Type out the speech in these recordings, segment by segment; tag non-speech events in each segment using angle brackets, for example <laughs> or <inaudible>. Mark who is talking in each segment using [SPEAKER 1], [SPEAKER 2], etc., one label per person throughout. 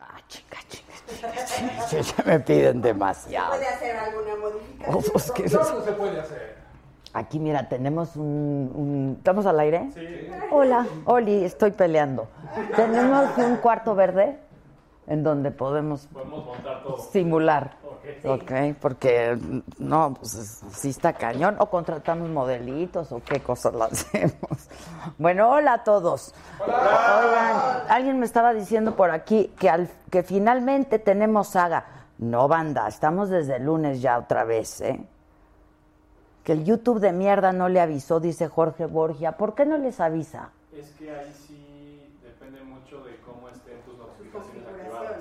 [SPEAKER 1] Ah, Sí, ya me piden demasiado.
[SPEAKER 2] ¿Puede hacer alguna modificación?
[SPEAKER 1] Pues, pues, ¿qué es
[SPEAKER 3] Todo
[SPEAKER 1] eso?
[SPEAKER 3] se puede hacer.
[SPEAKER 1] Aquí, mira, tenemos un, un- ¿Estamos al aire?
[SPEAKER 3] Sí.
[SPEAKER 1] Hola. Oli, estoy peleando. Tenemos un cuarto verde en donde podemos
[SPEAKER 3] Podemos montar todo.
[SPEAKER 1] simular.
[SPEAKER 3] Ok.
[SPEAKER 1] Ok, porque no, pues es- sí está cañón. O contratamos modelitos o qué cosas las hacemos. <laughs> Bueno, hola a todos. Oigan, alguien me estaba diciendo por aquí que, al, que finalmente tenemos saga. No, banda, estamos desde el lunes ya otra vez, ¿eh? Que el YouTube de mierda no le avisó, dice Jorge Borgia. ¿Por qué no les avisa?
[SPEAKER 3] Es que ahí sí depende mucho de cómo estén tus notificaciones activadas.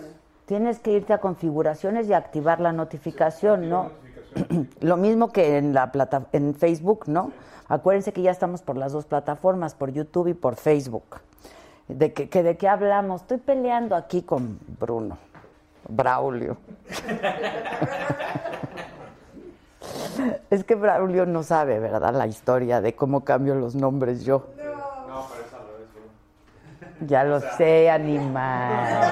[SPEAKER 1] Tienes que irte a configuraciones y activar la notificación, ¿no? <clears throat> Lo mismo que en la plata en Facebook, ¿no? Acuérdense que ya estamos por las dos plataformas, por YouTube y por Facebook. ¿De qué, que- de qué hablamos? Estoy peleando aquí con Bruno, Braulio. es que Braulio no sabe, ¿verdad? La historia de cómo cambio los nombres yo.
[SPEAKER 3] No, pero es al revés. ¿no?
[SPEAKER 1] Ya lo sé, animal.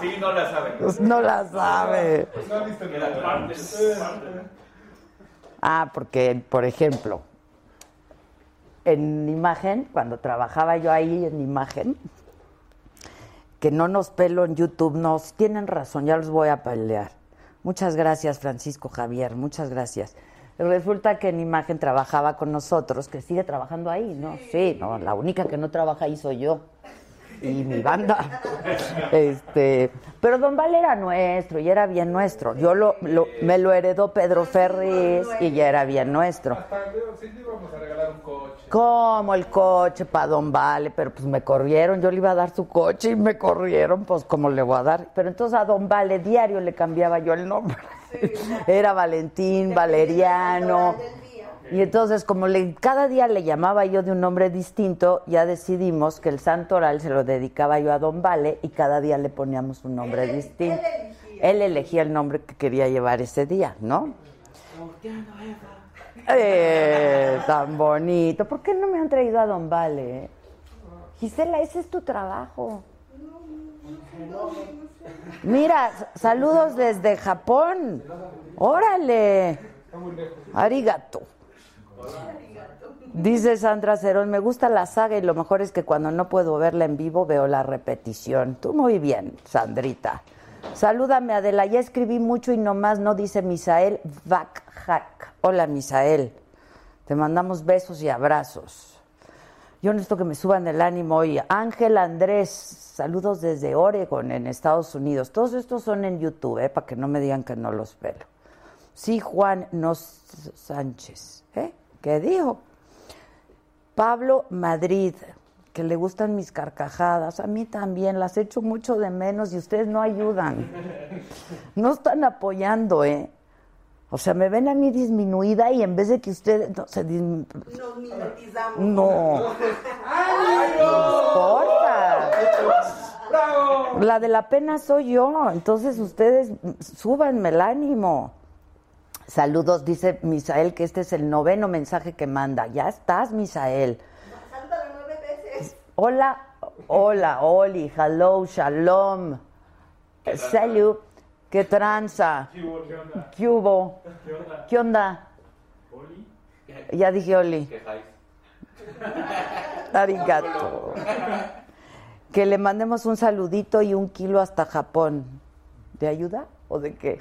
[SPEAKER 3] Sí, no la saben.
[SPEAKER 1] Pues no la sabe.
[SPEAKER 3] No viste que las partes. partes.
[SPEAKER 1] Ah, porque, por ejemplo, en imagen, cuando trabajaba yo ahí en imagen, que no nos pelo en YouTube, no, si tienen razón, ya los voy a pelear. Muchas gracias, Francisco Javier, muchas gracias. Resulta que en imagen trabajaba con nosotros, que sigue trabajando ahí, ¿no? Sí, no, la única que no trabaja ahí soy yo y mi banda. Este, pero Don Val era nuestro y era bien nuestro. Yo lo, lo- me lo heredó Pedro Ferris y ya era bien nuestro.
[SPEAKER 3] Hasta luego, sí, le íbamos a regalar un coche.
[SPEAKER 1] Como el coche para Don Vale, pero pues me corrieron, yo le iba a dar su coche y me corrieron, pues como le voy a dar. Pero entonces a Don Vale diario le cambiaba yo el nombre. <laughs> Era Valentín, Valeriano. Y entonces como le, cada día le llamaba yo de un nombre distinto, ya decidimos que el santo oral se lo dedicaba yo a Don Vale y cada día le poníamos un nombre distinto. Él elegía el nombre que quería llevar ese día, ¿no? Eh, tan bonito. ¿Por qué no me han traído a Don Vale? Gisela, ese es tu trabajo. Mira, s- saludos desde Japón. Órale. Arigato. Dice Sandra Cerón, me gusta la saga y lo mejor es que cuando no puedo verla en vivo veo la repetición. Tú muy bien, Sandrita. Salúdame Adela, ya escribí mucho y nomás no dice Misael Vakhak. Hola Misael, te mandamos besos y abrazos. Yo necesito que me suban el ánimo hoy. Ángel Andrés, saludos desde Oregon, en Estados Unidos. Todos estos son en YouTube, ¿eh? para que no me digan que no los veo. Sí, Juan Nos Sánchez. ¿eh? ¿Qué dijo? Pablo Madrid, que le gustan mis carcajadas. A mí también, las echo mucho de menos y ustedes no ayudan. No están apoyando, ¿eh? O sea, me ven a mí disminuida y en vez de que ustedes... No, se dis-
[SPEAKER 2] Nos mimetizamos.
[SPEAKER 1] Mm. no. Porfa. La de la pena soy yo, entonces ustedes súbanme el ánimo. Saludos, dice Misael, que este es el noveno mensaje que manda. Ya estás, Misael.
[SPEAKER 2] Salúdame nueve veces.
[SPEAKER 1] Hola, hola, Oli, hello, shalom. Salud. ¿Qué tranza?
[SPEAKER 3] ¿Qué hubo? ¿Qué onda?
[SPEAKER 1] ¿Qué hubo?
[SPEAKER 3] ¿Qué onda?
[SPEAKER 1] ¿Qué onda?
[SPEAKER 3] ¿Oli?
[SPEAKER 1] Ya dije Oli.
[SPEAKER 4] Quejáis.
[SPEAKER 1] Arigato. Que le mandemos un saludito y un kilo hasta Japón. ¿De ayuda o de qué?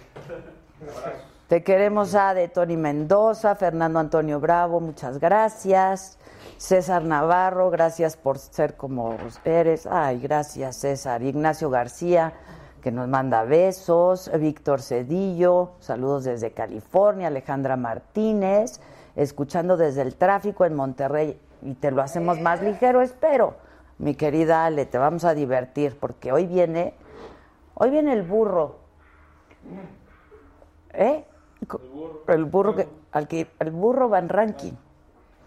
[SPEAKER 1] Te queremos a de Tony Mendoza, Fernando Antonio Bravo, muchas gracias. César Navarro, gracias por ser como eres. Ay, gracias César. Ignacio García, que nos manda besos. Víctor Cedillo, saludos desde California. Alejandra Martínez, escuchando desde el tráfico en Monterrey. Y te lo hacemos más ligero, espero. Mi querida Ale, te vamos a divertir porque hoy viene, hoy viene el burro. ¿Eh? Co- El burro, que, al que, el burro Van Ranking,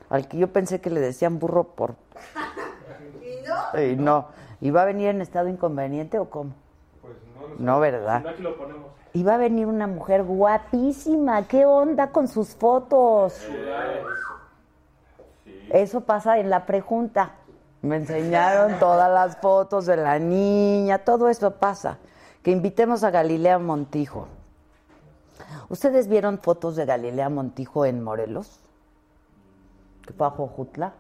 [SPEAKER 1] al que yo pensé que le decían burro por... Y no. ¿Y va a venir en estado inconveniente o cómo?
[SPEAKER 3] Pues no, no.
[SPEAKER 1] No, ¿verdad?
[SPEAKER 3] Aquí lo ponemos.
[SPEAKER 1] Y va a venir una mujer guapísima. ¿Qué onda con sus fotos?
[SPEAKER 3] Eh,
[SPEAKER 1] Eso pasa en la pregunta. Me enseñaron todas las fotos de la niña, todo eso pasa. Que invitemos a Galilea Montijo. ¿Ustedes vieron fotos de Galilea Montijo en Morelos? Que fue a Jojutla.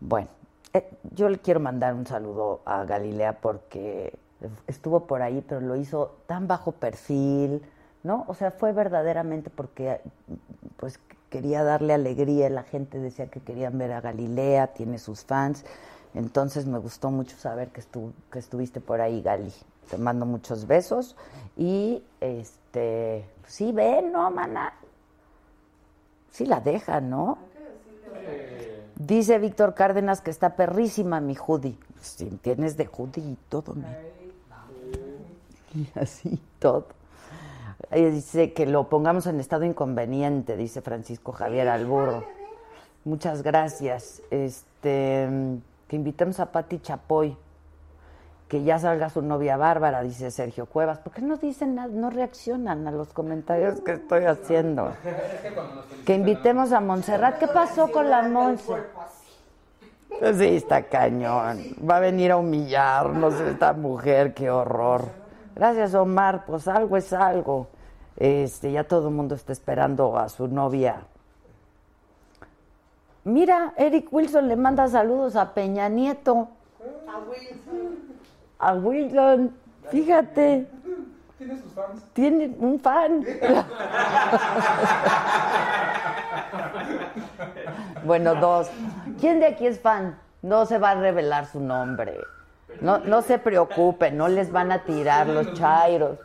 [SPEAKER 1] Bueno, eh, yo le quiero mandar un saludo a Galilea porque estuvo por ahí, pero lo hizo tan bajo perfil, ¿no? O sea, fue verdaderamente porque pues quería darle alegría, la gente decía que querían ver a Galilea, tiene sus fans. Entonces me gustó mucho saber que, estu- que estuviste por ahí, Gali. Te mando muchos besos y este, sí ven, no, mana. Sí la deja, ¿no? Dice Víctor Cárdenas que está perrísima mi hoodie. Si tienes de hoodie y todo, mi. <laughs> Y así todo. Eh, Dice que lo pongamos en estado inconveniente, dice Francisco Javier Alburro. Muchas gracias. Este, que invitemos a Pati Chapoy. Que ya salga su novia Bárbara, dice Sergio Cuevas. ¿Por qué no dicen nada? No reaccionan a los comentarios que estoy haciendo. Que invitemos a Montserrat. ¿Qué pasó con la Montserrat? Sí, está cañón. Va a venir a humillarnos esta mujer, qué horror. Gracias, Omar. Pues algo es algo. Este, ya todo el mundo está esperando a su novia. Mira, Eric Wilson le manda saludos a Peña Nieto,
[SPEAKER 2] A Wilson.
[SPEAKER 1] a Wilson. Fíjate,
[SPEAKER 5] Tiene sus fans.
[SPEAKER 1] tiene un fan. Bueno, dos. ¿Quién de aquí es fan? No se va a revelar su nombre. No, no se preocupen, no les van a tirar los chairos.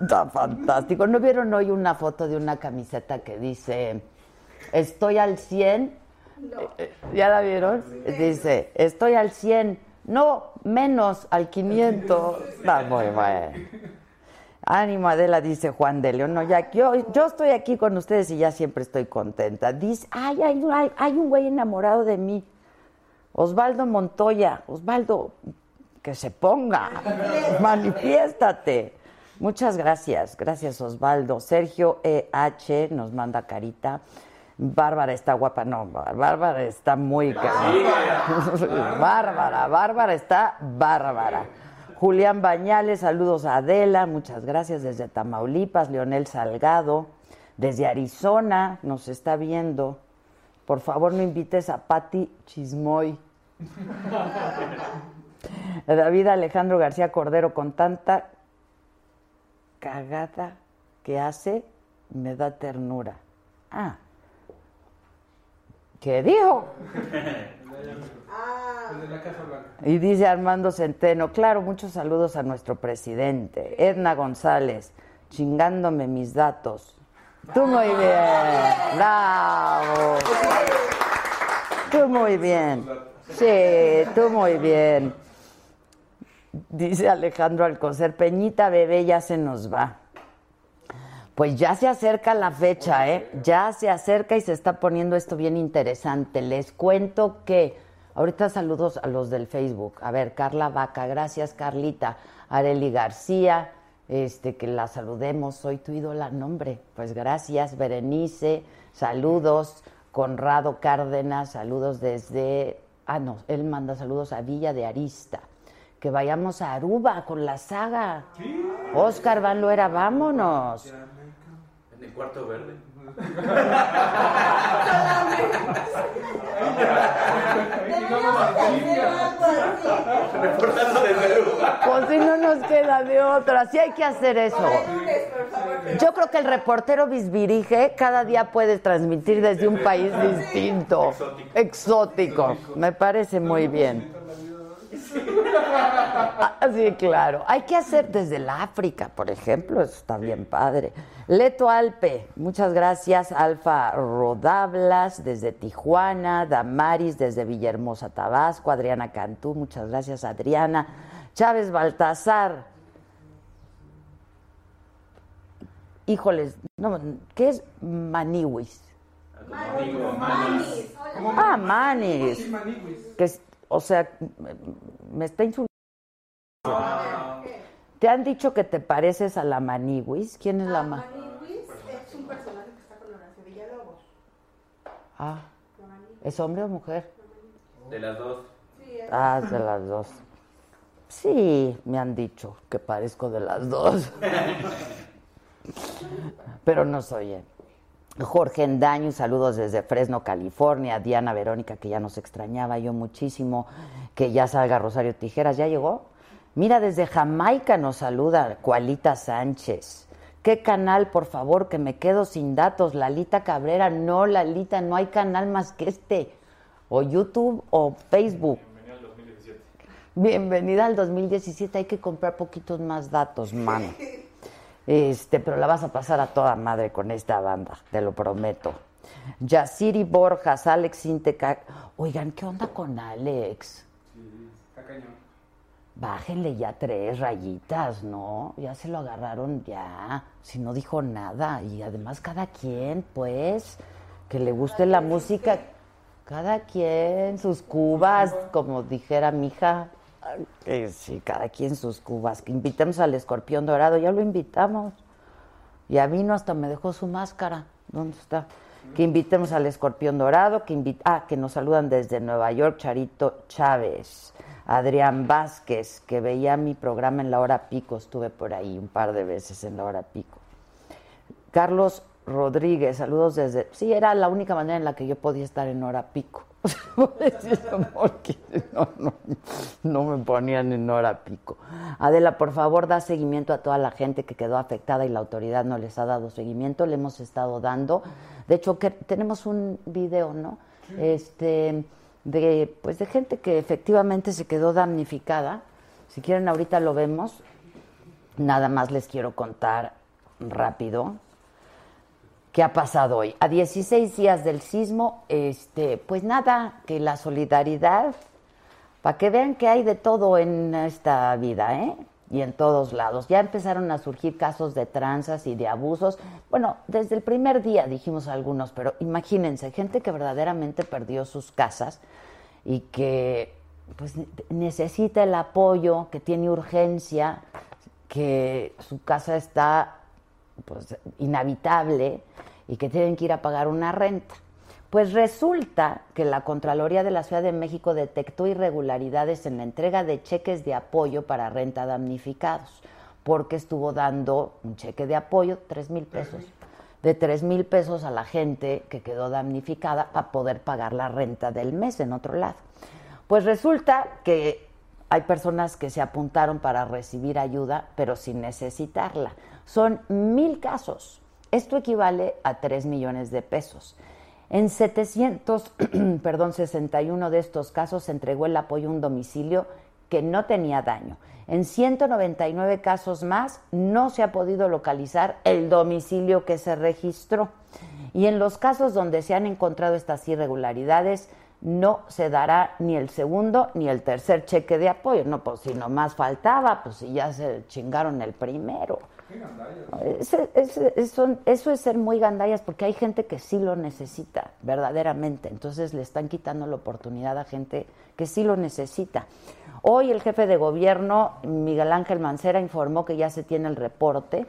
[SPEAKER 1] Está fantástico. ¿No vieron hoy una foto de una camiseta que dice, estoy al 100? Eh, eh, ¿Ya la vieron? Dice, estoy al 100. No, menos al 500. Está muy bueno. Ánimo, Adela, dice Juan de León. No, ya, yo, yo estoy aquí con ustedes y ya siempre estoy contenta. Dice, ay, hay, hay, hay un güey enamorado de mí. Osvaldo Montoya. Osvaldo, que se ponga. Manifiéstate. Muchas gracias. Gracias, Osvaldo. Sergio EH nos manda carita. Bárbara está guapa, no, Bárbara está muy Bárbara. <laughs> Bárbara, Bárbara está bárbara. Julián Bañales, saludos a Adela, muchas gracias desde Tamaulipas, Leonel Salgado, desde Arizona, nos está viendo. Por favor, no invites a Patti Chismoy. David Alejandro García Cordero, con tanta cagada que hace, me da ternura. Ah, ¿qué dijo?
[SPEAKER 5] Desde la Casa Blanca.
[SPEAKER 1] Y dice Armando Centeno, claro, muchos saludos a nuestro presidente, Edna González, chingándome mis datos. Tú muy bien, bravo. Tú muy bien. Sí, tú muy bien. Dice Alejandro Alcocer, Peñita bebé ya se nos va. Pues ya se acerca la fecha, ¿eh? Ya se acerca y se está poniendo esto bien interesante. Les cuento que ahorita saludos a los del Facebook. A ver, Carla Vaca, gracias Carlita, Areli García, este que la saludemos, soy tu ídola, nombre. Pues gracias, Berenice, saludos, Conrado Cárdenas, saludos desde Ah, no, él manda saludos a Villa de Arista. que vayamos a Aruba con la saga. Oscar Van Loera, vámonos.
[SPEAKER 4] En el cuarto verde.
[SPEAKER 3] Ah.
[SPEAKER 4] <laughs> Reportando desde Aruba.
[SPEAKER 1] Pues si no nos queda de otra, sí hay que hacer eso. Yo creo que el reportero bisbirige cada día puede transmitir desde un país distinto, exótico. Me parece muy bien. Ah, sí, claro. Hay que hacer desde el África, por ejemplo, eso está bien padre. Leto Alpe, muchas gracias. Alfa Rodablas desde Tijuana, Damaris desde Villahermosa, Tabasco, Adriana Cantú, muchas gracias, Adriana. Chávez Baltasar. Híjoles, no, ¿qué es maniwis? Ah, manis. Que es- o sea, me, me está insultando. ¿Te han dicho que te pareces a la Maniwis? ¿Quién es la
[SPEAKER 2] Ah,
[SPEAKER 1] ma?
[SPEAKER 2] es un personaje que está con Horacio Villalobos.
[SPEAKER 1] Ah, ¿es hombre o mujer?
[SPEAKER 4] De las dos.
[SPEAKER 1] Ah, es de las dos. Sí, me han dicho que parezco de las dos. Pero no soy él. Jorge Endaño, saludos desde Fresno, California. Diana Verónica, que ya nos extrañaba yo muchísimo. Que ya salga Rosario Tijeras, ¿ya llegó? Mira, desde Jamaica nos saluda Cualita Sánchez. ¿Qué canal, por favor, que me quedo sin datos? Lalita Cabrera, no, Lalita, no hay canal más que este. O YouTube o Facebook. Bienvenida al 2017, hay que comprar poquitos más datos, mano. Este, pero la vas a pasar a toda madre con esta banda, te lo prometo. Yaciri Borjas, Alex Inteca. Oigan, ¿qué onda con Alex?
[SPEAKER 5] Está cañón.
[SPEAKER 1] Bájenle ya tres rayitas, ¿no? Ya se lo agarraron ya. Si no dijo nada. Y además cada quien, pues, que le guste la música. Cada quien sus cubas, como dijera mi hija. Ay, que Eh, sí, cada quien sus cubas. Que invitemos al escorpión dorado, ya lo invitamos. Ya vino, hasta me dejó su máscara. ¿Dónde está? Que invitemos al escorpión dorado, que invi- ah, que nos saludan desde Nueva York, Charito Chávez, Adrián Vázquez, que veía mi programa en la hora pico, estuve por ahí un par de veces en la hora pico. Carlos Rodríguez, saludos desde. Sí, era la única manera en la que yo podía estar en hora pico. <laughs> Porque no, no, no me ponían en hora pico. Adela, por favor, da seguimiento a toda la gente que quedó afectada y la autoridad no les ha dado seguimiento. Le hemos estado dando. De hecho, que tenemos un video, ¿no? Este, de, pues de gente que efectivamente se quedó damnificada. Si quieren, ahorita lo vemos. Nada más les quiero contar rápido qué ha pasado hoy. A 16 días del sismo, este, pues nada, que la solidaridad, para que vean que hay de todo en esta vida, ¿eh? Y en todos lados. Ya empezaron a surgir casos de tranzas y de abusos. Bueno, desde el primer día dijimos algunos, pero imagínense, gente que verdaderamente perdió sus casas y que pues ne- necesita el apoyo, que tiene urgencia, que su casa está pues, inhabitable y que tienen que ir a pagar una renta. Pues resulta que la Contraloría de la Ciudad de México detectó irregularidades en la entrega de cheques de apoyo para renta a damnificados, porque estuvo dando un cheque de apoyo, tres mil pesos, de tres mil pesos a la gente que quedó damnificada para poder pagar la renta del mes en otro lado. Pues resulta que hay personas que se apuntaron para recibir ayuda, pero sin necesitarla. Son mil casos. Esto equivale a 3 millones de pesos. En 700, <clears throat> perdón, 61 de estos casos se entregó el apoyo a un domicilio que no tenía daño. En 199 casos más no se ha podido localizar el domicilio que se registró. Y en los casos donde se han encontrado estas irregularidades, no se dará ni el segundo ni el tercer cheque de apoyo. No, pues si nomás faltaba, pues si ya se chingaron el primero. Ese- ese- eso, eso es ser muy gandallas porque hay gente que sí lo necesita, verdaderamente. Entonces le están quitando la oportunidad a gente que sí lo necesita. Hoy el jefe de gobierno, Miguel Ángel Mancera, informó que ya se tiene el reporte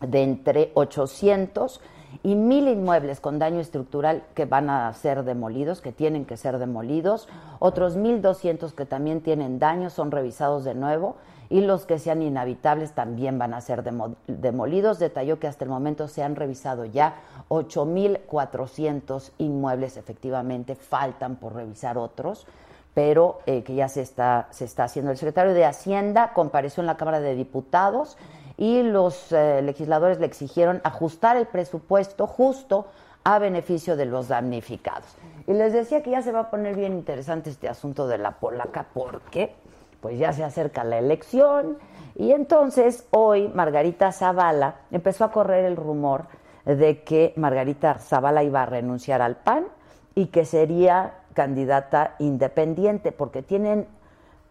[SPEAKER 1] de entre 800 y mil inmuebles con daño estructural que van a ser demolidos, que tienen que ser demolidos. Otros 1.200 que también tienen daño son revisados de nuevo y los que sean inhabitables también van a ser demo- demolidos. Detalló que hasta el momento se han revisado ya 8.400 inmuebles, efectivamente faltan por revisar otros pero eh, que ya se está, se está haciendo. El secretario de Hacienda compareció en la Cámara de Diputados y los eh, legisladores le exigieron ajustar el presupuesto justo a beneficio de los damnificados. Y les decía que ya se va a poner bien interesante este asunto de la polaca porque pues ya se acerca la elección y entonces hoy Margarita Zavala empezó a correr el rumor de que Margarita Zavala iba a renunciar al PAN y que sería candidata independiente, porque tienen,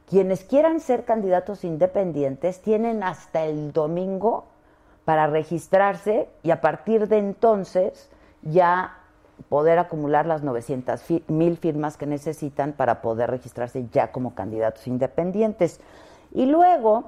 [SPEAKER 1] quienes quieran ser candidatos independientes, tienen hasta el domingo para registrarse y a partir de entonces ya poder acumular las 900 fi- mil firmas que necesitan para poder registrarse ya como candidatos independientes. Y luego,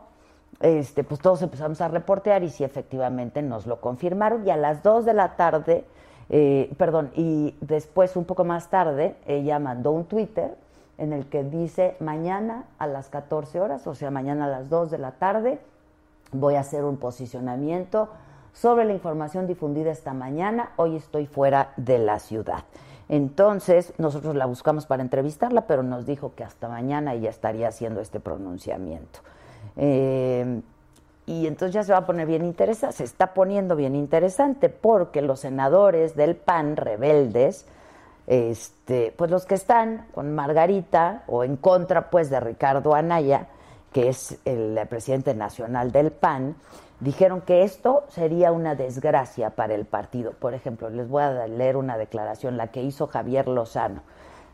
[SPEAKER 1] este, pues todos empezamos a reportear y sí, efectivamente nos lo confirmaron. Y a las 2 de la tarde, eh, perdón, y después un poco más tarde, ella mandó un Twitter en el que dice, mañana a las 14 horas, o sea, mañana a las 2 de la tarde, voy a hacer un posicionamiento sobre la información difundida esta mañana. Hoy estoy fuera de la ciudad. Entonces, nosotros la buscamos para entrevistarla, pero nos dijo que hasta mañana ella estaría haciendo este pronunciamiento. Eh, y entonces ya se va a poner bien interesante, se está poniendo bien interesante, porque los senadores del PAN rebeldes, este, pues los que están con Margarita o en contra pues de Ricardo Anaya, que es el presidente nacional del PAN, dijeron que esto sería una desgracia para el partido. Por ejemplo, les voy a leer una declaración, la que hizo Javier Lozano.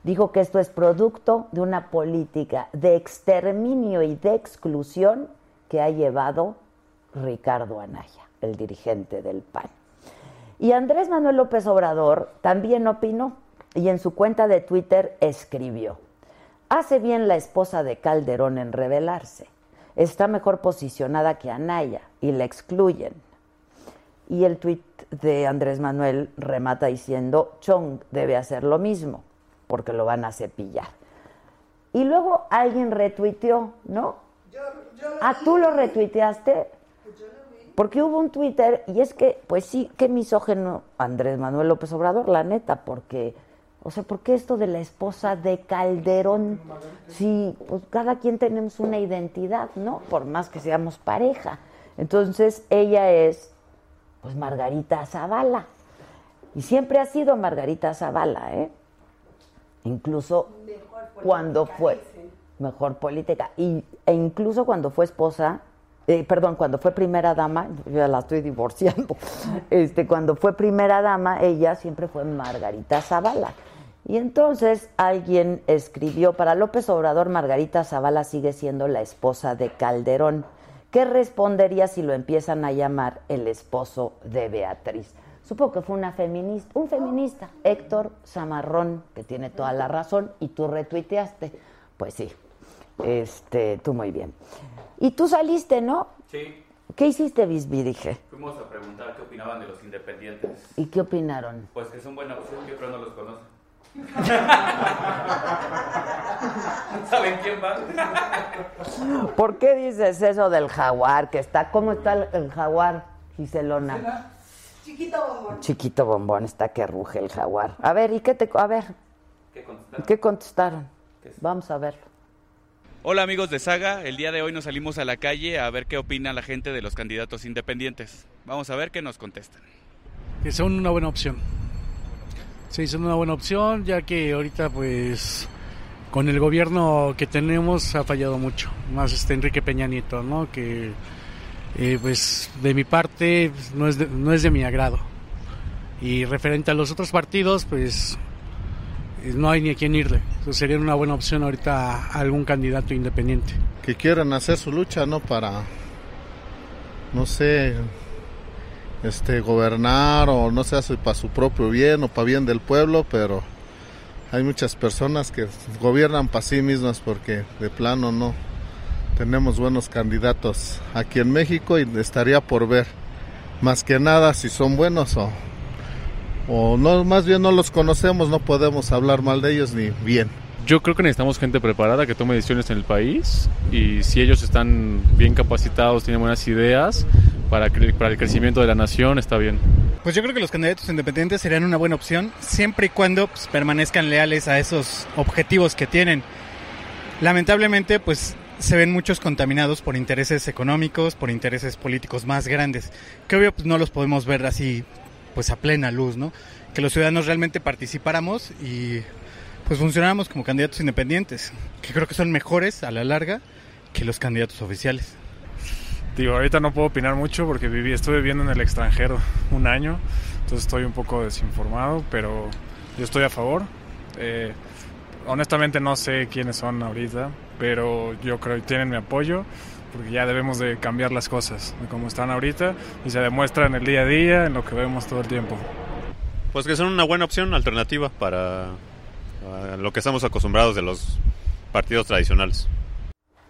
[SPEAKER 1] Dijo que esto es producto de una política de exterminio y de exclusión que ha llevado Ricardo Anaya, el dirigente del PAN. Y Andrés Manuel López Obrador también opinó y en su cuenta de Twitter escribió, hace bien la esposa de Calderón en rebelarse, está mejor posicionada que Anaya y la excluyen. Y el tuit de Andrés Manuel remata diciendo, Chong debe hacer lo mismo, porque lo van a cepillar. Y luego alguien retuiteó, ¿no? Ah, tú lo retuiteaste. Porque hubo un Twitter y es que, pues sí, qué misógeno Andrés Manuel López Obrador, la neta, porque, o sea, ¿por qué esto de la esposa de Calderón? Sí, pues cada quien tenemos una identidad, ¿no? Por más que seamos pareja. Entonces, ella es, pues, Margarita Zavala. Y siempre ha sido Margarita Zavala, ¿eh? Incluso cuando fue mejor política. Y, e incluso cuando fue esposa, eh, perdón, cuando fue primera dama, yo ya la estoy divorciando, <laughs> este, cuando fue primera dama, ella siempre fue Margarita Zavala. Y entonces alguien escribió, para López Obrador, Margarita Zavala sigue siendo la esposa de Calderón. ¿Qué respondería si lo empiezan a llamar el esposo de Beatriz? Supongo que fue una feminista, un feminista, Héctor Zamarrón, que tiene toda la razón, y tú retuiteaste. Pues sí, este, tú muy bien. Y tú saliste, ¿no?
[SPEAKER 4] Sí,
[SPEAKER 1] ¿Qué hiciste, Bisbí? Dije.
[SPEAKER 4] fuimos a preguntar qué opinaban de los independientes.
[SPEAKER 1] ¿Y qué opinaron?
[SPEAKER 4] Pues que son buena opción, yo creo no los
[SPEAKER 3] <laughs>
[SPEAKER 4] conocen. ¿Saben quién va?
[SPEAKER 1] ¿Por qué dices eso del jaguar? Que está, ¿Cómo está el, el jaguar, Giselona?
[SPEAKER 5] Era-
[SPEAKER 2] Chiquito bombón.
[SPEAKER 1] Chiquito bombón, está que ruge el jaguar. A ver, ¿y qué te.? A ver,
[SPEAKER 4] ¿Qué contestaron?
[SPEAKER 1] ¿qué contestaron? Vamos a verlo.
[SPEAKER 6] Hola amigos de Saga, el día de hoy nos salimos a la calle a ver qué opina la gente de los candidatos independientes. Vamos a ver qué nos contestan.
[SPEAKER 7] que son una buena opción. Sí, son una buena opción, ya que ahorita pues con el gobierno que tenemos ha fallado mucho, más este Enrique Peña Nieto, ¿no? Que eh, pues de mi parte pues, no, es de, no es de mi agrado. Y referente a los otros partidos, pues eh, no hay ni a quién irle. Entonces, sería una buena opción ahorita a algún candidato independiente.
[SPEAKER 8] que quieran hacer su lucha, ¿no? Para, no sé, este, gobernar o no sé, hace para su propio bien o para bien del pueblo, pero hay muchas personas que gobiernan para sí mismas porque de plano no tenemos buenos candidatos aquí en México y estaría por ver, más que nada si son buenos o o no, más bien no los conocemos, no podemos hablar mal de ellos ni bien.
[SPEAKER 9] Yo creo que necesitamos gente preparada que tome decisiones en el país y si ellos están bien capacitados, tienen buenas ideas para, cre- para el crecimiento de la nación, está bien.
[SPEAKER 10] Pues yo creo que los candidatos independientes serían una buena opción siempre y cuando pues, permanezcan leales a esos objetivos que tienen. Lamentablemente, pues se ven muchos contaminados por intereses económicos, por intereses políticos más grandes, que obvio pues, no los podemos ver así pues a plena luz, ¿no? Que los ciudadanos realmente participáramos y pues funcionáramos como candidatos independientes, que creo que son mejores a la larga que los candidatos oficiales.
[SPEAKER 11] Digo, ahorita no puedo opinar mucho porque viví, estuve viviendo en el extranjero un año, entonces estoy un poco desinformado, pero yo estoy a favor. Eh, honestamente no sé quiénes son ahorita, pero yo creo que tienen mi apoyo porque ya debemos de cambiar las cosas de cómo están ahorita y se demuestra en el día a día, en lo que vemos todo el tiempo.
[SPEAKER 12] Pues que son una buena opción alternativa para eh, lo que estamos acostumbrados de los partidos tradicionales.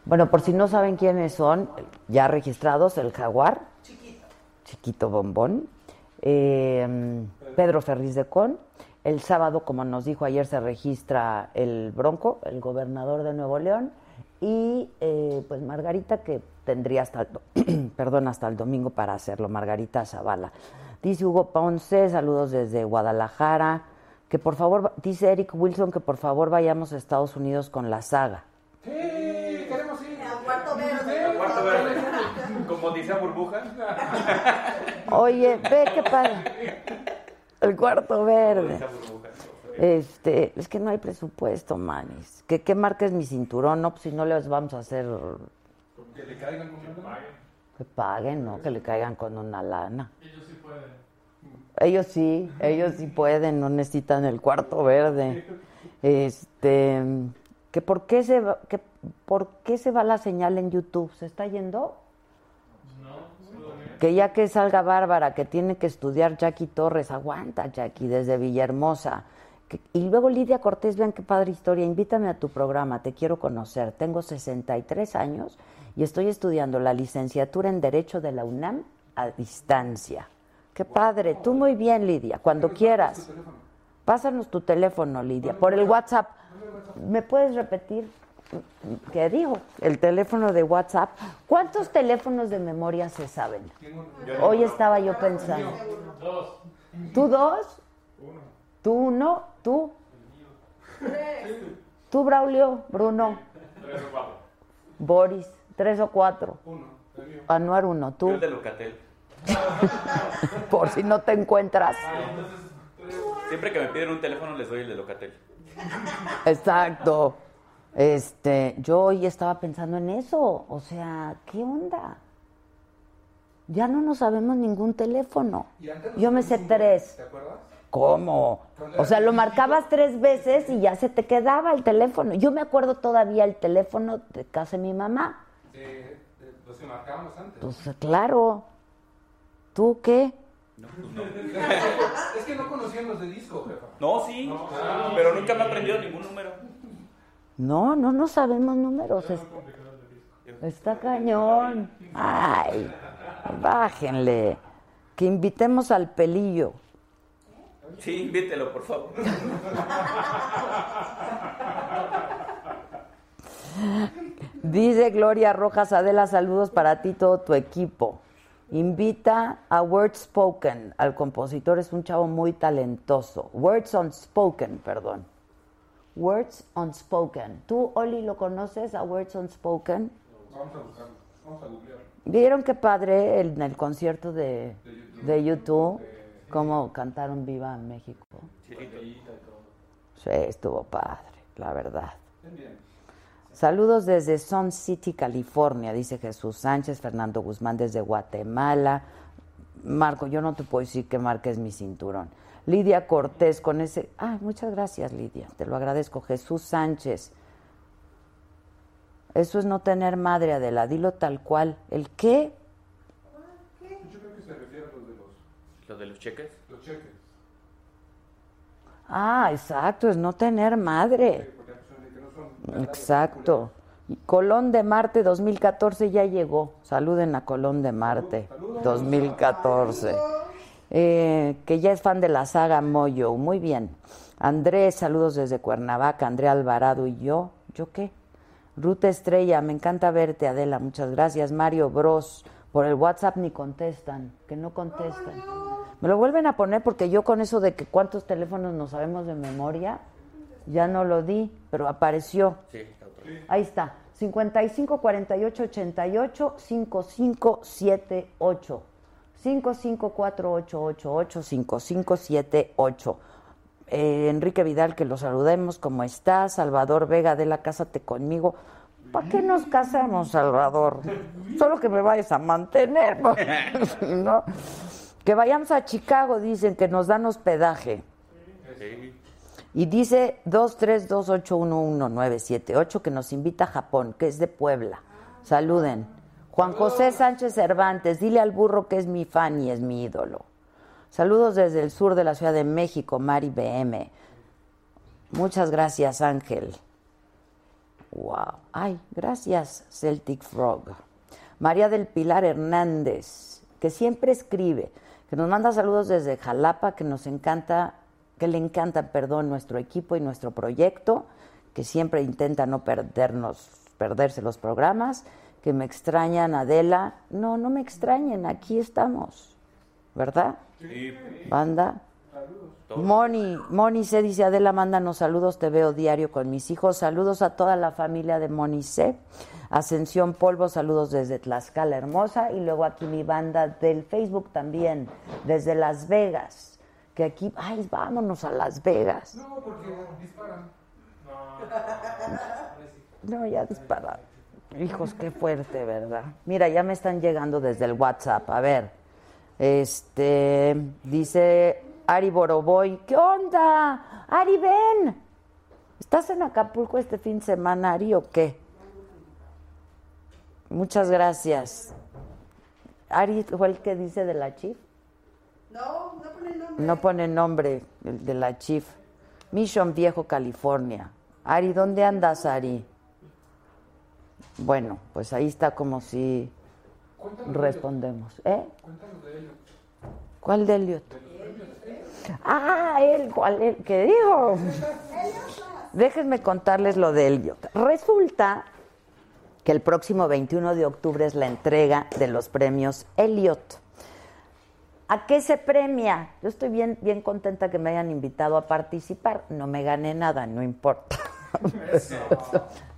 [SPEAKER 1] Bueno, por si no saben quiénes son, ya registrados, el jaguar. Chiquito. Chiquito bombón. eh, Pedro Ferriz de Con. El sábado, como nos dijo ayer, se registra el Bronco, el gobernador de Nuevo León. Y eh, pues Margarita, que tendría hasta el, do- <clears throat> perdón, hasta el domingo para hacerlo, Margarita Zavala. Dice Hugo Ponce, saludos desde Guadalajara. Que por favor, dice Eric Wilson, que por favor vayamos a Estados Unidos con la saga.
[SPEAKER 5] Sí, queremos ir. A
[SPEAKER 2] cuarto
[SPEAKER 5] verde.
[SPEAKER 4] Cuarto verde. Como dice burbuja.
[SPEAKER 1] Oye, ve qué padre. El cuarto verde. Este, es que no hay presupuesto, manis. ¿Qué, qué marca es mi cinturón? No, pues si no les vamos a hacer
[SPEAKER 5] Que le caigan con el
[SPEAKER 1] que paguen, ¿no? Que le caigan con una lana.
[SPEAKER 5] Ellos sí pueden.
[SPEAKER 1] Ellos sí, ellos sí pueden, no necesitan el cuarto verde. Este, que por qué se va, que por qué se va la señal en YouTube? ¿Se está yendo? Que ya que salga Bárbara, que tiene que estudiar Jackie Torres, aguanta Jackie desde Villahermosa. Que- y luego Lidia Cortés, vean qué padre historia, invítame a tu programa, te quiero conocer. Tengo 63 años y estoy estudiando la licenciatura en Derecho de la UNAM a distancia. Qué padre, tú muy bien Lidia, cuando quieras. Pásanos tu teléfono, Lidia, por el WhatsApp. ¿Me puedes repetir qué dijo? El teléfono de WhatsApp. ¿Cuántos teléfonos de memoria se saben? Hoy estaba yo pensando.
[SPEAKER 5] Dos.
[SPEAKER 1] ¿Tú dos? ¿Tú uno? ¿Tú? ¿Tú, Braulio? ¿Bruno?
[SPEAKER 4] Tres o cuatro.
[SPEAKER 1] ¿Boris? ¿Tres o cuatro? Uno. Anuar uno.
[SPEAKER 4] Yo
[SPEAKER 1] ¿Tú?
[SPEAKER 4] el de Locatel.
[SPEAKER 1] Por si no te encuentras.
[SPEAKER 4] Siempre que me piden un teléfono les doy el de Locatel.
[SPEAKER 1] Exacto. Este, yo hoy estaba pensando en eso. O sea, ¿qué onda? Ya no nos sabemos ningún teléfono.
[SPEAKER 5] Y antes nos
[SPEAKER 1] Yo me sé tres.
[SPEAKER 5] ¿Te acuerdas?
[SPEAKER 1] ¿Cómo?
[SPEAKER 5] Cuando
[SPEAKER 1] O sea,
[SPEAKER 5] era
[SPEAKER 1] lo marcabas tres veces y ya se te quedaba el teléfono. Yo me acuerdo todavía el teléfono de casa de mi mamá.
[SPEAKER 5] De, de- los que eh, marcábamos antes.
[SPEAKER 1] Pues claro. ¿Tú qué?
[SPEAKER 5] es que no conocían los de disco, jefa.
[SPEAKER 4] No, sí.
[SPEAKER 5] Ah,
[SPEAKER 4] pero
[SPEAKER 5] sí.
[SPEAKER 4] nunca me he aprendido ningún número.
[SPEAKER 1] No, no, no sabemos números. Es- está cañón. Ay, bájenle. Que invitemos al pelillo.
[SPEAKER 4] Sí, invítelo, por favor.
[SPEAKER 1] Dice Gloria Rojas Adela, saludos para ti y todo tu equipo. Invita a Words Spoken, al compositor, es un chavo muy talentoso. Words Unspoken, perdón. Words Unspoken. ¿Tú, Oli, lo conoces a Words Unspoken?
[SPEAKER 5] Vamos a buscarlo. Vamos a googlear.
[SPEAKER 1] ¿Vieron qué padre el- en el concierto de, de YouTube? Cómo cantaron Viva México. Sí, estuvo padre, la verdad. Saludos desde Sun City, California, dice Jesús Sánchez, Fernando Guzmán desde Guatemala. Marco, yo no te puedo decir que marques mi cinturón. Lidia Cortés con ese... Ay, muchas gracias, Lidia, te lo agradezco. Jesús Sánchez. Eso es no tener madre, Adela, dilo tal cual. ¿El qué?
[SPEAKER 5] Yo creo que se refiere a los de los,
[SPEAKER 4] ¿Lo de los cheques?
[SPEAKER 5] los cheques.
[SPEAKER 1] Ah, exacto, es no tener madre. Exacto. Colón de Marte 2014 ya llegó. Saluden a Colón de Marte 2014. eh, que ya es fan de la saga Moyo. Muy bien. Andrés, saludos desde Cuernavaca. Andrea Alvarado y yo. ¿Yo qué? Ruta Estrella, me encanta verte, Adela. Muchas gracias. Mario Bros. Por el WhatsApp ni contestan, que no contestan. Me lo vuelven a poner porque yo con eso de que cuántos teléfonos nos sabemos de memoria, ya no lo di, pero apareció. Ahí está. 55 48 88 5578. 554888 5578. Eh, Enrique Vidal, que lo saludemos, ¿cómo está? Salvador Vega de la Cásate conmigo. ¿Para qué nos casamos, Salvador? Solo que me vayas a mantener, <laughs> ¿no? Que vayamos a Chicago, dicen, que nos dan hospedaje. Y dice 2328111978 que nos invita a Japón, que es de Puebla. Saluden. Juan José Sánchez Cervantes, dile al burro que es mi fan y es mi ídolo. Saludos desde el sur de la Ciudad de México, Mari BM. Muchas gracias, Ángel. Wow. Ay, gracias, Celtic Frog. María del Pilar Hernández, que siempre escribe, que nos manda saludos desde Jalapa, que nos encanta que le encanta, perdón, nuestro equipo y nuestro proyecto, que siempre intenta no perdernos, perderse los programas, que me extrañan, Adela. No, no me extrañen, aquí estamos, ¿verdad?
[SPEAKER 4] Sí.
[SPEAKER 1] Banda. Moni, Moni C dice Adela, mándanos saludos, te veo diario con mis hijos. Saludos a toda la familia de Moni C. Ascensión Polvo, saludos desde Tlaxcala Hermosa. Y luego aquí mi banda del Facebook también, desde Las Vegas. Que aquí, ay, vámonos a Las Vegas.
[SPEAKER 5] No, porque disparan.
[SPEAKER 1] No, ya dispara. Hijos, qué fuerte, ¿verdad? Mira, ya me están llegando desde el WhatsApp. A ver, este, dice Ari Boroboy, ¿qué onda? Ari, ven. ¿Estás en Acapulco este fin de semana, Ari, o qué? Muchas gracias. Ari fue el que dice de la Chief.
[SPEAKER 2] No, no pone nombre.
[SPEAKER 1] No pone nombre el de la Chief. Mission Viejo, California. Ari, ¿dónde andas, Ari? Bueno, pues ahí está como si respondemos. ¿Eh?
[SPEAKER 5] Cuéntanos de ello.
[SPEAKER 1] ¿Cuál de Elliot?
[SPEAKER 5] ¿eh?
[SPEAKER 1] Ah, él, ¿cuál él? ¿Qué dijo? Déjenme contarles lo de Elliot. Resulta que el próximo 21 de octubre es la entrega de los premios Elliot. ¿A qué se premia? Yo estoy bien, bien contenta que me hayan invitado a participar. No me gané nada, no importa.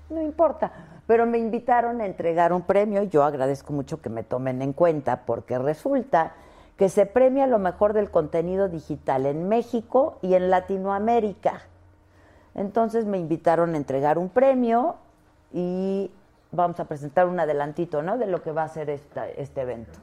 [SPEAKER 1] no importa. Pero me invitaron a entregar un premio y yo agradezco mucho que me tomen en cuenta porque resulta que se premia lo mejor del contenido digital en México y en Latinoamérica. Entonces me invitaron a entregar un premio y vamos a presentar un adelantito, ¿no? De lo que va a ser esta- este evento.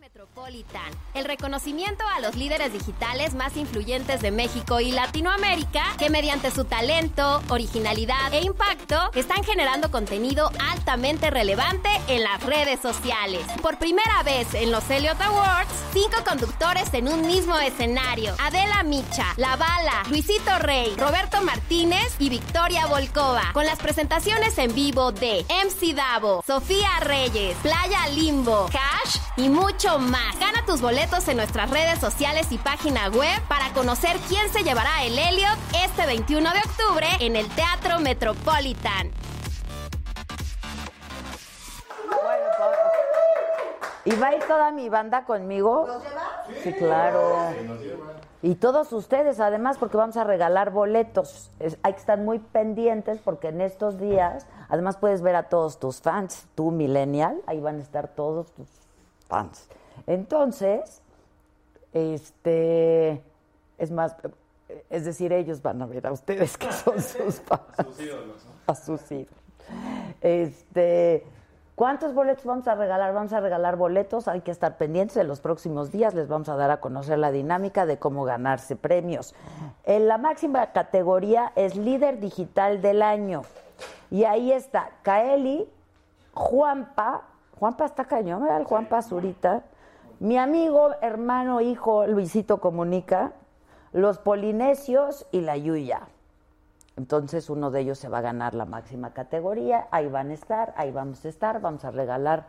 [SPEAKER 13] Metropolitan, el reconocimiento a los líderes digitales más influyentes de México y Latinoamérica que mediante su talento, originalidad e impacto están generando contenido altamente relevante en las redes sociales. Por primera vez en los Elliot Awards, cinco conductores en un mismo escenario. Adela Micha, La Bala, Luisito Rey, Roberto Martínez y Victoria Volkova, con las presentaciones en vivo de MC Davo, Sofía Reyes, Playa Limbo, Cash y mucho más. Gana tus boletos en nuestras redes sociales y página web para conocer quién se llevará el Elliot este 21 de octubre en el Teatro Metropolitan.
[SPEAKER 1] ¿Y va a ir toda mi banda conmigo? Sí, claro. Y todos ustedes, además, porque vamos a regalar boletos. Es- hay que estar muy pendientes porque en estos días, además puedes ver a todos tus fans, tú millennial, ahí van a estar todos tus fans. Entonces, este, es más, es decir, ellos van a ver a ustedes que
[SPEAKER 3] <laughs>
[SPEAKER 1] son sus fans.
[SPEAKER 3] Sus ídolos, ¿no?
[SPEAKER 1] A sus ídolos. Este, ¿cuántos boletos vamos a regalar? Vamos a regalar boletos, hay que estar pendientes de los próximos días, les vamos a dar a conocer la dinámica de cómo ganarse premios. En la máxima categoría es líder digital del año. Y ahí está Kaeli, Juanpa, Juanpa está cañón, ¿verdad? El Juanpa Zurita. Mi amigo, hermano, hijo Luisito Comunica, los Polinesios y la Yuya. Entonces uno de ellos se va a ganar la máxima categoría, ahí van a estar, ahí vamos a estar, vamos a regalar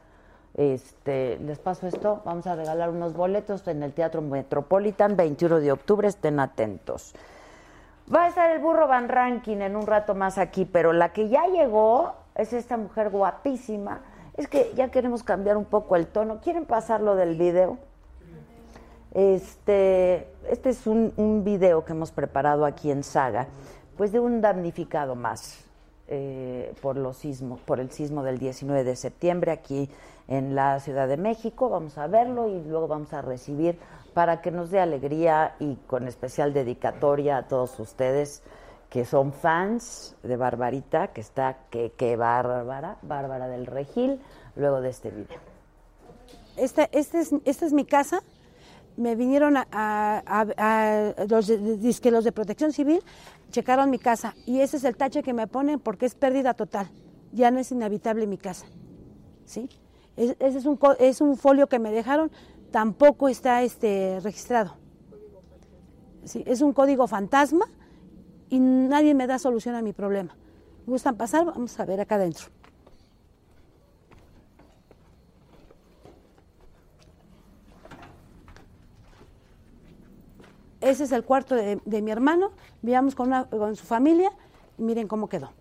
[SPEAKER 1] Este, les paso esto, vamos a regalar unos boletos en el Teatro Metropolitan, 21 de octubre, estén atentos. Va a estar el burro Van Ranking en un rato más aquí, pero la que ya llegó es esta mujer guapísima. Es que ya queremos cambiar un poco el tono. ¿Quieren pasarlo del video? Este, este es un, un video que hemos preparado aquí en Saga, pues de un damnificado más eh, por los sismos, por el sismo del 19 de septiembre aquí en la Ciudad de México. Vamos a verlo y luego vamos a recibir para que nos dé alegría y con especial dedicatoria a todos ustedes que son fans de Barbarita, que está que, que Bárbara, Bárbara del Regil, luego de este video.
[SPEAKER 14] Esta, este es, esta es mi casa. Me vinieron a, a- a- a los, de, dizque los de Protección Civil, checaron mi casa y ese es el tache que me ponen porque es pérdida total. Ya no es inhabitable mi casa. ¿sí? Es- ese es un, co- es un folio que me dejaron, tampoco está este, registrado. ¿sí? Es un código fantasma y nadie me da solución a mi problema. ¿Gustan pasar? Vamos a ver acá adentro. Ese es el cuarto de, de mi hermano. Vivíamos con, una- con su familia y miren cómo quedó.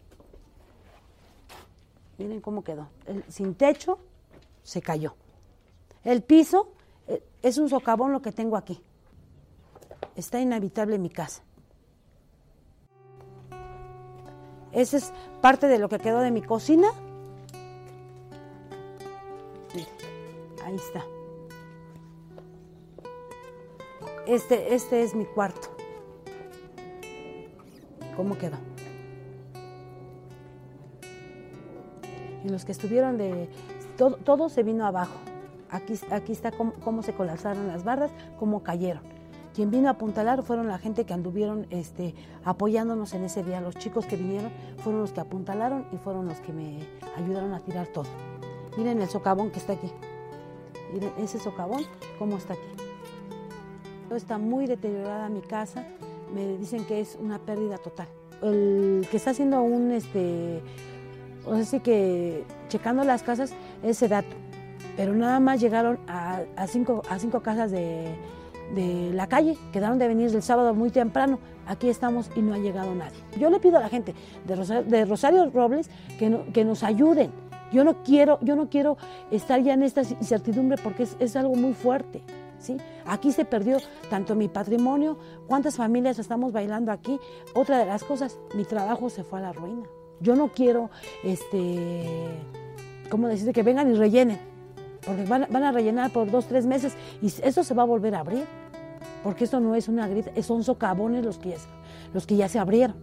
[SPEAKER 14] Miren cómo quedó. El- sin techo, se cayó. El piso eh, es un socavón lo que tengo aquí. Está inhabitable mi casa. Esa es parte de lo que quedó de mi cocina. Mire, Ahí está. Este, este es mi cuarto. ¿Cómo quedó? Y los que estuvieron de... Todo, todo se vino abajo. Aquí, aquí está cómo, cómo se colapsaron las bardas, cómo cayeron. Quien vino a apuntalar fueron la gente que anduvieron este, apoyándonos en ese día. Los chicos que vinieron fueron los que apuntalaron y fueron los que me ayudaron a tirar todo. Miren el socavón que está aquí. Miren ese socavón, cómo está aquí. Está muy deteriorada mi casa. Me dicen que es una pérdida total. El que está haciendo un, este, así que checando las casas, ese dato. Pero nada más llegaron a, a cinco, a cinco casas de, de la calle. Quedaron de venir el sábado muy temprano. Aquí estamos y no ha llegado nadie. Yo le pido a la gente de Rosario, de Rosario Robles que, no- que nos ayuden. Yo no quiero, yo no quiero estar ya en esta incertidumbre porque es, es algo muy fuerte. ¿sí? Aquí se perdió tanto mi patrimonio, cuántas familias estamos bailando aquí. Otra de las cosas, mi trabajo se fue a la ruina. Yo no quiero, este, ¿cómo decirte? Que vengan y rellenen, porque van, van a rellenar por dos, tres meses y eso se va a volver a abrir, porque esto no es una grita, son socavones los que ya se- los que ya se abrieron.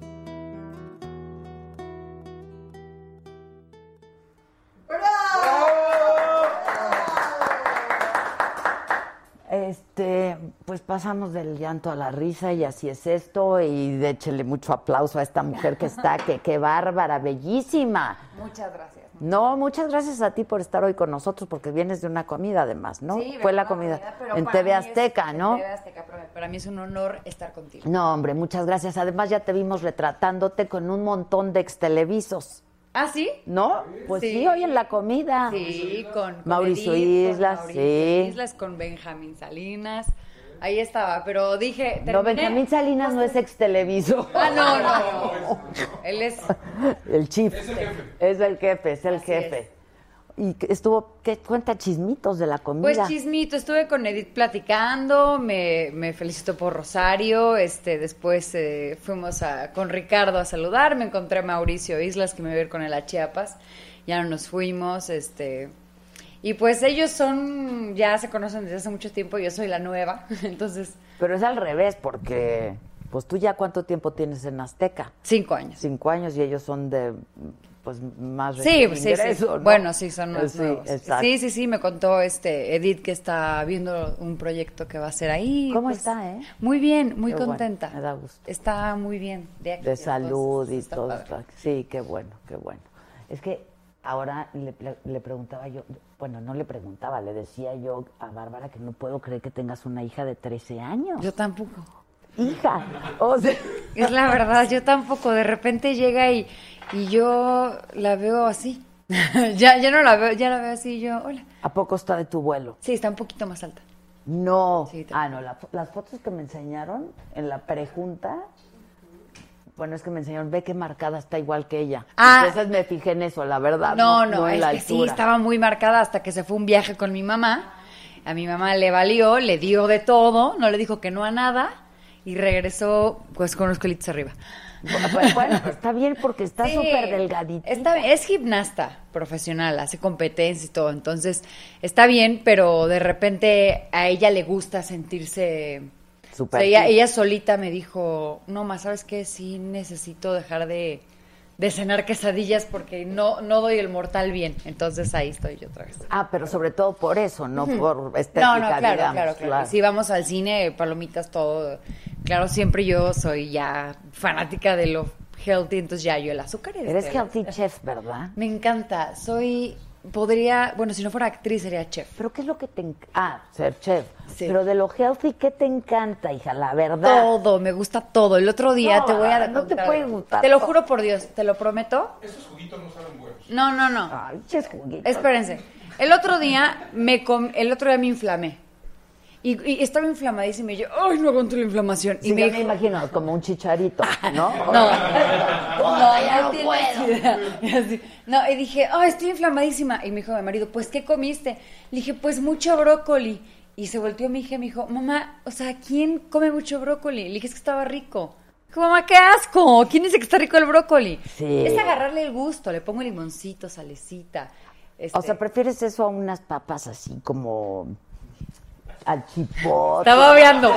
[SPEAKER 1] Este, pues pasamos del llanto a la risa y así es esto y déchele mucho aplauso a esta mujer que está, que qué bárbara, bellísima.
[SPEAKER 15] Muchas gracias.
[SPEAKER 1] No, muchas gracias a ti por estar hoy con nosotros porque vienes de una comida además, ¿no?
[SPEAKER 15] Sí,
[SPEAKER 1] Fue
[SPEAKER 15] vengo
[SPEAKER 1] la
[SPEAKER 15] a
[SPEAKER 1] comida,
[SPEAKER 15] pero
[SPEAKER 1] en
[SPEAKER 15] para
[SPEAKER 1] TV
[SPEAKER 15] mí es-
[SPEAKER 1] Azteca, ¿no?
[SPEAKER 15] En TV Azteca, pero para mí es un honor estar contigo.
[SPEAKER 1] No, hombre, muchas gracias. Además ya te vimos retratándote con un montón de extelevisos.
[SPEAKER 15] ¿Ah, sí?
[SPEAKER 1] ¿No? Pues sí, hoy en la comida.
[SPEAKER 15] Sí, con, con
[SPEAKER 1] Mauricio
[SPEAKER 15] Edith, con
[SPEAKER 1] Islas,
[SPEAKER 15] Mauricio
[SPEAKER 1] sí.
[SPEAKER 15] Islas, con Benjamín Salinas. Ahí estaba, pero dije.
[SPEAKER 1] No,
[SPEAKER 15] terminé-
[SPEAKER 1] Benjamín Salinas no es exteleviso.
[SPEAKER 15] Ah, no, no. <laughs> Él es.
[SPEAKER 1] <laughs> El chief.
[SPEAKER 15] Es el jefe.
[SPEAKER 1] Es el jefe, es el
[SPEAKER 15] Así
[SPEAKER 1] jefe. Y que estuvo, ¿qué cuenta chismitos de la comida?
[SPEAKER 15] Pues chismito, estuve con Edith platicando, me, me felicitó por Rosario, este, después eh, fuimos a- con Ricardo a saludar, me encontré a Mauricio Islas que me iba a ir con él a Chiapas, ya nos fuimos, este, y pues ellos son, Mm, ya se conocen desde hace mucho tiempo, yo soy la nueva, entonces
[SPEAKER 1] Pero es al revés, porque pues tú ya cuánto tiempo tienes en Azteca.
[SPEAKER 15] Cinco años.
[SPEAKER 1] Cinco años y ellos son de pues más
[SPEAKER 15] Sí,
[SPEAKER 1] de
[SPEAKER 15] sí, sí.
[SPEAKER 1] ingreso, ¿no?
[SPEAKER 15] Bueno, sí, son
[SPEAKER 1] Eh,
[SPEAKER 15] más
[SPEAKER 1] sí,
[SPEAKER 15] nuevos.
[SPEAKER 1] exacto.
[SPEAKER 15] Sí, sí, sí, me contó este Edith que está viendo un proyecto que va a hacer ahí.
[SPEAKER 1] ¿Cómo
[SPEAKER 15] pues,
[SPEAKER 1] está, eh?
[SPEAKER 15] Muy bien, muy
[SPEAKER 1] Qué bueno,
[SPEAKER 15] contenta.
[SPEAKER 1] me da gusto.
[SPEAKER 15] Está muy bien.
[SPEAKER 14] <laughs>
[SPEAKER 15] De, aquí,
[SPEAKER 1] De
[SPEAKER 15] entonces,
[SPEAKER 1] salud y
[SPEAKER 15] está
[SPEAKER 1] todo
[SPEAKER 15] padre.
[SPEAKER 1] esto. Sí, qué bueno, qué bueno. Es que ahora le, pre- le preguntaba yo, bueno, no le preguntaba, le decía yo a Bárbara que no puedo creer que tengas una hija de 13 años.
[SPEAKER 15] Yo tampoco.
[SPEAKER 1] Hija, o sea,
[SPEAKER 15] Es la verdad, yo tampoco. De repente llega y, y yo la veo así.
[SPEAKER 14] <laughs> ya, ya no la veo, ya la veo así yo, hola.
[SPEAKER 1] ¿A poco está de tu vuelo?
[SPEAKER 14] <laughs> Sí, está un poquito más alta.
[SPEAKER 1] No. ah, no, la fo- las fotos que me enseñaron en la prejunta, bueno, es que me enseñaron, ve que marcada está igual que ella.
[SPEAKER 14] Ah.
[SPEAKER 1] Entonces me fijé en eso, la verdad.
[SPEAKER 14] No, no,
[SPEAKER 1] en
[SPEAKER 14] es
[SPEAKER 1] la
[SPEAKER 14] que sí,
[SPEAKER 1] altura.
[SPEAKER 14] estaba muy marcada hasta que se fue un viaje con mi mamá. A mi mamá le valió, le dio de todo, no le dijo que no a nada y regresó pues con los colitos arriba.
[SPEAKER 1] Bueno, bueno, está bien porque está
[SPEAKER 14] Sí.
[SPEAKER 1] súper delgadita.
[SPEAKER 14] Está bien, es gimnasta profesional, hace competencia y todo, entonces está bien, pero de repente a ella le gusta sentirse... o
[SPEAKER 1] Súper
[SPEAKER 14] sea, ella,
[SPEAKER 1] fit.
[SPEAKER 14] ella solita me dijo, no, más, ¿sabes qué? Sí necesito dejar de, de cenar quesadillas porque no, no doy el mortal bien, entonces ahí estoy yo otra vez.
[SPEAKER 1] Ah, pero sobre todo por eso, no
[SPEAKER 14] Ujú.
[SPEAKER 1] por estética,
[SPEAKER 14] No, no, claro,
[SPEAKER 1] digamos,
[SPEAKER 14] claro, claro. Si vamos al cine, palomitas, todo. Claro, siempre yo soy ya fanática de lo healthy, entonces ya yo el azúcar. y
[SPEAKER 1] Eres
[SPEAKER 14] este-
[SPEAKER 1] healthy chef, ¿verdad?
[SPEAKER 14] Me encanta. Soy, podría, bueno, si no fuera actriz sería chef. <laughs>
[SPEAKER 1] ¿Pero qué es lo que te encanta? Ah, ser chef. Pero de lo healthy, ¿qué te encanta, hija? La verdad.
[SPEAKER 14] Todo, me gusta todo. El otro
[SPEAKER 1] Ah.
[SPEAKER 14] día
[SPEAKER 1] No, ah.
[SPEAKER 14] te voy a
[SPEAKER 1] no te
[SPEAKER 14] contar.
[SPEAKER 1] puede gustar
[SPEAKER 14] Te lo
[SPEAKER 1] todo.
[SPEAKER 14] juro por Dios, te lo prometo.
[SPEAKER 15] Esos juguitos no saben buenos.
[SPEAKER 14] No, no, no.
[SPEAKER 1] Ay, ches juguitos.
[SPEAKER 14] Espérense. El otro día me com- el otro día me inflamé. Y, y estaba inflamadísima y yo, ay, no aguanto la inflamación.
[SPEAKER 1] Sí,
[SPEAKER 14] y
[SPEAKER 1] ya me,
[SPEAKER 14] me dijo,
[SPEAKER 1] imagino, como un chicharito, ¿no? <laughs>
[SPEAKER 14] No.
[SPEAKER 1] No, ya no
[SPEAKER 14] tienes
[SPEAKER 1] puedo.
[SPEAKER 14] idea. Y así. No, y dije, oh, estoy inflamadísima. Y me dijo mi marido, pues, ¿qué comiste? Le dije, pues, mucho brócoli. Y se volteó mi hija y me dijo, mamá, o sea, ¿quién come mucho brócoli? Le dije, es que estaba rico. Dijo, mamá, qué asco. ¿Quién dice que está rico el brócoli?
[SPEAKER 1] Sí.
[SPEAKER 14] Es agarrarle el gusto. Le pongo limoncito, salecita. este,
[SPEAKER 1] O sea, prefieres eso a unas papas así como al chipotle.
[SPEAKER 14] Estaba obviando.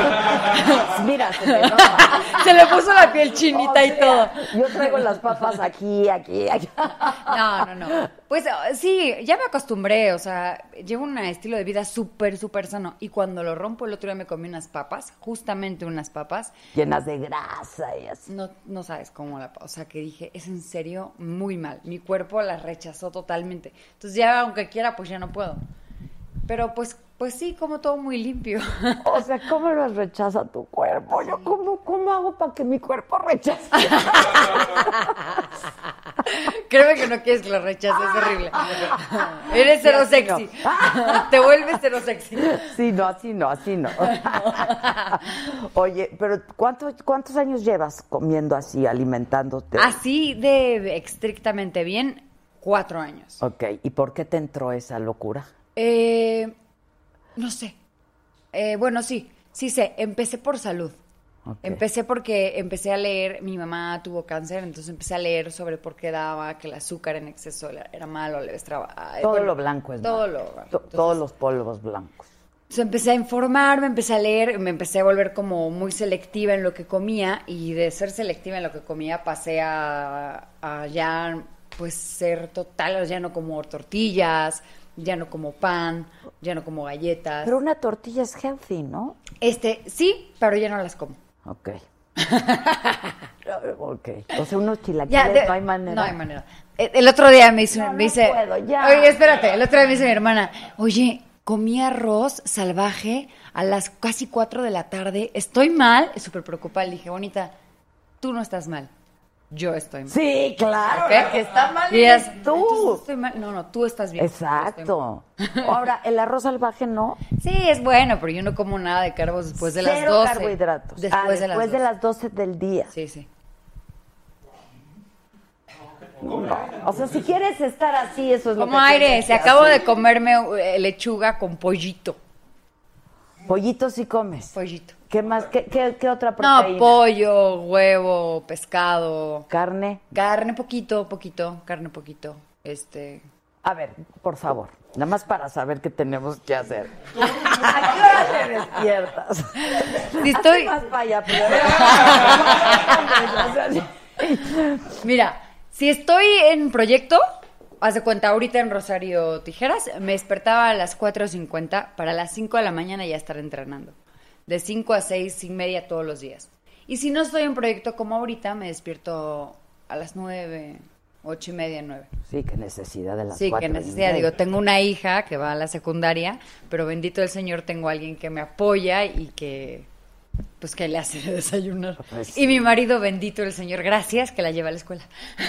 [SPEAKER 1] <laughs> Mira, se te nota.
[SPEAKER 14] <laughs> Se le puso la piel chinita
[SPEAKER 1] O
[SPEAKER 14] y
[SPEAKER 1] sea,
[SPEAKER 14] todo.
[SPEAKER 1] Yo traigo las papas aquí, aquí, aquí. <laughs>
[SPEAKER 14] No, no, no. Pues eh, sí, ya me acostumbré, o sea, llevo un estilo de vida súper, súper sano. Y cuando lo rompo, el otro día me comí unas papas, justamente unas papas.
[SPEAKER 1] Llenas de grasa y así.
[SPEAKER 14] No, no sabes cómo la... O sea, que dije, es en serio muy mal. Mi cuerpo las rechazó totalmente. Entonces ya, aunque quiera, pues ya no puedo. Pero pues, pues sí, como todo muy limpio. <laughs>
[SPEAKER 1] O sea, ¿cómo las rechaza tu cuerpo? Yo, ¿cómo, cómo hago para que mi cuerpo rechace?
[SPEAKER 14] Créeme que no quieres que lo rechaces, es <laughs> horrible. Eres cero
[SPEAKER 1] Sí, así
[SPEAKER 14] sexy. <laughs> Te vuelves cero sexy.
[SPEAKER 1] Sí, no, así no, así
[SPEAKER 14] <laughs>
[SPEAKER 1] no. Oye, pero ¿cuántos, ¿cuántos años llevas comiendo así, alimentándote?
[SPEAKER 14] Así de estrictamente bien, cuatro años.
[SPEAKER 1] Ok, ¿y por qué te entró esa locura?
[SPEAKER 14] Eh, no sé. Eh, bueno, sí, sí sé. Empecé por salud. Empecé porque empecé a leer, mi mamá tuvo cáncer, entonces empecé a leer sobre por qué daba, que el azúcar en exceso era era malo, le estaba... ay,
[SPEAKER 1] Todo
[SPEAKER 14] bueno,
[SPEAKER 1] lo blanco es
[SPEAKER 14] Todo
[SPEAKER 1] malo.
[SPEAKER 14] lo
[SPEAKER 1] To- Todos los polvos blancos.
[SPEAKER 14] entonces empecé a informarme, empecé a leer, me empecé a volver como muy selectiva en lo que comía y de ser selectiva en lo que comía pasé a, a ya pues ser total, ya no como tortillas, ya no como pan, ya no como galletas.
[SPEAKER 1] Pero una tortilla es healthy, ¿no?
[SPEAKER 14] Este, sí, pero ya no las como. <laughs>
[SPEAKER 1] Ok. ok. O sea, unos chilaquiles
[SPEAKER 14] Ya, de-
[SPEAKER 1] no hay manera.
[SPEAKER 14] no hay manera. Eh, El otro día me hizo,
[SPEAKER 1] No,
[SPEAKER 14] me
[SPEAKER 1] no
[SPEAKER 14] dice,
[SPEAKER 1] puedo, ya.
[SPEAKER 14] oye, espérate, el otro día me dice mi hermana, oye, comí arroz salvaje a las casi 4 de la tarde, estoy mal, súper preocupada, le dije, bonita, tú no estás mal, yo estoy mal.
[SPEAKER 1] Sí, claro,
[SPEAKER 14] ¿Ok?
[SPEAKER 1] la que está mal
[SPEAKER 14] Y
[SPEAKER 1] eres
[SPEAKER 14] ella,
[SPEAKER 1] tú.
[SPEAKER 14] "Entonces estoy mal". No, no, tú estás bien.
[SPEAKER 1] Exacto. Ahora, el arroz salvaje no.
[SPEAKER 14] Sí, es bueno, pero yo no como nada de carbos después Pues de las
[SPEAKER 1] Cero
[SPEAKER 14] 12.
[SPEAKER 1] carbohidratos.
[SPEAKER 14] Después,
[SPEAKER 1] Ah,
[SPEAKER 14] de, las
[SPEAKER 1] después de las 12 del día.
[SPEAKER 14] Sí, sí.
[SPEAKER 1] O sea, si quieres estar así, eso es lo que.
[SPEAKER 14] Como aire,
[SPEAKER 1] tienes
[SPEAKER 14] se
[SPEAKER 1] que
[SPEAKER 14] acabo
[SPEAKER 1] hacer.
[SPEAKER 14] de comerme eh, lechuga con pollito.
[SPEAKER 1] Pollito sí comes.
[SPEAKER 14] Pollito.
[SPEAKER 1] ¿Qué más? ¿Qué, qué, qué otra proteína?
[SPEAKER 14] No, pollo, huevo, pescado.
[SPEAKER 1] Carne.
[SPEAKER 14] Carne poquito, poquito, carne poquito. Este.
[SPEAKER 1] A ver, por favor. Nada más para saber qué tenemos que
[SPEAKER 14] <laughs>
[SPEAKER 1] hacer. ¿A qué hora te <laughs> despiertas?
[SPEAKER 14] Si
[SPEAKER 1] Hazte
[SPEAKER 14] estoy-
[SPEAKER 1] más pues, para allá,
[SPEAKER 14] <laughs>
[SPEAKER 1] pero-
[SPEAKER 14] Mira, si estoy en proyecto, haz de cuenta, ahorita en Rosario Tijeras, me despertaba a las 4.50 para las 5 de la mañana ya estar entrenando. De 5 a 6 y media todos los días. Y si no estoy en proyecto como ahorita, me despierto a las 9, 8 y media, 9.
[SPEAKER 1] <laughs> Sí, qué necesidad de las
[SPEAKER 14] Sí,
[SPEAKER 1] cuatro
[SPEAKER 14] que
[SPEAKER 1] y
[SPEAKER 14] necesidad.
[SPEAKER 1] media.
[SPEAKER 14] Digo, tengo una hija que va a la secundaria, pero bendito el Señor, tengo a alguien que me apoya y que, pues que le hace <laughs> de desayunar.
[SPEAKER 1] Pues,
[SPEAKER 14] Y mi marido, bendito el Señor, gracias, que la lleva a la escuela.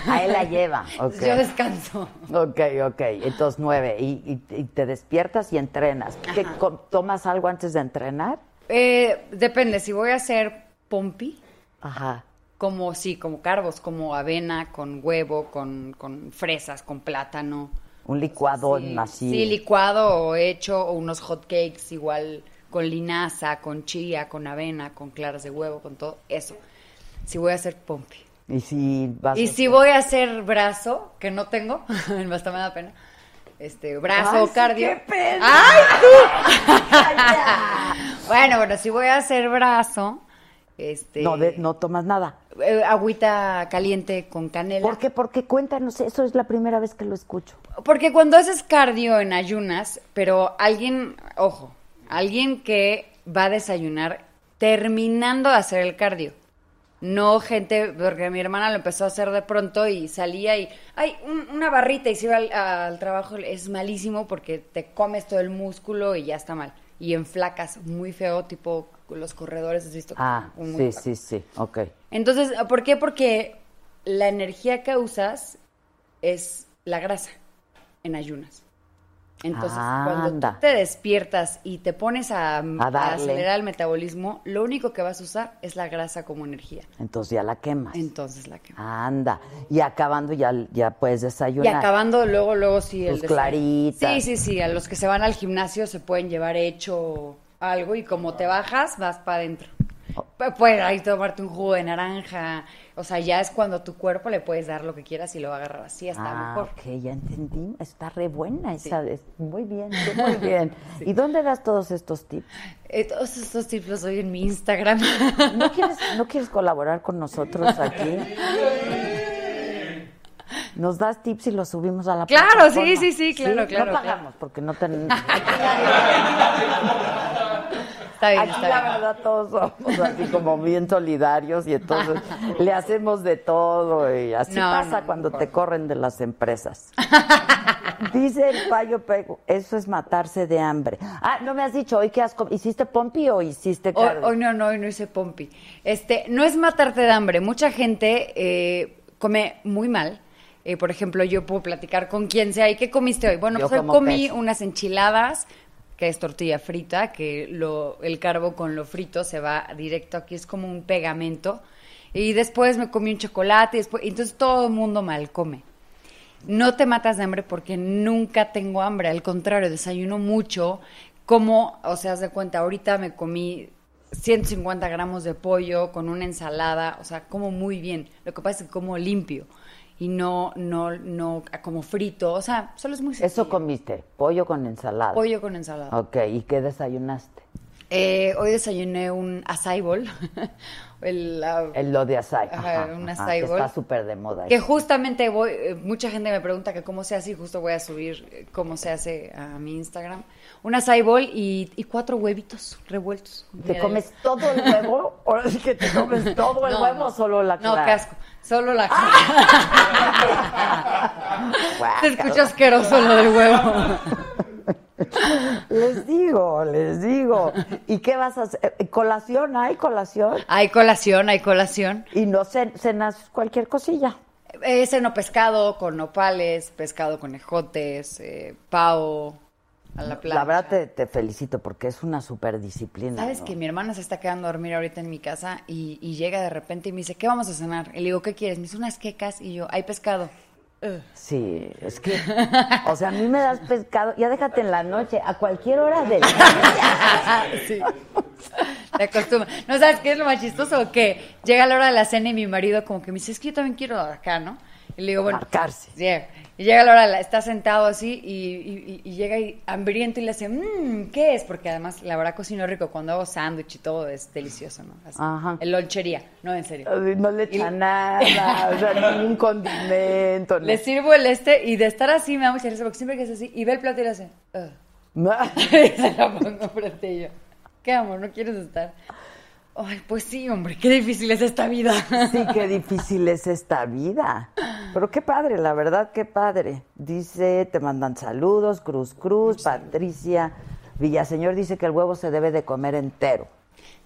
[SPEAKER 1] A él la lleva. ok.
[SPEAKER 14] <laughs> Yo descanso.
[SPEAKER 1] Ok, ok. Entonces nueve. Y, y- y te despiertas y entrenas. ¿Qué, co- ¿Tomas algo antes de entrenar?
[SPEAKER 14] Eh, depende, si voy a hacer pompi,
[SPEAKER 1] Ajá.
[SPEAKER 14] como sí, como carbos, como avena, con huevo, con, con fresas, con plátano.
[SPEAKER 1] Un licuadón así.
[SPEAKER 14] Sí, licuado o hecho, o unos hot cakes igual con linaza, con chía, con avena, con claras de huevo, con todo eso. Si voy a hacer pompi.
[SPEAKER 1] Y si vas
[SPEAKER 14] Y
[SPEAKER 1] a-
[SPEAKER 14] si voy a hacer brazo, que no tengo, hasta me da pena. Este, brazo
[SPEAKER 1] Ay,
[SPEAKER 14] o
[SPEAKER 1] sí,
[SPEAKER 14] cardio.
[SPEAKER 1] qué pena.
[SPEAKER 14] ¡Ay, tú! bueno, bueno, si voy a hacer brazo, este.
[SPEAKER 1] No, de- no tomas nada.
[SPEAKER 14] eh, agüita caliente con canela.
[SPEAKER 1] ¿Por qué? Porque cuéntanos, eso es la primera vez que lo escucho.
[SPEAKER 14] Porque cuando haces cardio en ayunas, pero alguien, ojo, alguien que va a desayunar terminando de hacer el cardio. No gente, porque mi hermana lo empezó a hacer de pronto y salía y, ay, un- una barrita y se iba al, al trabajo. Es malísimo porque te comes todo el músculo y ya está mal. Y enflacas muy feo, tipo los corredores, ¿has visto?
[SPEAKER 1] Ah, sí,
[SPEAKER 14] Muy flaco.
[SPEAKER 1] sí, sí. Ok.
[SPEAKER 14] Entonces, ¿por qué? Porque la energía que usas es la grasa en ayunas. Entonces, cuando tú
[SPEAKER 1] Anda.
[SPEAKER 14] te despiertas y te pones a, a
[SPEAKER 1] darle.
[SPEAKER 14] acelerar el metabolismo, lo único que vas a usar es la grasa como energía.
[SPEAKER 1] Entonces ya la quemas.
[SPEAKER 14] Entonces la que
[SPEAKER 1] Anda. Y acabando ya, ya puedes
[SPEAKER 14] Y
[SPEAKER 1] desayunar.
[SPEAKER 14] acabando luego, luego sí el
[SPEAKER 1] Tus
[SPEAKER 14] desayuno.
[SPEAKER 1] claritas.
[SPEAKER 14] Sí, sí, sí. A los que se van al gimnasio se pueden llevar hecho algo y como te bajas, vas para adentro.
[SPEAKER 1] Oh.
[SPEAKER 14] Pu- Puedes ahí tomarte un jugo de naranja. O sea, ya es cuando tu cuerpo le puedes dar lo que quieras y lo va a agarrar así, está
[SPEAKER 1] ah,
[SPEAKER 14] mejor.
[SPEAKER 1] ok, ya entendí. Está re buena
[SPEAKER 14] Sí.
[SPEAKER 1] esa. es- muy
[SPEAKER 14] <laughs>
[SPEAKER 1] bien, tú muy bien. ¿Y dónde das todos estos tips?
[SPEAKER 14] Eh, todos estos tips los doy en mi Instagram. <laughs>
[SPEAKER 1] ¿No quieres, ¿No quieres colaborar con nosotros aquí? Nos das tips y los subimos a la
[SPEAKER 14] Claro, sí,
[SPEAKER 1] plataforma.
[SPEAKER 14] sí, sí, claro, claro,
[SPEAKER 1] No pagamos
[SPEAKER 14] claro.
[SPEAKER 1] porque no tenemos...
[SPEAKER 14] Está bien,
[SPEAKER 1] Aquí
[SPEAKER 14] está
[SPEAKER 1] la
[SPEAKER 14] bien.
[SPEAKER 1] verdad todos somos así como bien solidarios y
[SPEAKER 14] <laughs>
[SPEAKER 1] entonces le hacemos de todo y así
[SPEAKER 14] No,
[SPEAKER 1] pasa
[SPEAKER 14] no,
[SPEAKER 1] cuando te corren de las
[SPEAKER 14] <laughs>
[SPEAKER 1] empresas. Dice el payo pego, eso es matarse de hambre. Ah, no me has dicho hoy que has com- hiciste pompi o hiciste
[SPEAKER 14] Hoy,
[SPEAKER 1] cardio?
[SPEAKER 14] hoy no, no, hoy no hice pompi. Este, no es matarte de hambre. Mucha gente eh, come muy mal. Eh, por ejemplo, yo puedo platicar con quien sea. ¿Y qué comiste hoy? Bueno,
[SPEAKER 1] Yo
[SPEAKER 14] pues hoy
[SPEAKER 1] como
[SPEAKER 14] comí
[SPEAKER 1] queso.
[SPEAKER 14] unas enchiladas, que es tortilla frita, que lo, el carbo con lo frito se va directo aquí, es como un pegamento. Y después me comí un chocolate, y después, entonces todo el mundo mal come. No te matas de hambre porque nunca tengo hambre, al contrario, desayuno mucho. Como, o sea, haz de cuenta, ahorita me comí 150 gramos de pollo con una ensalada, o sea, como muy bien. Lo que pasa es que como limpio y no, no, no, como frito, o sea, solo es muy sencillo.
[SPEAKER 1] Eso comiste, pollo con ensalada.
[SPEAKER 14] Pollo con ensalada.
[SPEAKER 1] Ok, ¿y qué desayunaste?
[SPEAKER 14] Eh, hoy desayuné un acai bowl. <laughs> el, ah,
[SPEAKER 1] El lo de acai.
[SPEAKER 14] Ajá, un acai
[SPEAKER 1] que
[SPEAKER 14] bowl.
[SPEAKER 1] Está súper de moda.
[SPEAKER 14] Que
[SPEAKER 1] eso.
[SPEAKER 14] justamente voy, eh, mucha gente me pregunta que cómo se hace y justo voy a subir eh, cómo se hace a mi Instagram. Una acai bowl y, y cuatro huevitos revueltos.
[SPEAKER 1] ¿Te comes todo el
[SPEAKER 14] <laughs>
[SPEAKER 1] huevo? ¿Ahora sí que te comes todo el
[SPEAKER 14] No,
[SPEAKER 1] huevo
[SPEAKER 14] no.
[SPEAKER 1] o solo la
[SPEAKER 14] No,
[SPEAKER 1] clara?
[SPEAKER 14] qué asco. Solo la
[SPEAKER 15] <laughs>
[SPEAKER 14] Se
[SPEAKER 1] <laughs>
[SPEAKER 14] escucha
[SPEAKER 1] Guácala.
[SPEAKER 14] asqueroso lo del huevo.
[SPEAKER 1] Les digo, les digo. ¿Y qué vas a hacer? Eh, ¿Colación? ¿Hay colación?
[SPEAKER 14] Hay colación, hay colación.
[SPEAKER 1] Y no cen- cenas cualquier cosilla.
[SPEAKER 14] Eh, seno pescado con nopales, pescado con ejotes, eh, pavo a la plancha.
[SPEAKER 1] La verdad te, te felicito porque es una super disciplina.
[SPEAKER 14] Sabes que mi hermana se está quedando a dormir ahorita en mi casa y, y llega de repente y me dice, ¿qué vamos a cenar? Y le digo, ¿qué quieres? Me dice unas quecas y yo, hay pescado. Ugh.
[SPEAKER 1] Sí, es que, o sea, a mí me das pescado, ya déjate en la noche, a cualquier hora del día.
[SPEAKER 14] <laughs> sí. Te acostumbra. <laughs> No sabes qué es lo más chistoso que llega la hora de la cena y mi marido como que me dice, es que yo también quiero acá, ¿no? Y le digo, bueno.
[SPEAKER 1] Marcarse.
[SPEAKER 14] yeah. Y llega la hora, de la- está sentado así y, y- y llega y, hambriento y le hace, mmm, ¿qué es? Porque además la verdad cocino rico cuando hago sándwich y todo es delicioso, ¿no? Así.
[SPEAKER 1] Ajá.
[SPEAKER 14] El lonchería, no, en serio.
[SPEAKER 1] Ay, No le echa nada, o sea, ningún condimento.
[SPEAKER 14] Le sirvo el este y de estar así me da mucha risa porque siempre que es así y ve el plato y le hace, "Ugh". <laughs> se la pongo frente y yo, ¿qué amor? ¿No quieres estar? Ay, pues sí, hombre, qué difícil es esta vida. <laughs>
[SPEAKER 1] Sí, qué difícil es esta vida. Pero qué padre, la verdad, qué padre. Dice, te mandan saludos, Cruz Cruz, Patricia Villaseñor dice que el huevo se debe de comer entero.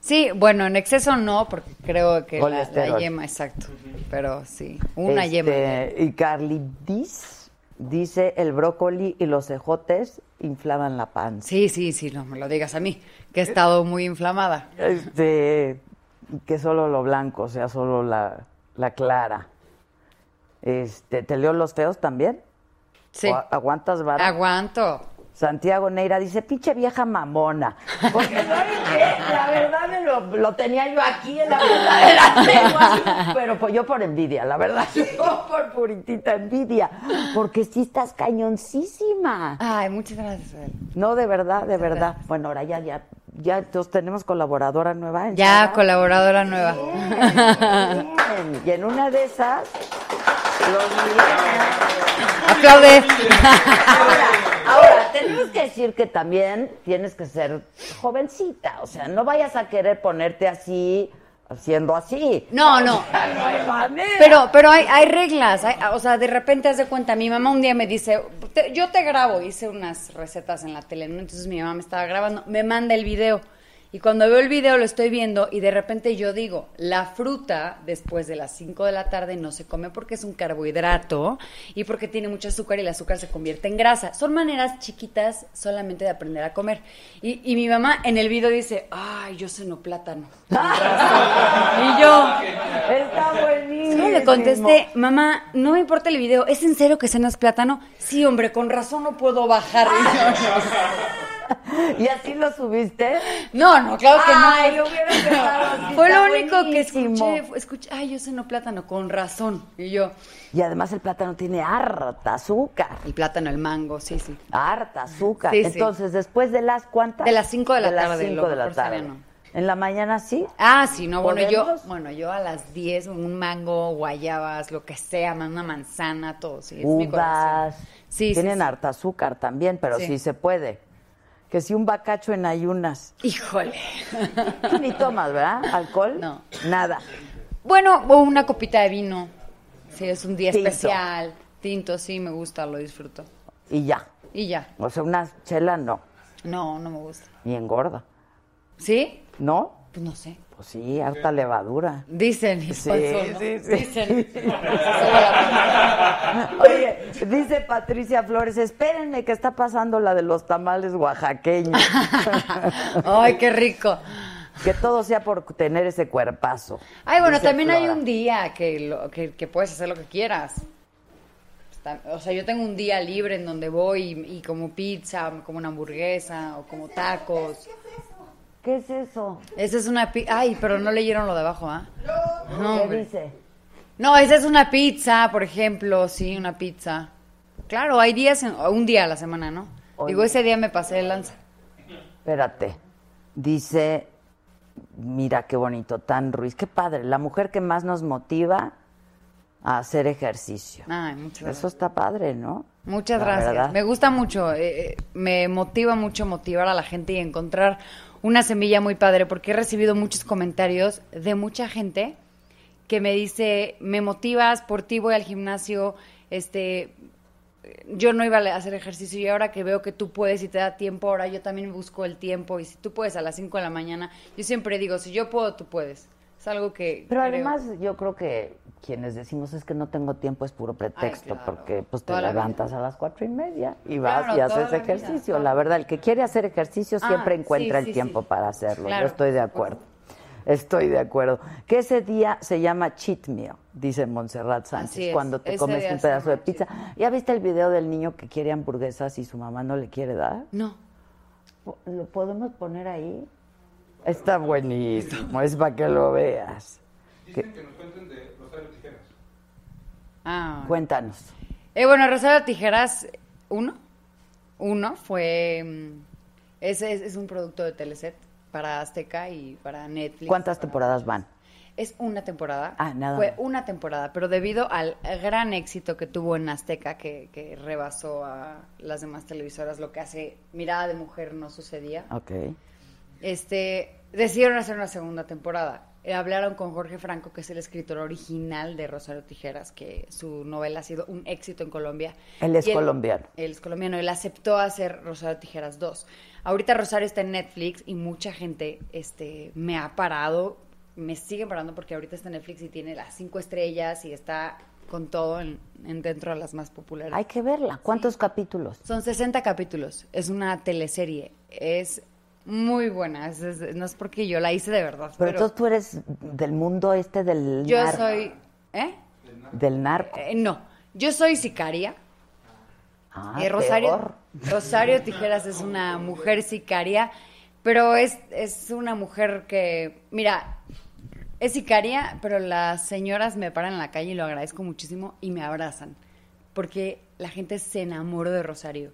[SPEAKER 15] Sí, bueno, en exceso no, porque creo que la, la
[SPEAKER 1] Colesterol.
[SPEAKER 15] yema, exacto. Pero sí, una
[SPEAKER 1] Este,
[SPEAKER 15] yema.
[SPEAKER 1] Y Carly Diz dice, el brócoli y los ejotes inflaman la panza.
[SPEAKER 15] Sí, sí, sí, no me lo digas a mí, que he estado muy inflamada.
[SPEAKER 1] Este, que solo lo blanco, o sea, solo la, la clara. Este, ¿te leo los feos también?
[SPEAKER 15] Sí.
[SPEAKER 1] ¿O a- ¿Aguantas vara?
[SPEAKER 15] Aguanto.
[SPEAKER 1] Santiago Neira dice, pinche vieja mamona. Porque, ¿sabes qué? La verdad me lo, lo tenía yo aquí en la verdadera lengua. Pero pues, yo por envidia, la verdad. <laughs> Yo por puritita envidia. Porque sí estás cañoncísima.
[SPEAKER 15] Ay, muchas gracias. Adela.
[SPEAKER 1] No, de verdad, de verdad. Bueno, ahora ya, ya, ya, entonces tenemos colaboradora nueva. ¿eh?
[SPEAKER 15] Ya, colaboradora nueva.
[SPEAKER 1] Bien. Y en una de esas,
[SPEAKER 15] Aplaude.
[SPEAKER 1] ahora, tenemos que decir que también tienes que ser jovencita. O sea, no vayas a querer ponerte así, haciendo así.
[SPEAKER 15] No, no.
[SPEAKER 1] No hay manera.
[SPEAKER 15] Pero, pero hay, hay reglas. hay- o sea, de repente haz de cuenta, mi mamá un día me dice, "Te- yo te grabo, hice unas recetas en la tele, ¿no? Entonces mi mamá me estaba grabando, me manda el video. Y cuando veo el video lo estoy viendo y de repente yo digo, la fruta después de las 5 de la tarde no se come porque es un carbohidrato y porque tiene mucho azúcar y el azúcar se convierte en grasa. Son maneras chiquitas solamente de aprender a comer. Y, y mi mamá en el video dice, ay, yo ceno plátano. y yo...
[SPEAKER 1] Está buenísimo.
[SPEAKER 15] Solo le contesté, mamá, no me importa el video, ¿es en serio que cenas plátano? Sí, hombre, con razón no puedo bajar.
[SPEAKER 1] ¿Y así lo subiste?
[SPEAKER 15] No, no, claro que no.
[SPEAKER 1] Ay, lo hubiera pensado así,
[SPEAKER 15] Fue
[SPEAKER 1] está
[SPEAKER 15] lo único
[SPEAKER 1] buenísimo.
[SPEAKER 15] que escuché, fue- escuché, ay, yo ceno plátano, con razón. Y yo,
[SPEAKER 1] Y además el plátano tiene harta azúcar.
[SPEAKER 15] El plátano, el mango, sí, sí.
[SPEAKER 1] Harta azúcar.
[SPEAKER 15] Sí, sí.
[SPEAKER 1] Entonces, después de las cuántas?
[SPEAKER 15] De las cinco de la
[SPEAKER 1] las
[SPEAKER 15] tarde,
[SPEAKER 1] cinco
[SPEAKER 15] lo
[SPEAKER 1] de la
[SPEAKER 15] mejor sería
[SPEAKER 1] tarde.
[SPEAKER 15] no.
[SPEAKER 1] En la mañana sí.
[SPEAKER 15] ah, sí, no, bueno, yo,
[SPEAKER 1] ¿Podemos?
[SPEAKER 15] bueno, yo a las 10, un mango, guayabas, lo que sea, man- una manzana, todo, sí, es mi corazón.
[SPEAKER 1] Uvas.
[SPEAKER 15] Sí,
[SPEAKER 1] Tienen
[SPEAKER 15] sí, sí.
[SPEAKER 1] harta azúcar también, pero sí.
[SPEAKER 15] Sí.
[SPEAKER 1] se puede. Que si un bacacho en ayunas.
[SPEAKER 15] Híjole.
[SPEAKER 1] Tú ni tomas, ¿verdad? ¿Alcohol? No. Nada.
[SPEAKER 15] Bueno, o una copita de vino. Si es un día
[SPEAKER 1] Tinto.
[SPEAKER 15] especial. Tinto, sí, me gusta, lo disfruto.
[SPEAKER 1] Y ya.
[SPEAKER 15] Y ya.
[SPEAKER 1] O sea, una chela no.
[SPEAKER 15] No, no me gusta.
[SPEAKER 1] Ni engorda.
[SPEAKER 15] ¿Sí?
[SPEAKER 1] ¿No?
[SPEAKER 15] Pues no sé.
[SPEAKER 1] Pues sí, harta levadura.
[SPEAKER 15] Dicen. y
[SPEAKER 1] Sí,
[SPEAKER 15] pasó, ¿no?
[SPEAKER 1] sí, sí. <laughs>
[SPEAKER 15] Dicen. <laughs>
[SPEAKER 1] Oye, dice Patricia Flores, espérenme que está pasando la de los tamales
[SPEAKER 15] <laughs>
[SPEAKER 1] oaxaqueños.
[SPEAKER 15] Ay, qué rico.
[SPEAKER 1] Que todo sea por tener ese cuerpazo.
[SPEAKER 15] Ay, bueno,
[SPEAKER 1] Dice
[SPEAKER 15] también hay
[SPEAKER 1] Flora.
[SPEAKER 15] un día que, lo- que, que puedes hacer lo que quieras. Está- O sea, yo tengo un día libre en donde voy y, y como pizza, como una hamburguesa o como tacos.
[SPEAKER 1] ¿Qué es eso?
[SPEAKER 15] Esa es una pi- Ay, pero no leyeron lo de abajo, ¿ah? No,
[SPEAKER 1] ¿Qué
[SPEAKER 15] hombre.
[SPEAKER 1] dice?
[SPEAKER 15] No, esa es una pizza, por ejemplo, sí, una pizza. Claro, hay días, en- un día a la semana, ¿no?
[SPEAKER 1] Oye.
[SPEAKER 15] Digo, ese día me pasé de lanza.
[SPEAKER 1] Espérate. Dice, mira qué bonito, tan Ruiz, qué padre, la mujer que más nos motiva a hacer ejercicio.
[SPEAKER 15] Ay, muchas gracias.
[SPEAKER 1] Eso está padre, ¿no?
[SPEAKER 15] Ah, Muchas
[SPEAKER 1] La
[SPEAKER 15] gracias.
[SPEAKER 1] verdad.
[SPEAKER 15] Me gusta mucho, eh, eh, me motiva mucho motivar a la gente y encontrar una semilla muy padre, porque he recibido muchos comentarios de mucha gente que me dice, me motivas, por ti voy al gimnasio, este, yo no iba a hacer ejercicio y ahora que veo que tú puedes y te da tiempo, ahora yo también busco el tiempo y si tú puedes a las 5 de la mañana, yo siempre digo, si yo puedo, tú puedes. Es algo que...
[SPEAKER 1] Pero
[SPEAKER 15] creo-
[SPEAKER 1] además yo creo que quienes decimos es que no tengo tiempo es puro pretexto,
[SPEAKER 15] claro.
[SPEAKER 1] porque pues te
[SPEAKER 15] Toda la vida.
[SPEAKER 1] levantas a las cuatro y media y vas
[SPEAKER 15] Claro,
[SPEAKER 1] y
[SPEAKER 15] toda
[SPEAKER 1] haces
[SPEAKER 15] la vida,
[SPEAKER 1] ejercicio. la verdad, el que quiere hacer ejercicio
[SPEAKER 15] Ah,
[SPEAKER 1] siempre
[SPEAKER 15] sí,
[SPEAKER 1] encuentra
[SPEAKER 15] sí,
[SPEAKER 1] el tiempo
[SPEAKER 15] sí.
[SPEAKER 1] para hacerlo.
[SPEAKER 15] Claro,
[SPEAKER 1] Yo estoy de acuerdo. Estoy de acuerdo. Que ese día se llama cheat meal, dice Montserrat Sánchez,
[SPEAKER 15] Así es,
[SPEAKER 1] cuando te
[SPEAKER 15] ese
[SPEAKER 1] comes
[SPEAKER 15] día
[SPEAKER 1] un
[SPEAKER 15] se
[SPEAKER 1] pedazo de
[SPEAKER 15] llama
[SPEAKER 1] pizza. ¿Ya viste el video del niño que quiere hamburguesas y su mamá no le quiere dar?
[SPEAKER 15] No.
[SPEAKER 1] ¿Lo podemos poner ahí? Está buenísimo, es para que lo veas.
[SPEAKER 5] Dicen que nos cuenten de Rosario Tijeras.
[SPEAKER 15] Ah,
[SPEAKER 1] Cuéntanos.
[SPEAKER 15] Eh, bueno, Rosario Tijeras 1. Uno fue. mm, Es, es, es un producto de Teleset para Azteca y para Netflix.
[SPEAKER 1] ¿Cuántas temporadas van?
[SPEAKER 15] Es una temporada.
[SPEAKER 1] Ah, nada
[SPEAKER 15] Fue
[SPEAKER 1] más.
[SPEAKER 15] una temporada, pero debido al gran éxito que tuvo en Azteca, que, que rebasó a las demás televisoras, lo que hace Mirada de Mujer no sucedía,
[SPEAKER 1] Ok.
[SPEAKER 15] este, decidieron hacer una segunda temporada. eh, hablaron con Jorge Franco, que es el escritor original de Rosario Tijeras, que su novela ha sido un éxito en Colombia.
[SPEAKER 1] Él es
[SPEAKER 15] Y
[SPEAKER 1] colombiano.
[SPEAKER 15] Él es colombiano, él aceptó hacer Rosario Tijeras 2. Ahorita Rosario está en Netflix y mucha gente este, me ha parado, me siguen parando porque ahorita está en Netflix y tiene las cinco estrellas y está con todo en, en dentro de las más populares.
[SPEAKER 1] Hay que verla. ¿Cuántos capítulos?
[SPEAKER 15] Son 60 capítulos. Es una teleserie. Es muy buena. Es- es- no es porque yo la hice de verdad.
[SPEAKER 1] Pero
[SPEAKER 15] Pero,
[SPEAKER 1] entonces tú eres del mundo este del
[SPEAKER 15] yo
[SPEAKER 1] narco.
[SPEAKER 15] soy. ¿Eh?
[SPEAKER 1] Del narco.
[SPEAKER 15] Eh, no. Yo soy sicaria.
[SPEAKER 1] Ah,
[SPEAKER 15] Eh, Rosario,
[SPEAKER 1] peor.
[SPEAKER 15] Rosario Tijeras es una mujer sicaria, pero es, es una mujer que, mira, es sicaria, pero las señoras me paran en la calle y lo agradezco muchísimo y me abrazan, porque la gente se enamoró de Rosario,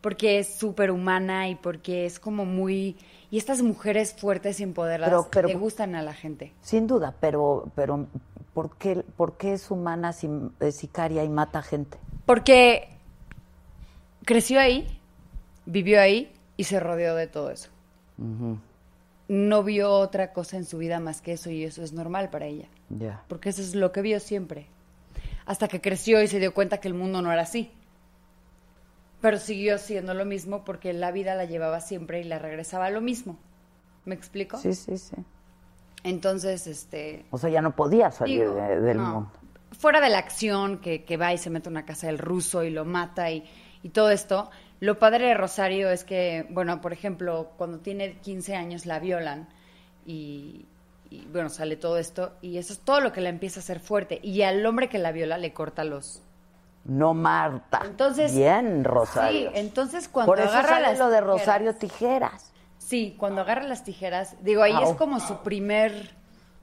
[SPEAKER 15] porque es súper humana y porque es como muy... Y estas mujeres fuertes y empoderadas
[SPEAKER 1] Pero- pero-
[SPEAKER 15] le gustan a la gente.
[SPEAKER 1] Sin duda, pero, pero ¿por, qué, ¿por qué es humana, si, es sicaria y mata gente?
[SPEAKER 15] Porque creció ahí, vivió ahí y se rodeó de todo eso. no vio otra cosa en su vida más que eso y eso es normal para ella,
[SPEAKER 1] Ya.
[SPEAKER 15] porque eso es lo que vio siempre, hasta que creció y se dio cuenta que el mundo no era así. Pero siguió siendo lo mismo porque la vida la llevaba siempre y la regresaba a lo mismo. ¿Me explico?
[SPEAKER 1] Sí, sí, sí.
[SPEAKER 15] Entonces, este,
[SPEAKER 1] O sea, ya no podía salir
[SPEAKER 15] Digo,
[SPEAKER 1] de- del
[SPEAKER 15] no.
[SPEAKER 1] mundo.
[SPEAKER 15] fuera de la acción que, que va y se mete a una casa del ruso y lo mata y, y todo esto, lo padre de Rosario es que, bueno, por ejemplo, cuando tiene 15 años la violan y, y, bueno, sale todo esto y eso es todo lo que la empieza a hacer fuerte y al hombre que la viola le corta los...
[SPEAKER 1] No Marta.
[SPEAKER 15] Entonces,
[SPEAKER 1] Bien, Rosario.
[SPEAKER 15] Sí, entonces cuando
[SPEAKER 1] Por eso
[SPEAKER 15] agarra
[SPEAKER 1] sale
[SPEAKER 15] las
[SPEAKER 1] lo de
[SPEAKER 15] tijeras-
[SPEAKER 1] Rosario Tijeras.
[SPEAKER 15] Sí, cuando agarra las tijeras, digo, ahí
[SPEAKER 1] Au.
[SPEAKER 15] es como su primer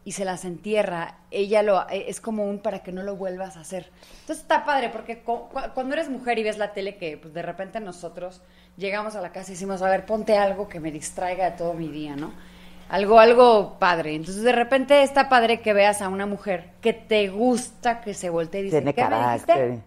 [SPEAKER 15] y se las entierra. Ella lo eh, es como un para que no lo vuelvas a hacer. Entonces está padre porque cu- cu- cuando eres mujer y ves la tele que pues, de repente nosotros llegamos a la casa y decimos, "A ver, ponte algo que me distraiga de todo mi día, ¿no?" Algo algo padre. Entonces de repente está padre que veas a una mujer que te gusta que se voltee y dice,
[SPEAKER 1] Tiene
[SPEAKER 15] "¿Qué me dijiste?"
[SPEAKER 1] carácter.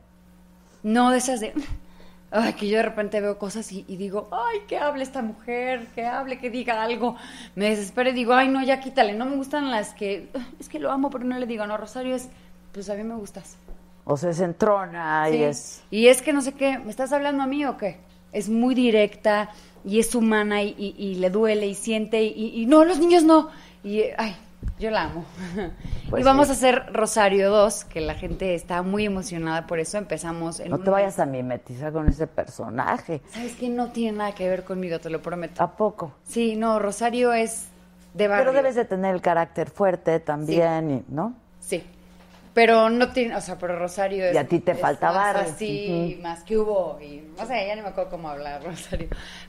[SPEAKER 15] No de esas de. <laughs> Ay, que yo de repente veo cosas y, y digo, ay, que hable esta mujer, que hable, que diga algo. Me desespero y digo, ay, no, ya quítale, no me gustan las que. Es que lo amo, pero no le digo, no, Rosario es. Pues a mí me gustas.
[SPEAKER 1] O sea, es entrona y
[SPEAKER 15] Sí.
[SPEAKER 1] es...
[SPEAKER 15] Y es que no sé qué, ¿me estás hablando a mí o qué? Es muy directa y es humana y, y- y le duele y siente y, y- y no, los niños no. Y eh, ay, yo la amo. <laughs>
[SPEAKER 1] Pues
[SPEAKER 15] y vamos
[SPEAKER 1] sí.
[SPEAKER 15] a hacer Rosario 2, que la gente está muy emocionada por eso. Empezamos en
[SPEAKER 1] No te
[SPEAKER 15] una-
[SPEAKER 1] vayas a mimetizar con ese personaje.
[SPEAKER 15] Sabes que no tiene nada que ver conmigo, te lo prometo.
[SPEAKER 1] ¿A poco?
[SPEAKER 15] Sí, no, Rosario es de barrio.
[SPEAKER 1] Ah. Pero debes de tener el carácter fuerte también, y- ¿no?
[SPEAKER 15] Sí. Pero no tiene, o sea, pero Rosario es
[SPEAKER 1] Y a ti te
[SPEAKER 15] es
[SPEAKER 1] falta
[SPEAKER 15] más
[SPEAKER 1] barrio.
[SPEAKER 15] así,
[SPEAKER 1] Ujú.
[SPEAKER 15] más que hubo y no sé, ya no me acuerdo cómo hablar, <laughs> Rosario.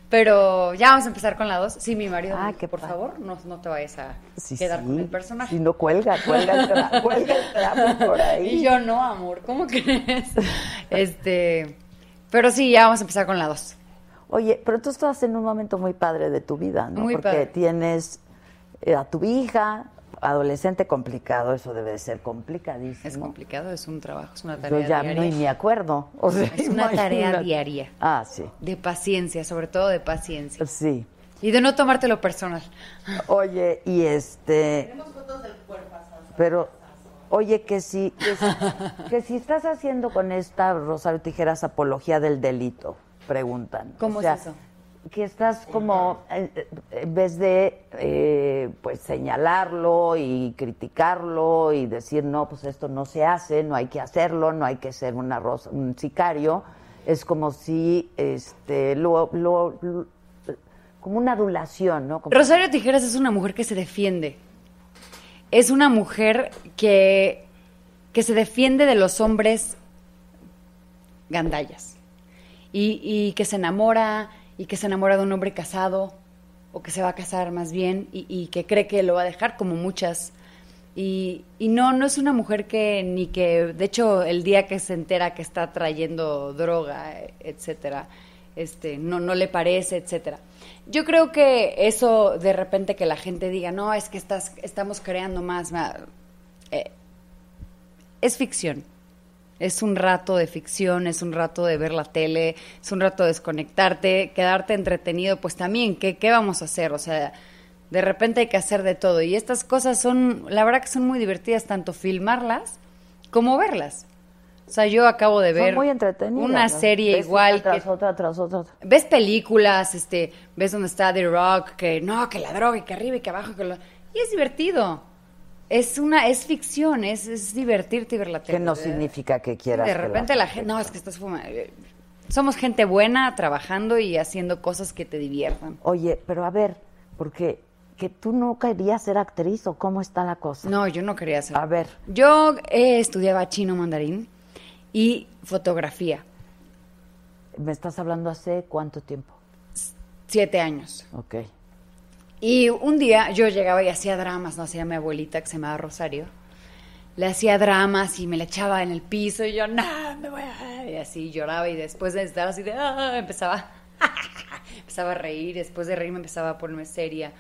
[SPEAKER 15] Pero ya vamos a empezar con la dos. Sí, mi marido, me dijo, por favor, no, no te vayas a
[SPEAKER 1] Ah, Sí,
[SPEAKER 15] quedar
[SPEAKER 1] sí.
[SPEAKER 15] con el personaje.
[SPEAKER 1] Si no cuelga, cuelga el
[SPEAKER 15] <laughs>
[SPEAKER 1] tra- <laughs> cuelga el trapo por ahí.
[SPEAKER 15] Y yo no, amor, ¿cómo crees? <laughs> este, pero sí, ya vamos a empezar con la dos.
[SPEAKER 1] Oye, pero tú estás en un momento muy padre de tu vida, ¿no?
[SPEAKER 15] Muy
[SPEAKER 1] Porque
[SPEAKER 15] padre.
[SPEAKER 1] tienes eh, a tu hija, adolescente complicado, eso debe de ser complicadísimo.
[SPEAKER 15] Es complicado, es un trabajo, es una
[SPEAKER 1] Yo
[SPEAKER 15] tarea
[SPEAKER 1] ya
[SPEAKER 15] diaria.
[SPEAKER 1] ni me acuerdo. O sea,
[SPEAKER 15] es una tarea
[SPEAKER 1] imagínate.
[SPEAKER 15] diaria.
[SPEAKER 1] Ah, sí.
[SPEAKER 15] De paciencia, sobre todo de paciencia.
[SPEAKER 1] Sí.
[SPEAKER 15] Y de no tomártelo personal.
[SPEAKER 1] Oye, y este. Pero, oye, que si, que si, que si estás haciendo con esta Rosario Tijeras apología del delito, preguntan. O
[SPEAKER 15] ¿Cómo
[SPEAKER 1] sea,
[SPEAKER 15] es eso?
[SPEAKER 1] Que estás como, eh, eh, en vez de eh, pues señalarlo y criticarlo y decir, no, pues esto no se hace, no hay que hacerlo, no hay que ser una rosa- un sicario, es como si, este, lo, lo- lo- como una adulación, ¿no? Como-
[SPEAKER 15] Rosario Tijeras es una mujer que se defiende. Es una mujer que, que se defiende de los hombres gandallas. Y, y que se enamora, y que se enamora de un hombre casado, o que se va a casar más bien, y, y que cree que lo va a dejar, como muchas. Y, y no, no es una mujer que ni que, de hecho, el día que se entera que está trayendo droga, e- etcétera, este, no, no le parece, etcétera. Yo creo que eso de repente que la gente diga, no, es que estás, estamos creando más, ma- eh, es ficción. Es un rato de ficción, es un rato de ver la tele, es un rato de desconectarte, quedarte entretenido, pues también, ¿qué, qué vamos a hacer? O sea, De repente hay que hacer de todo. Y estas cosas son, la verdad que son muy divertidas, tanto filmarlas como verlas. O sea, yo acabo de
[SPEAKER 1] Son
[SPEAKER 15] ver
[SPEAKER 1] muy entretenidas,
[SPEAKER 15] una
[SPEAKER 1] las
[SPEAKER 15] serie
[SPEAKER 1] ves
[SPEAKER 15] igual
[SPEAKER 1] una tras
[SPEAKER 15] que-
[SPEAKER 1] otra tras otra.
[SPEAKER 15] ves películas, este, ves donde está The Rock, que no, que la droga, y que arriba y que abajo, que lo- y es divertido. Es una, es ficción, es, es divertirte y ver la tele.
[SPEAKER 1] Que no significa que quieras.
[SPEAKER 15] De
[SPEAKER 1] que la-
[SPEAKER 15] repente la gente, no, es que estás fumando. Somos gente buena trabajando y haciendo cosas que te diviertan.
[SPEAKER 1] Oye, pero a ver, porque que tú no querías ser actriz o cómo está la cosa.
[SPEAKER 15] No, yo no quería ser.
[SPEAKER 1] A ver,
[SPEAKER 15] Yo eh, estudiaba chino mandarín y fotografía,
[SPEAKER 1] me estás hablando hace cuánto tiempo.
[SPEAKER 15] siete años.
[SPEAKER 1] Ok.
[SPEAKER 15] Y un día yo llegaba y hacía dramas, no hacía mi abuelita que se llamaba Rosario. Le hacía dramas y me la echaba en el piso y yo, no, me voy a... Y así lloraba y después de estar así de... "Ah", empezaba, <laughs> empezaba a reír, después de reír me empezaba a ponerme seria.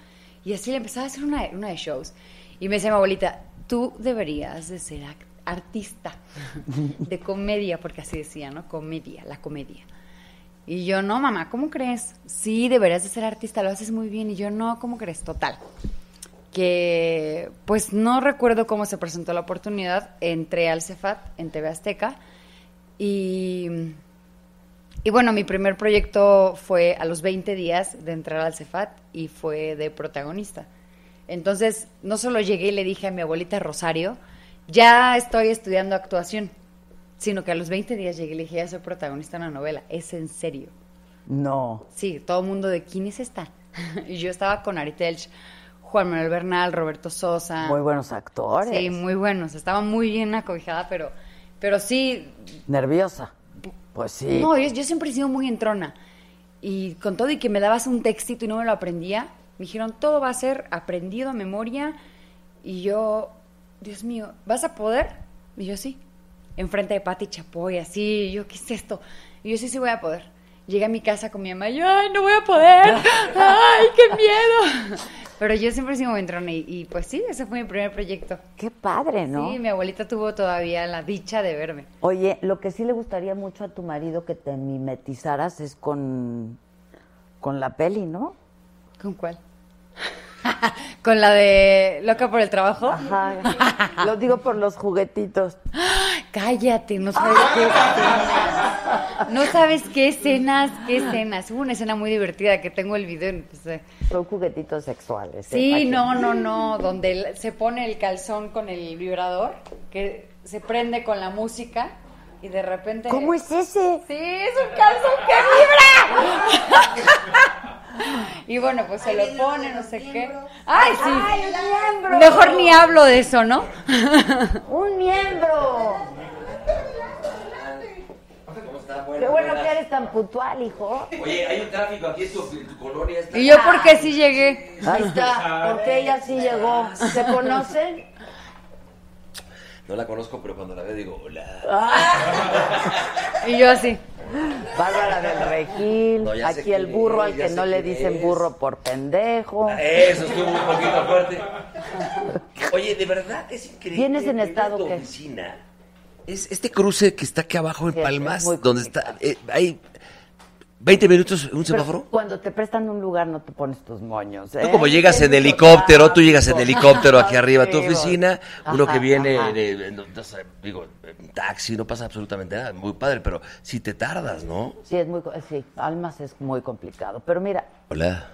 [SPEAKER 15] Y así le empezaba a hacer una, una de shows. Y me decía mi abuelita, tú deberías de ser ac- artista de comedia, porque así decía, ¿no? Comedia, la comedia. Y yo, no, mamá, ¿cómo crees? Sí, deberías de ser artista, lo haces muy bien. Y yo, no, ¿cómo crees? Total. Que, pues, no recuerdo cómo se presentó la oportunidad. Entré al Cefat, en TV Azteca. Y, y bueno, mi primer proyecto fue a los 20 días de entrar al Cefat y fue de protagonista. Entonces, no solo llegué y le dije a mi abuelita Rosario, ya estoy estudiando actuación, sino que a los 20 días llegué y le dije, ya soy protagonista de una novela, es en serio.
[SPEAKER 1] No.
[SPEAKER 15] Sí, todo el mundo de quién es esta. <laughs> y yo estaba con Ari Telch, Juan Manuel Bernal, Roberto Sosa.
[SPEAKER 1] Muy buenos actores.
[SPEAKER 15] Ah. Sí, muy buenos. Estaba muy bien acogijada, pero, pero sí,
[SPEAKER 1] Nerviosa. Pues sí.
[SPEAKER 15] no, yo, yo siempre he sido muy entrona. Y con todo y que me dabas un textito y no me lo aprendía, me dijeron, todo va a ser aprendido a memoria. Y yo, Dios mío, ¿vas a poder? Y yo sí. Enfrente de Pati Chapoy, así, y yo, ¿qué es esto? Y yo sí, sí voy a poder. Llegué a mi casa con mi mamá, y yo, ay, no voy a
[SPEAKER 1] <laughs>
[SPEAKER 15] poder, ay, qué miedo. <laughs> Pero yo siempre he sido muy entrona y, y pues sí, ese fue mi primer proyecto.
[SPEAKER 1] Qué padre, ¿no?
[SPEAKER 15] Sí, mi abuelita tuvo todavía la dicha de verme.
[SPEAKER 1] Oye, lo que sí le gustaría mucho a tu marido que te mimetizaras es con, con la peli, ¿no?
[SPEAKER 15] ¿Con cuál? <laughs> ¿Con la de loca por el trabajo?
[SPEAKER 1] Ajá. <laughs> Lo digo por los juguetitos.
[SPEAKER 15] <gasps> Cállate, no sabes qué escenas. No sabes qué escenas, qué escenas. Hubo una escena muy divertida que tengo el video. pues, eh.
[SPEAKER 1] Son juguetitos sexuales. ¿eh?
[SPEAKER 15] Sí,
[SPEAKER 1] Pa'
[SPEAKER 15] no,
[SPEAKER 1] que-
[SPEAKER 15] no, no. Donde el- se pone el calzón con el vibrador, que se prende con la música y de repente.
[SPEAKER 1] ¿Cómo es ese?
[SPEAKER 15] Sí, es un calzón que vibra. y bueno, pues se lo pone, no sé qué. ¡Ay, sí!
[SPEAKER 2] ¡Ay, un miembro!
[SPEAKER 15] Mejor ni hablo de eso, ¿no?
[SPEAKER 2] <laughs>
[SPEAKER 1] ¡Un miembro! Qué bueno que eres tan puntual,
[SPEAKER 16] <laughs>
[SPEAKER 1] hijo.
[SPEAKER 16] Oye, hay un tráfico aquí en tu, en tu colonia. está-
[SPEAKER 15] Y yo porque sí llegué.
[SPEAKER 1] Ahí
[SPEAKER 16] Ah.
[SPEAKER 1] está, porque ella sí llegó. ¿Se conocen?
[SPEAKER 16] No la conozco, pero cuando la veo digo, hola.
[SPEAKER 15] Y yo así.
[SPEAKER 1] Bárbara del Regil,
[SPEAKER 16] No, ya sé
[SPEAKER 1] aquí el
[SPEAKER 16] quién
[SPEAKER 1] burro
[SPEAKER 16] es,
[SPEAKER 1] al
[SPEAKER 16] ya
[SPEAKER 1] que
[SPEAKER 16] sé
[SPEAKER 1] no le
[SPEAKER 16] quién
[SPEAKER 1] dicen
[SPEAKER 16] es. Eh,
[SPEAKER 1] burro por pendejo.
[SPEAKER 16] Eso estuvo un poquito fuerte. Oye, de verdad es increíble.
[SPEAKER 1] ¿Vienes en
[SPEAKER 16] Mira
[SPEAKER 1] estado
[SPEAKER 16] tu
[SPEAKER 1] qué?
[SPEAKER 16] oficina. Es este cruce que está aquí abajo en
[SPEAKER 1] Sí, es
[SPEAKER 16] Palmas,
[SPEAKER 1] muy
[SPEAKER 16] donde está. eh, hay 20 minutos, un
[SPEAKER 1] Pero
[SPEAKER 16] semáforo.
[SPEAKER 1] cuando te prestan un lugar no te pones tus moños, ¿eh?
[SPEAKER 16] Tú como llegas en helicóptero, tú llegas
[SPEAKER 1] Ah,
[SPEAKER 16] en helicóptero
[SPEAKER 1] <laughs>
[SPEAKER 16] aquí arriba a tu oficina, uno que
[SPEAKER 1] Ajá,
[SPEAKER 16] viene
[SPEAKER 1] ajá.
[SPEAKER 16] de, de- no, no sé, digo, eh, en taxi, no pasa absolutamente nada, muy padre, pero si te tardas, ¿no?
[SPEAKER 1] Sí, es muy, co- sí, Almas es muy complicado. Pero mira,
[SPEAKER 16] Hola.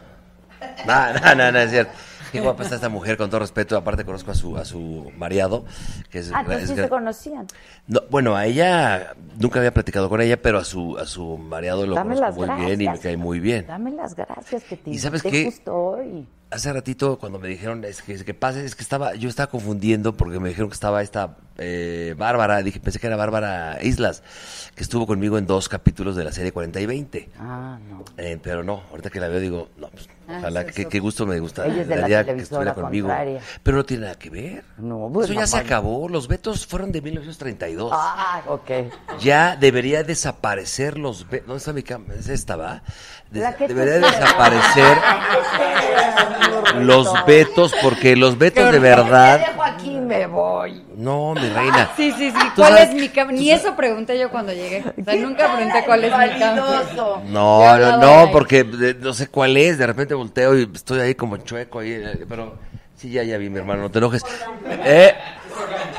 [SPEAKER 16] No, no, no, no, es cierto. Qué guapa está esta mujer, con todo respeto, aparte conozco a su, a su mareado, que es,
[SPEAKER 1] ah, tú
[SPEAKER 16] es
[SPEAKER 1] sí
[SPEAKER 16] gran-
[SPEAKER 1] se conocían.
[SPEAKER 16] No, bueno, a ella nunca había platicado con ella, pero a su a su mareado lo
[SPEAKER 1] Dame
[SPEAKER 16] conozco
[SPEAKER 1] las
[SPEAKER 16] muy
[SPEAKER 1] gracias.
[SPEAKER 16] bien y me cae muy bien.
[SPEAKER 1] Dame las gracias que te
[SPEAKER 16] ¿Y sabes
[SPEAKER 1] invité
[SPEAKER 16] qué?
[SPEAKER 1] justo hoy.
[SPEAKER 16] Hace ratito cuando me dijeron es que, es que pase, es que estaba, yo estaba confundiendo porque me dijeron que estaba esta eh, Bárbara, dije, pensé que era Bárbara Islas, que estuvo conmigo en dos capítulos de la serie 40 y 20.
[SPEAKER 1] Ah, no.
[SPEAKER 16] Eh, pero no, ahorita que la veo digo, no, pues,
[SPEAKER 1] Ah,
[SPEAKER 16] ojalá,
[SPEAKER 1] eso es
[SPEAKER 16] qué,
[SPEAKER 1] otro.
[SPEAKER 16] qué gusto me gusta,
[SPEAKER 1] Ella es de la
[SPEAKER 16] daría que
[SPEAKER 1] televisora
[SPEAKER 16] estuviera conmigo.
[SPEAKER 1] contraria.
[SPEAKER 16] Pero no tiene nada que ver.
[SPEAKER 1] No,
[SPEAKER 16] Eso ya
[SPEAKER 1] no
[SPEAKER 16] se
[SPEAKER 1] mames.
[SPEAKER 16] acabó, los vetos fueron de 1932.
[SPEAKER 1] Ah, ok.
[SPEAKER 16] Ya debería desaparecer los vetos. ¿Dónde está mi cámara? Es esta, ¿va? Des-
[SPEAKER 1] La que tú
[SPEAKER 16] debería
[SPEAKER 1] quieras.
[SPEAKER 16] desaparecer los vetos porque los vetos de
[SPEAKER 1] Te
[SPEAKER 16] verdad
[SPEAKER 1] dejo aquí, me voy.
[SPEAKER 17] No, mi reina.
[SPEAKER 15] Ah, Sí, sí, sí.
[SPEAKER 17] Tú
[SPEAKER 15] ¿Cuál
[SPEAKER 17] sabes-
[SPEAKER 15] es mi cama? Ni eso pregunté yo cuando llegué. O sea, nunca pregunté cuál es mi cama.
[SPEAKER 1] Validoso.
[SPEAKER 17] No, no, no, porque de- no sé cuál es. De repente volteo y estoy ahí como chueco ahí, eh, pero sí, ya, ya vi, mi hermano, no te enojes. Eh,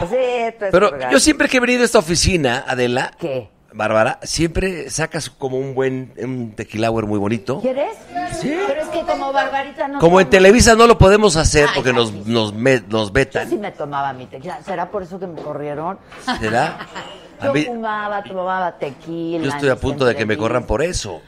[SPEAKER 1] Sí, esto es
[SPEAKER 17] pero
[SPEAKER 1] orgánico.
[SPEAKER 17] yo siempre que he venido a esta oficina, Adela,
[SPEAKER 1] ¿Qué?
[SPEAKER 17] Bárbara, siempre sacas como un buen un tequilauer muy bonito.
[SPEAKER 1] ¿Quieres? Sí. Pero es que como Barbarita no...
[SPEAKER 17] Como en
[SPEAKER 1] toma-
[SPEAKER 17] Televisa no lo podemos hacer porque nos, nos, me- nos
[SPEAKER 1] Yo sí
[SPEAKER 17] vetan.
[SPEAKER 1] me tomaba mi tequila. ¿Será por eso que me corrieron?
[SPEAKER 17] ¿Será? A
[SPEAKER 1] Yo
[SPEAKER 17] mí-
[SPEAKER 1] fumaba, tomaba tequila.
[SPEAKER 17] Yo estoy a
[SPEAKER 1] mis
[SPEAKER 17] punto de que me
[SPEAKER 1] entrevistas.
[SPEAKER 17] corran por eso.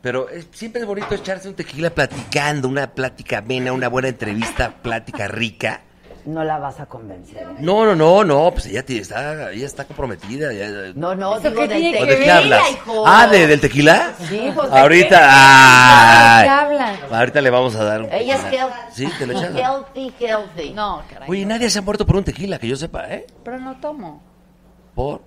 [SPEAKER 17] Pero es- siempre es bonito echarse un tequila platicando, una plática amena, una buena entrevista, plática rica.
[SPEAKER 1] No la vas a convencer.
[SPEAKER 17] No, no, no, no, pues ella, tiene- está, ella está comprometida. ya-
[SPEAKER 1] No, no,
[SPEAKER 17] ¿O
[SPEAKER 1] digo, del
[SPEAKER 17] ¿De
[SPEAKER 1] tequila,
[SPEAKER 17] qué hablas?
[SPEAKER 1] hijo.
[SPEAKER 17] Ah, ¿de- ¿del Ah. tequila?
[SPEAKER 1] Sí, pues, ¿de
[SPEAKER 17] Ahorita.
[SPEAKER 1] qué?
[SPEAKER 17] ay.
[SPEAKER 1] ¿De qué hablan?
[SPEAKER 17] Ahorita le vamos a dar un.
[SPEAKER 1] Ella es
[SPEAKER 17] tequila.
[SPEAKER 1] healthy.
[SPEAKER 17] Sí, te lo echas.
[SPEAKER 1] Healthy, healthy.
[SPEAKER 15] No, caray.
[SPEAKER 17] Oye, nadie se ha muerto por un tequila, que yo sepa, ¿eh?
[SPEAKER 15] Pero no tomo.
[SPEAKER 17] Por.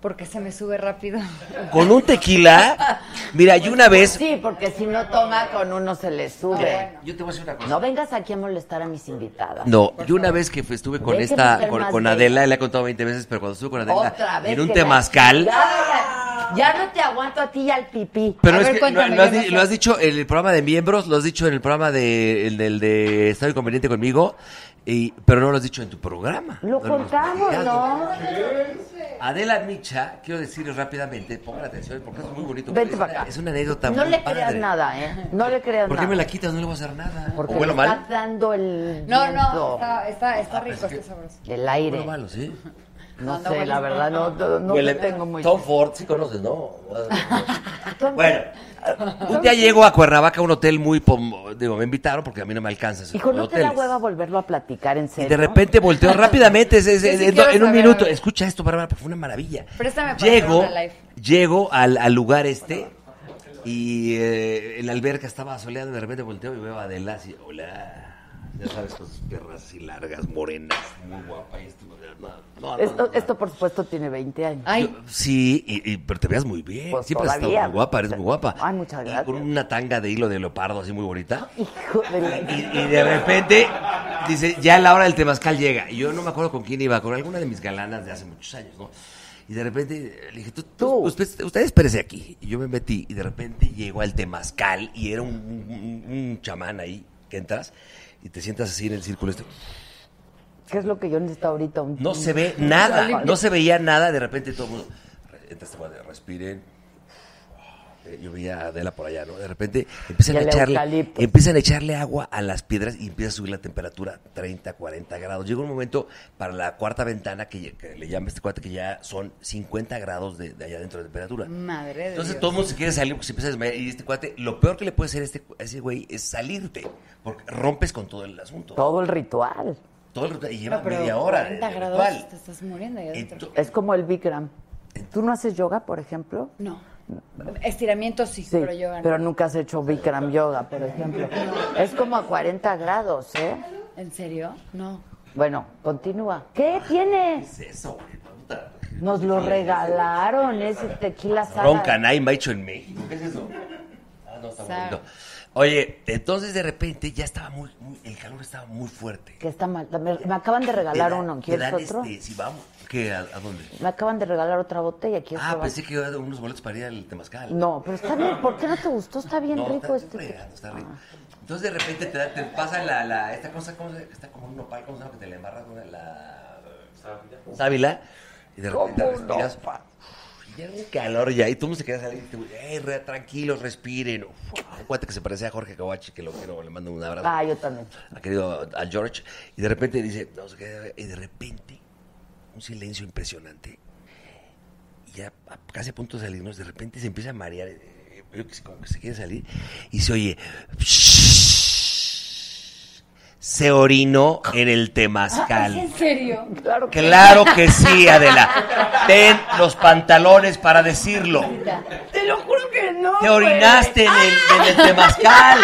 [SPEAKER 15] Porque se me sube rápido. <laughs>
[SPEAKER 17] Con un tequila. Mira, yo una vez.
[SPEAKER 1] Sí, porque si no toma, con uno se le sube.
[SPEAKER 17] Yo te voy a decir una cosa.
[SPEAKER 1] No vengas aquí a molestar a mis invitadas.
[SPEAKER 17] No, yo una vez que fui- estuve con
[SPEAKER 1] Déjeme
[SPEAKER 17] esta,
[SPEAKER 1] ser
[SPEAKER 17] con,
[SPEAKER 1] más
[SPEAKER 17] con
[SPEAKER 1] bella.
[SPEAKER 17] Adela, le he contado 20 veces, pero cuando estuve con Adela,
[SPEAKER 1] Otra vez.
[SPEAKER 17] en un
[SPEAKER 1] que
[SPEAKER 17] temazcal.
[SPEAKER 1] la- Ya, ya no te aguanto a ti y al pipí.
[SPEAKER 17] Pero
[SPEAKER 1] A
[SPEAKER 17] es
[SPEAKER 1] ver,
[SPEAKER 17] que
[SPEAKER 1] cuéntame,
[SPEAKER 17] lo, lo has,
[SPEAKER 1] yo
[SPEAKER 17] di-
[SPEAKER 1] no
[SPEAKER 17] lo
[SPEAKER 1] sé.
[SPEAKER 17] has dicho en el programa de miembros, lo has dicho en el programa de, el del de Estado Inconveniente conmigo, y, pero no lo has dicho en tu programa.
[SPEAKER 1] Lo
[SPEAKER 17] No lo hemos
[SPEAKER 1] contamos,
[SPEAKER 17] platicado.
[SPEAKER 1] ¿no?
[SPEAKER 17] Adela Micha, quiero decirles rápidamente, pongan atención porque es muy bonito.
[SPEAKER 1] Vente
[SPEAKER 17] es,
[SPEAKER 1] para
[SPEAKER 17] una,
[SPEAKER 1] acá.
[SPEAKER 17] es una anécdota
[SPEAKER 1] No
[SPEAKER 17] muy
[SPEAKER 1] le creas
[SPEAKER 17] padre.
[SPEAKER 1] nada, ¿eh? No le creas
[SPEAKER 17] ¿Por
[SPEAKER 1] nada.
[SPEAKER 17] qué me la quitas? No le voy a hacer nada.
[SPEAKER 1] Porque
[SPEAKER 17] ¿O huelo
[SPEAKER 1] le
[SPEAKER 17] mal?
[SPEAKER 1] estás dando el
[SPEAKER 15] No, no,
[SPEAKER 1] viento,
[SPEAKER 15] está, está,
[SPEAKER 17] Ah,
[SPEAKER 15] está rico, está sabroso.
[SPEAKER 1] el aire.
[SPEAKER 17] Huelo malo, sí.
[SPEAKER 1] No
[SPEAKER 15] Anda,
[SPEAKER 1] sé, la
[SPEAKER 15] buenísimo.
[SPEAKER 1] verdad no, no, no
[SPEAKER 17] Huele-
[SPEAKER 1] tengo muy.
[SPEAKER 17] Tom
[SPEAKER 1] <laughs>
[SPEAKER 17] Ford, sí conoces, ¿no? bueno, un día llego a Cuernavaca, un hotel muy... pom- Digo, me invitaron porque a mí no me alcanza. ese
[SPEAKER 1] Hijo,
[SPEAKER 17] tipo de
[SPEAKER 1] no te da
[SPEAKER 17] hoteles.
[SPEAKER 1] hueva volverlo a platicar en serio.
[SPEAKER 17] Y de repente volteo rápidamente, es- es-
[SPEAKER 1] Yo sí
[SPEAKER 17] es- en,
[SPEAKER 1] quiero
[SPEAKER 17] en un
[SPEAKER 1] saber,
[SPEAKER 17] minuto.
[SPEAKER 1] a ver.
[SPEAKER 17] Escucha esto, Bárbara, porque fue una maravilla.
[SPEAKER 15] Préstame para
[SPEAKER 17] Llego,
[SPEAKER 15] hacer una live.
[SPEAKER 17] llego al, al lugar este y eh, en la alberca estaba soleada. De repente volteo y veo a Adela así, hola. Ya sabes, con sus piernas así largas, morenas, muy guapa. Y esto, no, no, no,
[SPEAKER 1] Esto, esto, por supuesto, tiene 20 años.
[SPEAKER 17] Yo- sí, y, y- pero te veas muy bien.
[SPEAKER 1] Pues
[SPEAKER 17] Ah, eh, Siempre has estado
[SPEAKER 1] todavía.
[SPEAKER 17] muy guapa, eres muy guapa.
[SPEAKER 1] Ay, muchas
[SPEAKER 17] Y con una tanga de hilo de leopardo así muy bonita.
[SPEAKER 1] Hijo de la-
[SPEAKER 17] Y de repente dice, ya la hora del temazcal llega. Y yo no me acuerdo con quién iba, con alguna de mis galanas de hace muchos años, ¿no? Y de repente le dije, tú, pues, tú, Usted, usted espérese aquí. Y yo me metí y de repente llego al temazcal y era un, un- un- un chamán ahí que entras y te sientas así en el círculo este.
[SPEAKER 1] ¿Qué es lo que yo necesito ahorita? Un-
[SPEAKER 17] No se ve
[SPEAKER 1] un-
[SPEAKER 17] nada, no se veía nada, de repente todo el mundo, entras,
[SPEAKER 16] este
[SPEAKER 17] te guardas, respiren. Eh, Yo veía a Adela por allá, ¿no? De repente empiezan
[SPEAKER 1] Y
[SPEAKER 17] a,
[SPEAKER 1] el
[SPEAKER 17] echarle,
[SPEAKER 1] eucalipto.
[SPEAKER 17] empiezan a echarle agua a las piedras y empieza a subir la temperatura 30, 40 grados. Llega un momento para la cuarta ventana que, que le llama este cuate que ya son 50 grados de, de allá dentro de temperatura.
[SPEAKER 15] Madre de
[SPEAKER 17] Entonces
[SPEAKER 15] Dios.
[SPEAKER 17] todo el mundo se quiere salir porque se empieza a desmayar. Y este cuate, lo peor que le puede hacer a este, a ese güey es salirte, porque rompes con todo el asunto.
[SPEAKER 1] Todo el ritual.
[SPEAKER 17] Todo el ritual, y lleva
[SPEAKER 15] No, pero
[SPEAKER 17] media hora. de-
[SPEAKER 15] 40
[SPEAKER 17] de
[SPEAKER 15] grados,
[SPEAKER 17] ritual.
[SPEAKER 15] te estás muriendo ahí adentro.
[SPEAKER 1] Es como el Bikram. ¿Tú no haces yoga, por ejemplo?
[SPEAKER 15] No. Estiramiento sí,
[SPEAKER 1] Sí,
[SPEAKER 15] pero yo gano.
[SPEAKER 1] pero nunca has hecho Bikram yoga, por ejemplo. Es como a 40 grados, ¿eh?
[SPEAKER 15] ¿En serio? No.
[SPEAKER 1] Bueno, continúa. ¿Qué tiene?
[SPEAKER 17] ¿Qué es eso, güey? Puta.
[SPEAKER 1] Nos lo regalaron, ese tequila saga.
[SPEAKER 17] Ron Canay me ha hecho en México. ¿Qué es eso? Ah, no, está
[SPEAKER 1] Sabe.
[SPEAKER 17] bonito. Oye, entonces de repente ya estaba muy, muy- el calor estaba muy fuerte.
[SPEAKER 1] Que está mal. Me, me acaban de regalar uno. ¿Quieres
[SPEAKER 17] Te dan,
[SPEAKER 1] otro?
[SPEAKER 17] este, sí, vamos. ¿Qué? ¿A, a dónde?
[SPEAKER 1] Me acaban de regalar otra botella. ¿Quieres
[SPEAKER 17] Ah,
[SPEAKER 1] probar?
[SPEAKER 17] pensé que iba a dar unos boletos para ir al Temazcal.
[SPEAKER 1] No, pero está bien. ¿Por qué no te gustó? Está bien
[SPEAKER 17] No,
[SPEAKER 1] rico
[SPEAKER 17] está
[SPEAKER 1] este.
[SPEAKER 17] fregado, está rico. Entonces de repente te, da- te pasa la, la- esta cosa, ¿cómo se Está como un nopal, ¿cómo se llama? Que te le embarras con la... Sábila. Y de repente
[SPEAKER 1] Como un
[SPEAKER 15] <laughs>
[SPEAKER 17] respiras. Y ya un calor ya. Y tú se quedas ahí. y te- Ey, re- tranquilos, respiren. Uf, un cuate que se parece a Jorge Kawachi, que lo quiero, le mando un abrazo.
[SPEAKER 1] Ah,
[SPEAKER 17] <laughs>
[SPEAKER 1] yo también.
[SPEAKER 17] Al querido a George. Y de repente dice, no sé qué. Y de repente, un silencio impresionante. Y ya a- casi a punto de salirnos, de repente se empieza a marear. eh, Veo que se- como que se quiere salir. Y se oye. Se orinó en el temazcal.
[SPEAKER 15] ¿En serio?
[SPEAKER 1] Claro
[SPEAKER 17] Claro que sí, Adela. Ten los pantalones para decirlo.
[SPEAKER 1] Te lo juro que no.
[SPEAKER 17] Te orinaste en el, en el temazcal.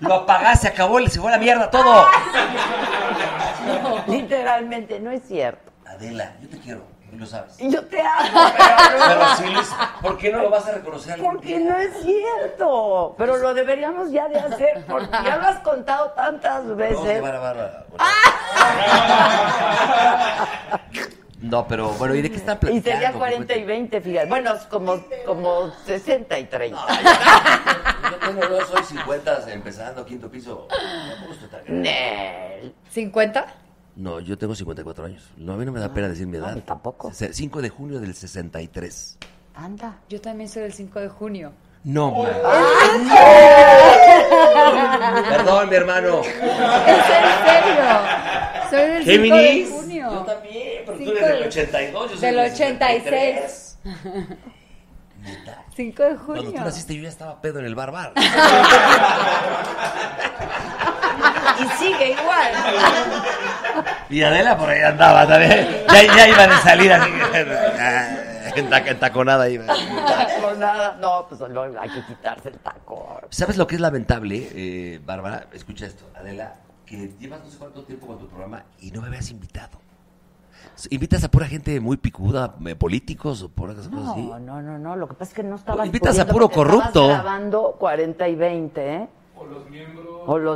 [SPEAKER 17] Lo apagaste, se acabó, se fue a la mierda todo.
[SPEAKER 1] Literalmente, no es cierto.
[SPEAKER 17] Adela, yo te quiero, tú lo sabes.
[SPEAKER 1] Yo te amo, pero no.
[SPEAKER 17] <laughs> Pero sí, Luis, ¿por qué no lo vas a reconocer? algún
[SPEAKER 1] Porque no es cierto. Pero lo deberíamos ya de hacer, porque ya lo has contado tantas
[SPEAKER 17] día? No,
[SPEAKER 1] veces.
[SPEAKER 17] Bárbara, Bárbara.
[SPEAKER 16] No, pero bueno, ¿y de qué están
[SPEAKER 1] Y
[SPEAKER 16] platicando?
[SPEAKER 1] sería 40 y 20, fíjate. Bueno, es como, como 60 y 30.
[SPEAKER 16] Yo tengo dos, soy 50 empezando, quinto piso. Tampoco estoy tan grande.
[SPEAKER 15] ¿50?
[SPEAKER 16] No, yo tengo 54 años. No, a mí no me da pena decir mi edad.
[SPEAKER 1] tampoco.
[SPEAKER 16] 5 de junio del 63.
[SPEAKER 1] Anda.
[SPEAKER 15] Yo también soy del 5 de <laughs> junio.
[SPEAKER 16] No, ma-
[SPEAKER 1] Ah,
[SPEAKER 15] Perdón.
[SPEAKER 16] Perdón, mi hermano.
[SPEAKER 15] ¿En serio? Soy del 5 de
[SPEAKER 16] ¿Géminis?
[SPEAKER 15] junio. Yo
[SPEAKER 16] también,
[SPEAKER 15] pero
[SPEAKER 16] tú eres del 82, yo soy
[SPEAKER 15] Del
[SPEAKER 16] del
[SPEAKER 15] 86. 5 de
[SPEAKER 16] Cuando tú
[SPEAKER 15] junio.
[SPEAKER 16] naciste yo ya estaba pedo en el bar
[SPEAKER 15] <laughs>
[SPEAKER 16] bar.
[SPEAKER 1] Y sigue igual.
[SPEAKER 16] Y Adela por ahí andaba también. Ya, ya iban a salir así. En, ta- en taconada iba.
[SPEAKER 1] No, nada. No, pues luego hay que quitarse el taco.
[SPEAKER 16] ¿Sabes lo que es lamentable, eh, Bárbara? Escucha esto, Adela, que llevas no sé cuánto tiempo con tu programa y no me habías invitado. S- Invitas a pura gente muy picuda, eh, políticos o por esas cosas así.
[SPEAKER 1] No, no, no, no. Lo que pasa es que no estabas.
[SPEAKER 16] Invitas a
[SPEAKER 1] pudiendo
[SPEAKER 16] puro
[SPEAKER 1] porque estabas
[SPEAKER 16] corrupto.
[SPEAKER 1] grabando 40 y 20, ¿eh? O los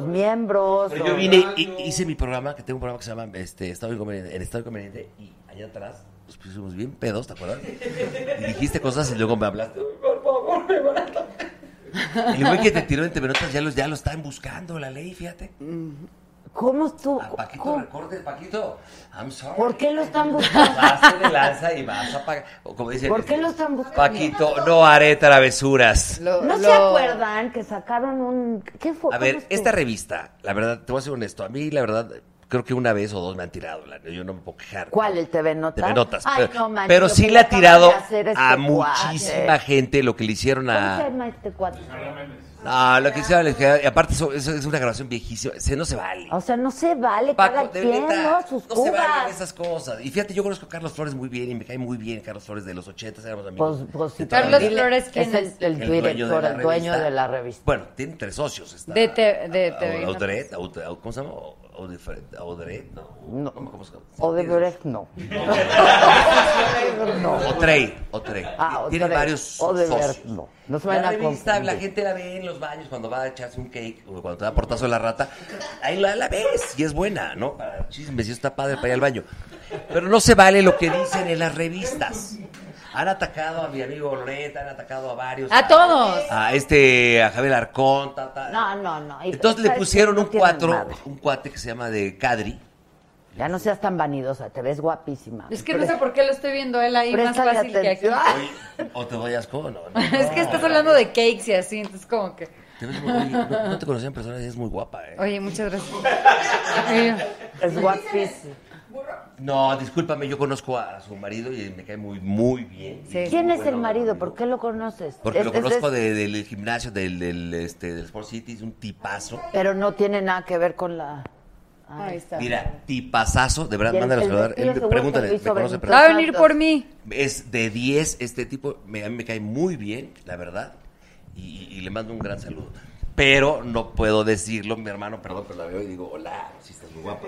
[SPEAKER 1] miembros.
[SPEAKER 16] Pero
[SPEAKER 1] o-
[SPEAKER 16] yo vine y hice mi programa, que tengo un programa que se llama este, Estado Inconveniente, en Estado Inconveniente, y allá atrás nos pusimos bien pedos, ¿te acuerdas? Y dijiste cosas y luego me hablaste.
[SPEAKER 2] Por favor, me barata.
[SPEAKER 16] El güey que te tiró en Temerotas ya, los, ya lo están buscando la ley, fíjate.
[SPEAKER 1] ¿Cómo estuvo?
[SPEAKER 16] Paquito, recortes, Paquito. I'm sorry.
[SPEAKER 1] ¿Por qué lo
[SPEAKER 16] <laughs>
[SPEAKER 1] están buscando?
[SPEAKER 16] Vas de lanza y vas a pagar. O como dice
[SPEAKER 1] ¿Por qué lo están buscando?
[SPEAKER 16] Paquito, no haré travesuras.
[SPEAKER 1] ¿No se acuerdan que sacaron un... ¿Qué fue?
[SPEAKER 16] A
[SPEAKER 1] ¿Cómo
[SPEAKER 16] ver,
[SPEAKER 1] estuvo?
[SPEAKER 16] esta revista, la verdad, te voy a ser honesto. A mí, la verdad, creo que una vez o dos me han tirado. la- yo no me puedo quejar.
[SPEAKER 1] ¿Cuál? ¿El TV Notas?
[SPEAKER 16] TV Notas.
[SPEAKER 1] Ay,
[SPEAKER 16] pero,
[SPEAKER 1] no, manches,
[SPEAKER 16] pero
[SPEAKER 1] lo
[SPEAKER 16] sí
[SPEAKER 1] que
[SPEAKER 16] le ha
[SPEAKER 1] acaban
[SPEAKER 16] tirado
[SPEAKER 1] de hacer este
[SPEAKER 16] a
[SPEAKER 1] cuate.
[SPEAKER 16] muchísima gente lo que le hicieron
[SPEAKER 1] ¿Cómo se
[SPEAKER 16] a.
[SPEAKER 1] llama este cuate?
[SPEAKER 16] No, lo que hicieron a la- y aparte, eso, eso es una grabación viejísima. Se no se vale.
[SPEAKER 1] O sea, no se vale cada
[SPEAKER 16] de
[SPEAKER 1] quien,
[SPEAKER 16] neta,
[SPEAKER 1] ¿no? Sus
[SPEAKER 16] no se
[SPEAKER 1] cubas.
[SPEAKER 16] valen esas cosas. Y fíjate, yo conozco a Carlos Flores muy bien y me cae muy bien Carlos Flores de los 80, éramos amigos.
[SPEAKER 1] Pues- pues,
[SPEAKER 16] De toda la
[SPEAKER 15] Carlos
[SPEAKER 16] vida.
[SPEAKER 15] Flores, ¿quién
[SPEAKER 1] Es el,
[SPEAKER 15] es?
[SPEAKER 1] el director, el dueño de la revista.
[SPEAKER 16] Bueno, tiene tres socios. Está
[SPEAKER 15] De te- de TV, ¿no?
[SPEAKER 16] Audret, Aud- Aud- ¿cómo se llama? Audifred- Audret, no.
[SPEAKER 1] No.
[SPEAKER 16] ¿Cómo, cómo se llama?
[SPEAKER 1] Odebrecht
[SPEAKER 16] <laughs>
[SPEAKER 1] no. no.
[SPEAKER 16] Otrey, Otrey.
[SPEAKER 1] Ah,
[SPEAKER 16] Tiene
[SPEAKER 1] Odebrecht.
[SPEAKER 16] varios
[SPEAKER 1] Odebrecht,
[SPEAKER 16] socios.
[SPEAKER 1] no. No se vayan
[SPEAKER 16] la
[SPEAKER 1] a
[SPEAKER 16] revista,
[SPEAKER 1] confundir.
[SPEAKER 16] la gente la ve en los baños cuando va a echarse un cake o cuando te da portazo la rata. Ahí la, la ves y es buena, ¿no? Para chismes y está padre para ir al baño. Pero no se vale lo que dicen en las revistas. Han atacado a mi amigo Loret, han atacado a varios.
[SPEAKER 15] A todos.
[SPEAKER 16] A este, a Javier Arcón, ta, ta.
[SPEAKER 1] No, no, no. Y-
[SPEAKER 16] Entonces le
[SPEAKER 1] ¿sabes
[SPEAKER 16] pusieron
[SPEAKER 1] qué? No
[SPEAKER 16] un
[SPEAKER 1] tienen
[SPEAKER 16] cuatro,
[SPEAKER 1] madre.
[SPEAKER 16] un cuate que se llama de Cadri.
[SPEAKER 1] Ya no seas tan vanidosa, te ves guapísima.
[SPEAKER 15] Es que no sé por qué lo estoy viendo él ahí más
[SPEAKER 1] Préstale
[SPEAKER 15] fácil que aquí.
[SPEAKER 1] atención.
[SPEAKER 16] O te vayas con, no, no.
[SPEAKER 15] <laughs> Es que estás hablando de cakes y así, entonces como que...
[SPEAKER 16] Te ves muy- oye, no, no te conocía en persona y es muy guapa, ¿eh?
[SPEAKER 15] Oye,
[SPEAKER 1] <laughs>
[SPEAKER 15] muchas gracias.
[SPEAKER 1] Es guapísima.
[SPEAKER 16] No, discúlpame, yo conozco a su marido y me cae muy, muy bien.
[SPEAKER 1] ¿Quién
[SPEAKER 16] Muy
[SPEAKER 1] es el
[SPEAKER 16] bueno.
[SPEAKER 1] marido? ¿Por qué lo conoces?
[SPEAKER 16] Porque
[SPEAKER 1] Es-
[SPEAKER 16] lo
[SPEAKER 1] es-
[SPEAKER 16] conozco
[SPEAKER 1] es-
[SPEAKER 16] de- del gimnasio, del, del, este, del Sport City, es un tipazo.
[SPEAKER 1] Pero no tiene nada que ver con la... Ah,
[SPEAKER 15] Ahí está.
[SPEAKER 16] Mira, tipazazo, de verdad,
[SPEAKER 1] Y el-
[SPEAKER 16] mándale a
[SPEAKER 1] el
[SPEAKER 16] saludar.
[SPEAKER 1] vestido
[SPEAKER 16] Él-
[SPEAKER 1] seguro
[SPEAKER 16] pregúntale,
[SPEAKER 1] que lo
[SPEAKER 16] me
[SPEAKER 1] hizo
[SPEAKER 16] conoce,
[SPEAKER 1] Benito
[SPEAKER 15] Va a
[SPEAKER 16] pero-
[SPEAKER 15] venir por mí.
[SPEAKER 16] Es de 10, este tipo, me- a mí me cae muy bien, la verdad, y, y le mando un gran saludo. Pero no puedo decirlo, mi hermano, perdón, pero la veo y digo, hola, sí estás muy guapa.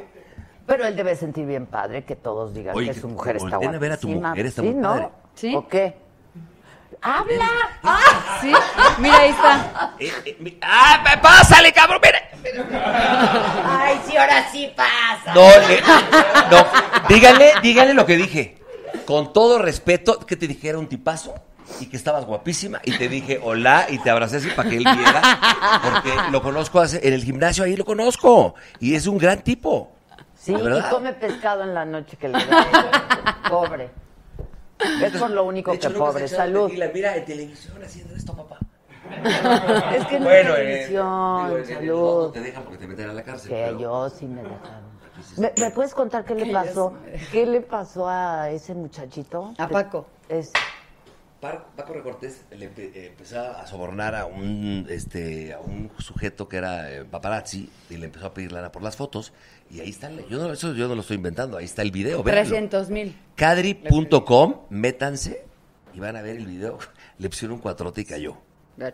[SPEAKER 1] Pero él debe sentir bien padre que todos digan
[SPEAKER 16] Oye,
[SPEAKER 1] que
[SPEAKER 16] que
[SPEAKER 1] su mujer está
[SPEAKER 16] volteen
[SPEAKER 1] guapísima.
[SPEAKER 16] a ver a tu mujer, está
[SPEAKER 1] ¿Sí,
[SPEAKER 16] muy
[SPEAKER 1] no?
[SPEAKER 16] padre.
[SPEAKER 1] ¿Sí? ¿O qué? ¡Habla!
[SPEAKER 15] Ah, Sí, mira, ahí está.
[SPEAKER 16] Eh, eh, mi- ¡Ah, p- pásale, cabrón! mira!
[SPEAKER 1] ¡Ay, sí, ahora sí pasa!
[SPEAKER 16] No, le- no, díganle, díganle lo que dije. Con todo respeto, que te dijera un tipazo y que estabas guapísima y te dije hola y te abracé así para que él viera. Porque lo conozco hace- en el gimnasio, ahí lo conozco. Y es un gran tipo.
[SPEAKER 1] Sí,
[SPEAKER 16] La
[SPEAKER 1] y
[SPEAKER 16] verdad.
[SPEAKER 1] come pescado en la noche que
[SPEAKER 16] <laughs>
[SPEAKER 1] le da. pobre. Es por lo único
[SPEAKER 16] De hecho,
[SPEAKER 1] que
[SPEAKER 16] nunca se
[SPEAKER 1] pobre.
[SPEAKER 16] echaron
[SPEAKER 1] Salud.
[SPEAKER 16] tequila. Mira en televisión haciendo esto, papá.
[SPEAKER 1] Es que no
[SPEAKER 16] Bueno,
[SPEAKER 1] es
[SPEAKER 16] en- digo,
[SPEAKER 1] televisión.
[SPEAKER 16] en- en el
[SPEAKER 1] Salud.
[SPEAKER 16] no te dejan porque te meten a la cárcel.
[SPEAKER 1] Que
[SPEAKER 16] pero-
[SPEAKER 1] yo sí me dejaron. ¿Me, me puedes contar qué le pasó? ¿Qué le pasó a ese muchachito?
[SPEAKER 15] A Paco.
[SPEAKER 1] Es,
[SPEAKER 16] Par- Paco Recortés le empe- eh, empezaba a sobornar a un este a un sujeto que era eh, paparazzi y le empezó a pedir lana por las fotos y ahí está el- yo no, eso yo no lo estoy inventando ahí está el video véanlo.
[SPEAKER 15] 300 mil.
[SPEAKER 16] cadri.com métanse y van a ver el video <laughs> le pusieron un cuatrote y cayó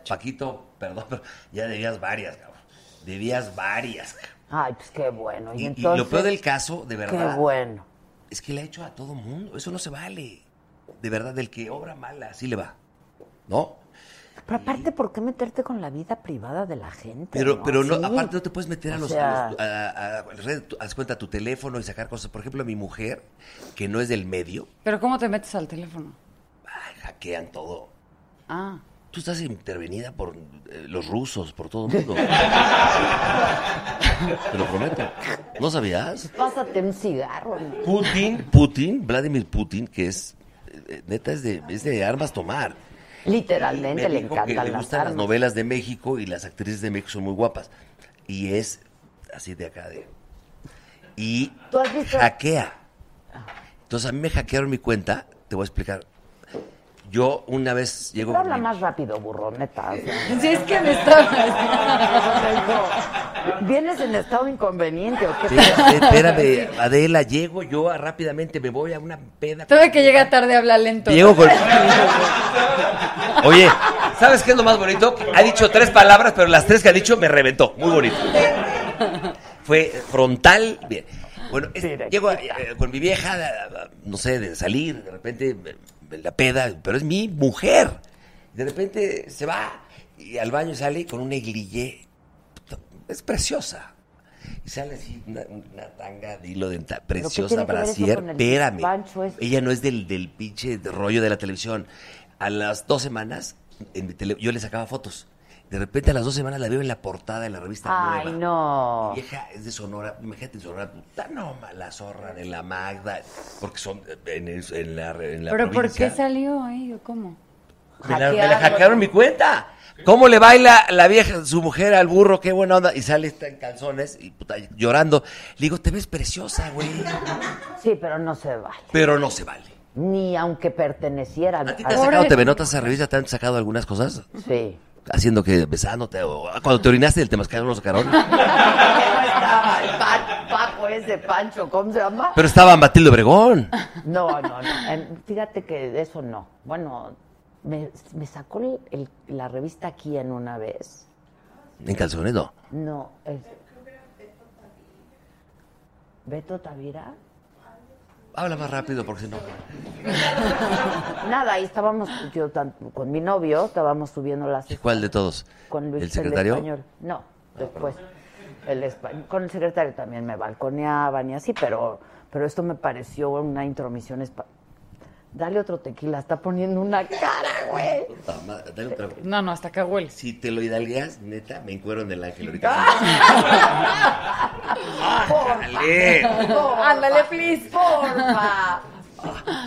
[SPEAKER 16] Paquito perdón pero ya debías varias cabrón. debías varias cabrón.
[SPEAKER 1] ay, pues qué bueno. Y,
[SPEAKER 16] y, y
[SPEAKER 1] entonces,
[SPEAKER 16] lo peor del caso de verdad
[SPEAKER 1] Qué bueno.
[SPEAKER 16] es que le ha hecho a todo mundo eso no se vale de verdad del que obra mala así le va ¿no?
[SPEAKER 1] Pero aparte, ¿por qué meterte con la vida privada de la gente?
[SPEAKER 16] Pero,
[SPEAKER 1] no?
[SPEAKER 16] pero no,
[SPEAKER 1] Sí.
[SPEAKER 16] aparte no te puedes meter a
[SPEAKER 1] O
[SPEAKER 16] los,
[SPEAKER 1] sea,
[SPEAKER 16] a los- a- a- a las redes, tú- haz cuenta tu teléfono y sacar cosas. Por ejemplo, mi mujer, que no es del medio,
[SPEAKER 15] Pero ¿cómo te metes al teléfono?
[SPEAKER 16] hackean todo.
[SPEAKER 15] Ah.
[SPEAKER 16] Tú estás intervenida por eh, los rusos, por todo el mundo. te lo prometo. ¿No sabías?
[SPEAKER 1] pues, Pásate un cigarro. ¿no?
[SPEAKER 16] Putin, Putin, Vladimir Putin, que es, eh, neta, es de, es de armas tomar.
[SPEAKER 1] Literalmente
[SPEAKER 16] Me
[SPEAKER 1] le
[SPEAKER 16] dijo que
[SPEAKER 1] encantan
[SPEAKER 16] le
[SPEAKER 1] las
[SPEAKER 16] gustan las
[SPEAKER 1] armas.
[SPEAKER 16] novelas de México y las actrices de México son muy guapas. Y es así de acá de... Y
[SPEAKER 1] ¿Tú has visto? Ah.
[SPEAKER 16] hackea. Entonces a mí me hackearon mi cuenta, te voy a explicar. Yo una vez llego...
[SPEAKER 1] Habla más rápido, burro, neta. o sea. <laughs>
[SPEAKER 15] Si es que me estaba...
[SPEAKER 1] ¿Vienes en estado inconveniente o qué?
[SPEAKER 16] Espérame, espérame, Adela, llego yo a- rápidamente, me voy a una peda.
[SPEAKER 15] Tuve que llegar tarde a hablar lento.
[SPEAKER 16] Diego con- Oye, ¿sabes qué es lo más bonito? Ha dicho tres palabras, pero las tres que ha dicho me reventó. Muy bonito. Fue frontal. Bien. Bueno, es- llego eh, con mi vieja, eh, no sé, de salir, de repente eh, me- me la peda, pero es mi mujer. De repente se va y al baño sale con una iglillé. Puta, Es preciosa. Y sale así una, una tanga de hilo dental,
[SPEAKER 1] ¿Pero qué
[SPEAKER 16] preciosa,
[SPEAKER 1] tiene que ver eso
[SPEAKER 16] brasier.
[SPEAKER 1] con el
[SPEAKER 16] Espérame.
[SPEAKER 1] pancho este?
[SPEAKER 16] Ella no es del, del pinche de rollo de la televisión. A las dos semanas, en mi tele- yo le sacaba fotos. De repente a las dos semanas la veo en la portada de la revista
[SPEAKER 1] Ay,
[SPEAKER 16] Nueva.
[SPEAKER 1] no.
[SPEAKER 16] Mi vieja es de Sonora, imagínate en Sonora, puta no, ma, la zorra de la Magda, porque son eh, en, el- en la, en la
[SPEAKER 15] ¿Pero por
[SPEAKER 16] provincia.
[SPEAKER 15] qué salió ahí o cómo?
[SPEAKER 16] "Ah, Me la, me la hackearon mi cuenta. ¿Cómo le baila la vieja, su mujer al burro? Qué buena onda. Y sale está en calzones y puta, llorando. Le digo, te ves preciosa, güey.
[SPEAKER 1] Sí, pero no se vale.
[SPEAKER 16] Pero no se vale.
[SPEAKER 1] Ni aunque perteneciera
[SPEAKER 16] ¿A ti ¿Te has sacado TV Notas a revista? ¿Te han sacado algunas cosas?
[SPEAKER 1] Sí. <laughs>
[SPEAKER 16] Haciendo que besándote o cuando te orinaste del temazcal no lo sacaron.
[SPEAKER 1] estaba el pan- Paco ese Pancho, ¿cómo se llama?
[SPEAKER 16] Pero estaba Matilde Obregón.
[SPEAKER 1] No, no, no. Em, Fíjate que de eso no. Bueno, me, me sacó el- el- la revista aquí en una vez.
[SPEAKER 16] En calzones no.
[SPEAKER 1] No, es... ¿Beto Tavira?
[SPEAKER 16] Habla más rápido porque si no.
[SPEAKER 1] Nada, ahí estábamos, yo tan- con mi novio, estábamos subiendo las...
[SPEAKER 16] ¿Cuál de todos?
[SPEAKER 1] Con Luis
[SPEAKER 16] ¿El secretario?
[SPEAKER 1] español. No, después. El espa- Con el secretario también me balconeaban y así, pero, pero esto me pareció una intromisión. espa- Dale otro tequila, está poniendo una cara, güey.
[SPEAKER 16] Puta madre, dale un trago.
[SPEAKER 15] No, no, hasta acá huele.
[SPEAKER 16] Si te lo hidalgueas, neta, me encuero en el ángel ahorita. ¡Ándale!
[SPEAKER 15] Ándale, please.
[SPEAKER 1] Porfa.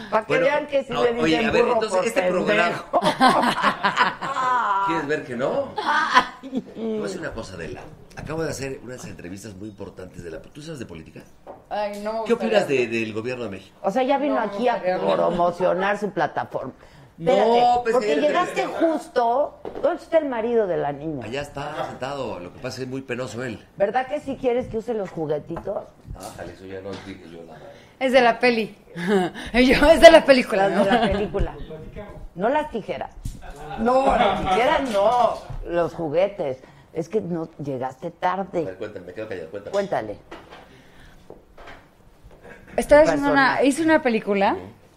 [SPEAKER 1] Para que
[SPEAKER 16] Bueno,
[SPEAKER 1] vean que si
[SPEAKER 16] no,
[SPEAKER 1] le dicen
[SPEAKER 16] oye, a ver,
[SPEAKER 1] burro
[SPEAKER 16] entonces
[SPEAKER 1] por
[SPEAKER 16] este
[SPEAKER 1] pendejo.
[SPEAKER 16] programa. ¿Quieres ver que no? Te voy a decir una cosa, Adela. Acabo de hacer unas entrevistas muy importantes de la. ¿Tú sabes de política?
[SPEAKER 15] Ay, no. me
[SPEAKER 16] ¿Qué
[SPEAKER 15] gustaría.
[SPEAKER 16] opinas de- del gobierno de México?
[SPEAKER 1] <laughs> O sea, ya vino aquí a
[SPEAKER 16] pero-
[SPEAKER 1] promocionar su plataforma.
[SPEAKER 16] No,
[SPEAKER 1] Espérate,
[SPEAKER 16] pues,
[SPEAKER 1] porque
[SPEAKER 16] espérate.
[SPEAKER 1] llegaste justo. ¿Dónde está el marido de la niña?
[SPEAKER 16] Allá está sentado, lo que pasa es que es muy penoso él.
[SPEAKER 1] ¿Verdad que si quieres que use los juguetitos?
[SPEAKER 16] Ájale, eso ya no dije yo nada.
[SPEAKER 15] Es de la peli. <laughs> Y yo, es de la película.
[SPEAKER 1] Las de la película. No las tijeras. No, las tijeras no. Los juguetes. Es que no llegaste
[SPEAKER 16] A ver,
[SPEAKER 1] tarde.
[SPEAKER 16] cuéntame, me quedo callado, cuéntame.
[SPEAKER 1] Cuéntale.
[SPEAKER 15] Estaba haciendo
[SPEAKER 1] Persona.
[SPEAKER 15] una, hice una película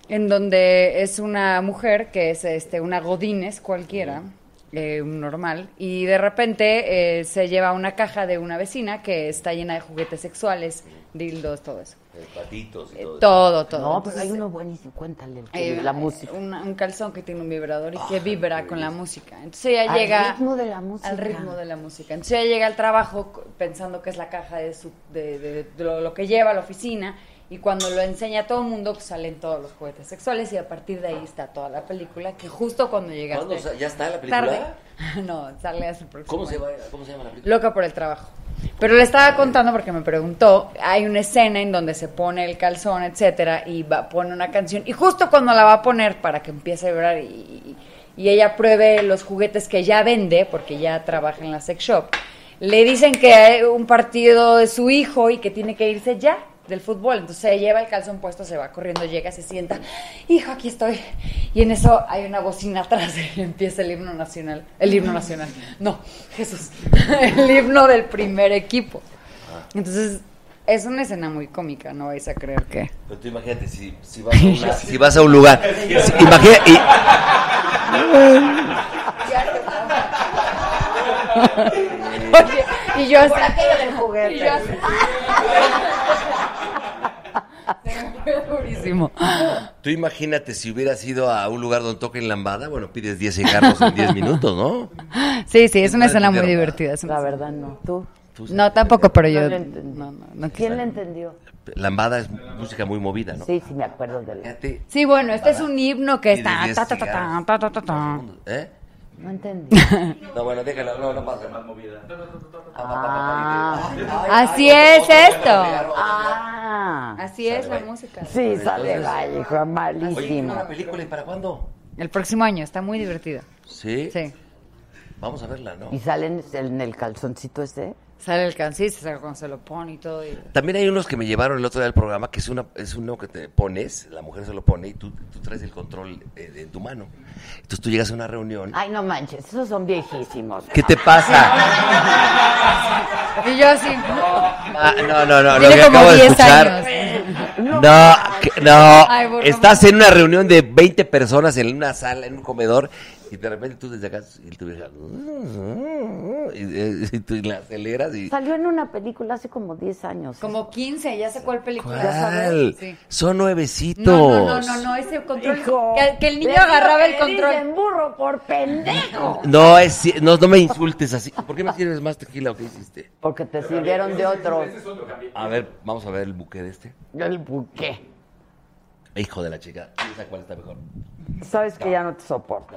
[SPEAKER 15] en donde es una mujer que es este una Godines cualquiera, eh, un normal, y de repente eh, se lleva una caja de una vecina que está llena de juguetes sexuales, dildos, todo eso.
[SPEAKER 16] Eh, Patitos y todo.
[SPEAKER 15] Todo, todo.
[SPEAKER 1] No, pues, pero hay
[SPEAKER 15] Entonces,
[SPEAKER 1] uno buenísimo. Cuéntale. el que-
[SPEAKER 15] eh,
[SPEAKER 1] la música.
[SPEAKER 15] una- un calzón que tiene un vibrador y
[SPEAKER 1] Ah,
[SPEAKER 15] que vibra con la música. Entonces ella
[SPEAKER 1] Al
[SPEAKER 15] llega
[SPEAKER 1] ritmo de la música.
[SPEAKER 15] al ritmo de la música. Entonces ella llega al trabajo c- pensando que es la caja de, su, de, de- de lo, lo que lleva a la oficina y cuando lo enseña a todo el mundo pues salen todos los juguetes sexuales y a partir de ahí está toda la película que justo cuando llegaste
[SPEAKER 16] ¿Cuándo sa- ya está la película?
[SPEAKER 15] tarde- <laughs> no, sale hasta el próximo
[SPEAKER 16] ¿Cómo se,
[SPEAKER 15] año.
[SPEAKER 16] llama, ¿Cómo se llama la película?
[SPEAKER 15] Loca por el trabajo. Pero le estaba contando porque me preguntó, hay una escena en donde se pone el calzón, etcétera, y va, pone una canción, y justo cuando la va a poner para que empiece a llorar y, y- y ella pruebe los juguetes que ya vende, porque ya trabaja en la sex shop, le dicen que hay un partido de su hijo y que tiene que irse ya del fútbol, entonces se lleva el calzón puesto, se va corriendo, llega, se sienta, hijo, aquí estoy, y en eso hay una bocina atrás y empieza el himno nacional, el himno nacional, no, Jesús, <laughs> el himno del primer equipo. Entonces, es una escena muy cómica, no vais a creer que.
[SPEAKER 16] Pero tú imagínate, si, si, vas, a una- si vas a un lugar. si- imagina, y-
[SPEAKER 15] Y yo así-
[SPEAKER 1] Por aquello del juguete.
[SPEAKER 15] Y yo así- Se me fue durísimo.
[SPEAKER 16] Tú imagínate Este, si hubieras ido a un lugar donde toquen lambada, bueno, pides 10 cigarros en 10 minutos, ¿no?
[SPEAKER 15] Sí, sí, es una escena muy
[SPEAKER 16] Pero-
[SPEAKER 15] divertida. La
[SPEAKER 1] verdad no. ¿Tú?
[SPEAKER 15] No, tampoco, pero yo...
[SPEAKER 1] le entendí. ¿Quién le entendió?
[SPEAKER 16] Lambada es música muy movida, ¿no?
[SPEAKER 1] Sí, sí, me acuerdo de
[SPEAKER 15] Sí, bueno, este es un himno que
[SPEAKER 16] Y de
[SPEAKER 15] está...
[SPEAKER 16] diez
[SPEAKER 15] ta, ta, ta, ta, ta, ta, ta, ta.
[SPEAKER 16] ¿Eh?
[SPEAKER 1] No entendí.
[SPEAKER 16] No, bueno, déjala, no, no pasa. Más movida. Ah.
[SPEAKER 15] Así es esto.
[SPEAKER 1] Ah.
[SPEAKER 15] Así es la música.
[SPEAKER 1] Sí, sale la
[SPEAKER 15] ah,
[SPEAKER 1] hijo, malísimo.
[SPEAKER 16] ¿La película y para cuándo?
[SPEAKER 15] El próximo año, está muy divertida.
[SPEAKER 16] ¿Sí?
[SPEAKER 15] Sí.
[SPEAKER 16] Vamos a verla, ¿no?
[SPEAKER 1] ¿Y salen en el calzoncito ese?
[SPEAKER 15] Sale el cancista, sale cuando se lo pone y todo. y-
[SPEAKER 16] También hay unos que me llevaron el otro día al programa, que es, una, es uno que te pones, la mujer se lo pone y tú, tú traes el control eh, de tu mano. Entonces tú llegas a una reunión.
[SPEAKER 1] Ay, no manches, esos son viejísimos.
[SPEAKER 16] ¿Qué te pasa?
[SPEAKER 15] <laughs> Y yo así.
[SPEAKER 16] Ah, no, no, no, lo
[SPEAKER 15] Tiene
[SPEAKER 16] que
[SPEAKER 15] como
[SPEAKER 16] acabo de
[SPEAKER 15] 10
[SPEAKER 16] escuchar.
[SPEAKER 15] años.
[SPEAKER 16] No, que- no.
[SPEAKER 15] Ay, por
[SPEAKER 16] Estás en una reunión de 20 personas en una sala, en un comedor, y de repente tú desde acá y tú dejas- y, y tú la aceleras y.
[SPEAKER 1] Salió en una película hace como 10 años. ¿eh?
[SPEAKER 15] Como 15, ya sé cuál película.
[SPEAKER 16] ¿Cuál?
[SPEAKER 15] Sí.
[SPEAKER 16] Son nuevecitos.
[SPEAKER 15] No, no, no, no, no, ese control. que, que el niño
[SPEAKER 1] les digo
[SPEAKER 15] agarraba
[SPEAKER 1] que
[SPEAKER 15] el
[SPEAKER 1] le
[SPEAKER 15] control.
[SPEAKER 1] dicen burro por pendejo.
[SPEAKER 16] No, es, ci- no, no me insultes así. ¿Por qué me sirves más tequila o qué hiciste?
[SPEAKER 1] Porque te sirvieron de otro.
[SPEAKER 16] A ver, vamos a ver el buque de este.
[SPEAKER 1] El buque.
[SPEAKER 16] Hijo de la chica, piensa cuál está mejor.
[SPEAKER 1] Sabes que ya no te soporto.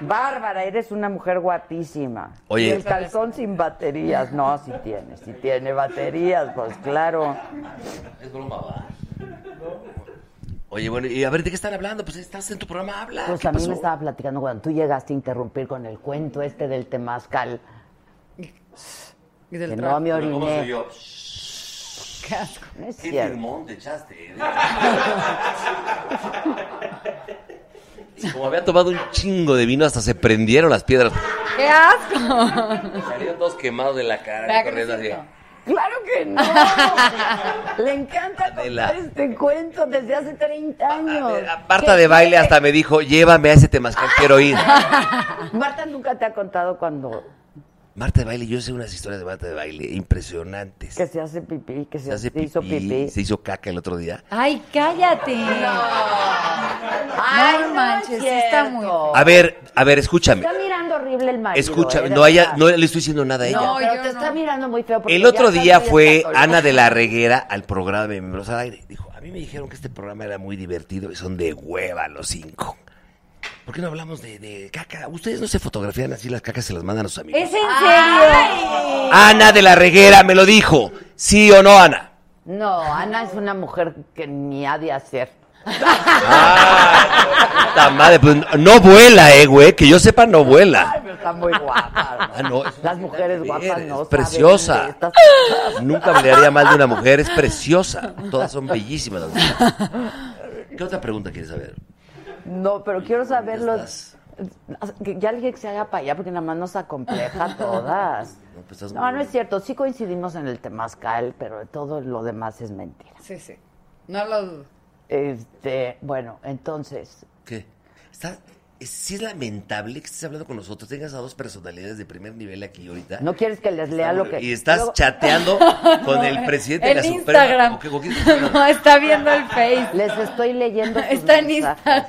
[SPEAKER 1] Bárbara, eres una mujer guapísima.
[SPEAKER 16] Oye.
[SPEAKER 1] Y el calzón sin baterías. No, si tiene, si tiene baterías, pues claro.
[SPEAKER 16] Es broma, va. Oye, bueno, y a ver, ¿de qué están hablando? Pues estás en tu programa, habla.
[SPEAKER 1] Pues
[SPEAKER 16] ¿Qué
[SPEAKER 1] a mí
[SPEAKER 16] pasó?
[SPEAKER 1] me estaba platicando cuando tú llegaste a interrumpir con el cuento este del temazcal. que no me
[SPEAKER 16] Pero, ¿cómo
[SPEAKER 1] oriné.
[SPEAKER 16] soy yo?
[SPEAKER 1] No es
[SPEAKER 16] ¿Qué
[SPEAKER 1] cierto.
[SPEAKER 16] firmón te echaste? Y Como había tomado un chingo de vino, hasta se prendieron las piedras.
[SPEAKER 15] ¡Qué asco!
[SPEAKER 16] <laughs> Salieron dos quemados de la cara.
[SPEAKER 15] Vea
[SPEAKER 16] corriendo así.
[SPEAKER 1] Claro que no. Le encanta
[SPEAKER 16] Adela. Ah,
[SPEAKER 1] contar este cuento desde hace 30 años.
[SPEAKER 16] Marta de baile hasta me dijo, llévame a ese temazcal, quiero ir.
[SPEAKER 1] <laughs> Marta nunca te ha contado cuando
[SPEAKER 16] Marta de baile, yo sé unas historias de Marta de baile impresionantes.
[SPEAKER 1] que se hace pipí, que se,
[SPEAKER 16] Se hace
[SPEAKER 1] se hizo pipí.
[SPEAKER 16] Se hizo caca el otro día.
[SPEAKER 15] Ay, cállate.
[SPEAKER 1] Ay,
[SPEAKER 15] no manches, sí está muy.
[SPEAKER 16] A ver, a ver, escúchame.
[SPEAKER 1] Está mirando horrible el marido.
[SPEAKER 16] Escúchame,
[SPEAKER 1] eh, de
[SPEAKER 16] no, ella,
[SPEAKER 1] verdad.
[SPEAKER 16] no le estoy diciendo nada a ella.
[SPEAKER 1] No, pero te está mirando muy feo. porque
[SPEAKER 16] El
[SPEAKER 1] ya
[SPEAKER 16] otro
[SPEAKER 1] está
[SPEAKER 16] día
[SPEAKER 1] muy
[SPEAKER 16] fue
[SPEAKER 1] escatológico.
[SPEAKER 16] Ana de la Reguera al programa de Miembros al Aire. Dijo, a mí me dijeron que este programa era muy divertido y son de hueva los cinco. ¿Por qué no hablamos de, de caca? ¿Ustedes no se fotografían así las cacas se las mandan a sus amigos?
[SPEAKER 15] ¿Es en serio?
[SPEAKER 16] Ana de la Reguera me lo dijo. ¿Sí o no, Ana?
[SPEAKER 1] No, Ana es una mujer que ni ha de hacer.
[SPEAKER 16] Puta madre, pues, no vuela, eh, güey. Que yo sepa, no vuela.
[SPEAKER 1] Ay, pero está muy
[SPEAKER 16] <laughs>
[SPEAKER 1] guapa.
[SPEAKER 16] Ah, no, es
[SPEAKER 1] Las mujeres guapas no. saben de
[SPEAKER 16] preciosa.
[SPEAKER 1] estas-
[SPEAKER 16] <laughs> Nunca hablaría mal de una mujer, es preciosa. Todas son bellísimas las mujeres. ¿Qué otra pregunta quieres saber?
[SPEAKER 1] No, pero quiero saber los. Que ya alguien que se haga para allá porque nada más nos acompleja a todas.
[SPEAKER 16] <laughs> No, pues, estás
[SPEAKER 1] No, no es cierto. Sí coincidimos en el temazcal, pero todo lo demás es mentira.
[SPEAKER 15] Sí, sí. No lo dudo.
[SPEAKER 1] Este, bueno, entonces,
[SPEAKER 16] ¿Qué? Está, es, sí es lamentable que estés hablando con nosotros, tengas a dos personalidades de primer nivel aquí ahorita.
[SPEAKER 1] ¿no quieres que les lea lo que
[SPEAKER 16] Y estás
[SPEAKER 1] Luego- <laughs>
[SPEAKER 16] chateando con el presidente de la
[SPEAKER 15] en
[SPEAKER 16] Suprema.
[SPEAKER 15] Instagram.
[SPEAKER 16] ¿O qué- o qué- bueno,
[SPEAKER 15] <laughs> No, está viendo el Face.
[SPEAKER 1] Les estoy leyendo.
[SPEAKER 15] Está en Instagram.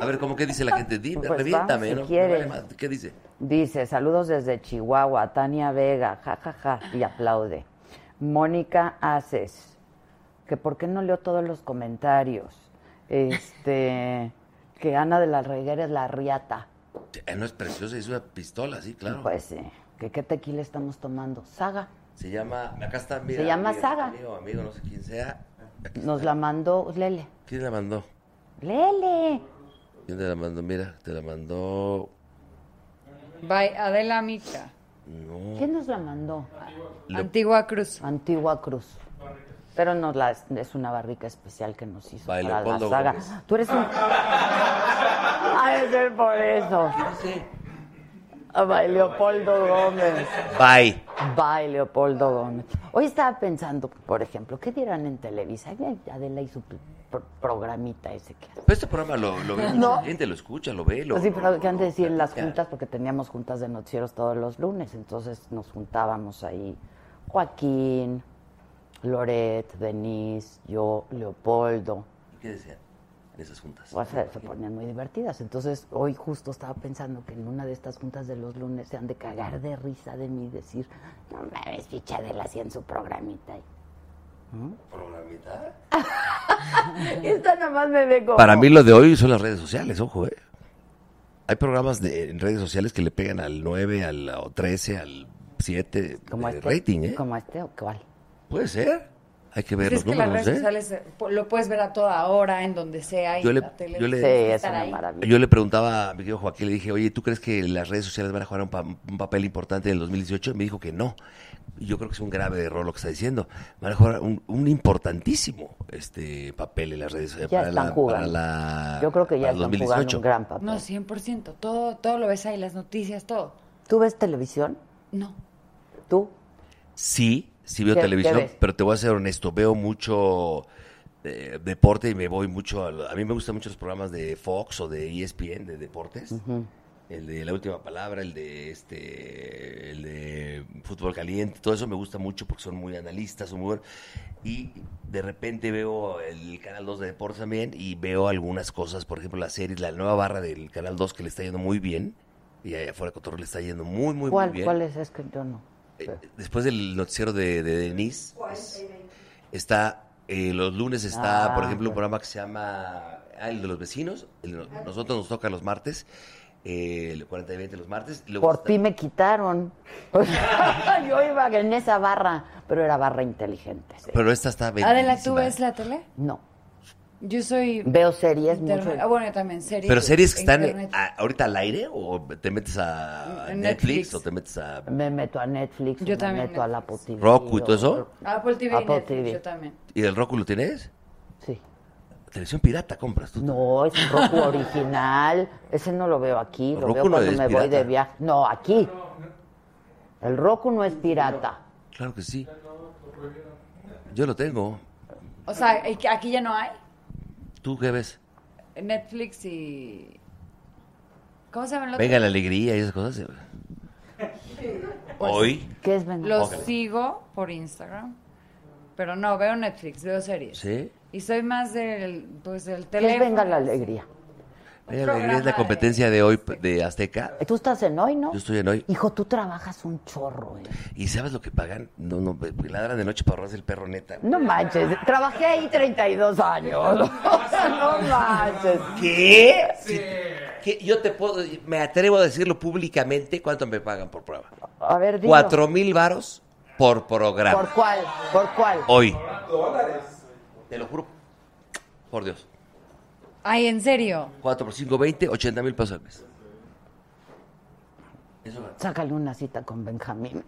[SPEAKER 16] a ver, ¿cómo qué dice la gente? Dime,
[SPEAKER 1] Pues va,
[SPEAKER 16] reviéntame,
[SPEAKER 1] si
[SPEAKER 16] ¿no?
[SPEAKER 1] quieres.
[SPEAKER 16] Me vale madre, ¿Qué dice?
[SPEAKER 1] Dice, saludos desde Chihuahua, Tania Vega, jajaja, y aplaude. Mónica Aces, que por qué no leo todos los comentarios. Este, <laughs> que Ana de la Reguera es la riata.
[SPEAKER 16] Eh, No es preciosa, es una pistola, sí, claro.
[SPEAKER 1] Pues sí, que qué tequila estamos tomando. Saga,
[SPEAKER 16] Se llama, acá está, mira.
[SPEAKER 1] Se llama
[SPEAKER 16] mira,
[SPEAKER 1] Saga.
[SPEAKER 16] Amigo, amigo, no sé quién sea.
[SPEAKER 1] nos la mandó Lele.
[SPEAKER 16] ¿Quién la mandó?
[SPEAKER 1] Lele.
[SPEAKER 16] ¿Quién te la mandó? Mira, te la mandó.
[SPEAKER 15] By Adela Micha.
[SPEAKER 16] No.
[SPEAKER 1] ¿Quién nos la mandó?
[SPEAKER 15] Antigua Cruz.
[SPEAKER 1] Antigua Cruz. Pero no la, es una barrica especial que nos hizo
[SPEAKER 16] By
[SPEAKER 1] para la
[SPEAKER 16] Leopoldo
[SPEAKER 1] saga.
[SPEAKER 16] Gómez.
[SPEAKER 1] Tú eres un... <laughs> Ha de ser por eso. Ah, By Leopoldo Gómez.
[SPEAKER 16] Bye.
[SPEAKER 1] By Leopoldo Gómez. Hoy estaba pensando, por ejemplo, ¿qué dirán en Televisa? Ay, mira, Adela y su pro- programita ese que hace.
[SPEAKER 16] Pero este programa lo, lo ve mucha
[SPEAKER 1] No.
[SPEAKER 16] gente, lo escucha, lo ve, lo...
[SPEAKER 1] Pues Sí, pero que antes decía en las
[SPEAKER 16] platica.
[SPEAKER 1] juntas, porque teníamos juntas de noticieros todos los lunes, entonces nos juntábamos ahí Joaquín, Loret, Denise, yo, Leopoldo.
[SPEAKER 16] ¿Qué decía en esas juntas?
[SPEAKER 1] O sea, se ponían muy divertidas. Entonces, hoy justo estaba pensando que en una de estas juntas de los lunes se han de cagar de risa de mí, decir, no mames, ficha de la hacía en su programita. ¿Mm?
[SPEAKER 16] ¿Programita?
[SPEAKER 1] <laughs> Esta nada más me ve como...
[SPEAKER 16] Para mí lo de hoy son las redes sociales, ojo, ¿eh? Hay programas de, en redes sociales que le pegan al 9, al o 13, al 7 de rating, ¿eh?
[SPEAKER 1] ¿Como este o cuál?
[SPEAKER 16] Puede ser. Hay que ver
[SPEAKER 15] Pues Es
[SPEAKER 16] los
[SPEAKER 15] que las
[SPEAKER 16] números,
[SPEAKER 15] redes
[SPEAKER 16] ¿eh?
[SPEAKER 15] sociales eh, po- lo puedes ver a toda hora, en donde sea, y
[SPEAKER 16] Yo
[SPEAKER 15] en
[SPEAKER 16] le-
[SPEAKER 15] la tele.
[SPEAKER 16] yo le- Sí,
[SPEAKER 15] no tienes que
[SPEAKER 16] es
[SPEAKER 15] estar
[SPEAKER 16] una
[SPEAKER 15] ahí.
[SPEAKER 16] Yo le preguntaba a mi querido Joaquín, le dije, oye, ¿tú crees que las redes sociales van a jugar un, pa- un papel importante en el 2018? Y me dijo que no. Y Yo creo que es un grave error lo que está diciendo. Van a jugar un, un importantísimo este papel en las redes sociales
[SPEAKER 1] Ya
[SPEAKER 16] para,
[SPEAKER 1] están
[SPEAKER 16] la, para
[SPEAKER 1] jugando.
[SPEAKER 16] la-
[SPEAKER 1] Yo creo que ya
[SPEAKER 16] para
[SPEAKER 1] están
[SPEAKER 16] el
[SPEAKER 1] jugando un gran papel.
[SPEAKER 15] No, 100%. Todo, todo lo ves ahí, las noticias, todo.
[SPEAKER 1] ¿Tú ves televisión?
[SPEAKER 15] No.
[SPEAKER 1] ¿Tú?
[SPEAKER 16] Sí, sí veo
[SPEAKER 1] ¿Qué-
[SPEAKER 16] televisión,
[SPEAKER 1] qué ves?
[SPEAKER 16] pero te voy a ser honesto, veo mucho eh, deporte y me voy mucho a... lo- A mí me gustan mucho los programas de Fox o de E ESPN, de deportes. El de La Última Palabra, el de este, el de Fútbol Caliente, todo eso me gusta mucho porque son muy analistas, son muy buenos. Y de repente veo el Canal 2 de Deportes también y veo algunas cosas, por ejemplo, la serie, la nueva barra del Canal 2 que le está yendo muy bien. Y allá afuera de Cotorreo le está yendo muy, muy,
[SPEAKER 1] ¿Cuál,
[SPEAKER 16] muy bien.
[SPEAKER 1] ¿Cuál es? Es que yo no.
[SPEAKER 16] Después del noticiero de, de Denise, es- está, eh, los lunes está,
[SPEAKER 1] Ah,
[SPEAKER 16] por ejemplo,
[SPEAKER 1] bueno.
[SPEAKER 16] un programa que se llama ah, el de los vecinos. el de no- nosotros nos toca los martes, eh, el 40 y 20 los martes. y luego
[SPEAKER 1] Por
[SPEAKER 16] está-
[SPEAKER 1] ti me quitaron. <laughs> O sea, yo iba en esa barra, pero era barra inteligente. sí.
[SPEAKER 16] Pero esta está
[SPEAKER 15] Adela, ¿tú
[SPEAKER 16] bellísima.
[SPEAKER 15] ves la tele?
[SPEAKER 1] No.
[SPEAKER 15] Yo soy...
[SPEAKER 1] Veo series
[SPEAKER 15] internet-
[SPEAKER 1] mucho.
[SPEAKER 15] Ah, bueno, yo también, series.
[SPEAKER 16] Pero series que están
[SPEAKER 15] internet.
[SPEAKER 16] a- Ah, ahorita al aire o te metes a
[SPEAKER 15] Netflix.
[SPEAKER 16] Netflix, o te metes a
[SPEAKER 1] Me meto a Netflix,
[SPEAKER 15] Yo
[SPEAKER 1] me
[SPEAKER 15] también
[SPEAKER 1] meto a la putilla.
[SPEAKER 16] Roku y todo eso.
[SPEAKER 15] Apple TV y
[SPEAKER 1] Apple
[SPEAKER 15] Netflix,
[SPEAKER 1] TV.
[SPEAKER 15] yo también.
[SPEAKER 16] ¿Y el Roku lo tienes?
[SPEAKER 1] Sí.
[SPEAKER 16] Televisión pirata compras tú.
[SPEAKER 1] No, es Roku
[SPEAKER 16] <laughs>
[SPEAKER 1] original. Ese no lo veo aquí, lo
[SPEAKER 16] Roku
[SPEAKER 1] veo
[SPEAKER 16] no
[SPEAKER 1] cuando
[SPEAKER 16] es
[SPEAKER 1] me voy de
[SPEAKER 16] pirata.
[SPEAKER 1] viaje. No, aquí. El Roku no es pirata.
[SPEAKER 16] Claro que sí. Yo lo tengo.
[SPEAKER 15] O sea, ¿y que aquí ya no hay
[SPEAKER 16] ¿Tú qué ves?
[SPEAKER 15] Netflix y... ¿Cómo se llaman los
[SPEAKER 16] Venga la alegría y esas cosas. Hoy.
[SPEAKER 1] ¿Qué es venga?
[SPEAKER 15] Los
[SPEAKER 16] Ok.
[SPEAKER 15] sigo por Instagram, pero no, veo Netflix, veo series.
[SPEAKER 16] ¿Sí?
[SPEAKER 15] Y soy más del, pues, del
[SPEAKER 1] ¿Qué es
[SPEAKER 15] teléfono.
[SPEAKER 1] venga la alegría?
[SPEAKER 16] Venga la alegría es la competencia de hoy de Azteca.
[SPEAKER 1] Tú estás en hoy, ¿no?
[SPEAKER 16] Yo estoy en hoy.
[SPEAKER 1] Hijo, tú trabajas un chorro. ¿eh?
[SPEAKER 16] ¿Y sabes lo que pagan? No, no, porque ladran de noche para ahorrarse el perro neta.
[SPEAKER 1] No manches, trabajé ahí 32 años. <laughs> no manches.
[SPEAKER 16] ¿Qué? ¿Qué? Yo te puedo, me atrevo a decirlo públicamente, ¿cuánto me pagan por programa?
[SPEAKER 1] A ver, dilo.
[SPEAKER 16] Cuatro mil varos por programa.
[SPEAKER 1] ¿Por cuál? ¿Por cuál?
[SPEAKER 16] Hoy. Te lo juro. Por Dios.
[SPEAKER 15] Ay, ¿en serio?
[SPEAKER 16] 4 por 5, 20, 80 mil pesos al mes.
[SPEAKER 1] Sácale una cita con
[SPEAKER 15] <laughs>
[SPEAKER 1] Benjamín.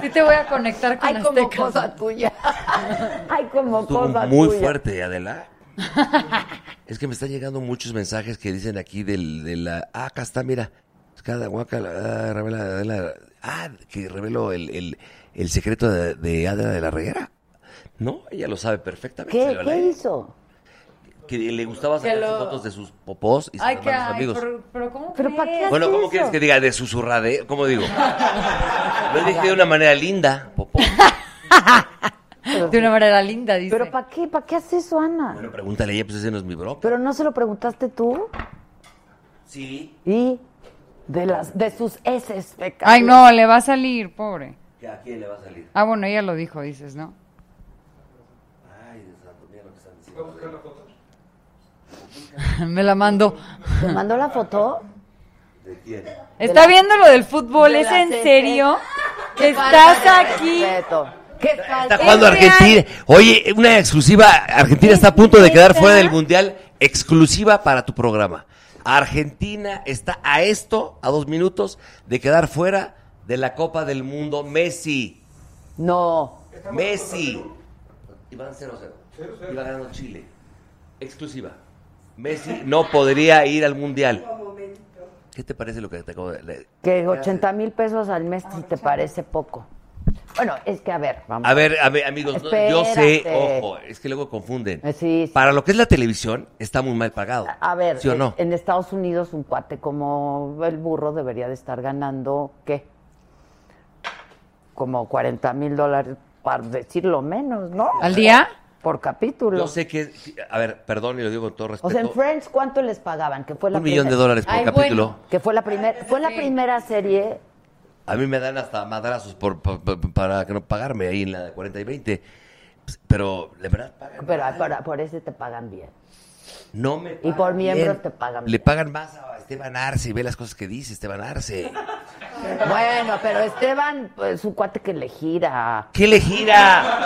[SPEAKER 15] Sí te voy a conectar con
[SPEAKER 1] Ay, como
[SPEAKER 15] Azteca.
[SPEAKER 1] cosa
[SPEAKER 15] <laughs>
[SPEAKER 1] tuya. Ay, como
[SPEAKER 16] Estuvo
[SPEAKER 1] cosa
[SPEAKER 16] muy
[SPEAKER 1] tuya.
[SPEAKER 16] fuerte, Adela. es que me están llegando muchos mensajes que dicen aquí del, de la... Ah, acá está, mira. Cada guaca, la- ah, revela, Adela. Ah, que reveló el, el, el secreto de, de Adela de la Reguera. No, ella lo sabe perfectamente.
[SPEAKER 1] ¿Qué,
[SPEAKER 16] salió al
[SPEAKER 1] ¿qué
[SPEAKER 16] aire.
[SPEAKER 1] hizo?
[SPEAKER 16] Que le gustaba
[SPEAKER 15] Que
[SPEAKER 16] sacar
[SPEAKER 15] lo-
[SPEAKER 16] sus fotos de sus popós y se
[SPEAKER 15] Ay,
[SPEAKER 16] las
[SPEAKER 15] que,
[SPEAKER 16] manda a sus
[SPEAKER 15] ay,
[SPEAKER 16] amigos.
[SPEAKER 15] pero, pero ¿cómo
[SPEAKER 1] ¿Pero para qué
[SPEAKER 16] Bueno,
[SPEAKER 1] hace
[SPEAKER 16] ¿cómo
[SPEAKER 1] eso?
[SPEAKER 16] quieres que diga? De susurrade, ¿cómo
[SPEAKER 15] <laughs>
[SPEAKER 16] digo? Lo dije de una manera linda, popó.
[SPEAKER 15] De una manera linda, dice.
[SPEAKER 1] ¿Pero para qué? ¿Para qué hace eso, Ana?
[SPEAKER 16] Pregúntale a ella, pues ese no es mi bro.
[SPEAKER 1] ¿Pero no se lo preguntaste tú?
[SPEAKER 16] Sí.
[SPEAKER 1] ¿Y? De las, de sus heces, pecado.
[SPEAKER 15] Ay, no, le va a salir, pobre.
[SPEAKER 16] ¿Que ¿A quién le va a salir?
[SPEAKER 15] Ah, bueno, ella lo dijo, dices, ¿no?
[SPEAKER 16] Ay, Dios santo, mira lo que están diciendo.
[SPEAKER 15] <laughs> Me la mandó.
[SPEAKER 1] ¿Te mandó la foto?
[SPEAKER 16] ¿De quién?
[SPEAKER 15] ¿Está viendo lo del fútbol?
[SPEAKER 1] De
[SPEAKER 15] ¿Es
[SPEAKER 1] las
[SPEAKER 15] en
[SPEAKER 1] heces.
[SPEAKER 15] serio?
[SPEAKER 1] <laughs> Qué
[SPEAKER 15] ¿Estás
[SPEAKER 1] falta de
[SPEAKER 15] aquí?
[SPEAKER 1] respeto. ¿Qué falta?
[SPEAKER 16] Está jugando
[SPEAKER 15] Es real.
[SPEAKER 16] Argentina. Oye, una exclusiva. Argentina está a punto de quedar fuera del Mundial. Exclusiva para tu programa. Argentina está a esto, a dos minutos, de quedar fuera de la Copa del Mundo. Messi.
[SPEAKER 1] No.
[SPEAKER 16] Messi. Iban 0-0. Iba ganando Chile. Exclusiva. Messi no podría ir al Mundial. ¿Qué te parece lo que te acabo de...
[SPEAKER 1] Que 80 mil pesos al mes, si te parece poco. Bueno, es que a ver, vamos.
[SPEAKER 16] A ver, a ver, amigos, no, yo sé,
[SPEAKER 1] Espérate.
[SPEAKER 16] ojo, es que luego confunden.
[SPEAKER 1] Eh, Sí, sí.
[SPEAKER 16] Para lo que es la televisión, está muy mal pagado.
[SPEAKER 1] A ver,
[SPEAKER 16] ¿Sí o
[SPEAKER 1] en-
[SPEAKER 16] no?
[SPEAKER 1] en Estados Unidos un cuate como el burro debería de estar ganando, ¿qué? Como 40 mil dólares, para decirlo menos, ¿no?
[SPEAKER 15] ¿Al día?
[SPEAKER 1] Por capítulo.
[SPEAKER 16] Yo sé que, a ver, perdón y lo digo con todo respeto.
[SPEAKER 1] O sea, en Friends, ¿cuánto les pagaban? Que fue la
[SPEAKER 16] Un millón
[SPEAKER 1] primera-
[SPEAKER 16] de dólares por Ay, capítulo. bueno.
[SPEAKER 1] Que fue la primera, fue la primera serie.
[SPEAKER 16] A mí me dan hasta madrazos por, por- por- para que no pagarme ahí en la de 40 y 20. Pues, Pero, la verdad,
[SPEAKER 1] Pero por, por ese te pagan bien.
[SPEAKER 16] no me
[SPEAKER 1] Y por
[SPEAKER 16] pagan
[SPEAKER 1] miembros
[SPEAKER 16] bien.
[SPEAKER 1] te pagan
[SPEAKER 16] Le pagan más a Esteban Arce y ve las cosas que dice Esteban Arce.
[SPEAKER 1] Bueno, pero Esteban pues, es un cuate que le gira.
[SPEAKER 16] ¿Qué le gira?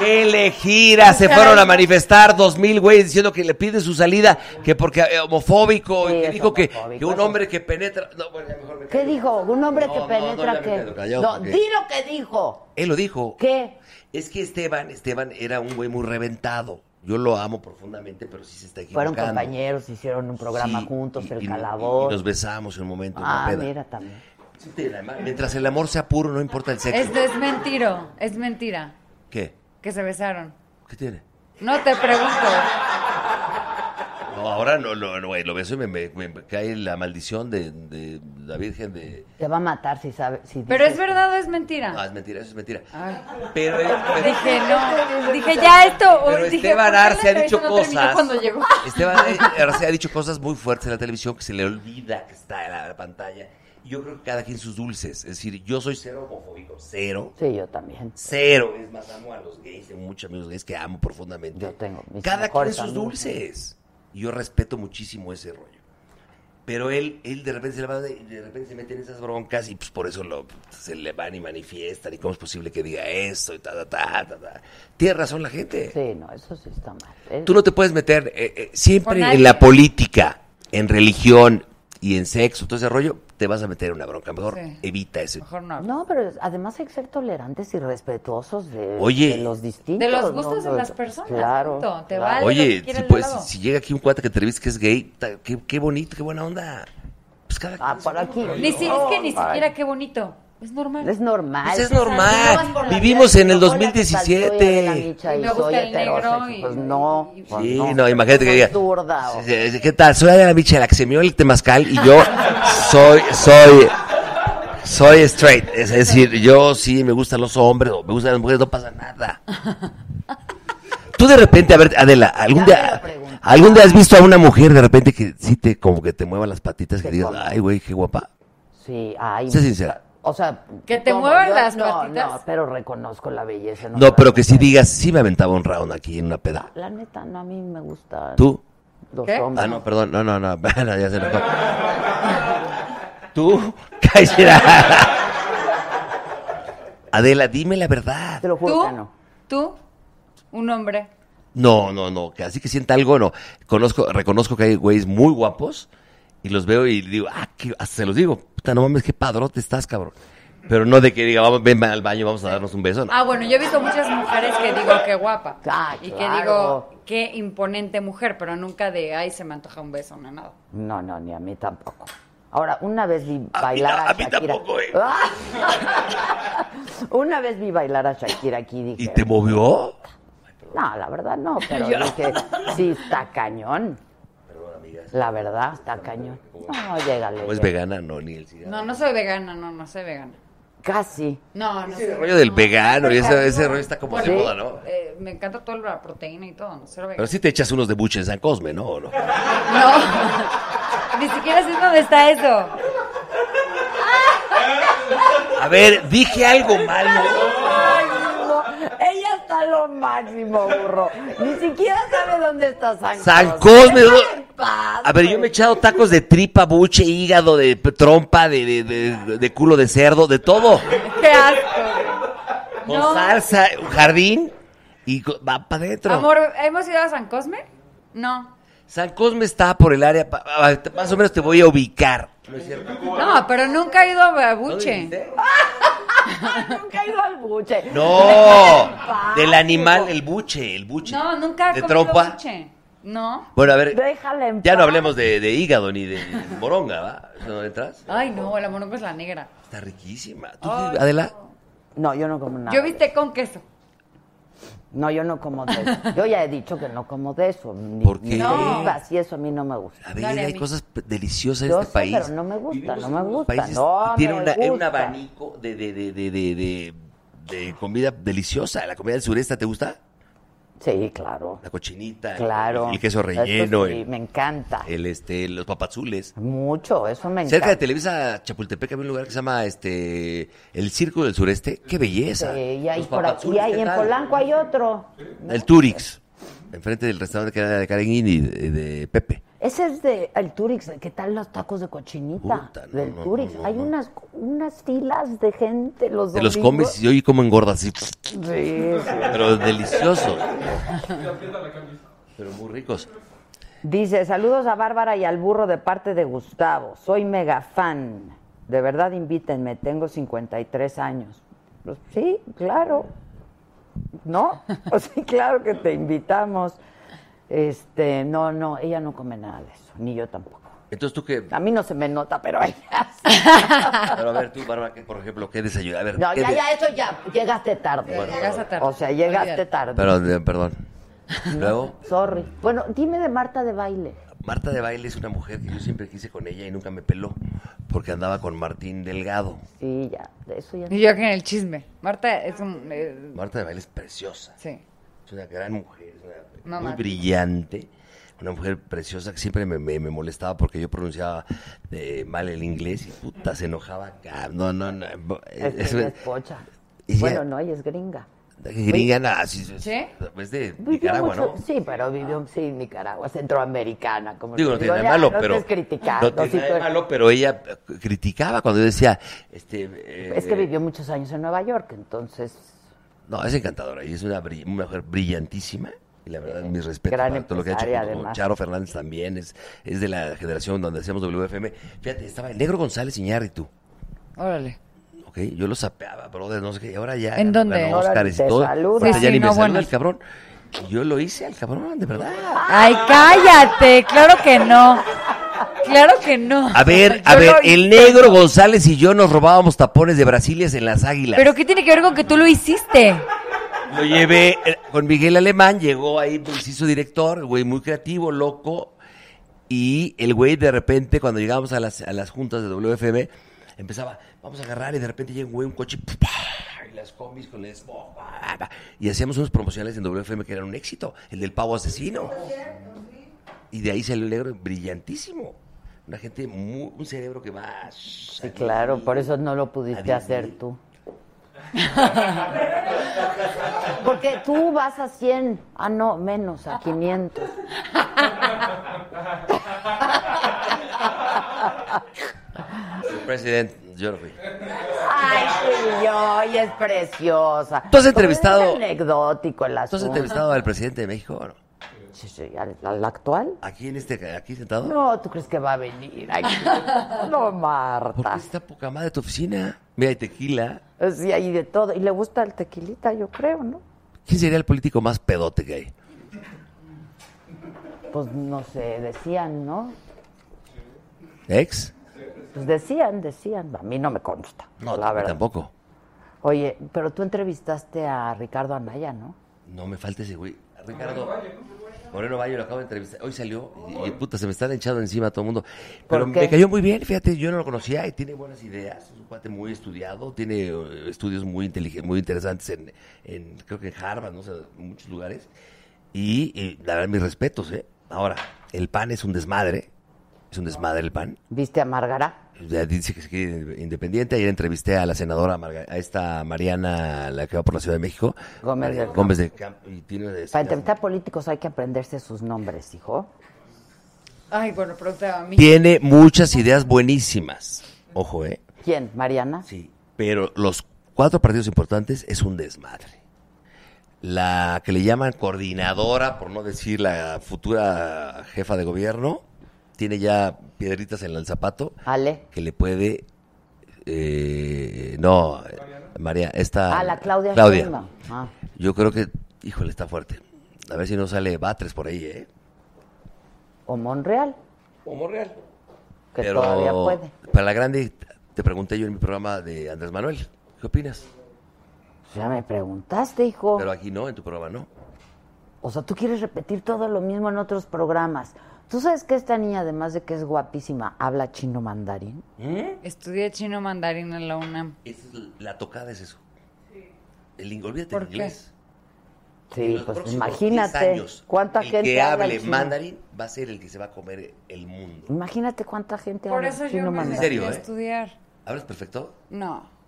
[SPEAKER 16] ¿Qué le gira? Se fueron a manifestar dos mil güeyes diciendo que le piden su salida, que porque eh, homofóbico, y que dijo que, que un hombre que penetra... No, bueno, ya mejor me
[SPEAKER 1] ¿Qué dijo? Un hombre
[SPEAKER 16] No,
[SPEAKER 1] que
[SPEAKER 16] no,
[SPEAKER 1] penetra
[SPEAKER 16] no, ya me
[SPEAKER 1] que.
[SPEAKER 16] quedo callado,
[SPEAKER 1] no,
[SPEAKER 16] porque-
[SPEAKER 1] di lo que dijo.
[SPEAKER 16] Él lo dijo.
[SPEAKER 1] ¿Qué?
[SPEAKER 16] Es que Esteban, Esteban era un güey muy reventado. Yo lo amo profundamente, pero sí se está equivocando.
[SPEAKER 1] Fueron compañeros, hicieron un programa
[SPEAKER 16] Sí,
[SPEAKER 1] juntos,
[SPEAKER 16] y-
[SPEAKER 1] el
[SPEAKER 16] y-
[SPEAKER 1] calabozo.
[SPEAKER 16] y nos besamos en un momento. en una
[SPEAKER 1] ah,
[SPEAKER 16] peda.
[SPEAKER 1] mira también.
[SPEAKER 16] Mientras el amor sea puro, no importa el sexo.
[SPEAKER 15] Es, es mentiro, es mentira
[SPEAKER 16] ¿Qué?
[SPEAKER 15] que se besaron.
[SPEAKER 16] ¿Qué tiene?
[SPEAKER 15] No te pregunto.
[SPEAKER 16] No, ahora no, no, no, güey, lo beso y me, me- me cae la maldición de, de la Virgen de...
[SPEAKER 1] Te va a matar si sabe. Si
[SPEAKER 15] Pero es
[SPEAKER 1] dices-
[SPEAKER 15] verdad o es mentira.
[SPEAKER 16] No, es mentira, eso es mentira.
[SPEAKER 15] Ay.
[SPEAKER 16] Pero, eh, pero-
[SPEAKER 15] Dije,
[SPEAKER 1] <laughs>
[SPEAKER 15] no. Dije, ya esto.
[SPEAKER 16] Pero
[SPEAKER 15] dije,
[SPEAKER 16] Esteban
[SPEAKER 15] ¿por qué la
[SPEAKER 16] Arce ha dicho
[SPEAKER 15] entrevista no terminó
[SPEAKER 16] cosas.
[SPEAKER 15] cuando llegó?
[SPEAKER 16] Esteban eh, Arce ha dicho cosas muy fuertes en la televisión que se le olvida que está en la, la pantalla. Yo creo que cada quien sus dulces. Es decir, yo soy cero homofóbico. Cero.
[SPEAKER 1] Sí, yo también.
[SPEAKER 16] Cero. Es más, amo a los gays. Tengo muchos amigos gays que amo profundamente. Yo
[SPEAKER 1] tengo.
[SPEAKER 16] Cada quien
[SPEAKER 1] mejores
[SPEAKER 16] sus
[SPEAKER 1] amigos.
[SPEAKER 16] dulces. Y Yo respeto muchísimo ese rollo. Pero él, él de repente se le va de, de repente se mete en esas broncas y pues por eso lo, se le van y manifiestan y cómo es posible que diga esto y ta ta ta ta. ta. Tiene razón la gente.
[SPEAKER 1] Sí, no, eso sí está mal. Es-
[SPEAKER 16] Tú no te puedes meter eh, eh, siempre
[SPEAKER 1] Con nadie.
[SPEAKER 16] en la política, en religión y en sexo, todo ese rollo, te vas a meter en una bronca. Mejor
[SPEAKER 1] Sí.
[SPEAKER 16] evita ese.
[SPEAKER 1] no. pero además hay que ser tolerantes y respetuosos de,
[SPEAKER 16] Oye.
[SPEAKER 1] de los distintos.
[SPEAKER 15] De los
[SPEAKER 1] ¿no?
[SPEAKER 15] gustos de
[SPEAKER 1] No,
[SPEAKER 15] las personas.
[SPEAKER 1] Claro.
[SPEAKER 15] punto. Te
[SPEAKER 1] claro.
[SPEAKER 15] vale
[SPEAKER 16] Oye,
[SPEAKER 15] lo que
[SPEAKER 16] si,
[SPEAKER 15] quiera
[SPEAKER 16] pues,
[SPEAKER 15] el
[SPEAKER 16] si llega aquí un cuate que te revisa que es gay, ta- qué, qué bonito, qué buena onda. Pues cada
[SPEAKER 1] Ah, por aquí.
[SPEAKER 15] lado. Ni si- es que ni
[SPEAKER 16] Ay.
[SPEAKER 15] siquiera qué bonito. Es normal.
[SPEAKER 1] Es normal.
[SPEAKER 16] Pues es
[SPEAKER 15] O sea, no vas
[SPEAKER 16] normal.
[SPEAKER 15] por la
[SPEAKER 16] Vivimos
[SPEAKER 15] vida
[SPEAKER 16] en el
[SPEAKER 15] diciendo, "Hola, ¿qué tal? Soy
[SPEAKER 16] 2017.
[SPEAKER 1] Micha, y
[SPEAKER 15] Me gusta
[SPEAKER 1] soy
[SPEAKER 15] el negro
[SPEAKER 1] heterosexual.
[SPEAKER 15] y-
[SPEAKER 1] Pues no. pues
[SPEAKER 16] Sí, no, imagínate que
[SPEAKER 1] Soy
[SPEAKER 16] diga.
[SPEAKER 1] zurda, o-
[SPEAKER 16] "Sí, sí, sí, ¿Qué tal? Soy Adela Micha, la que se mió el temazcal y
[SPEAKER 1] <laughs>
[SPEAKER 16] yo soy, soy, soy straight. Es decir, yo sí me gustan los hombres, o me gustan las mujeres, no pasa nada. Tú de repente, a ver, Adela, algún día, algún día has visto a una mujer de repente que sí te, como que te mueva las patitas, que digas, ay, güey, qué guapa.
[SPEAKER 1] Sí, ay.
[SPEAKER 16] Sé sincera.
[SPEAKER 1] O sea,
[SPEAKER 15] Que te
[SPEAKER 1] ¿cómo?
[SPEAKER 15] muevan
[SPEAKER 1] Yo-
[SPEAKER 15] las
[SPEAKER 1] no,
[SPEAKER 15] patitas.
[SPEAKER 1] No, pero reconozco la belleza. en
[SPEAKER 16] No,
[SPEAKER 1] otras
[SPEAKER 16] pero que sí digas, sí me aventaba un round aquí en una peda.
[SPEAKER 1] La neta, no, a mí me gusta.
[SPEAKER 16] ¿Tú?
[SPEAKER 1] Los
[SPEAKER 16] ¿Qué?
[SPEAKER 1] hombres.
[SPEAKER 16] Ah, no, perdón, no, no, no, <laughs> bueno, ya se me fue. ¿Tú? <laughs> Cállate. Adela, dime la verdad.
[SPEAKER 1] Te lo
[SPEAKER 15] ¿Tú? ¿Tú? Un hombre.
[SPEAKER 16] No, no, no, que así que sienta algo, no. Conozco, reconozco que hay güeyes muy guapos y los veo y digo, ah, qué- hasta se los digo, puta, no mames, qué padrote estás, cabrón. Pero no de que diga, vamos, ven al baño, vamos a darnos un beso, no.
[SPEAKER 15] Ah, bueno, yo he visto muchas mujeres que digo, qué guapa. y que
[SPEAKER 1] Ah, claro.
[SPEAKER 15] digo, qué imponente mujer, pero nunca de, ay, se me antoja un beso, no nada.
[SPEAKER 1] No, no, ni a mí tampoco. Ahora, una vez vi bailar a, Shakira.
[SPEAKER 16] tampoco, eh.
[SPEAKER 1] ¡Ah! <laughs> una vez vi bailar a Shakira aquí dije.
[SPEAKER 16] ¿Y te movió?
[SPEAKER 1] No, la verdad no,
[SPEAKER 16] <laughs>
[SPEAKER 1] pero
[SPEAKER 16] Yo-
[SPEAKER 1] dije, sí, está cañón. La verdad, está cañón. No, llégale.
[SPEAKER 16] No
[SPEAKER 1] llégale.
[SPEAKER 16] es vegana, no, ni el cigarro.
[SPEAKER 15] No, no soy vegana, no, no soy vegana.
[SPEAKER 1] Casi.
[SPEAKER 15] No, no Eh,
[SPEAKER 16] El rollo del vegano y ese, ese rollo está como de moda, ¿no?
[SPEAKER 15] me encanta toda la proteína y todo, no soy vegana.
[SPEAKER 16] Pero sí te echas unos de buche en San Cosme, ¿no? ¿O no?
[SPEAKER 15] No, <laughs> ni siquiera sé dónde está eso.
[SPEAKER 16] A ver, dije algo malo.
[SPEAKER 1] Máximo. Ella está lo máximo, burro. Ni siquiera sabe dónde está San Cosme.
[SPEAKER 16] San Cosme, ¿no?
[SPEAKER 1] Déjala en paz.
[SPEAKER 16] A ver, yo me he echado tacos de tripa, buche, hígado, de p- trompa, de, de- de- de culo de cerdo, de todo.
[SPEAKER 15] <laughs> Qué asco.
[SPEAKER 16] Con
[SPEAKER 15] No.
[SPEAKER 16] salsa, un jardín y co- va para adentro.
[SPEAKER 15] Amor, ¿hemos ido a San Cosme? No.
[SPEAKER 16] San Cosme está por el área, pa- pa- pa- más o menos te voy a ubicar. No es cierto.
[SPEAKER 15] No, pero nunca he ido a Buche. <laughs>
[SPEAKER 1] Nunca he ido al buche.
[SPEAKER 16] No, del animal, el buche, el buche.
[SPEAKER 15] No, nunca he
[SPEAKER 16] ¿De
[SPEAKER 15] comido
[SPEAKER 16] trompa?
[SPEAKER 15] buche. No.
[SPEAKER 16] Bueno, a ver,
[SPEAKER 1] Déjala en
[SPEAKER 16] ya no
[SPEAKER 1] paz.
[SPEAKER 16] hablemos de, de hígado ni de moronga, ¿va? ¿No entras?
[SPEAKER 15] Ay, no, la moronga es la negra.
[SPEAKER 16] Está riquísima. ¿Tú,
[SPEAKER 15] Ay,
[SPEAKER 16] Adela?
[SPEAKER 15] no.
[SPEAKER 1] No, yo no como nada.
[SPEAKER 15] Yo viste con queso.
[SPEAKER 1] No, yo no como de eso. Yo ya he dicho que no como de eso. Ni,
[SPEAKER 7] ¿Por qué?
[SPEAKER 1] ni
[SPEAKER 7] No.
[SPEAKER 1] tripas y eso a mí no me gusta.
[SPEAKER 7] A ver, hay cosas p- deliciosas en
[SPEAKER 1] Yo
[SPEAKER 7] este
[SPEAKER 1] sé,
[SPEAKER 7] país.
[SPEAKER 1] pero no me gusta, no me gusta.
[SPEAKER 7] países
[SPEAKER 1] no
[SPEAKER 7] que tienen
[SPEAKER 1] me
[SPEAKER 7] una- un
[SPEAKER 1] gusta.
[SPEAKER 7] abanico de, de, de, de, de, de- de comida deliciosa. ¿La comida del sureste te gusta?
[SPEAKER 1] Sí, claro.
[SPEAKER 7] La cochinita, el-
[SPEAKER 1] Claro.
[SPEAKER 7] el, queso
[SPEAKER 1] Eso
[SPEAKER 7] relleno,
[SPEAKER 1] sí,
[SPEAKER 7] el,
[SPEAKER 1] me encanta.
[SPEAKER 7] el, este, los papazules.
[SPEAKER 1] Mucho, eso me encanta.
[SPEAKER 7] Cerca de Televisa Chapultepec había un lugar que se llama este el Círculo del Sureste. ¡Qué belleza!
[SPEAKER 1] Sí, y hay
[SPEAKER 7] Los
[SPEAKER 1] por aquí,
[SPEAKER 7] papazules,
[SPEAKER 1] hay,
[SPEAKER 7] ¿qué
[SPEAKER 1] en
[SPEAKER 7] tal?
[SPEAKER 1] Polanco hay otro.
[SPEAKER 7] El Turix, enfrente del restaurante que era de Karen y de, de Pepe.
[SPEAKER 1] Ese es de el Turix, ¿qué tal los tacos de cochinita? del
[SPEAKER 7] no,
[SPEAKER 1] Turix.
[SPEAKER 7] no, no,
[SPEAKER 1] Hay
[SPEAKER 7] no.
[SPEAKER 1] unas unas filas de gente los
[SPEAKER 7] Te los
[SPEAKER 1] domingos.
[SPEAKER 7] comes y hoy como engordas así.
[SPEAKER 1] sí.
[SPEAKER 7] Pero delicioso. Pero muy ricos.
[SPEAKER 1] Dice, saludos a Bárbara y al burro de parte de Gustavo. Soy mega fan. De verdad invítenme, tengo 53 años. Pues, sí, claro. ¿No? <laughs> O sí, claro que te invitamos. Este, no, no, ella no come nada de eso, ni yo tampoco.
[SPEAKER 7] Entonces tú que...
[SPEAKER 1] A mí no se me nota, pero a ella. <laughs>
[SPEAKER 7] Pero a ver tú, Bárbara, que por ejemplo, ¿qué desayunas? A ver,
[SPEAKER 1] No,
[SPEAKER 7] ¿qué
[SPEAKER 1] ya,
[SPEAKER 7] de-
[SPEAKER 1] ya, eso ya, llegaste tarde.
[SPEAKER 7] Bueno,
[SPEAKER 1] llegaste tarde. O sea, llegaste tarde.
[SPEAKER 7] Perdón, eh, perdón. Luego,
[SPEAKER 1] Sorry. Bueno, dime de Marta de baile.
[SPEAKER 7] Marta de Baile es una mujer que yo siempre quise con ella y nunca me peló, porque andaba con Martín Delgado.
[SPEAKER 1] Sí, ya, de eso
[SPEAKER 7] Eh,
[SPEAKER 1] ya.
[SPEAKER 15] Y yo aquí en el chisme. Marta es un. eh,
[SPEAKER 7] Marta de Baile es preciosa.
[SPEAKER 15] sí.
[SPEAKER 7] Es una gran mujer, es una-
[SPEAKER 15] Mamá.
[SPEAKER 7] muy brillante. Una mujer preciosa que siempre me, me- me molestaba porque yo pronunciaba eh, mal el inglés y puta, se enojaba. ca- No, no, no.
[SPEAKER 16] eh,
[SPEAKER 1] Es, que
[SPEAKER 7] Es
[SPEAKER 1] ella
[SPEAKER 7] una-
[SPEAKER 1] es pocha.
[SPEAKER 7] Y ya-
[SPEAKER 1] Bueno, no, ella es gringa.
[SPEAKER 7] gringa, nada, sí, sí,
[SPEAKER 1] ¿Sí?
[SPEAKER 7] Es de
[SPEAKER 1] Vivió
[SPEAKER 7] Nicaragua,
[SPEAKER 1] mucho-
[SPEAKER 7] ¿no?
[SPEAKER 1] Sí, pero vivió, sí, en Nicaragua, centroamericana. Como
[SPEAKER 7] Digo,
[SPEAKER 1] te
[SPEAKER 7] no tiene nada
[SPEAKER 1] ya,
[SPEAKER 7] de malo,
[SPEAKER 1] no
[SPEAKER 7] pero.
[SPEAKER 1] estés criticando,
[SPEAKER 7] no tiene
[SPEAKER 1] si
[SPEAKER 7] nada
[SPEAKER 1] tú
[SPEAKER 7] de
[SPEAKER 1] eres-
[SPEAKER 7] malo, pero ella eh, criticaba cuando yo decía. Este, eh,
[SPEAKER 1] Es que vivió muchos años en Nueva York, entonces.
[SPEAKER 7] No, es encantadora y es una, bri- una mujer brillantísima. Y la verdad, mis respetos
[SPEAKER 1] gran
[SPEAKER 7] para todo lo que ha hecho.
[SPEAKER 1] empresaria,
[SPEAKER 7] junto con
[SPEAKER 1] además.
[SPEAKER 7] Charo Fernández también es, es de la generación donde hacíamos WFM. Fíjate, estaba el negro González Iñárritu,
[SPEAKER 15] Órale.
[SPEAKER 7] ¿ok? Yo lo sapeaba, brother, no sé qué. Y ahora ya.
[SPEAKER 15] ¿En dónde?
[SPEAKER 7] ganó
[SPEAKER 15] Ahora
[SPEAKER 7] Óscares
[SPEAKER 15] te
[SPEAKER 7] y todo.
[SPEAKER 15] saluda.
[SPEAKER 7] Ahorita
[SPEAKER 15] Sí,
[SPEAKER 7] ya
[SPEAKER 15] sí,
[SPEAKER 7] ni
[SPEAKER 15] no,
[SPEAKER 7] me saluda
[SPEAKER 15] bueno.
[SPEAKER 7] el cabrón. Y Yo lo hice al cabrón, de verdad.
[SPEAKER 15] Ay, cállate. Claro que no. Claro que no.
[SPEAKER 7] A ver, a
[SPEAKER 15] Yo
[SPEAKER 7] ver,
[SPEAKER 15] lo-
[SPEAKER 7] el negro González y yo nos robábamos tapones de Brasilias en las águilas.
[SPEAKER 15] Pero ¿qué tiene que ver con que tú lo hiciste?
[SPEAKER 7] Lo llevé eh, con Miguel Alemán, llegó ahí, pues, hizo director, güey, muy creativo, loco. Y el güey de repente, cuando llegábamos a las, a las juntas de WFM, empezaba, vamos a agarrar, y de repente llega un güey, un coche, ¡pum! ¡pah! y las combis con el smog, ¡pah! ¡pah! y hacíamos unos promocionales en WFM que eran un éxito, el del pavo asesino. Y de ahí salió el negro brillantísimo. Una gente, muy- un cerebro que va... Sí,
[SPEAKER 1] Claro, por eso no lo pudiste
[SPEAKER 7] Adivina.
[SPEAKER 1] hacer tú. <laughs> Porque tú vas a 100. Ah, no, menos, a
[SPEAKER 7] <laughs>
[SPEAKER 1] 500.
[SPEAKER 7] Presidente, yo lo fui.
[SPEAKER 1] Ay, sí, yo, y es preciosa.
[SPEAKER 7] ¿Tú has entrevistado-
[SPEAKER 1] Es anecdótico el
[SPEAKER 7] ¿Tú has
[SPEAKER 1] asunto.
[SPEAKER 7] entrevistado al presidente de México o no?
[SPEAKER 1] Sí, sí, ¿al, al actual?
[SPEAKER 7] ¿Aquí en este, aquí sentado?
[SPEAKER 1] No, ¿tú crees que va a venir? Ay, no, Marta.
[SPEAKER 7] Está poca madre tu oficina. Mira, hay tequila.
[SPEAKER 1] Sí, hay de todo. Y le gusta el tequilita, yo creo, ¿no?
[SPEAKER 7] ¿Quién sería el político más pedote que hay?
[SPEAKER 1] Pues no sé, decían, ¿no?
[SPEAKER 7] ¿Ex?
[SPEAKER 1] Pues decían, decían. A mí no me consta.
[SPEAKER 7] No,
[SPEAKER 1] la verdad.
[SPEAKER 7] tampoco.
[SPEAKER 1] Oye, pero tú entrevistaste a Ricardo Anaya, ¿no?
[SPEAKER 7] No me falta ese güey. Ricardo. Moreno Valle lo acabo de entrevistar. Hoy salió y, y, puta, se me están echando encima a todo el mundo. Pero
[SPEAKER 1] ¿Por qué?
[SPEAKER 7] me cayó muy bien, fíjate, yo no lo conocía y tiene buenas ideas. Es un cuate muy estudiado, tiene eh, estudios muy inteligentes, muy interesantes en, en, creo que en Harvard, no sé, en muchos lugares. Y, eh, la verdad, mis respetos, ¿eh? Ahora, el pan es un desmadre. Es un desmadre el pan.
[SPEAKER 1] ¿Viste a Margará?
[SPEAKER 7] Ya dice que es que independiente. Ayer entrevisté a la senadora, Marga- a esta Mariana, la que va por la Ciudad de México.
[SPEAKER 1] Gómez
[SPEAKER 7] María-
[SPEAKER 1] del Campo.
[SPEAKER 7] Gómez del Campo. Y tiene una de
[SPEAKER 1] Para entrevistar políticos hay que aprenderse sus nombres, hijo.
[SPEAKER 15] Ay, bueno, preguntaba a mí.
[SPEAKER 7] Tiene muchas ideas buenísimas. Ojo, ¿eh?
[SPEAKER 1] ¿Quién? ¿Mariana?
[SPEAKER 7] Sí. Pero los cuatro partidos importantes es un desmadre. La que le llaman coordinadora, por no decir la futura jefa de gobierno, tiene ya piedritas en el zapato.
[SPEAKER 1] Ale.
[SPEAKER 7] Que le puede. eh, no, eh, María, esta.
[SPEAKER 1] Ah, la Claudia Sheinbaum. Ah.
[SPEAKER 7] Yo creo que, híjole, está fuerte. A ver si no sale Batres por ahí, ¿eh?
[SPEAKER 1] O Monreal.
[SPEAKER 7] O Monreal.
[SPEAKER 1] Que todavía puede.
[SPEAKER 7] Para la grande, te pregunté yo en mi programa de Andrés Manuel, ¿qué opinas?
[SPEAKER 1] Ya me preguntaste, hijo.
[SPEAKER 16] Pero aquí no, en tu programa no.
[SPEAKER 1] O sea, tú quieres repetir todo lo mismo en otros programas. ¿Tú sabes que esta niña, además de que es guapísima, habla chino mandarín?
[SPEAKER 15] Estudié chino mandarín en la UNAM.
[SPEAKER 16] Esa es la- la tocada es eso. El ing- olvídate del
[SPEAKER 15] ¿Por qué?
[SPEAKER 16] inglés. En
[SPEAKER 1] Sí,
[SPEAKER 16] los
[SPEAKER 1] pues
[SPEAKER 16] próximos
[SPEAKER 1] imagínate
[SPEAKER 16] 10 años,
[SPEAKER 1] cuánta
[SPEAKER 16] el
[SPEAKER 1] gente
[SPEAKER 16] que
[SPEAKER 1] habla
[SPEAKER 16] hable
[SPEAKER 1] chino.
[SPEAKER 16] mandarín va a ser el que se va a comer el mundo.
[SPEAKER 1] Imagínate cuánta gente
[SPEAKER 15] Por
[SPEAKER 1] habla
[SPEAKER 15] eso
[SPEAKER 1] chino
[SPEAKER 15] yo me
[SPEAKER 16] ¿En
[SPEAKER 1] mandarín.
[SPEAKER 16] serio,
[SPEAKER 15] metí a
[SPEAKER 16] eh?
[SPEAKER 15] estudiar.
[SPEAKER 16] ¿Hablas perfecto?
[SPEAKER 15] No.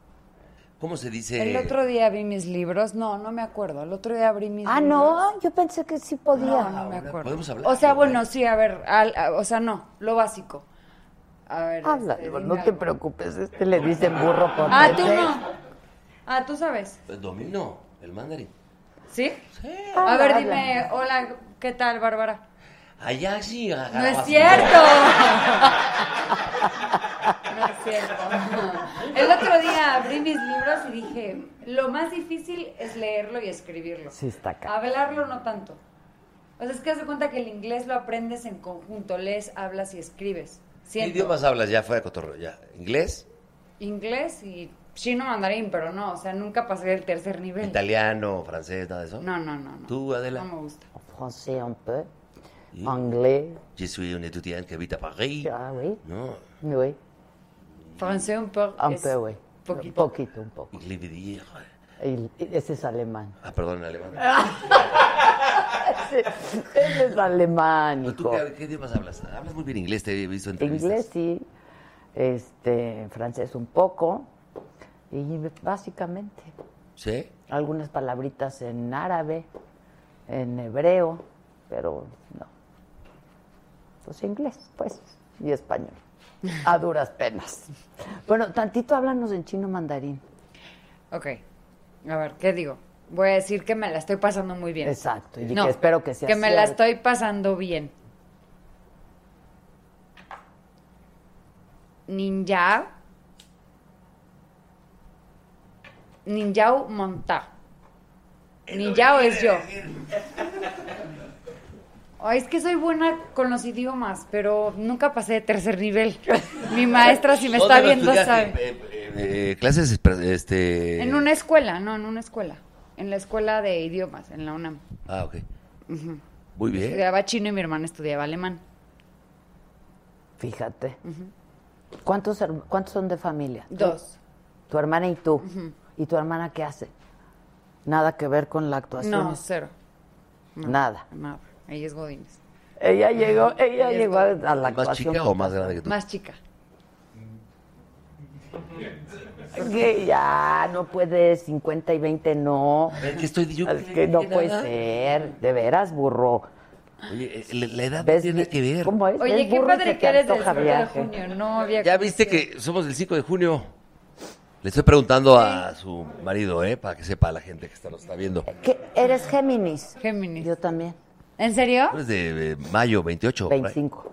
[SPEAKER 16] ¿Cómo se dice?
[SPEAKER 15] El otro día vi mis libros. No, no me acuerdo. El otro día abrí mis
[SPEAKER 1] Ah,
[SPEAKER 15] libros.
[SPEAKER 1] no, yo pensé que sí podía.
[SPEAKER 15] No, no me acuerdo.
[SPEAKER 16] Podemos hablar.
[SPEAKER 15] O sea, bueno, sí, a ver. al- a- o sea, no. Lo básico. A ver.
[SPEAKER 1] Habla,
[SPEAKER 15] este,
[SPEAKER 1] digo,
[SPEAKER 15] dime
[SPEAKER 1] no te
[SPEAKER 15] algo.
[SPEAKER 1] preocupes, este le dicen burro por
[SPEAKER 15] Ah, tú
[SPEAKER 1] pendejo.
[SPEAKER 15] no. Ah, tú sabes.
[SPEAKER 16] Pues domino el mandarín.
[SPEAKER 15] ¿Sí?
[SPEAKER 1] Habla,
[SPEAKER 15] A ver,
[SPEAKER 1] habla.
[SPEAKER 15] dime. Hola, ¿qué tal, Bárbara?
[SPEAKER 16] Allá sí.
[SPEAKER 15] No es
[SPEAKER 16] <laughs>
[SPEAKER 15] cierto. No es cierto. El otro día abrí mis libros y dije, lo más difícil es leerlo y escribirlo.
[SPEAKER 1] Sí, está acá.
[SPEAKER 15] Hablarlo no tanto. O sea, es que haz de cuenta que el inglés lo aprendes en conjunto, lees, hablas y escribes.
[SPEAKER 16] ¿Qué
[SPEAKER 15] Siento
[SPEAKER 16] idiomas hablas ya fuera de cotorreo? Ya. ¿Inglés?
[SPEAKER 15] inglés y chino mandarín, pero no, o sea, nunca pasé el tercer nivel.
[SPEAKER 16] ¿Italiano? ¿Francés? ¿Nada de eso?
[SPEAKER 15] No, no, no, no.
[SPEAKER 16] ¿Tú, Adela?
[SPEAKER 15] No me gusta.
[SPEAKER 1] Français un peu, anglais,
[SPEAKER 16] Je suis un étudiant que habita París.
[SPEAKER 1] Ah, oui.
[SPEAKER 16] No.
[SPEAKER 1] oui,
[SPEAKER 15] Francés un poco.
[SPEAKER 1] un
[SPEAKER 15] es
[SPEAKER 1] peu, oui.
[SPEAKER 15] poquito.
[SPEAKER 1] Poquito, un poco.
[SPEAKER 16] Ich liebe dich.
[SPEAKER 1] El- ese es alemán. <laughs>
[SPEAKER 16] Ah, perdón, en alemán.
[SPEAKER 1] ese, ese es alemán,
[SPEAKER 16] ¿Tú
[SPEAKER 1] hijo.
[SPEAKER 16] qué, qué idiomas hablas? Hablas muy bien inglés, te he visto en entrevistas.
[SPEAKER 1] Inglés sí, este, francés un poco, y básicamente
[SPEAKER 16] ¿Sí?
[SPEAKER 1] algunas palabritas en árabe, en hebreo, pero no. Pues inglés, pues, y español. A duras penas. Bueno, tantito háblanos en chino mandarín.
[SPEAKER 15] Ok. A ver, ¿qué digo? Voy a decir que me la estoy pasando muy bien.
[SPEAKER 1] Exacto, y
[SPEAKER 15] No,
[SPEAKER 1] que espero que sea
[SPEAKER 15] Que me la
[SPEAKER 1] cierto.
[SPEAKER 15] estoy pasando bien. Ninja. Ninjao monta. Ninjao es yo. <laughs> Ay, es que soy buena con los idiomas, pero nunca pasé de tercer nivel. Mi maestra, si me
[SPEAKER 16] ¿Dónde
[SPEAKER 15] está
[SPEAKER 16] lo
[SPEAKER 15] viendo,
[SPEAKER 16] estudiaste?
[SPEAKER 15] sabe.
[SPEAKER 16] Eh, clases, este...
[SPEAKER 15] En una escuela, no, en una escuela. En la escuela de idiomas, en la UNAM.
[SPEAKER 16] Ah, ok.
[SPEAKER 15] Ujú.
[SPEAKER 16] Muy bien.
[SPEAKER 15] Estudiaba chino y mi hermana estudiaba alemán.
[SPEAKER 1] Fíjate. ¿Cuántos, her- ¿Cuántos son de familia? ¿Tú?
[SPEAKER 15] Dos.
[SPEAKER 1] Tu hermana y tú. ¿Y tu hermana qué hace? Nada que ver con la actuación.
[SPEAKER 15] No, cero. no.
[SPEAKER 1] Nada.
[SPEAKER 15] Nada. Ella es Godínez.
[SPEAKER 1] Ella llegó,
[SPEAKER 15] Ajá.
[SPEAKER 1] ella
[SPEAKER 15] es
[SPEAKER 1] llegó
[SPEAKER 15] Godínez.
[SPEAKER 1] a la
[SPEAKER 16] ¿Más
[SPEAKER 1] actuación.
[SPEAKER 16] chica o más grande que tú?
[SPEAKER 15] Más chica.
[SPEAKER 1] Que ya, no puede 50 y 20 no.
[SPEAKER 16] Es que estoy yo-
[SPEAKER 1] Es que no puede
[SPEAKER 16] nada.
[SPEAKER 1] ser, de veras, burro.
[SPEAKER 16] Oye, eh, la, la edad no
[SPEAKER 1] ¿Ves?
[SPEAKER 16] tiene que ver.
[SPEAKER 1] ¿Cómo es?
[SPEAKER 15] Oye,
[SPEAKER 1] Pues, Es
[SPEAKER 15] qué
[SPEAKER 1] burro y se
[SPEAKER 15] padre
[SPEAKER 1] te
[SPEAKER 15] que eres del
[SPEAKER 1] antoja
[SPEAKER 15] 5 de
[SPEAKER 1] viaje.
[SPEAKER 15] junio. No había
[SPEAKER 16] Ya viste que somos del 5 de junio. Le estoy preguntando a Ah, su marido, ¿eh? Para que sepa la gente que está, lo está viendo.
[SPEAKER 1] ¿Qué? ¿Eres Géminis?
[SPEAKER 15] Géminis.
[SPEAKER 1] Yo también.
[SPEAKER 15] ¿En serio?
[SPEAKER 1] Pues,
[SPEAKER 16] Tú eres de eh, mayo 28. por ahí.
[SPEAKER 1] 25.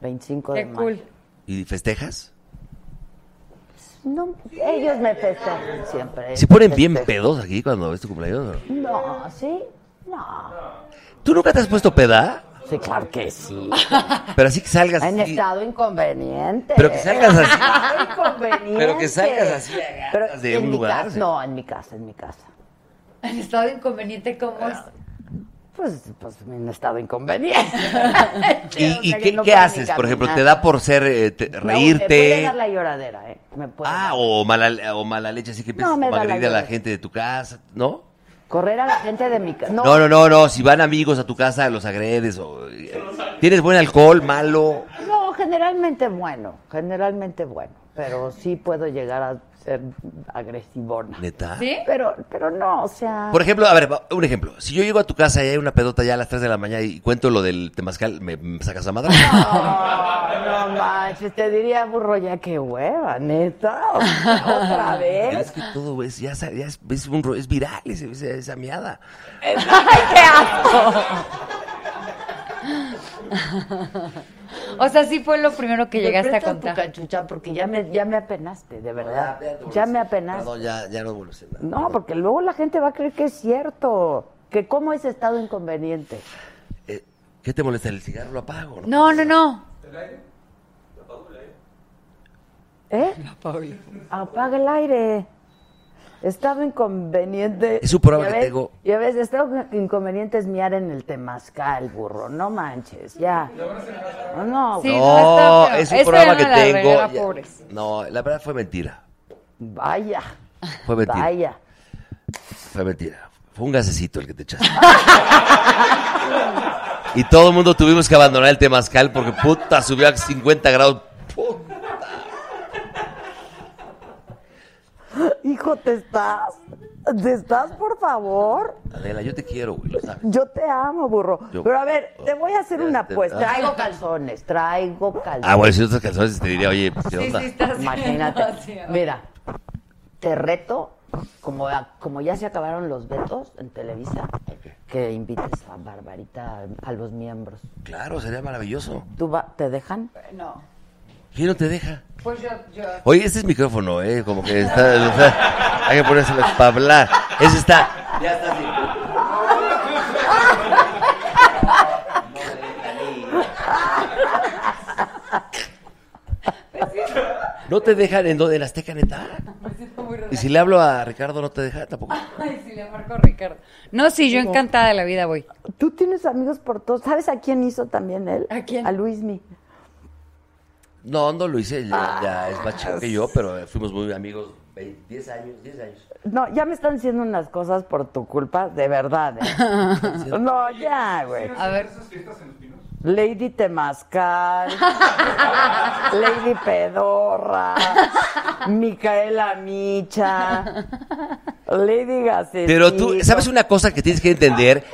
[SPEAKER 1] 25 de
[SPEAKER 15] Qué
[SPEAKER 1] mayo.
[SPEAKER 15] cool.
[SPEAKER 16] ¿Y festejas?
[SPEAKER 1] No, ellos me festejan siempre.
[SPEAKER 16] ¿Se ponen bien pedos aquí cuando ves tu cumpleaños?
[SPEAKER 1] No, ¿sí? No.
[SPEAKER 16] ¿Tú nunca te has puesto peda?
[SPEAKER 1] Sí, claro que sí.
[SPEAKER 16] Pero así que salgas
[SPEAKER 1] En
[SPEAKER 16] así.
[SPEAKER 1] estado inconveniente.
[SPEAKER 16] Pero que salgas
[SPEAKER 1] <laughs>
[SPEAKER 16] así.
[SPEAKER 1] Inconveniente.
[SPEAKER 16] Pero que salgas así a
[SPEAKER 1] Pero
[SPEAKER 16] gatas de
[SPEAKER 1] en
[SPEAKER 16] un
[SPEAKER 1] mi
[SPEAKER 16] lugar,
[SPEAKER 1] casa-
[SPEAKER 16] sí.
[SPEAKER 1] no, en mi casa, en mi casa.
[SPEAKER 15] El estado inconveniente,
[SPEAKER 16] Ah,
[SPEAKER 15] ¿cómo es?
[SPEAKER 1] Pues, pues en estado inconveniente.
[SPEAKER 16] <laughs> ¿Y,
[SPEAKER 1] O
[SPEAKER 16] y
[SPEAKER 1] sea, que
[SPEAKER 16] qué,
[SPEAKER 1] no
[SPEAKER 16] qué
[SPEAKER 1] puedo ni
[SPEAKER 16] haces? Por ejemplo, ¿te
[SPEAKER 1] caminar.
[SPEAKER 16] da por ser eh, te-
[SPEAKER 1] No, me puede
[SPEAKER 16] reírte?
[SPEAKER 1] dar la lloradera, ¿eh? Me puede
[SPEAKER 16] ah,
[SPEAKER 1] dar.
[SPEAKER 16] o mala, o mala leche, así que empiezas
[SPEAKER 1] No, me
[SPEAKER 16] como a
[SPEAKER 1] da la
[SPEAKER 16] agredir a la
[SPEAKER 1] llora.
[SPEAKER 16] gente de tu casa, ¿no?
[SPEAKER 1] Correr a la gente de mi casa. No,
[SPEAKER 16] No, no, no, no. Si van amigos a tu casa, los agredes. O... eh, ¿Tienes buen alcohol, malo?
[SPEAKER 1] no, generalmente bueno, generalmente bueno. Pero sí puedo llegar a ser agresivona.
[SPEAKER 16] Neta.
[SPEAKER 1] Pero, pero no, o sea...
[SPEAKER 16] Por ejemplo, a ver, va- un ejemplo. Si yo llego a tu casa y hay una pedota ya a las 3 de la mañana y cuento lo del temazcal, ¿me, me sacas a madre?
[SPEAKER 1] No manches, te diría burro ya que hueva, neta. O sea,
[SPEAKER 15] <laughs>
[SPEAKER 1] Otra
[SPEAKER 16] Ya
[SPEAKER 1] vez.
[SPEAKER 16] Es que todo es, ya, sa- ya es, es un ro- es viral ese- esa, esa miada.
[SPEAKER 1] ¡Ay, qué asco!
[SPEAKER 15] O sea, sí fue lo primero que
[SPEAKER 1] Me
[SPEAKER 15] llegaste a
[SPEAKER 1] prestas
[SPEAKER 15] contar.
[SPEAKER 1] tu cachucha porque ya me, ya me apenaste, de verdad. Ya me apenaste.
[SPEAKER 16] Perdón, ya, ya no vuelvo a hacer nada.
[SPEAKER 1] No, porque luego la gente va a creer que es cierto. Que cómo es estado inconveniente.
[SPEAKER 16] Eh, ¿Qué te molesta? ¿El cigarro lo apago? ¿no?
[SPEAKER 15] No, no, no. <laughs>
[SPEAKER 1] ¿Eh? Apaga el aire. Estaba inconveniente.
[SPEAKER 16] Es un programa
[SPEAKER 1] Ya
[SPEAKER 16] que
[SPEAKER 1] ves-
[SPEAKER 16] tengo-
[SPEAKER 1] Ya ves, estaba inconveniente es miar en el temazcal, burro. No manches, ya. No, no,
[SPEAKER 16] no,
[SPEAKER 1] güey. no,
[SPEAKER 16] es un programa que tengo. ya- no, la verdad fue mentira.
[SPEAKER 1] Vaya.
[SPEAKER 16] Fue mentira.
[SPEAKER 1] Vaya.
[SPEAKER 16] Fue mentira. Fue un gasecito el que te echaste. y todo el mundo tuvimos que abandonar el temazcal porque puta subió a 50 grados.
[SPEAKER 1] Hijo, te estás. ¿Te estás, por favor?
[SPEAKER 16] Adela, yo te quiero, güey, lo sabes.
[SPEAKER 1] Yo te amo, burro.
[SPEAKER 16] Yo-
[SPEAKER 1] Pero a ver, te voy a hacer una
[SPEAKER 16] te-
[SPEAKER 1] apuesta.
[SPEAKER 16] ah.
[SPEAKER 1] Traigo calzones, traigo calzones.
[SPEAKER 16] Ah, bueno, si otras canciones te diría, oye, pues, ¿qué onda?
[SPEAKER 1] Imagínate. Mira, te reto, como, como ya se acabaron los vetos en Televisa, que invites a Barbarita a, a los miembros.
[SPEAKER 16] Claro, sería maravilloso.
[SPEAKER 1] ¿Tú va- ¿Te dejan?
[SPEAKER 15] No.
[SPEAKER 16] ¿Quién no te deja?
[SPEAKER 15] Pues yo, yo. <laughs>
[SPEAKER 16] Oye, este es micrófono, ¿eh? Como que está. está- hay que ponérselo para hablar. Ese está. Ya está así. ¿No te dejan en donde? ¿En Azteca, neta? Y si le hablo a Ricardo, ¿no te deja tampoco?
[SPEAKER 15] Ay, si le marco a Ricardo. No, sí, yo encantada de la vida voy.
[SPEAKER 1] Tú tienes amigos por todos. ¿Sabes a quién hizo también él? ¿A quién? A Luismi.
[SPEAKER 16] No, no lo hice. Ya, ya es más chico que yo, pero eh, fuimos muy amigos. 20, 10 años, 10 años.
[SPEAKER 1] No, ya me están diciendo unas cosas por tu culpa, de verdad.
[SPEAKER 16] <laughs>
[SPEAKER 1] ¿eh? no, ya, güey.
[SPEAKER 15] A ver.
[SPEAKER 1] Lady Temazcal, <laughs> Lady Pedorra, Micaela Micha, Lady Gacetito.
[SPEAKER 16] Pero tú, ¿sabes una cosa que tienes que entender?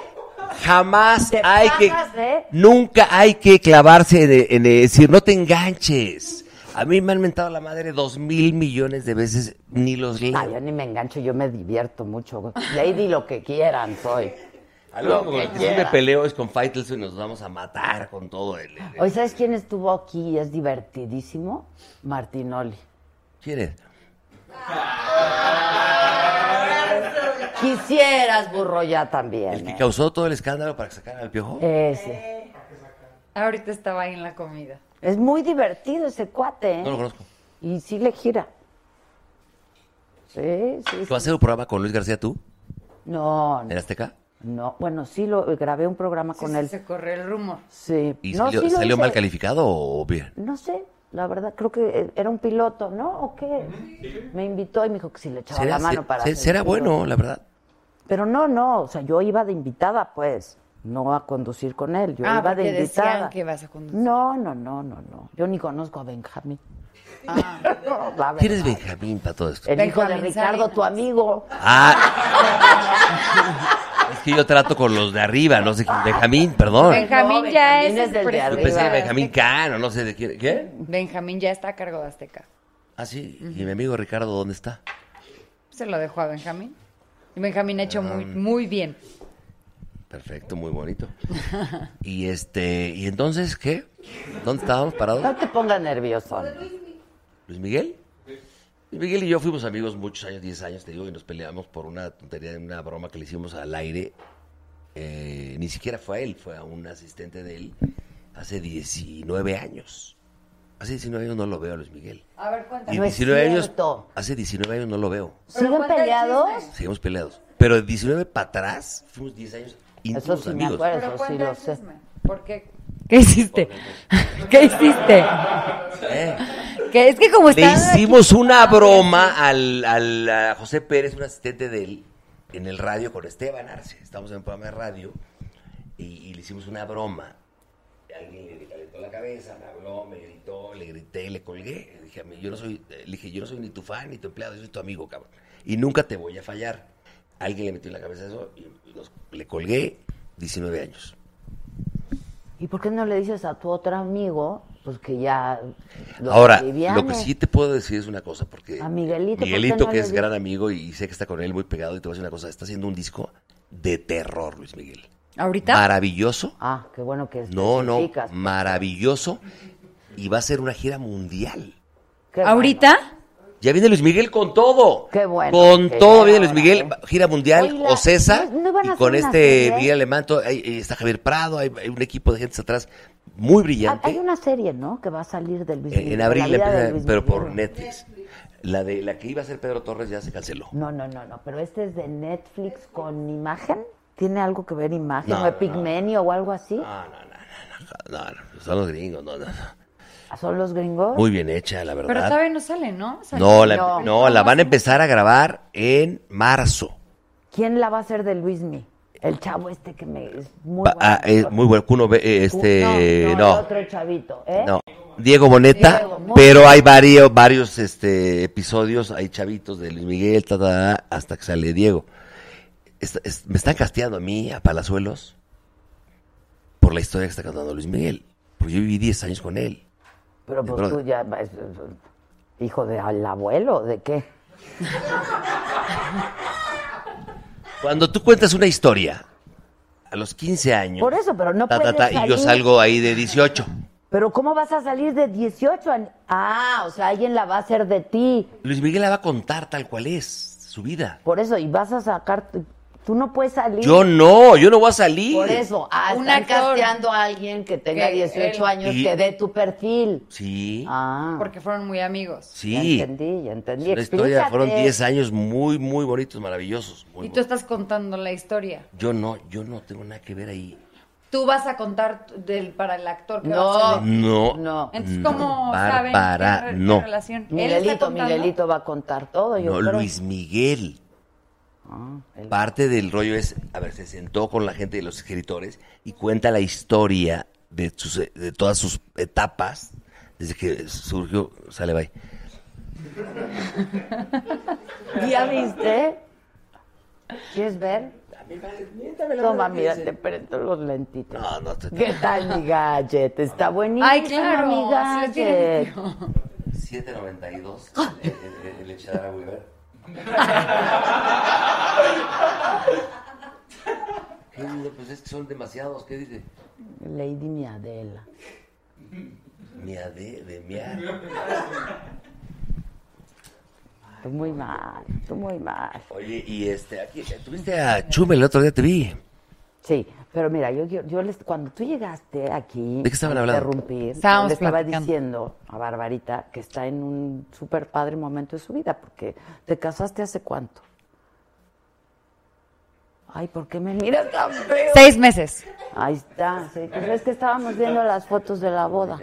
[SPEAKER 16] Jamás hay que.
[SPEAKER 1] Pagas, ¿eh?
[SPEAKER 16] Nunca hay que clavarse en, en- en decir, no te enganches. A mí me han mentado la madre dos mil millones de veces, ni los leo.
[SPEAKER 1] Ah, yo ni me engancho, yo me divierto mucho. güey. Lady lo que quieran soy.
[SPEAKER 16] Algo
[SPEAKER 1] Lo
[SPEAKER 16] con
[SPEAKER 1] que
[SPEAKER 16] lo que sí me
[SPEAKER 1] quieran.
[SPEAKER 16] peleo es con Faitelson y nos vamos a matar con todo el...
[SPEAKER 1] Hoy, ¿sabes quién estuvo aquí y es divertidísimo? Martinoli.
[SPEAKER 16] ¿Quién es?
[SPEAKER 1] Quisieras, burro, ya también.
[SPEAKER 16] Que
[SPEAKER 1] ¿eh?
[SPEAKER 16] causó todo el escándalo para que sacaran al piojo.
[SPEAKER 1] Ese.
[SPEAKER 15] Ahorita estaba ahí en la comida.
[SPEAKER 1] Es muy divertido ese cuate, ¿eh?
[SPEAKER 16] No lo conozco.
[SPEAKER 1] Y sí le gira. Sí, sí.
[SPEAKER 16] ¿Tú vas a hacer un programa con Luis García tú?
[SPEAKER 1] No,
[SPEAKER 16] ¿En Azteca?
[SPEAKER 1] no. Bueno, sí lo eh, grabé un programa con él.
[SPEAKER 15] Se corrió el rumor.
[SPEAKER 1] Sí.
[SPEAKER 16] ¿Y
[SPEAKER 1] No,
[SPEAKER 16] salió,
[SPEAKER 1] sí lo
[SPEAKER 16] salió
[SPEAKER 1] hice.
[SPEAKER 16] mal calificado o bien?
[SPEAKER 1] No sé, la verdad, creo que eh, era un piloto, ¿no? ¿O qué? Me invitó y me dijo que si le echaba la mano
[SPEAKER 16] se-
[SPEAKER 1] para.
[SPEAKER 16] se-
[SPEAKER 1] hacer
[SPEAKER 16] será
[SPEAKER 1] un piloto.
[SPEAKER 16] bueno, la verdad.
[SPEAKER 1] Pero no, no, o sea, yo iba de invitada, pues, no a conducir con él, yo
[SPEAKER 15] ah,
[SPEAKER 1] iba
[SPEAKER 15] porque
[SPEAKER 1] de invitada.
[SPEAKER 15] decían que vas a conducir.
[SPEAKER 1] No, no, no, no, no. Yo ni conozco a Benjamín. <laughs> No, la verdad.
[SPEAKER 16] ¿Quién es Benjamín para todo esto?
[SPEAKER 1] El hijo de
[SPEAKER 15] Ah. Benjamín
[SPEAKER 1] Ricardo, tu amigo.
[SPEAKER 16] Ah. es que yo trato con los de arriba, no sé quién. Benjamín, perdón.
[SPEAKER 15] Benjamín
[SPEAKER 1] pues, No,
[SPEAKER 15] ya
[SPEAKER 1] Benjamín
[SPEAKER 15] es,
[SPEAKER 1] es del de
[SPEAKER 16] Yo
[SPEAKER 15] presidente.
[SPEAKER 16] pensé que Pues Benjamín Cano, no sé de quién. ¿Qué?
[SPEAKER 15] Benjamín ya está a cargo de Azteca.
[SPEAKER 16] Ah, sí. ¿Y mi amigo Ricardo dónde está?
[SPEAKER 15] Se lo dejó a Benjamín. Y Benjamín ha hecho muy,
[SPEAKER 16] Ah.
[SPEAKER 15] muy bien.
[SPEAKER 16] Perfecto, muy bonito. Y este, ¿y entonces qué? ¿Dónde estábamos parados?
[SPEAKER 1] No te pongas nervioso.
[SPEAKER 16] ¿Luis Miguel? Luis Miguel y yo fuimos amigos muchos años, 10 años, te digo, y nos peleamos por una tontería, una broma que le hicimos al aire. Eh, ni siquiera fue a él, fue a un asistente de él hace 19 años. Hace 19 años no lo veo a Luis Miguel.
[SPEAKER 15] A ver,
[SPEAKER 16] Y
[SPEAKER 15] cuéntanos.
[SPEAKER 16] 19 años, hace 19 años no lo veo.
[SPEAKER 1] Pues, ¿Siguen peleados?
[SPEAKER 16] Seguimos peleados. Pero de 19 para atrás fuimos 10 años
[SPEAKER 1] Eso
[SPEAKER 16] íntimos
[SPEAKER 1] sí me
[SPEAKER 16] amigos.
[SPEAKER 1] acuerdo, eso sí lo sé.
[SPEAKER 15] ¿Por qué? ¿Qué hiciste? <laughs> ¿Qué hiciste?
[SPEAKER 16] ¿Eh?
[SPEAKER 15] Que es que como
[SPEAKER 16] Le
[SPEAKER 15] está...
[SPEAKER 16] hicimos una broma al, al- a José Pérez, un asistente de él, en el radio con Esteban Arce. Estamos en un programa de radio y, y le hicimos una broma. Alguien le calentó la cabeza, me habló, me gritó, le grité, le colgué. Le dije, a mí, yo no soy, eh, le dije, yo no soy ni tu fan ni tu empleado, yo soy tu amigo, cabrón. Y nunca te voy a fallar. Alguien le metió en la cabeza eso y nos- le colgué 19 años.
[SPEAKER 1] ¿Y por qué no le dices a tu otro amigo, pues que ya lo
[SPEAKER 16] Ahora,
[SPEAKER 1] aliviane?
[SPEAKER 16] lo que sí te puedo decir es una cosa, porque
[SPEAKER 1] A Miguelito, ¿por qué
[SPEAKER 16] Miguelito,
[SPEAKER 1] no
[SPEAKER 16] que
[SPEAKER 1] le
[SPEAKER 16] es
[SPEAKER 1] di-
[SPEAKER 16] gran amigo y sé que está con él muy pegado, y te voy a decir una cosa, está haciendo un disco de terror, Luis Miguel.
[SPEAKER 15] ¿Ahorita?
[SPEAKER 16] Maravilloso.
[SPEAKER 1] Ah, qué bueno que es.
[SPEAKER 16] No, no, maravilloso. Y va a ser una gira mundial.
[SPEAKER 15] ¿Ahorita?
[SPEAKER 16] Ya viene Luis Miguel con todo.
[SPEAKER 1] Qué bueno.
[SPEAKER 16] Con
[SPEAKER 1] Qué
[SPEAKER 16] todo viene
[SPEAKER 1] bueno,
[SPEAKER 16] Luis Miguel, gira mundial,
[SPEAKER 1] Oye, la-
[SPEAKER 16] Ocesa,
[SPEAKER 1] ¿eh? ¿no- no van a
[SPEAKER 16] y con
[SPEAKER 1] hacer una
[SPEAKER 16] este
[SPEAKER 1] serie? ¿eh?
[SPEAKER 16] Miguel Alemán, todo- ahí- ahí está Javier Prado, hay, hay un equipo de gente atrás muy brillante.
[SPEAKER 1] Hay una serie, ¿no? Que va a salir del Luis
[SPEAKER 16] En, en
[SPEAKER 1] Miguel,
[SPEAKER 16] abril
[SPEAKER 1] la vida de
[SPEAKER 16] empieza,
[SPEAKER 1] Luis
[SPEAKER 16] pero
[SPEAKER 1] Miguel.
[SPEAKER 16] por Netflix. la de la que iba a ser Pedro Torres ya se canceló.
[SPEAKER 1] No, no, no, no, pero este es de Netflix con imagen. ¿Tiene algo que ver imagen
[SPEAKER 16] No,
[SPEAKER 1] o
[SPEAKER 16] no, Ah. no.
[SPEAKER 1] Epigmenio o algo así?
[SPEAKER 16] No, no, no, no, no, son los gringos, no, no, no.
[SPEAKER 1] ¿Son los gringos?
[SPEAKER 16] Muy bien hecha, la
[SPEAKER 15] Pero
[SPEAKER 16] verdad.
[SPEAKER 15] todavía no sale, ¿no? Sale-
[SPEAKER 16] No, la, no, la van a empezar a grabar en marzo.
[SPEAKER 1] ¿Quién la va a hacer de Luismi? El chavo este que me es muy
[SPEAKER 16] Pa-
[SPEAKER 1] bueno.
[SPEAKER 16] ah, eh, muy bueno, Cuno, Be- eh, este,
[SPEAKER 1] no,
[SPEAKER 16] no,
[SPEAKER 1] el otro chavito, ¿eh?
[SPEAKER 16] no. Diego Boneta,
[SPEAKER 1] Diego, muy
[SPEAKER 16] pero
[SPEAKER 1] bien.
[SPEAKER 16] hay varios, varios este, episodios, hay chavitos de Luis Miguel, ta, ta, ta, hasta que sale Diego. Est- est- me están casteando a mí, a Palazuelos, por la historia que está contando Luis Miguel. Porque yo viví 10 años con él.
[SPEAKER 1] Pero
[SPEAKER 16] Mi
[SPEAKER 1] pues
[SPEAKER 16] brother.
[SPEAKER 1] tú ya es- es- es hijo del abuelo, ¿de qué?
[SPEAKER 16] Cuando tú cuentas una historia, a los 15 años,
[SPEAKER 1] Por eso, pero no
[SPEAKER 16] ta, ta,
[SPEAKER 1] puedes
[SPEAKER 16] ta, y yo
[SPEAKER 1] salir-
[SPEAKER 16] salgo ahí de 18.
[SPEAKER 1] Pero ¿cómo vas a salir de 18? an- Ah, o sea, alguien la va a hacer de ti.
[SPEAKER 16] Luis Miguel la va a contar tal cual es, su vida.
[SPEAKER 1] Por eso, y vas a sacar... tu- Tú no puedes salir.
[SPEAKER 16] Yo no, yo no voy a salir.
[SPEAKER 1] Por eso, ah,
[SPEAKER 15] Un
[SPEAKER 1] están
[SPEAKER 15] actor.
[SPEAKER 1] casteando a alguien que tenga
[SPEAKER 15] Que
[SPEAKER 1] 18
[SPEAKER 15] él-
[SPEAKER 1] años
[SPEAKER 16] Y-
[SPEAKER 1] que dé tu perfil.
[SPEAKER 16] Sí.
[SPEAKER 1] Ah.
[SPEAKER 15] Porque fueron muy amigos.
[SPEAKER 16] Sí.
[SPEAKER 1] Ya entendí, ya entendí.
[SPEAKER 16] Es una historia,
[SPEAKER 1] Explícate.
[SPEAKER 16] fueron 10 años muy, muy bonitos, maravillosos. muy
[SPEAKER 15] Y tú
[SPEAKER 16] bonitos.
[SPEAKER 15] estás contando la historia.
[SPEAKER 16] Yo no, yo no tengo nada que ver ahí.
[SPEAKER 15] Tú vas a contar t- del, para el actor que
[SPEAKER 1] No.
[SPEAKER 15] va a ser.
[SPEAKER 16] No.
[SPEAKER 1] No.
[SPEAKER 15] Entonces,
[SPEAKER 16] No,
[SPEAKER 15] ¿cómo saben
[SPEAKER 16] Bárbara,
[SPEAKER 15] qué re- qué
[SPEAKER 16] no.
[SPEAKER 15] relación? ¿Él está
[SPEAKER 1] Miguelito,
[SPEAKER 15] contando?
[SPEAKER 1] Miguelito va a contar todo. Yo
[SPEAKER 16] No,
[SPEAKER 1] creo.
[SPEAKER 16] Luis Miguel. Parte del rollo es, a ver, se sentó con la gente de los escritores y cuenta la historia de, sus- eh, de todas sus etapas desde que surgió, sale, bye.
[SPEAKER 1] ¿Ya viste? ¿Quieres ver? Toma, mira, te prendo los lentitos.
[SPEAKER 16] No, no te-
[SPEAKER 1] ¿Qué tal mi gadget? Está buenísimo.
[SPEAKER 15] Ay, claro,
[SPEAKER 1] mi
[SPEAKER 15] sí lo tiene
[SPEAKER 1] gadget.
[SPEAKER 16] 792, el, el, el echar a Weaver. ¿Qué digo? Pues es que son demasiados, ¿qué dice?
[SPEAKER 1] Lady mi Adela.
[SPEAKER 16] Mia de, de mia.
[SPEAKER 1] Tú muy mal, tú muy mal.
[SPEAKER 16] Oye, y este, aquí, ¿tuviste a Chumel el otro día te vi?
[SPEAKER 1] Sí, pero mira, yo, yo, yo les, cuando tú llegaste aquí,
[SPEAKER 16] ¿De qué estaban
[SPEAKER 1] a
[SPEAKER 16] hablando?
[SPEAKER 1] interrumpir,
[SPEAKER 15] Estábamos
[SPEAKER 1] le estaba
[SPEAKER 15] platicando.
[SPEAKER 1] diciendo a Barbarita que está en un súper padre momento de su vida, porque te casaste hace cuánto. Ay, ¿por qué me miras tan feo?
[SPEAKER 15] Seis meses.
[SPEAKER 1] Ahí está, sí. Pues es que estábamos viendo las fotos de la boda.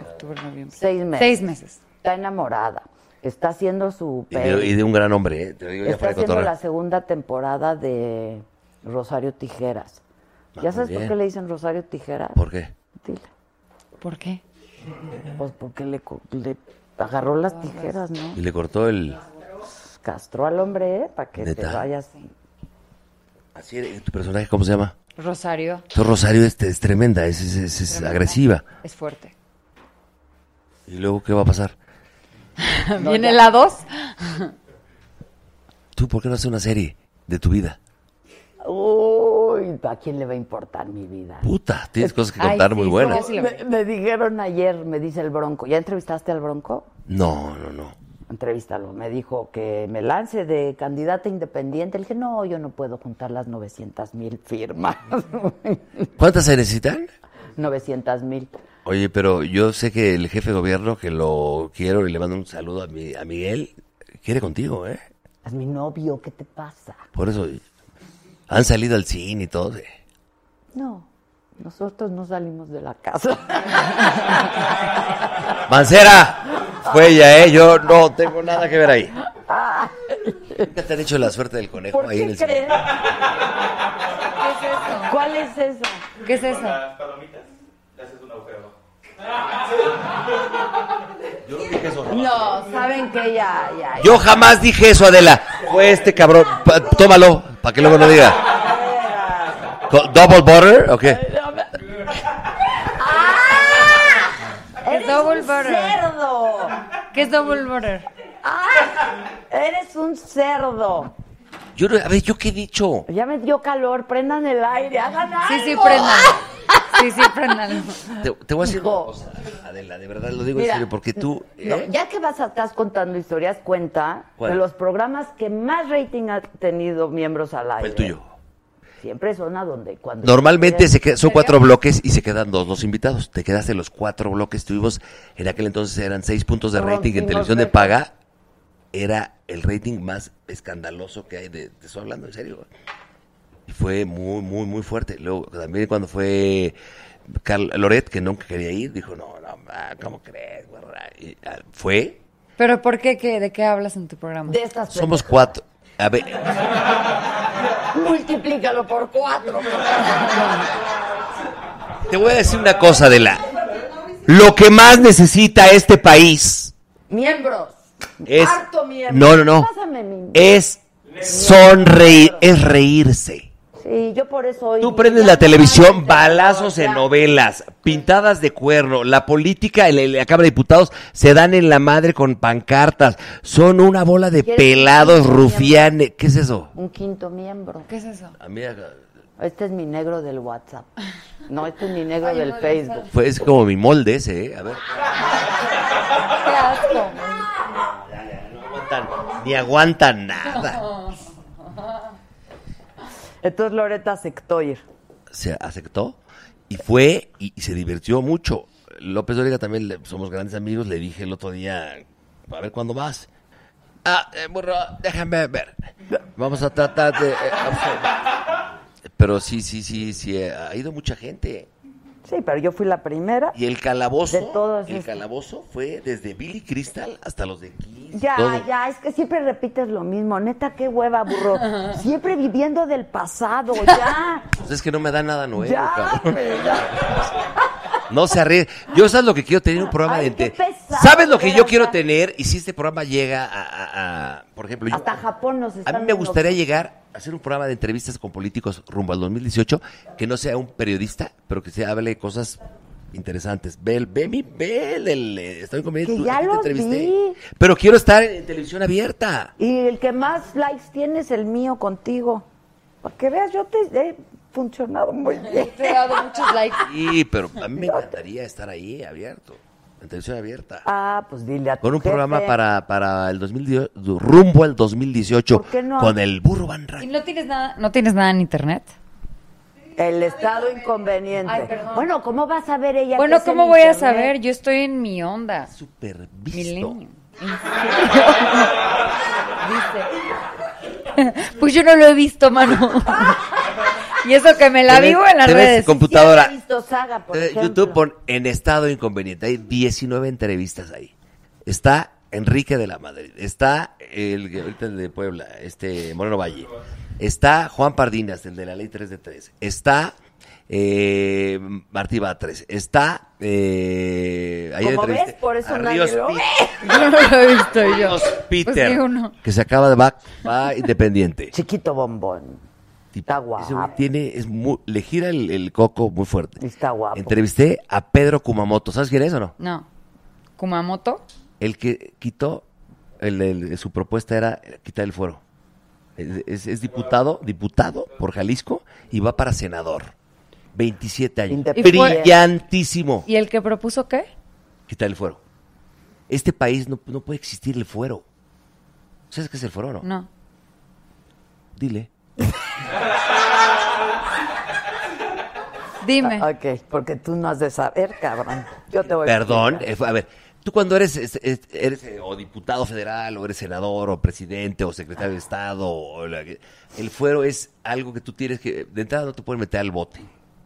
[SPEAKER 1] Seis meses.
[SPEAKER 15] Seis meses.
[SPEAKER 1] Está enamorada. Está haciendo su
[SPEAKER 16] Y de,
[SPEAKER 1] peli.
[SPEAKER 16] y de un gran hombre, ¿eh? Te lo digo ya
[SPEAKER 1] Está
[SPEAKER 16] fuera de
[SPEAKER 1] haciendo la
[SPEAKER 16] cotorra.
[SPEAKER 1] segunda temporada de Rosario Tijeras.
[SPEAKER 16] Ah,
[SPEAKER 1] ¿Ya
[SPEAKER 16] muy
[SPEAKER 1] sabes por
[SPEAKER 16] bien.
[SPEAKER 1] qué le dicen Rosario Tijeras?
[SPEAKER 16] ¿Por qué?
[SPEAKER 15] ¿Por qué?
[SPEAKER 1] Pues porque le, co- le agarró las tijeras, ¿no?
[SPEAKER 16] Y le cortó el...
[SPEAKER 1] Castró al hombre, ¿eh? Para que te
[SPEAKER 16] Neta.
[SPEAKER 1] vayas.
[SPEAKER 16] Así era, ¿y ¿Tu personaje cómo se llama?
[SPEAKER 15] Rosario
[SPEAKER 16] Tu Rosario este, es tremenda, es, es- es- es agresiva.
[SPEAKER 15] es fuerte.
[SPEAKER 16] ¿Y luego qué va a pasar?
[SPEAKER 15] ¿Viene la dos?
[SPEAKER 16] ¿Tú por qué no haces una serie de tu vida?
[SPEAKER 1] Uy, ¿a quién le va a importar mi vida?
[SPEAKER 16] Puta, tienes cosas que
[SPEAKER 1] Ay,
[SPEAKER 16] contar
[SPEAKER 1] sí,
[SPEAKER 16] muy
[SPEAKER 1] ¿cómo
[SPEAKER 16] buenas.
[SPEAKER 1] sí lo Me, me dijeron ayer, me dice el Bronco. ¿Ya entrevistaste al Bronco?
[SPEAKER 16] No, no, no.
[SPEAKER 1] Entrevístalo. Me dijo que me lance de candidata independiente. Le dije, no, yo no puedo juntar las 900 mil firmas. <laughs>
[SPEAKER 16] ¿Cuántas se necesitan?
[SPEAKER 1] 900 mil.
[SPEAKER 16] Oye, pero yo sé que el jefe de gobierno, que lo quiero y le mando un saludo a, mi, a Miguel, quiere contigo, ¿eh?
[SPEAKER 1] Es mi novio, ¿qué te pasa?
[SPEAKER 16] Por eso han salido al cine y todo. ¿eh?
[SPEAKER 1] No, nosotros no salimos de la casa.
[SPEAKER 16] ¡Mancera! Fue ella, ¿eh? Yo no tengo nada que ver ahí. ¿Nunca te han hecho la suerte del conejo
[SPEAKER 1] <laughs> ¿Por
[SPEAKER 16] ahí
[SPEAKER 1] qué
[SPEAKER 16] en el cine?
[SPEAKER 1] crees? ¿Qué es eso? ¿Cuál es esa?
[SPEAKER 15] ¿Qué es eso?
[SPEAKER 3] Con las palomitas le haces un agujero abajo.
[SPEAKER 16] <laughs> Yo no dije eso.
[SPEAKER 1] No, saben que ya, ya. ya.
[SPEAKER 16] Yo jamás dije eso, Adela. Fue este cabrón. Pa- tómalo, para que luego no diga. Co- ¿Double butter? ¿O qué? Ah.
[SPEAKER 15] ¿Qué es double Ah. butter?
[SPEAKER 1] cerdo.
[SPEAKER 15] ¿Qué es double butter?
[SPEAKER 1] ¡Ah! Eres un cerdo.
[SPEAKER 16] Yo, no- a ver, ¿yo qué he dicho?
[SPEAKER 1] Ya me dio calor. Prendan el aire. Hagan algo.
[SPEAKER 15] Sí, sí, prendan.
[SPEAKER 16] <laughs>
[SPEAKER 15] Sí, sí, prendan.
[SPEAKER 16] Te, te voy a decir una cosa, Adela, de verdad lo Pues digo
[SPEAKER 1] Mira,
[SPEAKER 16] en serio, porque tú...
[SPEAKER 1] No,
[SPEAKER 16] ¿eh?
[SPEAKER 1] ya que vas a estás contando historias, cuenta
[SPEAKER 16] ¿Cuál?
[SPEAKER 1] de los programas que más rating ha tenido miembros al aire.
[SPEAKER 16] El tuyo.
[SPEAKER 1] Siempre son a donde cuando
[SPEAKER 16] Normalmente se queda- son cuatro bloques y se quedan dos los invitados. Te quedaste los cuatro bloques. Tuvimos, en aquel entonces eran seis puntos de rating en
[SPEAKER 1] Rompimos
[SPEAKER 16] televisión de
[SPEAKER 1] récord.
[SPEAKER 16] paga era el rating más escandaloso que hay. De, te estoy hablando en serio. Y fue muy, muy, muy fuerte. Luego, también cuando fue Carl Loret, que nunca quería ir, dijo, no, no, ma, ¿cómo crees? guarra?" Y, ah, fue.
[SPEAKER 15] ¿Pero por qué? qué? ¿De qué hablas en tu programa?
[SPEAKER 1] De estas
[SPEAKER 16] Somos cuatro. A ver,
[SPEAKER 1] <laughs> Multiplícalo por cuatro.
[SPEAKER 16] te voy a decir una cosa, de la Lo que más necesita este país
[SPEAKER 1] Miembros.
[SPEAKER 16] es...
[SPEAKER 1] Harto miembro.
[SPEAKER 16] No, no, no.
[SPEAKER 1] Pásame mi-
[SPEAKER 16] Es sonreír, es reírse.
[SPEAKER 1] Sí, yo por eso hoy.
[SPEAKER 16] Tú prendes la televisión, balazos en novelas, pintadas de cuerno, la política, el- el- la Cámara de Diputados se dan en la madre con pancartas, son una bola de
[SPEAKER 1] ¿Quieres que
[SPEAKER 16] pelados
[SPEAKER 1] te diga?
[SPEAKER 16] rufianes. ¿Qué es eso?
[SPEAKER 1] Un quinto miembro.
[SPEAKER 15] ¿Qué es eso?
[SPEAKER 1] Este es mi negro del WhatsApp. No, este es mi negro
[SPEAKER 15] Ay,
[SPEAKER 1] del
[SPEAKER 15] no, del
[SPEAKER 1] Facebook.
[SPEAKER 16] Fue, es como mi molde ese, ¿eh? A ver.
[SPEAKER 15] Qué asco.
[SPEAKER 16] Ni aguantan nada.
[SPEAKER 1] Entonces Loreta Sectoir.
[SPEAKER 16] Se aceptó y fue y, y se divirtió mucho. López Dóriga también le- somos grandes amigos, le dije el otro día, a ver cuándo vas. Ah, eh, burro, déjame ver. Vamos a tratar de... eh, absorber. Pero sí, sí, sí, sí, eh, ha ido mucha gente.
[SPEAKER 1] Sí, pero yo fui la primera.
[SPEAKER 16] Y el calabozo,
[SPEAKER 1] De todos
[SPEAKER 16] el
[SPEAKER 1] estos.
[SPEAKER 16] calabozo fue desde Billy Crystal hasta los de Kiss.
[SPEAKER 1] Ya,
[SPEAKER 16] todo.
[SPEAKER 1] ya, es que siempre repites lo mismo. Neta, qué hueva,
[SPEAKER 15] <laughs>
[SPEAKER 1] burro. Siempre viviendo del
[SPEAKER 16] <laughs>
[SPEAKER 1] pasado, ya.
[SPEAKER 16] Pues es que no me da nada nuevo,
[SPEAKER 1] Ya,
[SPEAKER 16] cabrón.
[SPEAKER 1] hombre, ya.
[SPEAKER 16] No se arrie. Yo sabes lo que quiero tener un programa de
[SPEAKER 1] qué
[SPEAKER 16] ente-
[SPEAKER 1] pesado,
[SPEAKER 16] ¿Sabes lo que
[SPEAKER 1] de
[SPEAKER 16] yo
[SPEAKER 1] verdad.
[SPEAKER 16] quiero tener? Y si este programa llega a, a- a- por ejemplo, yo-
[SPEAKER 1] Hasta Japón nos
[SPEAKER 16] a
[SPEAKER 1] están
[SPEAKER 16] mí me gustaría
[SPEAKER 1] viendo.
[SPEAKER 16] llegar a hacer un programa de entrevistas con políticos rumbo al 2018 que no sea un periodista, pero que se hable de cosas interesantes. Ve, el- ve mi, ve el, el, eh, estoy conmigo,
[SPEAKER 1] Que
[SPEAKER 16] tú-
[SPEAKER 1] ya
[SPEAKER 16] te
[SPEAKER 1] lo
[SPEAKER 16] entrevisté.
[SPEAKER 1] vi.
[SPEAKER 16] Pero quiero estar en, en televisión abierta.
[SPEAKER 1] Y el que más likes tiene es el mío contigo. Para que veas, yo te he funcionado muy
[SPEAKER 15] <laughs>
[SPEAKER 1] bien.
[SPEAKER 15] Te he dado muchos likes.
[SPEAKER 16] Sí, pero a mí me encantaría estar ahí abierto, en televisión abierta.
[SPEAKER 1] Ah, pues dile a tu
[SPEAKER 16] Con un
[SPEAKER 1] jefe.
[SPEAKER 16] programa para, para el 2018, rumbo al 2018,
[SPEAKER 1] ¿Por qué no?
[SPEAKER 16] con el burro Van
[SPEAKER 15] ¿Y no tienes nada, no tienes nada en internet?
[SPEAKER 1] El estado inconveniente.
[SPEAKER 15] Ay, perdón.
[SPEAKER 1] bueno, ¿cómo vas a ver ella? que
[SPEAKER 15] Bueno,
[SPEAKER 1] es
[SPEAKER 15] ¿cómo
[SPEAKER 1] el
[SPEAKER 15] voy a
[SPEAKER 1] internet?
[SPEAKER 15] saber? Yo estoy en mi onda.
[SPEAKER 16] Super
[SPEAKER 15] Milenio. Dice. <laughs> Pues yo no lo he visto, mano. <laughs> y eso que me la
[SPEAKER 16] Te ves-
[SPEAKER 15] vivo en las
[SPEAKER 16] te ves
[SPEAKER 15] redes.
[SPEAKER 16] computadora. Sí, he
[SPEAKER 1] visto Saga, por
[SPEAKER 16] Eh,
[SPEAKER 1] ejemplo.
[SPEAKER 16] YouTube pon en estado inconveniente. Hay 19 entrevistas ahí. Está Enrique de la Madrid. Está el, que ahorita el de Puebla, este Moreno Valle. Está Juan Pardinas, el de la ley 3 de 3. Está eh, Martí Batres. Está. Eh, ayer
[SPEAKER 1] Como ves,
[SPEAKER 16] entrevisté
[SPEAKER 1] por eso
[SPEAKER 16] a
[SPEAKER 1] nadie
[SPEAKER 16] Ríos
[SPEAKER 1] lo
[SPEAKER 16] Pi-
[SPEAKER 1] ve.
[SPEAKER 15] <laughs> Yo no lo he visto yo.
[SPEAKER 16] Ríos Peter,
[SPEAKER 15] Pues digo, no.
[SPEAKER 16] que se acaba de va, va independiente.
[SPEAKER 1] Chiquito bombón. Está
[SPEAKER 16] Ese güey
[SPEAKER 1] guapo.
[SPEAKER 16] tiene, es muy, le gira el, el coco muy fuerte.
[SPEAKER 1] Está guapo.
[SPEAKER 16] Entrevisté a Pedro Kumamoto. ¿Sabes quién es o no?
[SPEAKER 15] No. Kumamoto.
[SPEAKER 16] El que quitó, el, el- su propuesta era quitar el fuero. Es, es- es diputado, diputado por Jalisco y va para senador. 27 años.
[SPEAKER 1] Independiente.
[SPEAKER 15] Y fue-
[SPEAKER 16] Brillantísimo.
[SPEAKER 15] ¿Y el que propuso qué?
[SPEAKER 16] Quitar el fuero. Este país no, no puede existir el fuero. ¿Sabes qué es el fuero o no?
[SPEAKER 15] No.
[SPEAKER 16] Dile.
[SPEAKER 15] Dime.
[SPEAKER 1] Ah, ok, porque tú no has de saber, cabrón. Yo te voy a
[SPEAKER 16] Perdón,
[SPEAKER 1] explicar.
[SPEAKER 16] eh, a ver, tú cuando eres, es- es- eres eh, o diputado federal, o eres senador, o presidente, o secretario
[SPEAKER 1] Ah.
[SPEAKER 16] de Estado, o la- el fuero es algo que tú tienes que, de entrada no te pueden meter al bote,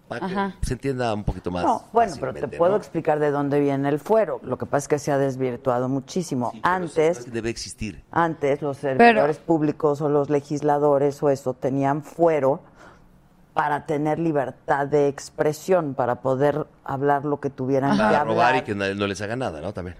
[SPEAKER 16] para
[SPEAKER 15] Ajá.
[SPEAKER 16] que se entienda un poquito más.
[SPEAKER 1] No, bueno, pero te
[SPEAKER 16] fácilmente,
[SPEAKER 1] puedo
[SPEAKER 16] ¿no?
[SPEAKER 1] explicar de dónde viene el fuero. Lo que pasa es que se ha desvirtuado muchísimo.
[SPEAKER 16] Pero
[SPEAKER 1] Antes,
[SPEAKER 16] sabes que debe existir.
[SPEAKER 1] Antes los servidores públicos o los legisladores o eso tenían fuero para tener libertad de expresión, para poder hablar lo que tuvieran que
[SPEAKER 16] Para robar y
[SPEAKER 1] hablar.
[SPEAKER 16] que nadie- no les haga nada, ¿no? También.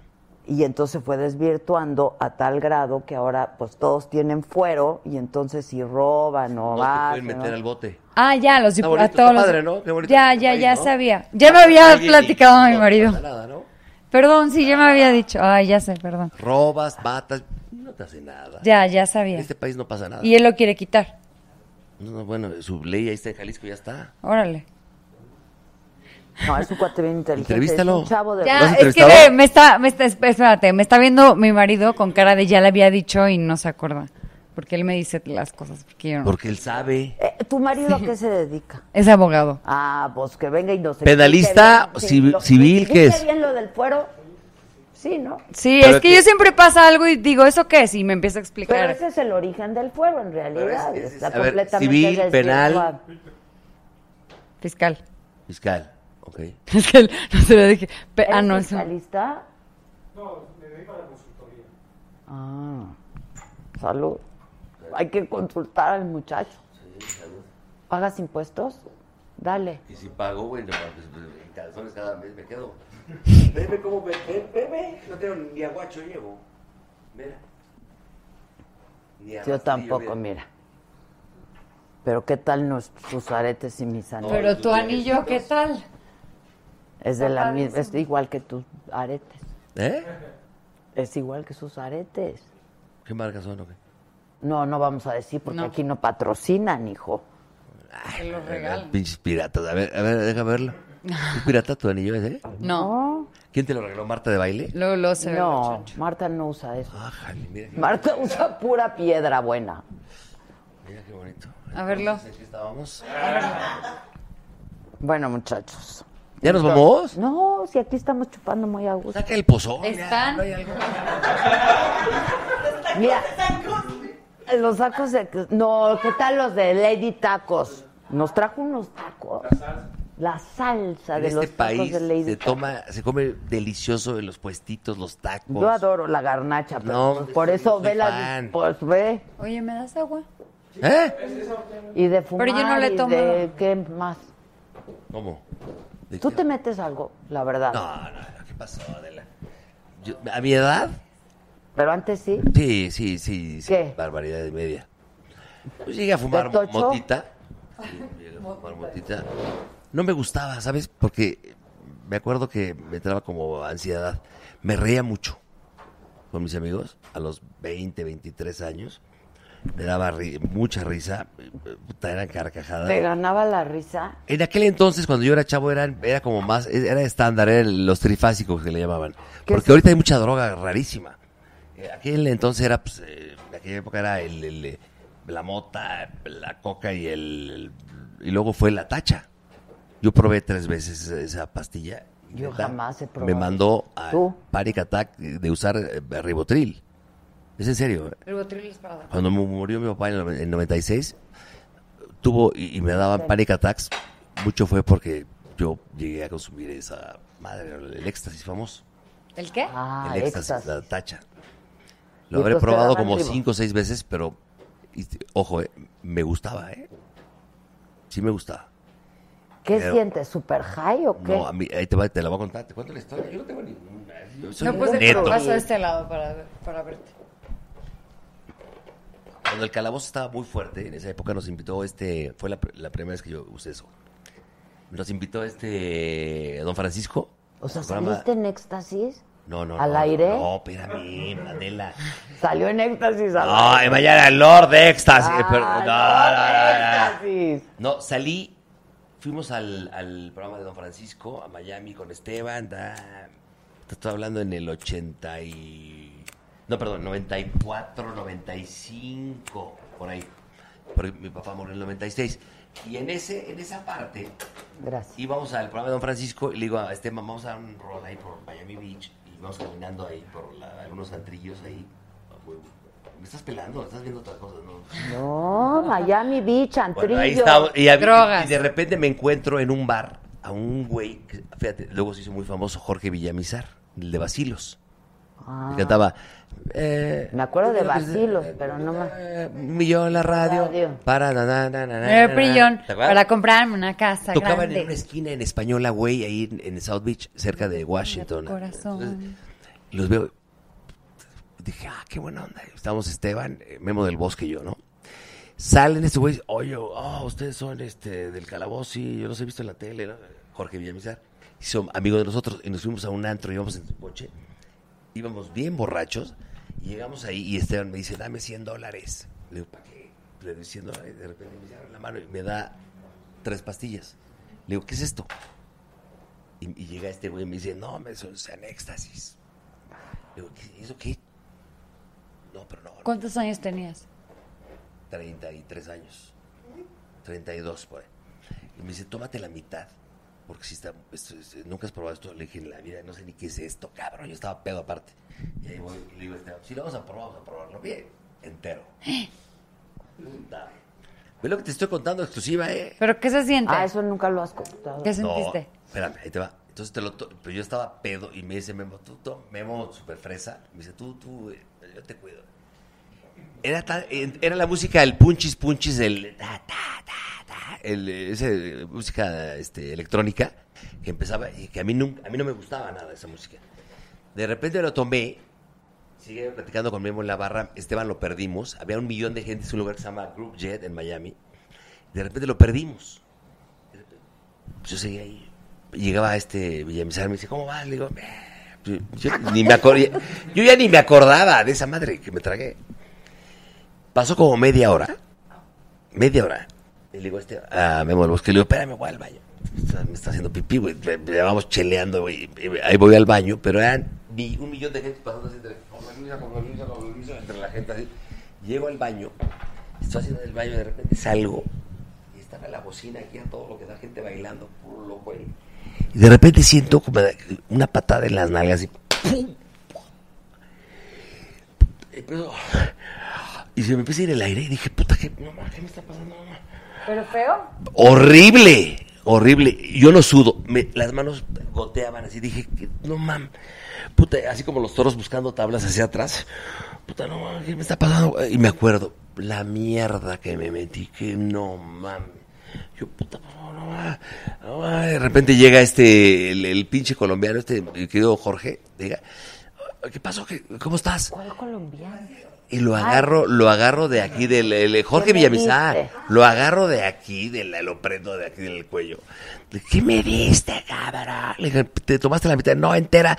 [SPEAKER 1] Y entonces fue desvirtuando a tal grado que ahora pues todos tienen fuero y entonces si roban o
[SPEAKER 16] No te pueden
[SPEAKER 1] hacen,
[SPEAKER 16] meter
[SPEAKER 1] ¿no?
[SPEAKER 16] al bote.
[SPEAKER 15] Ah, ya, los
[SPEAKER 16] Está
[SPEAKER 15] diputados.
[SPEAKER 16] bonito, está padre, ¿no? Qué bonito
[SPEAKER 15] Ya,
[SPEAKER 16] este
[SPEAKER 15] ya,
[SPEAKER 16] país,
[SPEAKER 15] ya
[SPEAKER 16] ¿no?
[SPEAKER 15] sabía. Ya me había
[SPEAKER 16] Nadie-
[SPEAKER 15] platicado a mi
[SPEAKER 16] no
[SPEAKER 15] marido.
[SPEAKER 16] pasa nada, ¿no?
[SPEAKER 15] Perdón, sí, ya me había dicho. Ay, ya sé, perdón.
[SPEAKER 16] Robas, matas, no te hace nada.
[SPEAKER 15] Ya, ya
[SPEAKER 16] En
[SPEAKER 15] sabía.
[SPEAKER 16] este país no pasa nada.
[SPEAKER 15] Y él lo quiere quitar.
[SPEAKER 16] No, no, bueno, su ley ahí está en Jalisco, ya está.
[SPEAKER 15] Órale.
[SPEAKER 1] No, es un cuate bien inteligente.
[SPEAKER 16] Entrevístalo.
[SPEAKER 1] Es un chavo de...
[SPEAKER 16] ¿Lo has
[SPEAKER 15] Ya, es que
[SPEAKER 16] entrevistado?
[SPEAKER 15] ve, me está, me está, esp- espérate, me está viendo mi marido con cara de ya le había dicho y no se acuerda. Porque él me dice las cosas, porque yo no.
[SPEAKER 16] Porque él sabe.
[SPEAKER 1] Eh, ¿Tu marido a qué se dedica?
[SPEAKER 15] Es abogado.
[SPEAKER 1] Ah, pues que venga y nos...
[SPEAKER 16] Penalista,
[SPEAKER 1] explique bien.
[SPEAKER 16] civi-
[SPEAKER 1] lo-
[SPEAKER 16] civil, ¿qué
[SPEAKER 1] explique
[SPEAKER 16] es?
[SPEAKER 1] bien lo del fuero? Sí, ¿no?
[SPEAKER 15] Sí,
[SPEAKER 16] Pero
[SPEAKER 15] es que
[SPEAKER 16] te-
[SPEAKER 15] yo siempre pasa algo y digo, ¿eso qué es? Y me empieza a
[SPEAKER 1] Pero
[SPEAKER 15] explicar.
[SPEAKER 1] ese es el origen del fuero, en realidad. Está
[SPEAKER 16] a ver,
[SPEAKER 1] completamente
[SPEAKER 16] civil, penal.
[SPEAKER 1] desvirtuado.
[SPEAKER 15] Fiscal. <laughs>
[SPEAKER 16] Fiscal. Ok.
[SPEAKER 15] Es que no se lo dije. Pe- ah,
[SPEAKER 1] ¿Eres
[SPEAKER 15] no, eso.
[SPEAKER 1] fiscalista?
[SPEAKER 5] No, me dedico a la consultoría.
[SPEAKER 1] Ah, salud. Hay que consultar al muchacho. ¿Pagas impuestos? Dale.
[SPEAKER 16] Y si pago, bueno, pues, pues, 20 soles cada mes me quedo. Bebe, ¿cómo me, ve- bebe? No tengo ni aguacho llevo. Mira. Ni
[SPEAKER 1] Yo
[SPEAKER 16] abastillo,
[SPEAKER 1] tampoco,
[SPEAKER 16] mira.
[SPEAKER 1] mira. Pero ¿qué tal nos, sus aretes y mis anillos?
[SPEAKER 15] Pero tu anillo, ¿qué tal?
[SPEAKER 1] Es de la
[SPEAKER 15] Está
[SPEAKER 1] misma, es
[SPEAKER 15] padrísimo.
[SPEAKER 1] igual que tus aretes.
[SPEAKER 16] ¿Eh?
[SPEAKER 1] Es igual que sus aretes.
[SPEAKER 16] ¿Qué marcas son o qué?
[SPEAKER 1] No, no vamos a decir porque aquí no patrocinan, hijo.
[SPEAKER 15] Te lo regalan.
[SPEAKER 16] Pinches piratas. A ver, a ver, déjame verlo. ¿Es pirata tu anillo ese?
[SPEAKER 15] No.
[SPEAKER 16] ¿Quién te lo regaló? ¿Marta de baile?
[SPEAKER 15] Luego, luego se ve lo
[SPEAKER 1] No,
[SPEAKER 15] choncho.
[SPEAKER 1] Marta no usa eso.
[SPEAKER 16] Ájale, mira,
[SPEAKER 1] Marta usa pura piedra buena.
[SPEAKER 16] mira qué bonito.
[SPEAKER 15] A verlo.
[SPEAKER 16] Aquí estábamos.
[SPEAKER 1] Bueno, muchachos.
[SPEAKER 16] ¿Ya nos vamos?
[SPEAKER 1] No, si aquí estamos chupando muy a gusto.
[SPEAKER 16] Saca el pozón.
[SPEAKER 15] Están.
[SPEAKER 1] Mira, los tacos de... No, ¿qué tal los de Lady Tacos? Nos trajo unos tacos. La salsa
[SPEAKER 16] En
[SPEAKER 1] de
[SPEAKER 16] este
[SPEAKER 1] los tacos
[SPEAKER 16] país
[SPEAKER 1] de Lady
[SPEAKER 16] se
[SPEAKER 1] Tacos.
[SPEAKER 16] toma, se come delicioso en los puestitos, los tacos.
[SPEAKER 1] Yo adoro la garnacha, pero
[SPEAKER 16] No,
[SPEAKER 1] pues
[SPEAKER 16] hombre,
[SPEAKER 1] por eso
[SPEAKER 16] soy
[SPEAKER 1] ve la...
[SPEAKER 16] fan.
[SPEAKER 1] Pues ve.
[SPEAKER 15] Oye, ¿me das agua?
[SPEAKER 16] ¿Eh?
[SPEAKER 1] Y de fumar
[SPEAKER 15] yo no le
[SPEAKER 1] y
[SPEAKER 15] tomo.
[SPEAKER 1] de qué más.
[SPEAKER 16] ¿Cómo? ¿De
[SPEAKER 1] Tú
[SPEAKER 16] qué?
[SPEAKER 1] te metes algo, la verdad.
[SPEAKER 16] No, no, no, ¿qué pasó, Adela? Yo- ¿A mi edad?
[SPEAKER 1] Pero antes sí.
[SPEAKER 16] Sí, sí, sí. sí
[SPEAKER 1] ¿Qué?
[SPEAKER 16] Barbaridad de media. Yo llegué a fumar
[SPEAKER 1] ¿De tocho?
[SPEAKER 16] motita. Sí, llegué a fumar motita. No me gustaba, ¿sabes? Porque me acuerdo que me entraba como ansiedad. Me reía mucho con mis amigos a los 20, 23 años. Me daba ri- mucha risa. Eh, Puta, eran carcajadas.
[SPEAKER 1] Te ganaba la risa.
[SPEAKER 16] En aquel entonces, cuando yo era chavo, eran, era como más, era estándar, eran los trifásicos que le llamaban. Porque ahorita hay mucha droga rarísima. Eh, Aquel entonces era, pues, eh, en aquella época era el, el, eh, la mota, la coca y el, y luego fue la tacha. Yo probé tres veces esa- esa pastilla.
[SPEAKER 1] Yo
[SPEAKER 16] Neta,
[SPEAKER 1] jamás he probado.
[SPEAKER 16] Me mandó a
[SPEAKER 1] ¿Tú?
[SPEAKER 16] Panic Attack de usar eh, ribotril. Es en serio. eh.
[SPEAKER 15] El botril es para dar.
[SPEAKER 16] Cuando mu- murió mi papá en el en 96, tuvo y, y me daban panic attacks. Mucho fue porque yo llegué a consumir esa madre, el éxtasis famoso.
[SPEAKER 15] ¿El qué?
[SPEAKER 1] Ah,
[SPEAKER 16] el éxtasis, la tacha.
[SPEAKER 1] Y
[SPEAKER 16] Lo habré
[SPEAKER 1] entonces te
[SPEAKER 16] probado
[SPEAKER 1] daban
[SPEAKER 16] como
[SPEAKER 1] ribo.
[SPEAKER 16] cinco o seis veces, pero y- ojo, eh, me gustaba, ¿eh? Sí me gustaba.
[SPEAKER 1] ¿Qué
[SPEAKER 16] Pero-
[SPEAKER 1] sientes? ¿Super high o qué?
[SPEAKER 16] No, a mí, ahí te, va- te la voy a contar. Te cuento la historia. Yo no tengo ninguna. Yo soy
[SPEAKER 15] No puse
[SPEAKER 16] neto.
[SPEAKER 15] el vaso de este lado para, para verte.
[SPEAKER 16] Cuando el calabozo estaba muy fuerte, en esa época nos invitó este, fue la, pr- la primera vez que yo usé eso. Nos invitó este don Francisco.
[SPEAKER 1] o sea,
[SPEAKER 16] al programa-
[SPEAKER 1] ¿saliste en éxtasis?
[SPEAKER 16] No, no,
[SPEAKER 1] ¿Al
[SPEAKER 16] no,
[SPEAKER 1] aire?
[SPEAKER 16] No, espérame, Adela.
[SPEAKER 1] Salió en éxtasis. al
[SPEAKER 16] No,
[SPEAKER 1] aire.
[SPEAKER 16] mañana el Lord de Éxtasis.
[SPEAKER 1] Ah,
[SPEAKER 16] pero-
[SPEAKER 1] Lord
[SPEAKER 16] no, no, no, no,
[SPEAKER 1] Éxtasis.
[SPEAKER 16] no. No, salí, fuimos al, al programa de don Francisco, a Miami con Esteban. da- te estoy hablando en el 80 y... No, perdón, 94, 95, por ahí. Porque mi papá murió en el 96. Y en, ese, en esa parte
[SPEAKER 1] Gracias.
[SPEAKER 16] íbamos al programa de Don Francisco y le digo a Esteban, vamos a dar un rol ahí por Miami Beach y vamos caminando ahí por la- algunos antrillos ahí. Me estás pelando, estás viendo otras cosas, ¿no?
[SPEAKER 1] No, Miami Beach, Antrillo.
[SPEAKER 16] Bueno, ahí estábamos, y, hab-
[SPEAKER 1] Drogas.
[SPEAKER 16] y de repente me encuentro en un bar a un güey, que, fíjate, luego se hizo muy famoso Jorge Villamizar, el de Basilos.
[SPEAKER 1] Ah,
[SPEAKER 16] que cantaba... eh,
[SPEAKER 1] me acuerdo de
[SPEAKER 16] creo que es- eh,
[SPEAKER 1] vacilos, pero no más.
[SPEAKER 16] Un millón en la radio. Para, na, na, na, na, na,
[SPEAKER 15] El
[SPEAKER 16] na,
[SPEAKER 15] brillón
[SPEAKER 16] na. ¿Te acuerdas?
[SPEAKER 15] para comprarme una casa
[SPEAKER 16] Tocaban en una
[SPEAKER 15] grande.
[SPEAKER 16] esquina en española, güey, ahí en, en South Beach, cerca de Washington.
[SPEAKER 15] Corazón.
[SPEAKER 16] Los veo. Dije, ah, qué buena onda. Estamos Esteban, eh, Memo del Bosque y yo, ¿no? Salen estos güeyes, oye, oh, ustedes son este del calabozo, sí, yo los he visto en la tele, ¿no? Jorge Villamizar. Y son amigos de nosotros y nos fuimos a un antro, íbamos en su coche, íbamos bien borrachos, y llegamos ahí y Esteban me dice, dame 100 dólares. Le digo, ¿para qué? Le doy 100 dólares, de repente me agarra la mano y me da tres pastillas. Le digo, ¿qué es esto? Y, y llega este güey y me dice, no, me son en éxtasis. Le digo, ¿qué, ¿eso qué? No, pero no,
[SPEAKER 15] ¿Cuántos años tenías?
[SPEAKER 16] 33 años. 32, por ahí. Y me dice, tómate la mitad. porque si está, esto es- nunca has probado esto, le dije en la vida, no sé ni qué es esto, cabrón, yo estaba pedo aparte. Y ahí voy, y le digo, si lo vamos a probar, vamos a probarlo bien, entero. Puta. Ve lo que te estoy contando, exclusiva, ¿eh?
[SPEAKER 15] ¿Pero qué se siente?
[SPEAKER 1] Ah, eso nunca lo has contado.
[SPEAKER 15] ¿Qué
[SPEAKER 16] No,
[SPEAKER 15] sentiste?
[SPEAKER 16] espérame, ahí te va. Entonces te lo to- pero yo estaba pedo y me dice Memo, tú, tú, Memo, super fresa. Me dice, tú, tú, eh, yo te cuido. Era, tan- en- era la música del punchis punchis, el, ta, ta, ta, ta, el, eh, ese, eh, música este, electrónica que empezaba y que a mí, nunca, a mí no me gustaba nada esa música. De repente lo tomé, sigue platicando con Memo en la barra, Esteban lo perdimos, había un millón de gente, es un lugar que se llama Group Jet en Miami, de repente lo perdimos. Pues yo seguía ahí. Llegaba este Villamizar, me dice, ¿cómo vas? Le digo, "Eh". yo, ni me acor- yo ya ni me acordaba de esa madre que me tragué. Pasó como media hora, media hora. Y le digo, a este, ah, Memo del Bosque, le digo, espérame, voy al baño. Me está haciendo pipí, güey. Me- me Vamos cheleando, güey. Ahí voy al baño, pero eran vi un millón de gente pasando así entre, con permiso, con permiso, con permiso, entre la gente así. Llego al baño, estoy haciendo el baño, de repente salgo y estaba la bocina aquí a todo lo que da gente bailando, puro loco ahí. Y de repente siento como una patada en las nalgas y, ¡pum! Empiezo- y se me empieza a ir el aire y dije, puta, qué no mames, ¿qué me está pasando? No mames".
[SPEAKER 15] ¿Pero feo?
[SPEAKER 16] Horrible, horrible. Yo no sudo, me- las manos goteaban así, dije, "Que- no mames, puta, así como los toros buscando tablas hacia atrás. Puta, no mames, ¿qué me está pasando? Y me acuerdo, la mierda que me metí, que no mames. Yo, puta, por favor, no mames. no mames. De repente llega este, el, el pinche colombiano, este mi querido Jorge, diga, ¿qué pasó? ¿Qué- ¿Cómo estás?
[SPEAKER 1] ¿Cuál colombiano?
[SPEAKER 16] Y lo agarro, lo agarro de aquí, del el Jorge
[SPEAKER 1] ¿Qué me
[SPEAKER 16] Villamizar.
[SPEAKER 1] diste?
[SPEAKER 16] Lo agarro de aquí, de la- lo prendo de aquí del cuello. Le dije, ¿Qué me diste, cabrón? Le dije, te tomaste la mitad, no entera.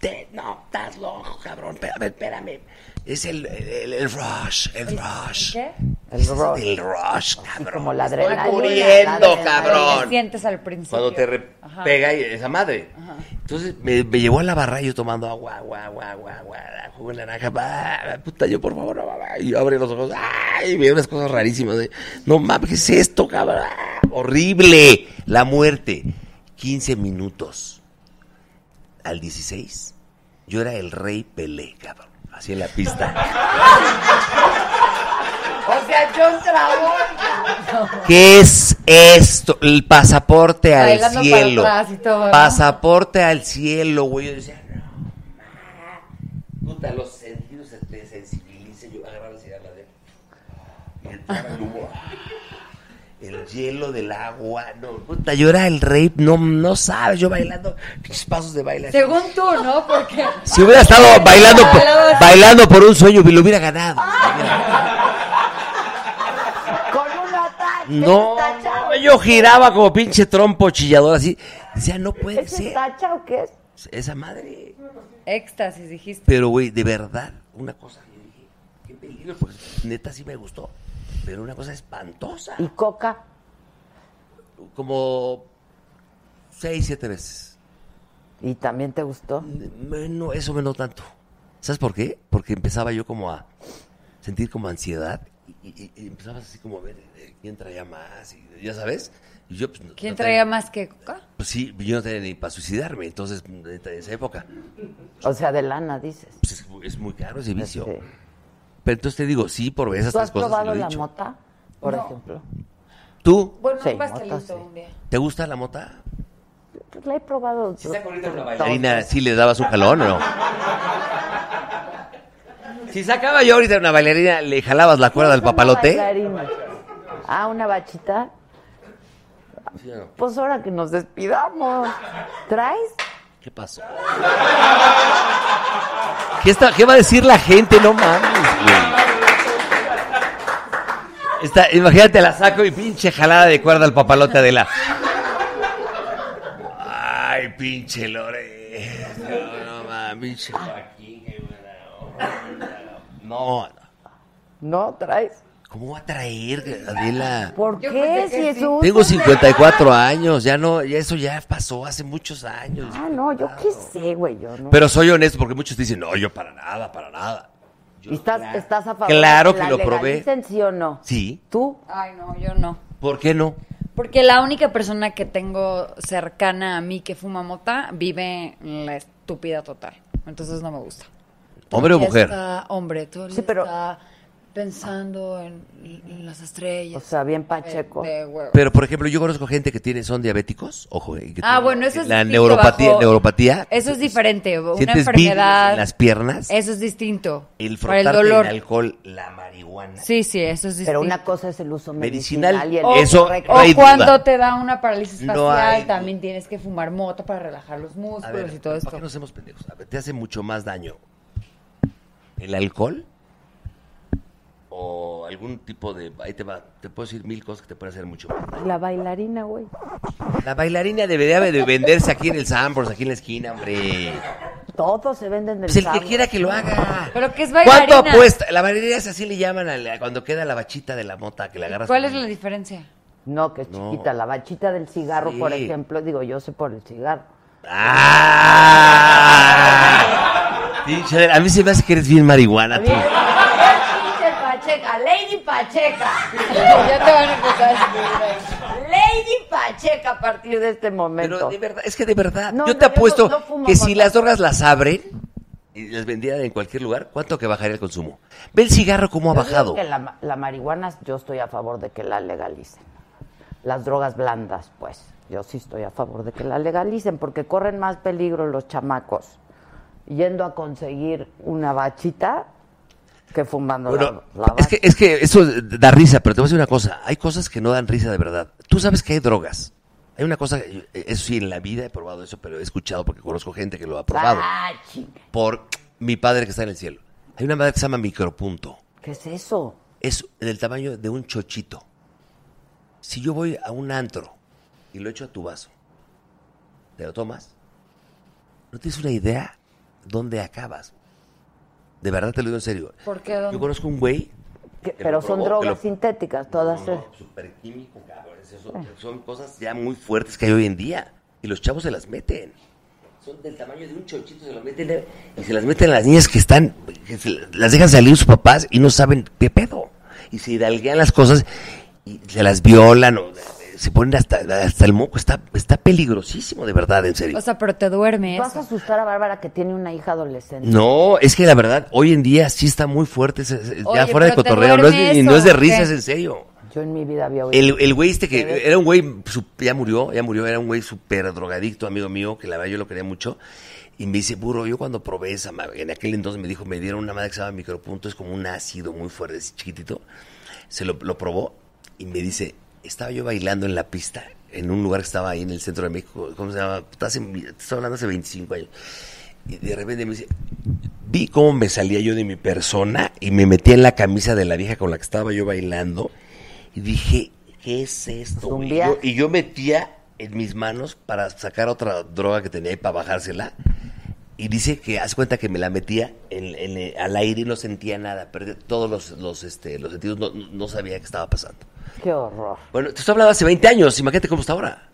[SPEAKER 16] Te- no, estás loco, cabrón. Espérame, espérame. Es el, el, el rush, el rush.
[SPEAKER 15] ¿Qué?
[SPEAKER 16] El rush. El rush, cabrón. Como
[SPEAKER 1] la adrenalina,
[SPEAKER 16] Estoy
[SPEAKER 1] la
[SPEAKER 16] muriendo,
[SPEAKER 1] adrenalina.
[SPEAKER 15] ¿Qué
[SPEAKER 16] cabrón.
[SPEAKER 15] sientes al principio?
[SPEAKER 16] Cuando te re-
[SPEAKER 15] Ajá.
[SPEAKER 16] pega y- esa madre.
[SPEAKER 15] Ajá.
[SPEAKER 16] Entonces me, me llevó a la barra y yo tomando agua, agua, agua, agua, agua, jugo de naranja, bah, puta, yo por favor, no, bah, y yo abrí los ojos, ay, y veo unas cosas rarísimas. de, no mames, ¿qué es esto, cabrón? Ah, Horrible, la muerte. 15 minutos al 16, yo era el rey Pelé, cabrón, así en la pista.
[SPEAKER 1] O sea, John Travolta.
[SPEAKER 16] ¿Qué es esto? El pasaporte al
[SPEAKER 15] Bailando para
[SPEAKER 16] cielo.
[SPEAKER 15] atrás y todo, ¿no?
[SPEAKER 16] Pasaporte al cielo, güey. Yo decía, no, ma. puta, los sentidos se te sensibilizan. Yo agarraba el cigarro de. Y entraba el humo. <laughs> El hielo del agua, no, puta, yo era el rey, no, no sabes, yo bailando, pinches pasos de baile.
[SPEAKER 15] Según tú, ¿no? Porque...
[SPEAKER 16] Si hubiera estado bailando por, bailando por un sueño, lo hubiera ganado.
[SPEAKER 1] Con una ataque.
[SPEAKER 16] No, yo giraba como pinche trompo chillador así. Decía, no puede
[SPEAKER 1] ¿Es un tacha o qué es?
[SPEAKER 16] Esa madre.
[SPEAKER 15] Éxtasis, dijiste.
[SPEAKER 16] Pero, güey, de verdad, una cosa que yo dije, qué peligro, porque neta sí me gustó, pero una cosa espantosa.
[SPEAKER 1] ¿Y coca?
[SPEAKER 16] Como seis, siete veces.
[SPEAKER 1] ¿Y también te gustó?
[SPEAKER 16] No, eso me no tanto. ¿Sabes por qué? Porque empezaba yo como a sentir como ansiedad y, y- y empezabas así como a ver eh, quién traía más, y, ya sabes. Y yo, pues, no-
[SPEAKER 15] ¿Quién
[SPEAKER 16] no
[SPEAKER 15] traía
[SPEAKER 16] tenía-
[SPEAKER 15] más que coca?
[SPEAKER 16] Pues sí, yo no tenía ni para suicidarme, entonces, neta, en esa época.
[SPEAKER 1] O sea, de lana, dices. Este.
[SPEAKER 16] Pues es, es muy caro ese vicio. Pero entonces te digo, sí, por esas
[SPEAKER 1] ¿Tú has
[SPEAKER 16] tres cosas.
[SPEAKER 1] probado
[SPEAKER 16] lo he
[SPEAKER 1] la
[SPEAKER 16] dicho.
[SPEAKER 1] mota? Por
[SPEAKER 15] No.
[SPEAKER 1] ejemplo.
[SPEAKER 16] ¿Tú?
[SPEAKER 15] Bueno,
[SPEAKER 1] Sí,
[SPEAKER 15] un pastelito
[SPEAKER 1] mota, sí.
[SPEAKER 15] un día.
[SPEAKER 16] ¿Te gusta la mota?
[SPEAKER 1] Pues la he probado.
[SPEAKER 16] Karina, ¿sí le dabas un jalón o no? Si sacaba yo ahorita una bailarina, ¿le jalabas la cuerda al
[SPEAKER 1] Una
[SPEAKER 16] papalote?
[SPEAKER 1] bailarina. Ah, una bachita.
[SPEAKER 16] ¿Sí o no?
[SPEAKER 1] Pues ahora que nos despidamos. ¿Traes?
[SPEAKER 16] ¿Qué pasó? ¿Qué, está- qué va a decir la gente? No mames, güey. Está- imagínate, la saco y pinche jalada de cuerda al papalote Adela. Ay, pinche Lore. No, no mames, pinche Joaquín. qué buena onda. No,
[SPEAKER 1] No, traes.
[SPEAKER 16] ¿cómo va a traer, Adela?
[SPEAKER 1] ¿Por
[SPEAKER 15] Yo
[SPEAKER 1] qué?
[SPEAKER 15] pensé
[SPEAKER 1] Si
[SPEAKER 15] que
[SPEAKER 1] es
[SPEAKER 15] sí.
[SPEAKER 1] un.
[SPEAKER 16] Tengo 54 años, ya no, ya eso ya pasó hace muchos años.
[SPEAKER 1] Ah, no, yo qué sé, güey. Yo no.
[SPEAKER 16] Pero soy honesto porque muchos dicen, no, yo para nada, para nada.
[SPEAKER 1] ¿Y ¿Estás, estás a favor?
[SPEAKER 16] Claro
[SPEAKER 1] de
[SPEAKER 16] que
[SPEAKER 1] la
[SPEAKER 16] lo probé.
[SPEAKER 1] legalicen, sí o no?
[SPEAKER 16] Sí,
[SPEAKER 1] ¿Tú?
[SPEAKER 15] Ay, no, yo no.
[SPEAKER 16] ¿por qué no?
[SPEAKER 15] Porque la única persona que tengo cercana a mí que fuma mota vive en la estúpida total. Entonces no me gusta.
[SPEAKER 16] ¿Hombre o mujer?
[SPEAKER 15] Está, hombre, todo el día está pensando en, en las estrellas. Eh,
[SPEAKER 1] O sea, bien pacheco.
[SPEAKER 15] De- de huevo.
[SPEAKER 16] Pero, por ejemplo, yo conozco gente que tiene, son diabéticos, ojo. eh, que
[SPEAKER 15] ah,
[SPEAKER 16] tienen
[SPEAKER 15] bueno, eso es
[SPEAKER 16] La
[SPEAKER 15] distinto
[SPEAKER 16] neuropatía,
[SPEAKER 15] bajo-
[SPEAKER 16] neuropatía
[SPEAKER 15] Eso es diferente. Una
[SPEAKER 16] ¿Sientes
[SPEAKER 15] enfermedad.
[SPEAKER 16] vibres en las piernas?
[SPEAKER 15] Eso es distinto.
[SPEAKER 16] el
[SPEAKER 15] Para el
[SPEAKER 16] frotarte el,
[SPEAKER 15] dolor.
[SPEAKER 16] alcohol, la marihuana.
[SPEAKER 15] Sí, sí, eso es
[SPEAKER 1] Pero
[SPEAKER 15] distinto.
[SPEAKER 1] una cosa es el uso
[SPEAKER 16] Medicinal,
[SPEAKER 1] medicinal, y el
[SPEAKER 16] o- eso
[SPEAKER 1] correcto.
[SPEAKER 16] no hay
[SPEAKER 15] O cuando
[SPEAKER 16] duda.
[SPEAKER 15] te da una parálisis
[SPEAKER 16] No
[SPEAKER 15] facial,
[SPEAKER 16] hay-
[SPEAKER 15] también tienes que fumar mota para relajar los
[SPEAKER 16] A
[SPEAKER 15] músculos
[SPEAKER 16] ver,
[SPEAKER 15] y todo
[SPEAKER 16] ¿para
[SPEAKER 15] esto.
[SPEAKER 16] qué nos hacemos pendejos? A ver, ¿Te hace mucho más daño el alcohol o algún tipo de... Ahí te va, te puedo decir mil cosas que te pueden hacer mucho más daño.
[SPEAKER 1] La bailarina, güey.
[SPEAKER 16] La bailarina debería de venderse aquí en el Sambors, aquí en la esquina, hombre.
[SPEAKER 1] Todo se vende en el
[SPEAKER 16] Pues el que
[SPEAKER 1] Sambo.
[SPEAKER 16] quiera que lo haga.
[SPEAKER 15] Pero que es bailarina.
[SPEAKER 16] ¿Cuánto apuesta? La bailarina es así le llaman a la- cuando queda la bachita de la mota que la agarras.
[SPEAKER 15] ¿Cuál
[SPEAKER 16] con-
[SPEAKER 15] es la diferencia?
[SPEAKER 1] No, que es
[SPEAKER 16] No.
[SPEAKER 1] chiquita. La bachita del cigarro,
[SPEAKER 16] Sí.
[SPEAKER 1] por ejemplo. Digo, yo sé por el cigarro.
[SPEAKER 16] Ah. Pinche, a mí se me hace que eres bien marihuana, tú.
[SPEAKER 1] Pinche Pacheca, Lady Pacheca.
[SPEAKER 15] <laughs> ya te van a empezar a escribir.
[SPEAKER 1] Lady Pacheca a partir de este momento.
[SPEAKER 16] Pero de verdad, es que de verdad,
[SPEAKER 1] No,
[SPEAKER 16] yo
[SPEAKER 1] no,
[SPEAKER 16] te
[SPEAKER 1] yo
[SPEAKER 16] apuesto
[SPEAKER 1] no- no fumo
[SPEAKER 16] que si
[SPEAKER 1] mota.
[SPEAKER 16] las drogas las abren y las vendieran en cualquier lugar, ¿cuánto que bajaría el consumo? Ve el cigarro cómo ha
[SPEAKER 1] Yo digo
[SPEAKER 16] bajado.
[SPEAKER 1] que la, ma- la marihuana, yo estoy a favor de que la legalicen. Las drogas blandas, pues. Yo sí estoy a favor de que la legalicen, porque corren más peligro los chamacos yendo a conseguir una bachita que fumando la-
[SPEAKER 16] Bueno,
[SPEAKER 1] la,
[SPEAKER 16] es que, es que eso da risa, pero te voy a decir una cosa. Hay cosas que no dan risa de verdad. Tú sabes que hay drogas. Hay una cosa, eh, eso sí, en la vida he probado eso, pero he escuchado porque conozco gente que lo ha probado.
[SPEAKER 1] Ah, chinga.
[SPEAKER 16] Por mi padre que está en el cielo. Hay una madre que se llama micropunto.
[SPEAKER 1] ¿Qué es eso?
[SPEAKER 16] Es del tamaño de un chochito. Si yo voy a un antro y lo echo a tu vaso, ¿te lo tomas? No tienes una idea dónde acabas. De verdad te lo digo en serio.
[SPEAKER 15] ¿Por qué?
[SPEAKER 16] Yo
[SPEAKER 15] ¿Dónde?
[SPEAKER 16] conozco un güey
[SPEAKER 1] Que-
[SPEAKER 16] que
[SPEAKER 1] pero
[SPEAKER 16] lo
[SPEAKER 1] son
[SPEAKER 16] probó, que
[SPEAKER 1] drogas
[SPEAKER 16] lo-
[SPEAKER 1] sintéticas, todas.
[SPEAKER 16] No, no, superquímico, cabrón. Eso son, son cosas ya muy fuertes que hay hoy en día. Y los chavos se las meten. Son del tamaño de un chochito, se las meten. de- Y se las meten a las niñas que están. que se- las dejan salir sus papás y no saben qué pedo. Y se hidalguean las cosas y se las violan o se ponen hasta, hasta el moco. Está, está peligrosísimo, de verdad, en serio.
[SPEAKER 15] O sea, pero te duerme
[SPEAKER 1] Vas a
[SPEAKER 15] eso.
[SPEAKER 1] asustar a Bárbara que tiene una hija adolescente.
[SPEAKER 16] No, es que la verdad, hoy en día sí está muy fuerte. ese- ese- ya
[SPEAKER 1] Oye,
[SPEAKER 16] fuera de
[SPEAKER 1] pero te
[SPEAKER 16] cotorreo, no es,
[SPEAKER 1] duerme
[SPEAKER 16] ni-
[SPEAKER 1] eso,
[SPEAKER 16] no es de
[SPEAKER 1] ¿o qué?
[SPEAKER 16] risa, es en serio.
[SPEAKER 1] Yo en mi vida había oído.
[SPEAKER 16] El, el güey este que era un güey, su- ya murió, ya murió, era un güey súper drogadicto, amigo mío, que la verdad yo lo quería mucho. Y me dice, burro, yo cuando probé esa madre, en aquel entonces me dijo, me dieron una madre que se llama micropunto, es como un ácido muy fuerte, así chiquitito. Se lo, lo probó y me dice, estaba yo bailando en la pista, en un lugar que estaba ahí en el centro de México, ¿cómo se llama? Puta, hace- te estoy hablando hace 25 años. Y de repente me dice, vi cómo me salía yo de mi persona y me metí en la camisa de la vieja con la que estaba yo bailando y dije, ¿qué es esto? güey?" Y yo, y yo metía en mis manos para sacar otra droga que tenía y para bajársela. Y dice que haz cuenta que me la metía en- en el- al aire y no sentía nada, perdí todos los, los, este, los sentidos, no, no sabía qué estaba pasando.
[SPEAKER 1] Qué horror.
[SPEAKER 16] Bueno, te estoy hablando hace 20 años, imagínate cómo está ahora.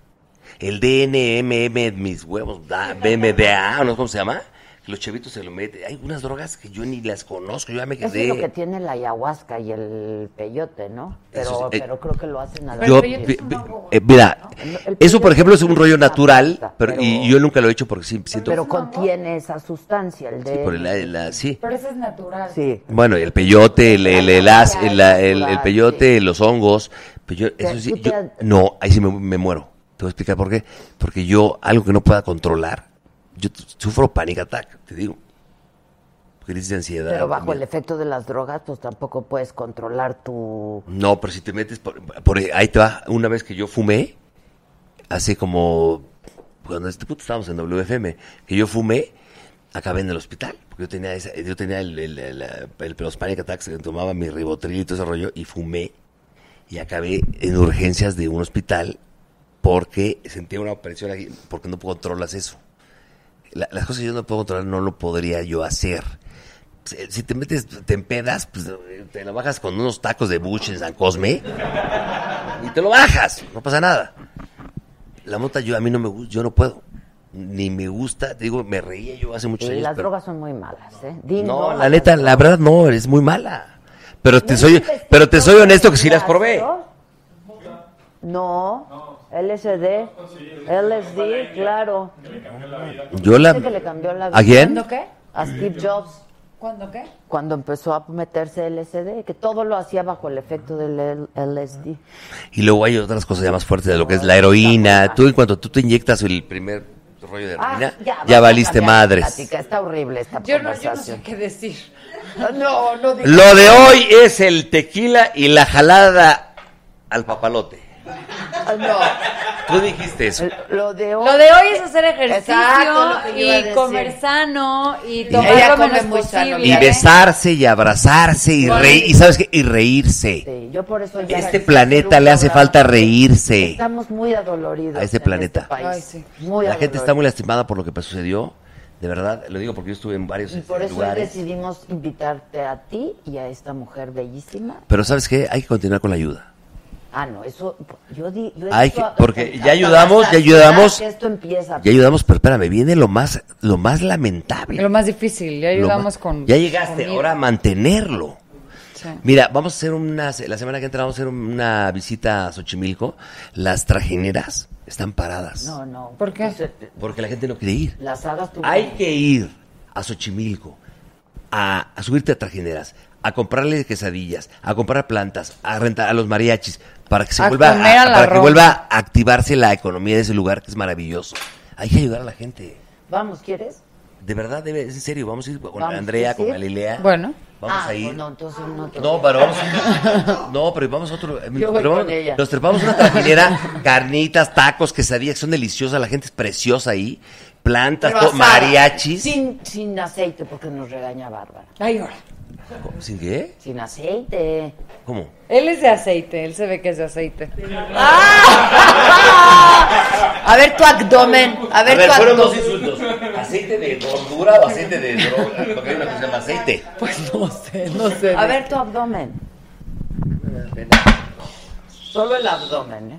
[SPEAKER 16] El DNMM, mis huevos, Pues, da- BMDA, no sé cómo se llama. Los chevitos se lo meten. Hay unas drogas que yo ni las conozco, yo ya me
[SPEAKER 1] Eso
[SPEAKER 16] quedé.
[SPEAKER 1] es lo que tiene la ayahuasca y el peyote, ¿no? Pero,
[SPEAKER 16] Eso sí, eh,
[SPEAKER 1] pero creo que lo hacen a la
[SPEAKER 16] Yo,
[SPEAKER 1] vez.
[SPEAKER 16] vi- vi- eh, mira, eso por ejemplo es un rollo natural, pero,
[SPEAKER 1] pero-
[SPEAKER 16] y yo nunca lo he hecho porque sí, siento...
[SPEAKER 1] Pero contiene esa sustancia, el de...
[SPEAKER 16] sí, por el- la- sí.
[SPEAKER 15] Pero eso es natural.
[SPEAKER 1] Sí.
[SPEAKER 16] Bueno, el peyote, el, el, el as- el- la- el- el peyote, los hongos. Pero yo, eso sí,
[SPEAKER 1] tú te
[SPEAKER 16] yo-
[SPEAKER 1] has-
[SPEAKER 16] no, ahí sí me, me muero. Te voy a explicar por qué. Porque yo, algo que no pueda controlar, yo t- sufro panic attack, te digo. Crisis de ansiedad.
[SPEAKER 1] Pero bajo
[SPEAKER 16] también.
[SPEAKER 1] el efecto de las drogas, pues tampoco puedes controlar tu...
[SPEAKER 16] No, pero si te metes por, por- ahí te va. Una vez que yo fumé, hace como cuando este puto estábamos en WFM, que yo fumé, acabé en el hospital porque yo tenía esa- yo tenía el, el, el, el- los panic attacks, tomaba mi ribotril y todo ese rollo y fumé y acabé en urgencias de un hospital porque sentía una presión aquí porque no controlas eso. La- las cosas que yo no puedo controlar no lo podría yo hacer. Si, si te metes, te empedas, pues te lo bajas con unos tacos de buche en San Cosme y te lo bajas, no pasa nada. La mota yo a mí no me gusta, yo no puedo. Ni me gusta, te digo, me reía yo hace muchos
[SPEAKER 1] Sí,
[SPEAKER 16] años.
[SPEAKER 1] las
[SPEAKER 16] pero-
[SPEAKER 1] drogas son muy malas, ¿eh? Di
[SPEAKER 16] no,
[SPEAKER 1] a
[SPEAKER 16] la
[SPEAKER 1] las
[SPEAKER 16] neta, la verdad no, es muy mala. Pero te soy pero te soy honesto que sí las probé.
[SPEAKER 1] drogas, ¿no? No, LSD, LSD, claro.
[SPEAKER 16] Yo la-
[SPEAKER 1] Dice que le cambió la vida.
[SPEAKER 16] ¿A quién?
[SPEAKER 1] ¿Cuándo qué? A Steve Jobs.
[SPEAKER 15] ¿Cuándo qué?
[SPEAKER 1] Cuando empezó a meterse LSD, que todo lo hacía bajo el efecto del L- LSD.
[SPEAKER 16] Y luego hay otras cosas ya más fuertes de lo que es la heroína. Tú, en cuanto tú te inyectas el primer rollo de
[SPEAKER 1] Ah,
[SPEAKER 16] heroína, ya,
[SPEAKER 1] vamos a
[SPEAKER 16] valiste
[SPEAKER 1] cambiar la
[SPEAKER 16] madres.
[SPEAKER 1] plática, Está horrible esta
[SPEAKER 15] Yo no, yo no
[SPEAKER 1] conversación.
[SPEAKER 15] sé qué decir.
[SPEAKER 1] No, no digas.
[SPEAKER 16] Lo de hoy es el tequila y la jalada al papalote. Tú dijiste eso.
[SPEAKER 1] Ah, Lo de hoy,
[SPEAKER 15] Lo de hoy es hacer ejercicio
[SPEAKER 1] Exacto, lo que yo iba a
[SPEAKER 15] y
[SPEAKER 1] decir.
[SPEAKER 15] comer sano y
[SPEAKER 1] ella
[SPEAKER 15] tomar lo
[SPEAKER 1] come
[SPEAKER 15] menos
[SPEAKER 1] muy sano,
[SPEAKER 15] posible. ¿eh?
[SPEAKER 16] Y besarse y abrazarse y
[SPEAKER 1] Bueno.
[SPEAKER 16] reír. ¿Y sabes qué? Y reírse.
[SPEAKER 1] Sí, yo por eso ya-
[SPEAKER 16] Este planeta le hace falta reírse.
[SPEAKER 1] Estamos muy adoloridos.
[SPEAKER 16] A este
[SPEAKER 1] en
[SPEAKER 16] planeta.
[SPEAKER 1] este país. Muy
[SPEAKER 16] La gente
[SPEAKER 1] adoloridos.
[SPEAKER 16] está muy lastimada por lo que sucedió. De verdad, lo digo porque yo estuve en varios
[SPEAKER 1] Y por
[SPEAKER 16] este,
[SPEAKER 1] eso hoy
[SPEAKER 16] lugares.
[SPEAKER 1] decidimos invitarte a ti y a esta mujer bellísima.
[SPEAKER 16] Pero ¿sabes qué? Hay que continuar con la ayuda.
[SPEAKER 1] Ah, no, eso yo di. yo he
[SPEAKER 16] Hay
[SPEAKER 1] dicho
[SPEAKER 16] que-
[SPEAKER 1] a-
[SPEAKER 16] porque
[SPEAKER 1] a-
[SPEAKER 16] ya
[SPEAKER 1] a-
[SPEAKER 16] ayudamos,
[SPEAKER 1] a-
[SPEAKER 16] ya ayudamos.
[SPEAKER 1] que Esto empieza.
[SPEAKER 16] Ya ayudamos, pero espérame, viene lo más, lo más lamentable.
[SPEAKER 15] Lo más difícil, ya
[SPEAKER 16] Lo
[SPEAKER 15] ayudamos
[SPEAKER 16] más-
[SPEAKER 15] con.
[SPEAKER 16] Ya llegaste,
[SPEAKER 15] comida.
[SPEAKER 16] ahora a mantenerlo.
[SPEAKER 15] Sí.
[SPEAKER 16] Mira, vamos a hacer una. La semana que entra vamos a hacer una visita a Xochimilco. Las trajineras están paradas.
[SPEAKER 1] No, no.
[SPEAKER 15] ¿Por qué?
[SPEAKER 16] Porque la gente no quiere ir.
[SPEAKER 1] Las hagas tú.
[SPEAKER 16] Hay que ir a Xochimilco, a, a subirte a trajineras, a comprarle quesadillas, a comprar plantas, a rentar a los mariachis, para que se
[SPEAKER 15] A
[SPEAKER 16] vuelva
[SPEAKER 15] comer a Ah, la
[SPEAKER 16] para que
[SPEAKER 15] Roma.
[SPEAKER 16] vuelva a activarse la economía de ese lugar que es maravilloso. Hay que ayudar a la gente.
[SPEAKER 1] Vamos, ¿quieres?
[SPEAKER 16] De verdad, debe, es en serio. Vamos a ir con
[SPEAKER 1] Vamos,
[SPEAKER 16] Andrea,
[SPEAKER 1] ¿sí?
[SPEAKER 16] con Galilea.
[SPEAKER 1] Bueno.
[SPEAKER 16] Vamos
[SPEAKER 1] Ah,
[SPEAKER 16] a ir.
[SPEAKER 1] pues No, entonces no te-
[SPEAKER 16] No, pero vamos. No, pero vamos a otro. eh,
[SPEAKER 1] <laughs> Yo voy
[SPEAKER 16] pero vamos-
[SPEAKER 1] con ella.
[SPEAKER 16] Nos trepamos una trajinera, carnitas, tacos, quesadillas, que son deliciosas, la gente es preciosa ahí. Plantas,
[SPEAKER 1] Pero
[SPEAKER 16] todo,
[SPEAKER 1] asada,
[SPEAKER 16] mariachis.
[SPEAKER 1] Sin, sin aceite, porque nos regaña Bárbara.
[SPEAKER 15] Ay, ahora.
[SPEAKER 16] ¿Cómo? ¿Sin qué?
[SPEAKER 1] Sin aceite.
[SPEAKER 16] ¿Cómo?
[SPEAKER 15] Él es de aceite, él se ve que es de aceite. Ah.
[SPEAKER 1] <laughs> A ver tu abdomen. A ver, tu
[SPEAKER 16] fueron dos
[SPEAKER 1] abdomen.
[SPEAKER 16] insultos.
[SPEAKER 1] <laughs>
[SPEAKER 16] ¿Aceite de gordura o aceite de droga? Porque hay una cosa que se llama aceite.
[SPEAKER 15] Pues no sé, no sé.
[SPEAKER 1] A ver tu abdomen. Solo el abdomen, ¿eh?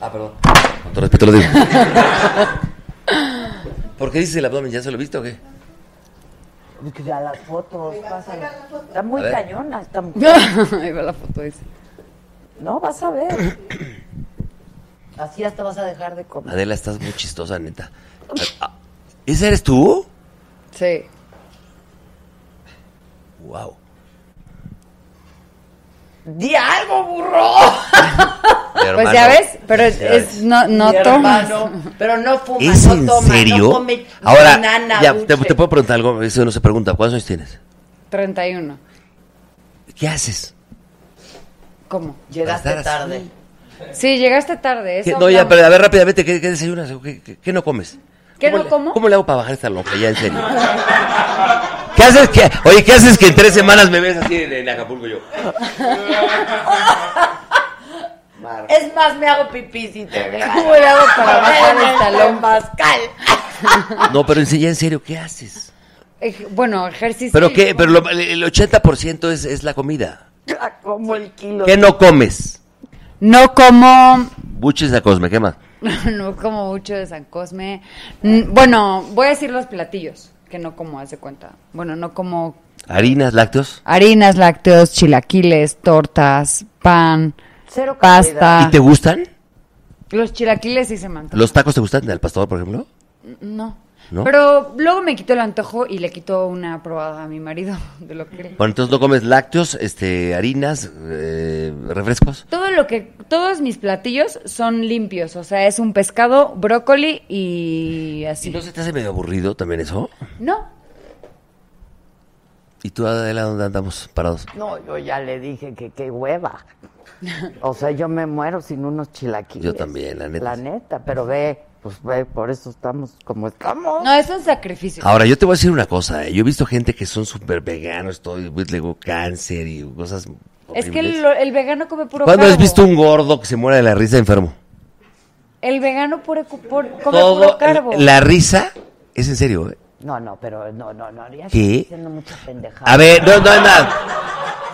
[SPEAKER 16] Ah, perdón. Con todo respeto lo digo. ¿Por qué dices el abdomen? ¿Ya se lo viste o qué?
[SPEAKER 1] A las fotos. pásala. Está muy
[SPEAKER 16] A ver.
[SPEAKER 1] cañona esta mujer.
[SPEAKER 15] <laughs> Ahí va la foto dice.
[SPEAKER 1] No, vas a
[SPEAKER 16] <clears throat>
[SPEAKER 1] ver. Así hasta vas a dejar de comer.
[SPEAKER 16] Adela, estás muy chistosa, neta. Ah, ¿Ese eres tú?
[SPEAKER 15] Sí.
[SPEAKER 16] Wow.
[SPEAKER 1] ¡Di algo, burro!
[SPEAKER 15] Pues ya ves, pero es, es- no, no
[SPEAKER 1] Mi
[SPEAKER 15] tomas.
[SPEAKER 1] hermano, Pero no fuma,
[SPEAKER 16] ¿Es
[SPEAKER 1] no
[SPEAKER 16] en
[SPEAKER 1] toma,
[SPEAKER 16] serio?
[SPEAKER 1] no come
[SPEAKER 16] Ahora,
[SPEAKER 1] banana,
[SPEAKER 16] ya,
[SPEAKER 1] dulce.
[SPEAKER 16] te, te puedo preguntar algo, eso no se pregunta. ¿Cuántos años tienes?
[SPEAKER 15] 31.
[SPEAKER 16] ¿Qué haces?
[SPEAKER 15] ¿Cómo?
[SPEAKER 16] Llegaste Bastardas.
[SPEAKER 1] tarde.
[SPEAKER 15] Sí, llegaste tarde. ¿eh?
[SPEAKER 16] ¿Qué-
[SPEAKER 15] eso
[SPEAKER 16] no, ya,
[SPEAKER 15] hablamos.
[SPEAKER 16] pero a ver, rápidamente, ¿qué, qué desayunas? o ¿Qué, qué- qué no comes?
[SPEAKER 15] ¿Qué no como?
[SPEAKER 16] ¿Cómo le hago para bajar esta loca? Ya, en serio. ¿Qué haces? que- oye, ¿qué haces que en tres semanas me ves así en, en Acapulco yo?
[SPEAKER 1] Es más, me hago pipí si te veo. <laughs>
[SPEAKER 15] ¿Cómo le hago para bajar el talón?
[SPEAKER 1] Pascal.
[SPEAKER 16] No, pero en, se- ya en serio, ¿qué haces?
[SPEAKER 15] Ej- bueno, ejercicio.
[SPEAKER 16] ¿Pero qué? Pero lo- el 80% es, es la comida.
[SPEAKER 1] Como el kilo.
[SPEAKER 16] ¿Qué no comes?
[SPEAKER 15] No como.
[SPEAKER 16] Buches de Cosme, ¿qué más?
[SPEAKER 15] <laughs> No como mucho de San Cosme. Mm, Bueno, voy a decir los platillos que no como, haz de cuenta. Bueno, no como
[SPEAKER 16] ¿Harinas, lácteos?
[SPEAKER 15] harinas, lácteos, chilaquiles, tortas, pan,
[SPEAKER 1] Cero
[SPEAKER 15] pasta.
[SPEAKER 16] ¿Y te gustan?
[SPEAKER 15] Los chilaquiles sí se mantienen.
[SPEAKER 16] ¿Los tacos te gustan del pastor, por ejemplo?
[SPEAKER 15] No.
[SPEAKER 16] ¿No?
[SPEAKER 15] Pero luego me quito el antojo y le quito una probada a mi marido <laughs> de lo que
[SPEAKER 16] Bueno, entonces no comes lácteos, este, harinas, eh, refrescos.
[SPEAKER 15] Todo lo que todos mis platillos son limpios, o sea, es un pescado, brócoli y así.
[SPEAKER 16] ¿No se te hace medio aburrido también eso?
[SPEAKER 15] No,
[SPEAKER 16] ¿Y tú, Adela, dónde andamos parados?
[SPEAKER 1] No, yo ya le dije que qué hueva. O sea, yo me muero sin unos chilaquiles.
[SPEAKER 16] Yo también, la neta.
[SPEAKER 1] La neta, pero ve, pues ve, por eso estamos como estamos.
[SPEAKER 15] no es un sacrificio.
[SPEAKER 16] Ahora, yo te voy a decir una cosa. eh, Yo he visto gente que son súper veganos, todo, pues, y le digo cáncer y cosas
[SPEAKER 15] Es que el, el vegano come puro
[SPEAKER 16] ¿Cuándo has
[SPEAKER 15] carbo.
[SPEAKER 16] visto un gordo que se muera de la risa enfermo?
[SPEAKER 15] El vegano pure cu- por- come puro carbo.
[SPEAKER 16] la risa es en serio, ¿eh?
[SPEAKER 1] No, no, pero no, no, no. Ya
[SPEAKER 16] ¿Qué?
[SPEAKER 1] estoy diciendo mucha pendejada.
[SPEAKER 16] A ver, no, no, no.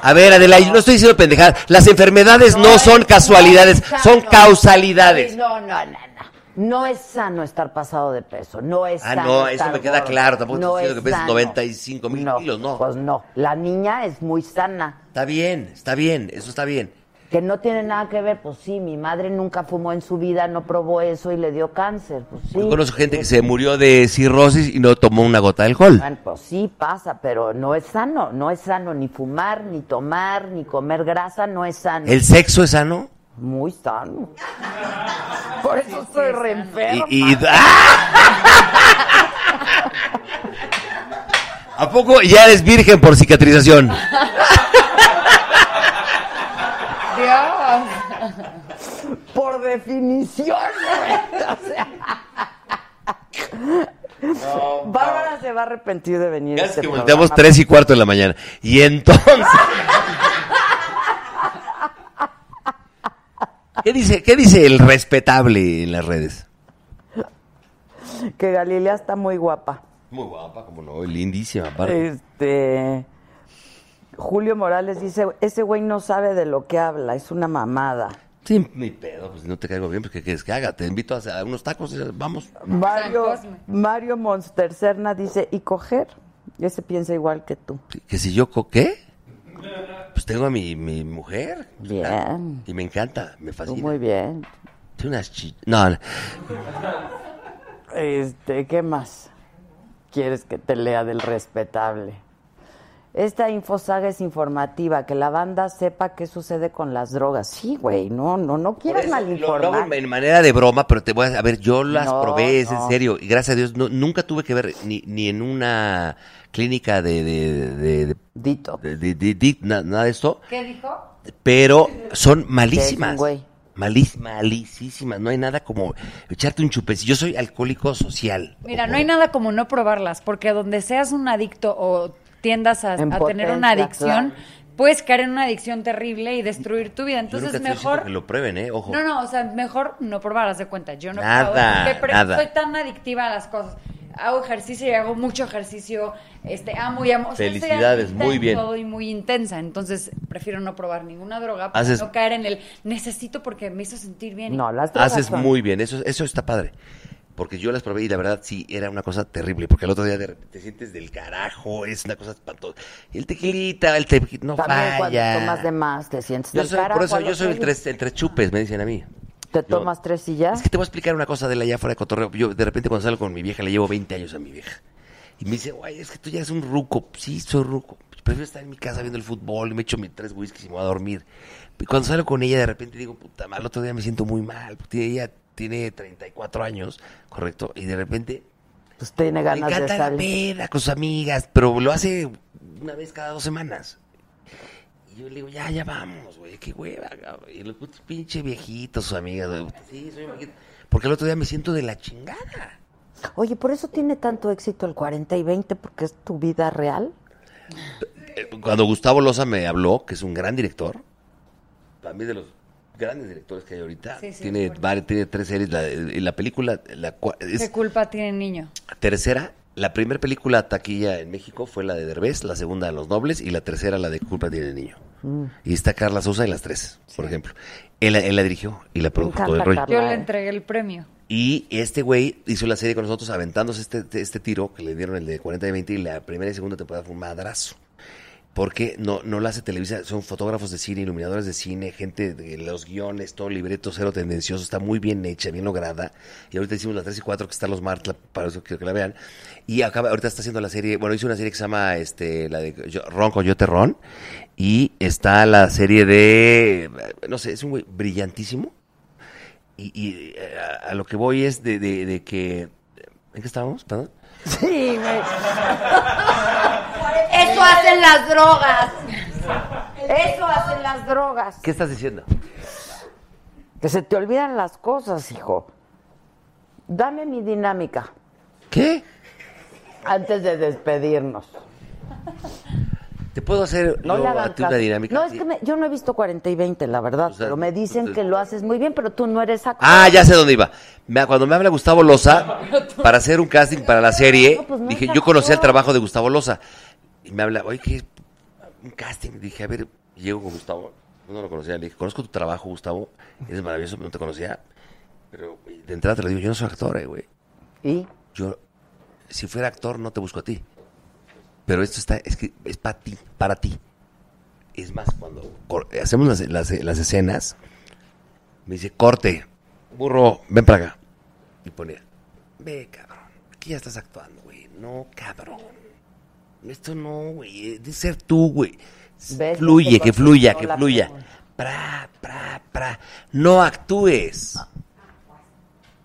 [SPEAKER 16] A ver, Adela, yo no estoy diciendo pendejadas. Las enfermedades no, son casualidades, son causalidades.
[SPEAKER 1] Sí, No, no, no, no. No es sano estar pasado de peso. No es
[SPEAKER 16] Ah,
[SPEAKER 1] sano.
[SPEAKER 16] no, eso
[SPEAKER 1] estar
[SPEAKER 16] me queda
[SPEAKER 1] gordo.
[SPEAKER 16] claro. Tampoco
[SPEAKER 1] no
[SPEAKER 16] estoy diciendo
[SPEAKER 1] es
[SPEAKER 16] que pesas
[SPEAKER 1] sano.
[SPEAKER 16] 95 mil kilos, no.
[SPEAKER 1] Pues no, la niña es muy sana.
[SPEAKER 16] Está bien, está bien, eso está bien.
[SPEAKER 1] Que no tiene nada que ver, pues sí, mi madre nunca fumó en su vida, no probó eso y le dio cáncer, pues sí.
[SPEAKER 16] Yo conozco gente que se murió de cirrosis y no tomó una gota de alcohol.
[SPEAKER 1] Bueno, pues sí, pasa, pero no es sano, no es sano ni fumar, ni tomar, ni comer grasa, no es sano.
[SPEAKER 16] ¿El sexo es sano?
[SPEAKER 1] Muy sano. Por eso soy re enferma.
[SPEAKER 16] Y, y- ¡Ah! ¿A poco ya eres virgen por cicatrización?
[SPEAKER 1] Dios. Por definición. <laughs> güey. O sea. Bárbara se va a arrepentir de venir. a este
[SPEAKER 16] que
[SPEAKER 1] programa.
[SPEAKER 16] volteamos tres y cuarto de la mañana. Y entonces. ¿Qué dice, ¿Qué dice el respetable en las redes?
[SPEAKER 1] Que Galilea está muy guapa.
[SPEAKER 16] Muy guapa, como no, lindísima. aparte.
[SPEAKER 1] Este. Julio Morales dice: Ese güey no sabe de lo que habla, es una mamada.
[SPEAKER 16] Sí, mi pedo, pues no te caigo bien, pues ¿qué quieres que haga? Te invito a, a unos tacos, y vamos.
[SPEAKER 1] Mario, Mario Monster Serna dice: ¿Y coger? Ese piensa igual que tú.
[SPEAKER 16] Que si yo coqué, pues tengo a mi, mi mujer.
[SPEAKER 1] Bien.
[SPEAKER 16] Y me encanta, me fascina.
[SPEAKER 1] Muy bien.
[SPEAKER 16] Tiene unas chi- No, no.
[SPEAKER 1] Este, ¿qué más quieres que te lea del respetable? Esta infosaga es informativa, que la banda sepa qué sucede con las drogas. Sí, güey, no, no, no quieres
[SPEAKER 16] Lo, lo hago
[SPEAKER 1] malinformar.
[SPEAKER 16] en manera de broma, pero te voy a... A ver, yo las
[SPEAKER 1] No,
[SPEAKER 16] probé, es
[SPEAKER 1] no.
[SPEAKER 16] en serio. Y gracias a Dios, no- nunca tuve que ver ni, ni en una clínica de... de, de, de-
[SPEAKER 1] de-
[SPEAKER 16] de- de- de- na- nada de esto.
[SPEAKER 15] ¿Qué dijo?
[SPEAKER 16] Pero son
[SPEAKER 1] Que es un
[SPEAKER 16] malísimas.
[SPEAKER 1] güey.
[SPEAKER 16] Malís- malísimas. No hay nada como echarte un chupecito. Yo soy alcohólico social.
[SPEAKER 15] Mira, no hay nada como no probarlas, porque donde seas un adicto o tiendas a,
[SPEAKER 16] En
[SPEAKER 15] a tener una
[SPEAKER 16] potencia,
[SPEAKER 15] adicción, puedes caer en una adicción terrible y destruir tu vida.
[SPEAKER 16] Yo nunca
[SPEAKER 15] Entonces,
[SPEAKER 16] estoy diciendo
[SPEAKER 15] mejor
[SPEAKER 16] Que lo prueben, ¿eh? Ojo.
[SPEAKER 15] No, no, o sea, mejor no probar, haz de cuenta. Yo no
[SPEAKER 16] Nada,
[SPEAKER 15] probaba, porque pre-
[SPEAKER 16] nada.
[SPEAKER 15] soy tan adictiva a las cosas. Hago ejercicio y hago mucho ejercicio. Este, amo y amo. o sea, soy
[SPEAKER 16] Felicidades,
[SPEAKER 15] adicta
[SPEAKER 16] muy
[SPEAKER 15] en
[SPEAKER 16] bien.
[SPEAKER 15] Todo y muy intensa. Entonces, prefiero no probar ninguna droga para
[SPEAKER 16] Haces-
[SPEAKER 15] no caer en el necesito porque me hizo sentir bien.
[SPEAKER 1] No, las
[SPEAKER 16] Haces muy bien, eso, eso está padre. Porque yo las probé y la verdad sí era una cosa terrible, porque el otro día de repente te sientes del carajo, es una cosa espantosa. El tequilita, el tequilita, no
[SPEAKER 1] También cuando
[SPEAKER 16] falla.
[SPEAKER 1] tomas de más, te sientes
[SPEAKER 16] Yo
[SPEAKER 1] del
[SPEAKER 16] soy-
[SPEAKER 1] carajo
[SPEAKER 16] por eso
[SPEAKER 1] al
[SPEAKER 16] yo soy
[SPEAKER 1] otro
[SPEAKER 16] el
[SPEAKER 1] día.
[SPEAKER 16] tres, el tres chupes, me dicen a mí.
[SPEAKER 1] ¿Te
[SPEAKER 16] Yo-
[SPEAKER 1] tomas tres y ya?
[SPEAKER 16] Es que te voy a explicar una cosa de la ya fuera de cotorreo. Yo de repente cuando salgo con mi vieja, le llevo 20 años a mi vieja. Y me dice, güey, es que tú ya eres un ruco. Sí, soy ruco. Prefiero estar en mi casa viendo el fútbol, me echo mis tres whiskies y me voy a dormir. Y cuando salgo con ella, de repente digo, puta, mal, otro día me siento muy mal. porque Ella tiene 34 años, ¿correcto? Y de repente
[SPEAKER 1] Pues tiene ganas
[SPEAKER 16] me
[SPEAKER 1] de
[SPEAKER 16] encanta la
[SPEAKER 1] salir.
[SPEAKER 16] peda con sus amigas, pero lo hace una vez cada dos semanas. Y yo le digo, ya, ya vamos, güey, qué hueva. cabrón. Y los putos pinche viejitos, sus amigas, güey. Sí, soy un viejito. Porque el otro día me siento de la chingada.
[SPEAKER 1] Oye, por eso tiene tanto éxito el 40 y 20, porque es tu vida real.
[SPEAKER 16] Eh, Cuando Gustavo Loza me habló, que es un gran director, también de los grandes directores que hay ahorita,
[SPEAKER 15] Sí, sí,
[SPEAKER 16] tiene, varias- tiene tres series, la, y la película, la, cua- es,
[SPEAKER 15] ¿Qué culpa tiene el niño?
[SPEAKER 16] Tercera, la primera película taquilla en México fue la de Derbez, la segunda de Los Nobles y la tercera la de Culpa tiene el niño. Y está Carla Sosa en las tres, por ejemplo. Él, él la dirigió y la produjo todo el rollo.
[SPEAKER 15] Yo le entregué el premio.
[SPEAKER 16] Y este güey hizo la serie con nosotros aventándose este, este tiro que le dieron el de 40 y 20 y la primera y segunda temporada fue un madrazo. Porque no, no la hace Televisa, son fotógrafos de cine, iluminadores de cine, gente de eh, los guiones, todo libreto, cero tendencioso, está muy bien hecha, bien lograda. Y ahorita hicimos la 3 y 4 que están los martes, la- para eso quiero que la vean. Y acaba, ahorita está haciendo la serie, bueno, hizo una serie que se llama este, la de Yo- Ron con Yo Terrón. Y está la serie de, no sé, es un güey brillantísimo. Y, y, eh, a, a lo que voy es de, de- de que. ¿En qué estábamos? Perdón.
[SPEAKER 1] Sí, güey. <laughs> Eso hacen las drogas. Eso hacen las drogas.
[SPEAKER 16] ¿Qué estás diciendo?
[SPEAKER 1] Que se te olvidan las cosas, hijo. Dame mi dinámica.
[SPEAKER 16] ¿Qué?
[SPEAKER 1] Antes de despedirnos.
[SPEAKER 16] ¿Te puedo hacer
[SPEAKER 1] No
[SPEAKER 16] yo
[SPEAKER 1] le
[SPEAKER 16] a
[SPEAKER 1] hagan
[SPEAKER 16] ti una
[SPEAKER 1] caso.
[SPEAKER 16] dinámica?
[SPEAKER 1] No, es que me- yo no he visto 40 y 20, la verdad, pero me dicen que lo haces muy bien, pero tú no eres actor.
[SPEAKER 16] Ah, ya sé dónde iba. Me- cuando me habla Gustavo Loza para hacer un casting para la serie,
[SPEAKER 1] No, pues no
[SPEAKER 16] ¿eh? dije,
[SPEAKER 1] es
[SPEAKER 16] yo conocía el
[SPEAKER 1] actor.
[SPEAKER 16] trabajo de Gustavo Loza. Y me habla, oye, ¿qué? Un casting. Dije, a ver, llego con Gustavo. No lo conocía. Le dije, conozco tu trabajo, Gustavo. Es maravilloso, no te conocía. Pero güey, de entrada te lo digo, yo no soy actor, eh, güey.
[SPEAKER 1] ¿Y?
[SPEAKER 16] Yo, si fuera actor, no te busco a ti. Pero esto está, es que es para ti, para ti. Es más, cuando cor- hacemos las, las- las escenas, me dice, corte, burro, ven para acá. Y ponía, Ve, cabrón. Aquí ya estás actuando, güey. No, cabrón. Esto no, güey. eh, De ser tú, güey. Fluye, que fluya, que fluya. Pra, pra, pra. No actúes.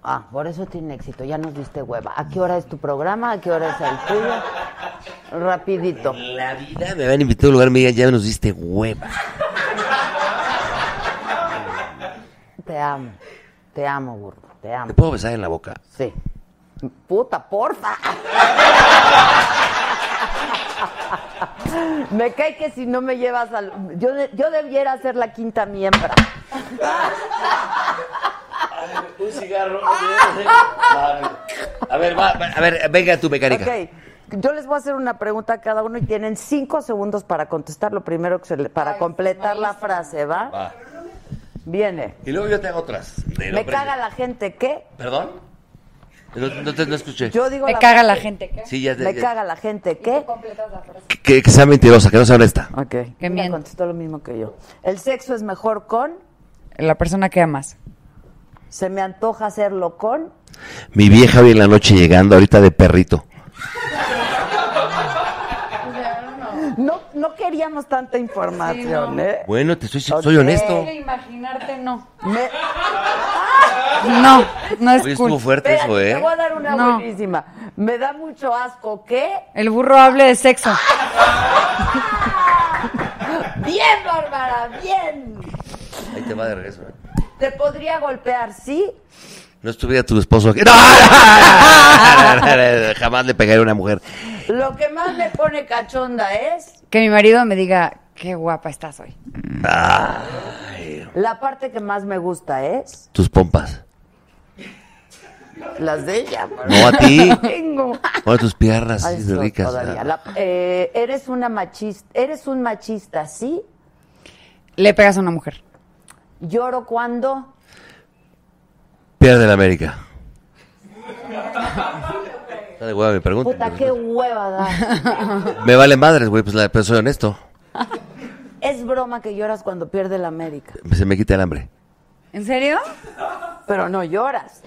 [SPEAKER 1] Ah, por eso tiene éxito, ya nos diste hueva. ¿A qué hora es tu programa? ¿A qué hora es el tuyo? Rapidito.
[SPEAKER 16] La vida Me habían invitado a un lugar, me digan, ya nos diste hueva.
[SPEAKER 1] Te amo, te amo, burro, te amo.
[SPEAKER 16] ¿Te puedo besar en la boca?
[SPEAKER 1] Sí. Puta, porfa. Me cae que si no me llevas al... Yo, de- yo debiera ser la quinta miembra.
[SPEAKER 16] Un cigarro. A ver, va, va, a ver, venga tu mecánica.
[SPEAKER 1] Ok, yo les voy a hacer una pregunta a cada uno y tienen cinco segundos para contestar lo primero que se le- para completar la frase, ¿va?
[SPEAKER 16] Va.
[SPEAKER 1] Viene.
[SPEAKER 16] Y luego yo te hago otras. de
[SPEAKER 1] Me
[SPEAKER 16] hombre.
[SPEAKER 1] caga la gente que
[SPEAKER 16] ¿Perdón? No, no te, no escuché.
[SPEAKER 1] yo digo.
[SPEAKER 15] Me caga la gente que.
[SPEAKER 16] Sí, ya te-
[SPEAKER 1] Me
[SPEAKER 16] ya-
[SPEAKER 1] caga la gente que.
[SPEAKER 16] Que, que sea mentirosa, que no sea honesta.
[SPEAKER 1] Ok. Que me contestó lo mismo que yo. El sexo es mejor con.
[SPEAKER 15] La persona que amas.
[SPEAKER 1] Se me antoja hacerlo con.
[SPEAKER 16] Mi vieja hoy en la noche llegando ahorita de perrito.
[SPEAKER 1] No, no queríamos tanta información, ¿eh?
[SPEAKER 16] Bueno, te soy, soy honesto.
[SPEAKER 15] Imaginarte no.
[SPEAKER 1] Me-
[SPEAKER 15] No, no es
[SPEAKER 16] Oye,
[SPEAKER 15] cool.
[SPEAKER 16] estuvo fuerte eso,
[SPEAKER 1] Espérate,
[SPEAKER 16] ¿eh?
[SPEAKER 1] Te voy a dar una
[SPEAKER 15] No.
[SPEAKER 1] buenísima. Me da mucho asco que.
[SPEAKER 15] El burro hable de sexo.
[SPEAKER 1] <laughs> ¡Bien, Bárbara! ¡Bien!
[SPEAKER 16] Ahí te va de regreso. ¿eh?
[SPEAKER 1] Te podría golpear, ¿sí?
[SPEAKER 16] No estuviera tu esposo aquí. <laughs> ¡No! <laughs> Jamás le pegaré a una mujer.
[SPEAKER 1] Lo que más me pone cachonda es
[SPEAKER 15] Que mi marido me diga, qué guapa estás hoy.
[SPEAKER 16] Ay,
[SPEAKER 1] la parte que más me gusta es
[SPEAKER 16] tus pompas.
[SPEAKER 1] las de ella.
[SPEAKER 16] No, a ti.
[SPEAKER 1] <laughs> Tengo.
[SPEAKER 16] Bueno, tus piernas,
[SPEAKER 1] Ay,
[SPEAKER 16] sí,
[SPEAKER 1] eso
[SPEAKER 16] ricas.
[SPEAKER 1] todavía. La- eh, eres una machista, eres un machista, ¿sí?
[SPEAKER 15] Le pegas a una mujer.
[SPEAKER 1] Lloro cuando
[SPEAKER 16] Pierde la América. Está de hueva mi pregunta.
[SPEAKER 1] puta qué hueva da.
[SPEAKER 16] Me vale madres, güey, pues la, pero soy honesto.
[SPEAKER 1] es broma que lloras cuando pierde la América,
[SPEAKER 16] Se me quita el hambre.
[SPEAKER 15] ¿En serio?
[SPEAKER 1] pero no lloras.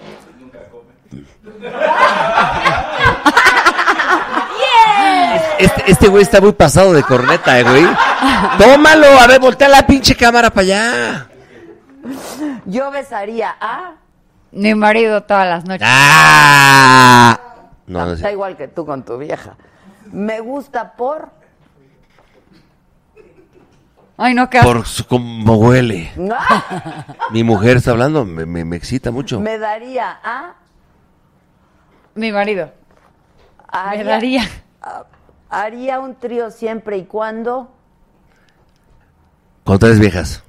[SPEAKER 16] Este este güey está muy pasado de corneta, eh, güey. Tómalo, a ver, voltea la pinche cámara para allá.
[SPEAKER 1] Yo besaría a
[SPEAKER 15] Mi marido todas las noches.
[SPEAKER 16] Ah, No, no
[SPEAKER 1] Está
[SPEAKER 16] sé.
[SPEAKER 1] igual que tú con tu vieja. Me gusta por
[SPEAKER 15] Ay, no, qué asco.
[SPEAKER 16] Por su- como huele. <laughs>
[SPEAKER 1] ¡Ah!
[SPEAKER 16] Mi mujer está hablando, me, me- me excita mucho.
[SPEAKER 1] me daría a
[SPEAKER 15] Mi marido.
[SPEAKER 1] haría,
[SPEAKER 15] daría.
[SPEAKER 1] a- haría un trío siempre y cuando
[SPEAKER 16] Con tres viejas.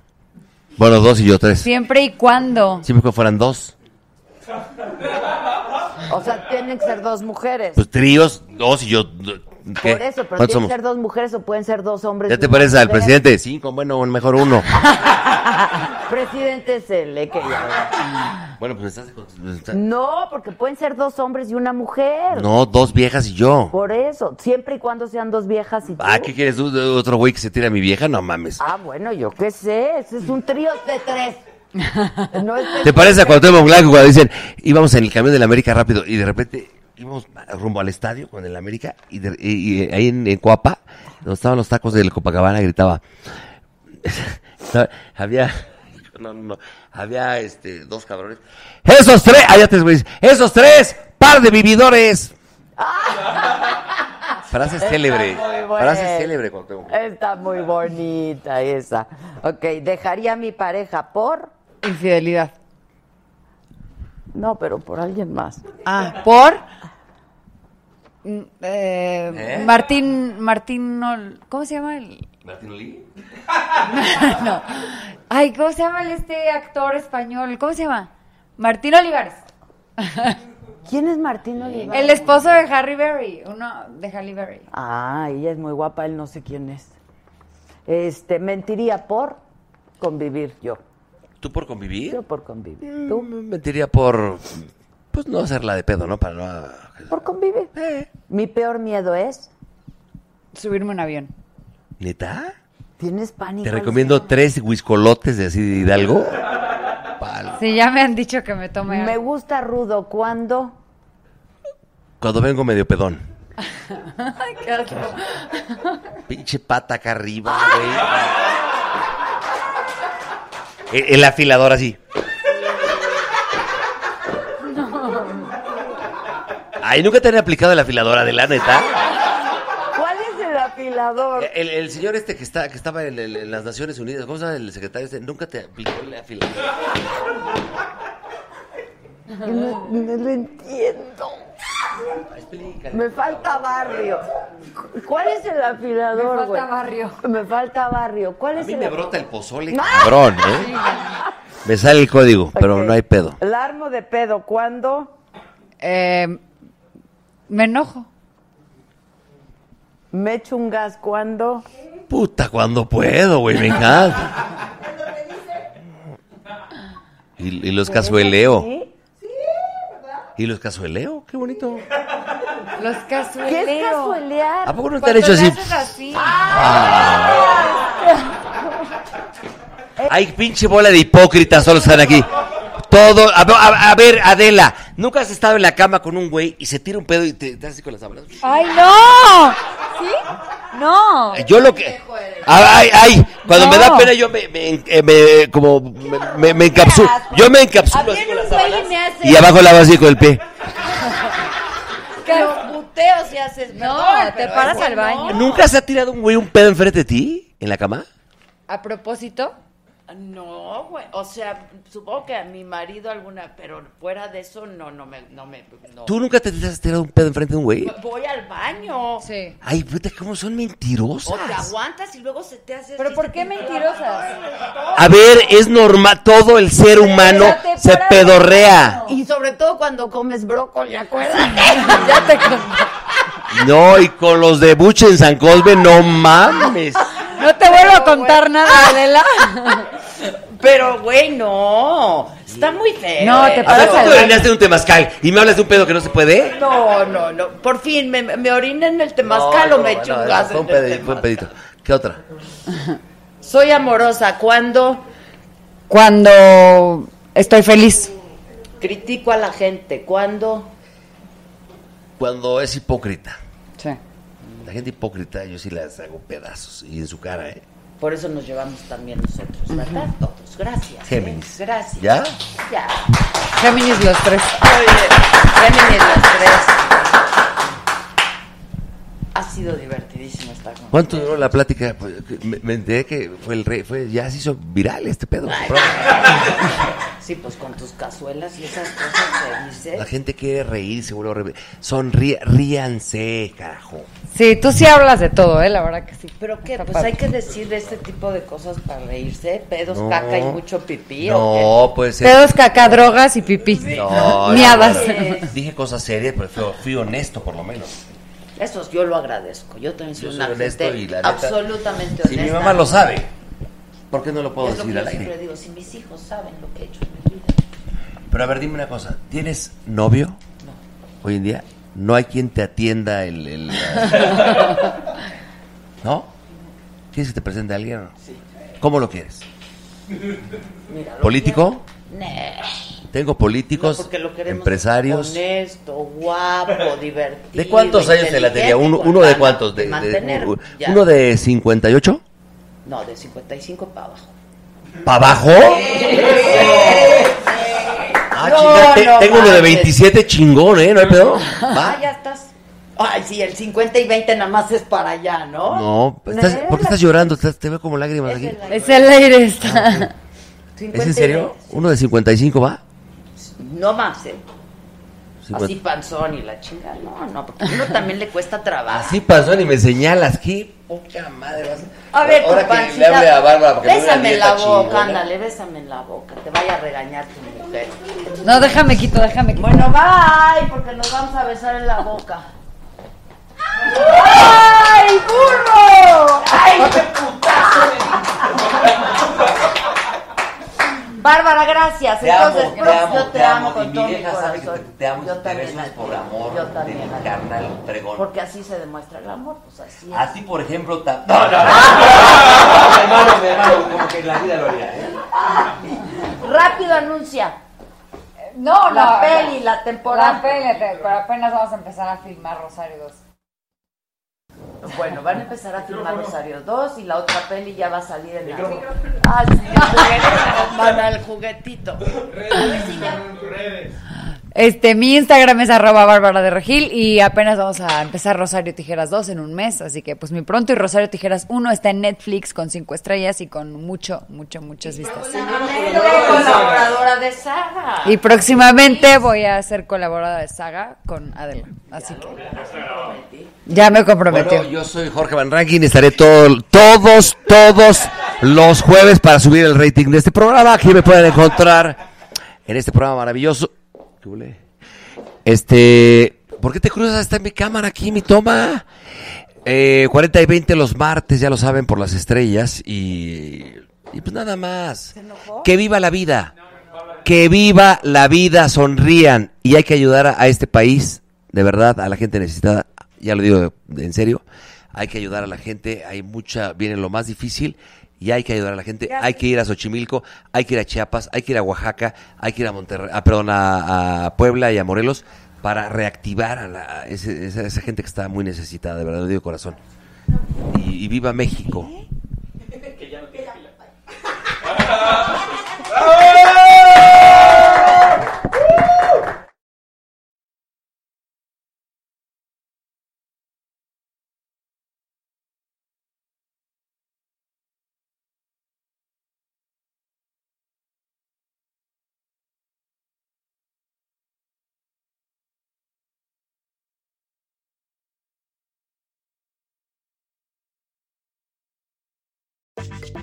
[SPEAKER 16] Bueno, dos y yo tres.
[SPEAKER 15] Siempre y cuando.
[SPEAKER 16] Siempre que fueran dos.
[SPEAKER 1] O sea, tienen que ser dos mujeres.
[SPEAKER 16] Pues tríos, dos y yo. ¿qué?
[SPEAKER 1] Por eso, pero
[SPEAKER 16] ¿Cuántos
[SPEAKER 1] tienen
[SPEAKER 16] somos?
[SPEAKER 1] que ser dos mujeres o pueden ser dos hombres.
[SPEAKER 16] ¿Ya
[SPEAKER 1] y
[SPEAKER 16] te
[SPEAKER 1] una
[SPEAKER 16] pareces al
[SPEAKER 1] mujer.
[SPEAKER 16] presidente? Cinco, bueno,
[SPEAKER 1] <laughs>
[SPEAKER 16] mejor uno.
[SPEAKER 1] Presidente se le
[SPEAKER 16] Ah,
[SPEAKER 1] quería.
[SPEAKER 16] Bueno, pues estás. me estás-
[SPEAKER 1] No, porque pueden ser dos hombres y una mujer.
[SPEAKER 16] No, dos viejas y yo.
[SPEAKER 1] Por eso, siempre y cuando sean dos viejas y tú.
[SPEAKER 16] Ah, ¿qué quieres tú? ¿Otro güey que se tira a mi vieja? No mames.
[SPEAKER 1] Ah, bueno, yo qué sé, ese es un trío de
[SPEAKER 16] <laughs>
[SPEAKER 1] tres. No es de-
[SPEAKER 16] ¿Te parece a Cuauhtémoc Blanco cuando dicen íbamos en el camión del América rápido y de repente íbamos rumbo al estadio con el América y, de- y- y ahí en, en Coapa, donde estaban los tacos del Copacabana, gritaba. <laughs> estaba- había. No, no, no. Había este, dos cabrones. ¡Esos tres! Allá te güeyes. ¡Esos tres! ¡Par de vividores! Frase
[SPEAKER 1] Está
[SPEAKER 16] célebre.
[SPEAKER 1] muy buena.
[SPEAKER 16] Frase célebre, Cuauhtémoc.
[SPEAKER 1] Está muy bonita esa. Ok, dejaría a mi pareja por.
[SPEAKER 15] Infidelidad.
[SPEAKER 1] No, pero por alguien más.
[SPEAKER 15] Ah, por. Mm, eh,
[SPEAKER 16] ¿Eh?
[SPEAKER 15] Martín, Martín, Ol- ¿cómo se llama? el-
[SPEAKER 16] ¿Martín Lee?
[SPEAKER 15] <laughs> no. Ay, ¿cómo se llama el este actor español? ¿Cómo se llama?
[SPEAKER 18] <laughs>
[SPEAKER 15] Martín Olivares.
[SPEAKER 18] ¿Quién es Martín Olivares?
[SPEAKER 15] El esposo de Harry Berry, uno de Halle Berry.
[SPEAKER 18] Ah, ella es muy guapa, él no sé quién es. Este, mentiría por convivir yo.
[SPEAKER 16] ¿Tú por convivir? Mm,
[SPEAKER 18] Yo por convivir.
[SPEAKER 16] ¿Tú? Mentiría por. Pues no hacerla de pedo, ¿no? Para no.
[SPEAKER 18] Por convivir. Mi peor miedo es
[SPEAKER 15] subirme a un avión.
[SPEAKER 16] ¿Neta?
[SPEAKER 18] ¿Tienes pánico?
[SPEAKER 16] Te recomiendo tres huiscolotes de así de Hidalgo.
[SPEAKER 15] Sí, ya me han dicho que me tome
[SPEAKER 18] Me gusta rudo cuando
[SPEAKER 16] Cuando vengo medio pedón.
[SPEAKER 15] <laughs> Ay, qué asco.
[SPEAKER 16] Pinche pata acá arriba, güey. El, el afilador así. Ay, nunca te han aplicado el afilador, de la neta.
[SPEAKER 18] ¿Cuál es el afilador?
[SPEAKER 16] El, el señor este que está que estaba en, el- en las Naciones Unidas, ¿cómo se llama el secretario este? Nunca te aplicó el afilador.
[SPEAKER 18] No, no lo entiendo. Me falta barrio. ¿Cuál es el afilador,
[SPEAKER 15] Me
[SPEAKER 18] güey?
[SPEAKER 15] falta barrio.
[SPEAKER 18] Me falta barrio. ¿Cuál
[SPEAKER 16] A
[SPEAKER 18] es
[SPEAKER 16] mí
[SPEAKER 18] el
[SPEAKER 16] me
[SPEAKER 18] afi-
[SPEAKER 16] brota el pozole,
[SPEAKER 18] ¡No!
[SPEAKER 16] cabrón, ¿eh? Me sale el código, pero no hay pedo.
[SPEAKER 18] La armo de pedo cuando
[SPEAKER 15] Eh, me enojo.
[SPEAKER 18] me echo un gas cuando
[SPEAKER 16] Puta, cuando puedo, güey, me encanta. Y, y los cazueleo.
[SPEAKER 18] ¿Sí?
[SPEAKER 16] ¿Y los cazueleo? Qué bonito.
[SPEAKER 15] Los cazueleos.
[SPEAKER 18] ¿Qué es cazuelear?
[SPEAKER 16] ¿A poco no te han hecho así? ¡Ah! Ay, pinche bola de hipócritas solo están aquí. Todo, a, a- a ver, Adela, ¿nunca has estado en la cama con un güey y se tira un pedo y te, te haces así con las sábanas?
[SPEAKER 15] ¡Ay, no! ¿Sí? No.
[SPEAKER 16] Yo lo que... Ah, Ay, ay, ay, cuando me da
[SPEAKER 15] No.
[SPEAKER 16] pena yo me, me, en- eh, me- como, me, me- me encapsulo. Yo me encapsulo así con las sábanas
[SPEAKER 15] me hace.
[SPEAKER 16] y abajo la hago así con el pie.
[SPEAKER 15] Los buteos y haces. No, te paras al baño.
[SPEAKER 16] ¿Nunca se ha tirado un güey un pedo enfrente de ti en la cama?
[SPEAKER 15] ¿A propósito?
[SPEAKER 1] No, güey. O sea, supongo que a mi marido alguna, pero fuera de eso, no, no me. No me no.
[SPEAKER 16] ¿Tú nunca te has tirado un pedo enfrente de un güey?
[SPEAKER 1] Voy al baño. Sí.
[SPEAKER 16] Ay, puta, cómo son
[SPEAKER 1] O te
[SPEAKER 16] mentirosas.
[SPEAKER 1] aguantas y luego se te hace.
[SPEAKER 15] ¿Pero por qué mentirosas?
[SPEAKER 16] A ver, es normal, todo el ser humano se pedorrea.
[SPEAKER 1] Y sobre todo cuando comes brócoli, acuérdate.
[SPEAKER 15] <laughs> ya te
[SPEAKER 16] No, y con los de Buche en San Cosme, no mames.
[SPEAKER 15] No te vuelvo a contar nada, Adela.
[SPEAKER 1] Pero, güey, no. Está muy feo.
[SPEAKER 15] No,
[SPEAKER 1] eh.
[SPEAKER 15] te
[SPEAKER 16] A ver, tú te orinaste en un temazcal y me hablas de un pedo que no se puede.
[SPEAKER 1] No, no, no. Por fin, me, me oriné en el temazcal o me
[SPEAKER 16] no,
[SPEAKER 1] eché un
[SPEAKER 16] no,
[SPEAKER 1] gas
[SPEAKER 16] fue un
[SPEAKER 1] en el
[SPEAKER 16] pedi- fue un pedito. ¿Qué otra?
[SPEAKER 1] Soy amorosa cuando
[SPEAKER 15] Cuando estoy feliz.
[SPEAKER 1] critico a la gente, cuando
[SPEAKER 16] Cuando es hipócrita.
[SPEAKER 15] Sí.
[SPEAKER 16] La gente hipócrita, yo sí las hago pedazos y en su cara, ¿eh?
[SPEAKER 1] por eso nos llevamos también nosotros, ¿verdad? Todos. Gracias. ¿eh?
[SPEAKER 16] Géminis.
[SPEAKER 1] Gracias.
[SPEAKER 16] ¿Ya?
[SPEAKER 1] Ya.
[SPEAKER 15] Géminis los tres.
[SPEAKER 1] Muy bien. Géminis los tres. Ha sido divertidísimo estar con
[SPEAKER 16] ¿Cuánto duró la plática? Pues, que Me, me enteré que fue el rey, Eh, fue, ya se hizo viral este pedo.
[SPEAKER 1] Sí, pues con tus cazuelas y esas cosas que
[SPEAKER 16] La
[SPEAKER 1] dices.
[SPEAKER 16] gente quiere reírse, vuelvo a reír. Sonríe, ríanse, carajo.
[SPEAKER 15] Sí, tú sí hablas de todo, ¿eh? La verdad que sí.
[SPEAKER 1] Pero qué,
[SPEAKER 15] Está
[SPEAKER 1] pues
[SPEAKER 15] padre.
[SPEAKER 1] hay que decir de este tipo de cosas para reírse, ¿eh? pedos,
[SPEAKER 16] No.
[SPEAKER 1] caca y mucho pipí. ¿o
[SPEAKER 16] No, pues. eh,
[SPEAKER 15] Pedos, caca, drogas y pipí.
[SPEAKER 16] no, no,
[SPEAKER 15] Miadas.
[SPEAKER 1] <laughs>
[SPEAKER 16] no, no. Dije cosas serias, pero fui, fui honesto por lo menos.
[SPEAKER 1] qué? Eso yo lo agradezco. Yo también soy
[SPEAKER 16] Yo soy
[SPEAKER 1] una
[SPEAKER 16] honesto
[SPEAKER 1] gente
[SPEAKER 16] y la neta-
[SPEAKER 1] absolutamente honesta.
[SPEAKER 16] Si mi mamá lo sabe, ¿por qué no lo puedo
[SPEAKER 1] es lo que
[SPEAKER 16] decir
[SPEAKER 1] yo
[SPEAKER 16] al aire?
[SPEAKER 1] siempre digo, si mis hijos saben lo que he hecho en mi vida.
[SPEAKER 16] Pero a ver, dime una cosa. ¿Tienes novio? Hoy en día no hay quien te atienda el... el- la- ¿No? ¿Quieres que te presente a alguien? o no? ¿Cómo lo quieres?
[SPEAKER 1] <laughs> Mira, lo
[SPEAKER 16] ¿Político?
[SPEAKER 1] quiero- Nah.
[SPEAKER 16] Tengo políticos,
[SPEAKER 1] No, porque lo queremos
[SPEAKER 16] empresarios.
[SPEAKER 1] Honesto, guapo,
[SPEAKER 16] <laughs>
[SPEAKER 1] divertido.
[SPEAKER 16] ¿De cuántos años te la tenía? ¿Uno, uno de cuántos? De, de-
[SPEAKER 1] mantener,
[SPEAKER 16] u-
[SPEAKER 1] ya.
[SPEAKER 16] ¿Uno de 58?
[SPEAKER 1] No, de 55 para abajo.
[SPEAKER 16] ¿Para abajo?
[SPEAKER 15] ¿Oh?
[SPEAKER 16] Ah,
[SPEAKER 1] No,
[SPEAKER 16] chinga, te-
[SPEAKER 1] no
[SPEAKER 16] tengo uno de
[SPEAKER 1] manches.
[SPEAKER 16] 27 chingón, ¿eh? ¿No hay pedo?
[SPEAKER 1] Ah, ya estás. Ay, sí, el 50 y 20 nada más es para allá, ¿no?
[SPEAKER 16] No, estás- ¿por qué estás llorando? Te, te veo como lágrimas aquí.
[SPEAKER 15] Es el aire está.
[SPEAKER 16] ¿Es en serio? ¿Uno de 55 va?
[SPEAKER 1] No más, ¿eh? Así
[SPEAKER 16] pues.
[SPEAKER 1] panzón y la chinga. No, no, porque a uno también le cuesta trabajo.
[SPEAKER 16] Así pasó y me señalas que poca Ah, madre. vas
[SPEAKER 1] A ver,
[SPEAKER 16] Ahora que
[SPEAKER 1] compancita,
[SPEAKER 16] le hable a Bárbara porque no me
[SPEAKER 1] Bésame en
[SPEAKER 16] avienta
[SPEAKER 1] la boca,
[SPEAKER 16] chingona.
[SPEAKER 1] ándale, bésame en la boca. Te vaya a regañar tu mujer.
[SPEAKER 15] No, déjame quito, déjame quito.
[SPEAKER 1] Bueno, bye, porque nos vamos a besar en la boca.
[SPEAKER 19] ¡Ay, burro!
[SPEAKER 1] ¡Ay, qué putazo! Bárbara, gracias.
[SPEAKER 16] Te amo,
[SPEAKER 1] Entonces,
[SPEAKER 16] te
[SPEAKER 1] profe,
[SPEAKER 16] amo,
[SPEAKER 1] yo te,
[SPEAKER 16] te
[SPEAKER 1] amo,
[SPEAKER 16] amo, y
[SPEAKER 1] con
[SPEAKER 16] mi
[SPEAKER 1] todo mi
[SPEAKER 16] vieja sabe que
[SPEAKER 1] corazón.
[SPEAKER 16] te- te amo y
[SPEAKER 1] yo
[SPEAKER 16] te
[SPEAKER 1] también
[SPEAKER 16] beso
[SPEAKER 1] la quiero,
[SPEAKER 16] por amor
[SPEAKER 1] yo
[SPEAKER 16] de
[SPEAKER 1] también
[SPEAKER 16] mi
[SPEAKER 1] la quiero.
[SPEAKER 16] carnal fregón.
[SPEAKER 1] Porque así se demuestra el amor, pues así es.
[SPEAKER 16] A ti, por ejemplo, ta- No, no, no. Mi hermano, mi hermano, como que en la vida lo haría, ¿eh?
[SPEAKER 1] Rápido anuncia.
[SPEAKER 15] No,
[SPEAKER 1] La
[SPEAKER 15] no,
[SPEAKER 1] peli, la temporada.
[SPEAKER 15] La peli, la te- pero apenas vamos a empezar a filmar Rosario 2.
[SPEAKER 1] Bueno, van a empezar a filmar Rosario 2 y la otra peli ya va a salir en la...
[SPEAKER 19] Micrófono.
[SPEAKER 1] Ah, sí, el juguetito, para el juguetito. A ver si ya-
[SPEAKER 15] Este, mi Instagram es arroba bárbara de regil y apenas vamos a empezar Rosario Tijeras 2 en un mes, así que pues muy pronto y Rosario Tijeras 1 está en Netflix con 5 estrellas y con mucho, mucho, muchas vistas.
[SPEAKER 1] colaboradora de Saga.
[SPEAKER 15] Y próximamente voy a ser colaboradora de Saga con Adela, así que ya me comprometió.
[SPEAKER 16] Bueno, yo soy Jorge Van Rankin y estaré todo- todos, todos los jueves para subir el rating de este programa. Aquí me pueden encontrar en este programa maravilloso. ¿Qué huele? Este, ¿por qué te cruzas? Está en mi cámara aquí, mi toma. Eh, 40 y 20 los martes, ya lo saben, por las estrellas. Y, y pues nada más. Que viva la vida. Que viva la vida, sonrían. Y hay que ayudar a, a este país, de verdad, a la gente necesitada. Ya lo digo de- de- en serio. Hay que ayudar a la gente. Hay mucha, viene lo más difícil. Y hay que ayudar a la gente. Hay que ir a Xochimilco, hay que ir a Chiapas, hay que ir a Oaxaca, hay que ir a Monterrey, ah, perdón, a, a Puebla y a Morelos para reactivar a, la- a ese- esa, esa gente que está muy necesitada, de verdad, lo digo de corazón. Y, y viva México.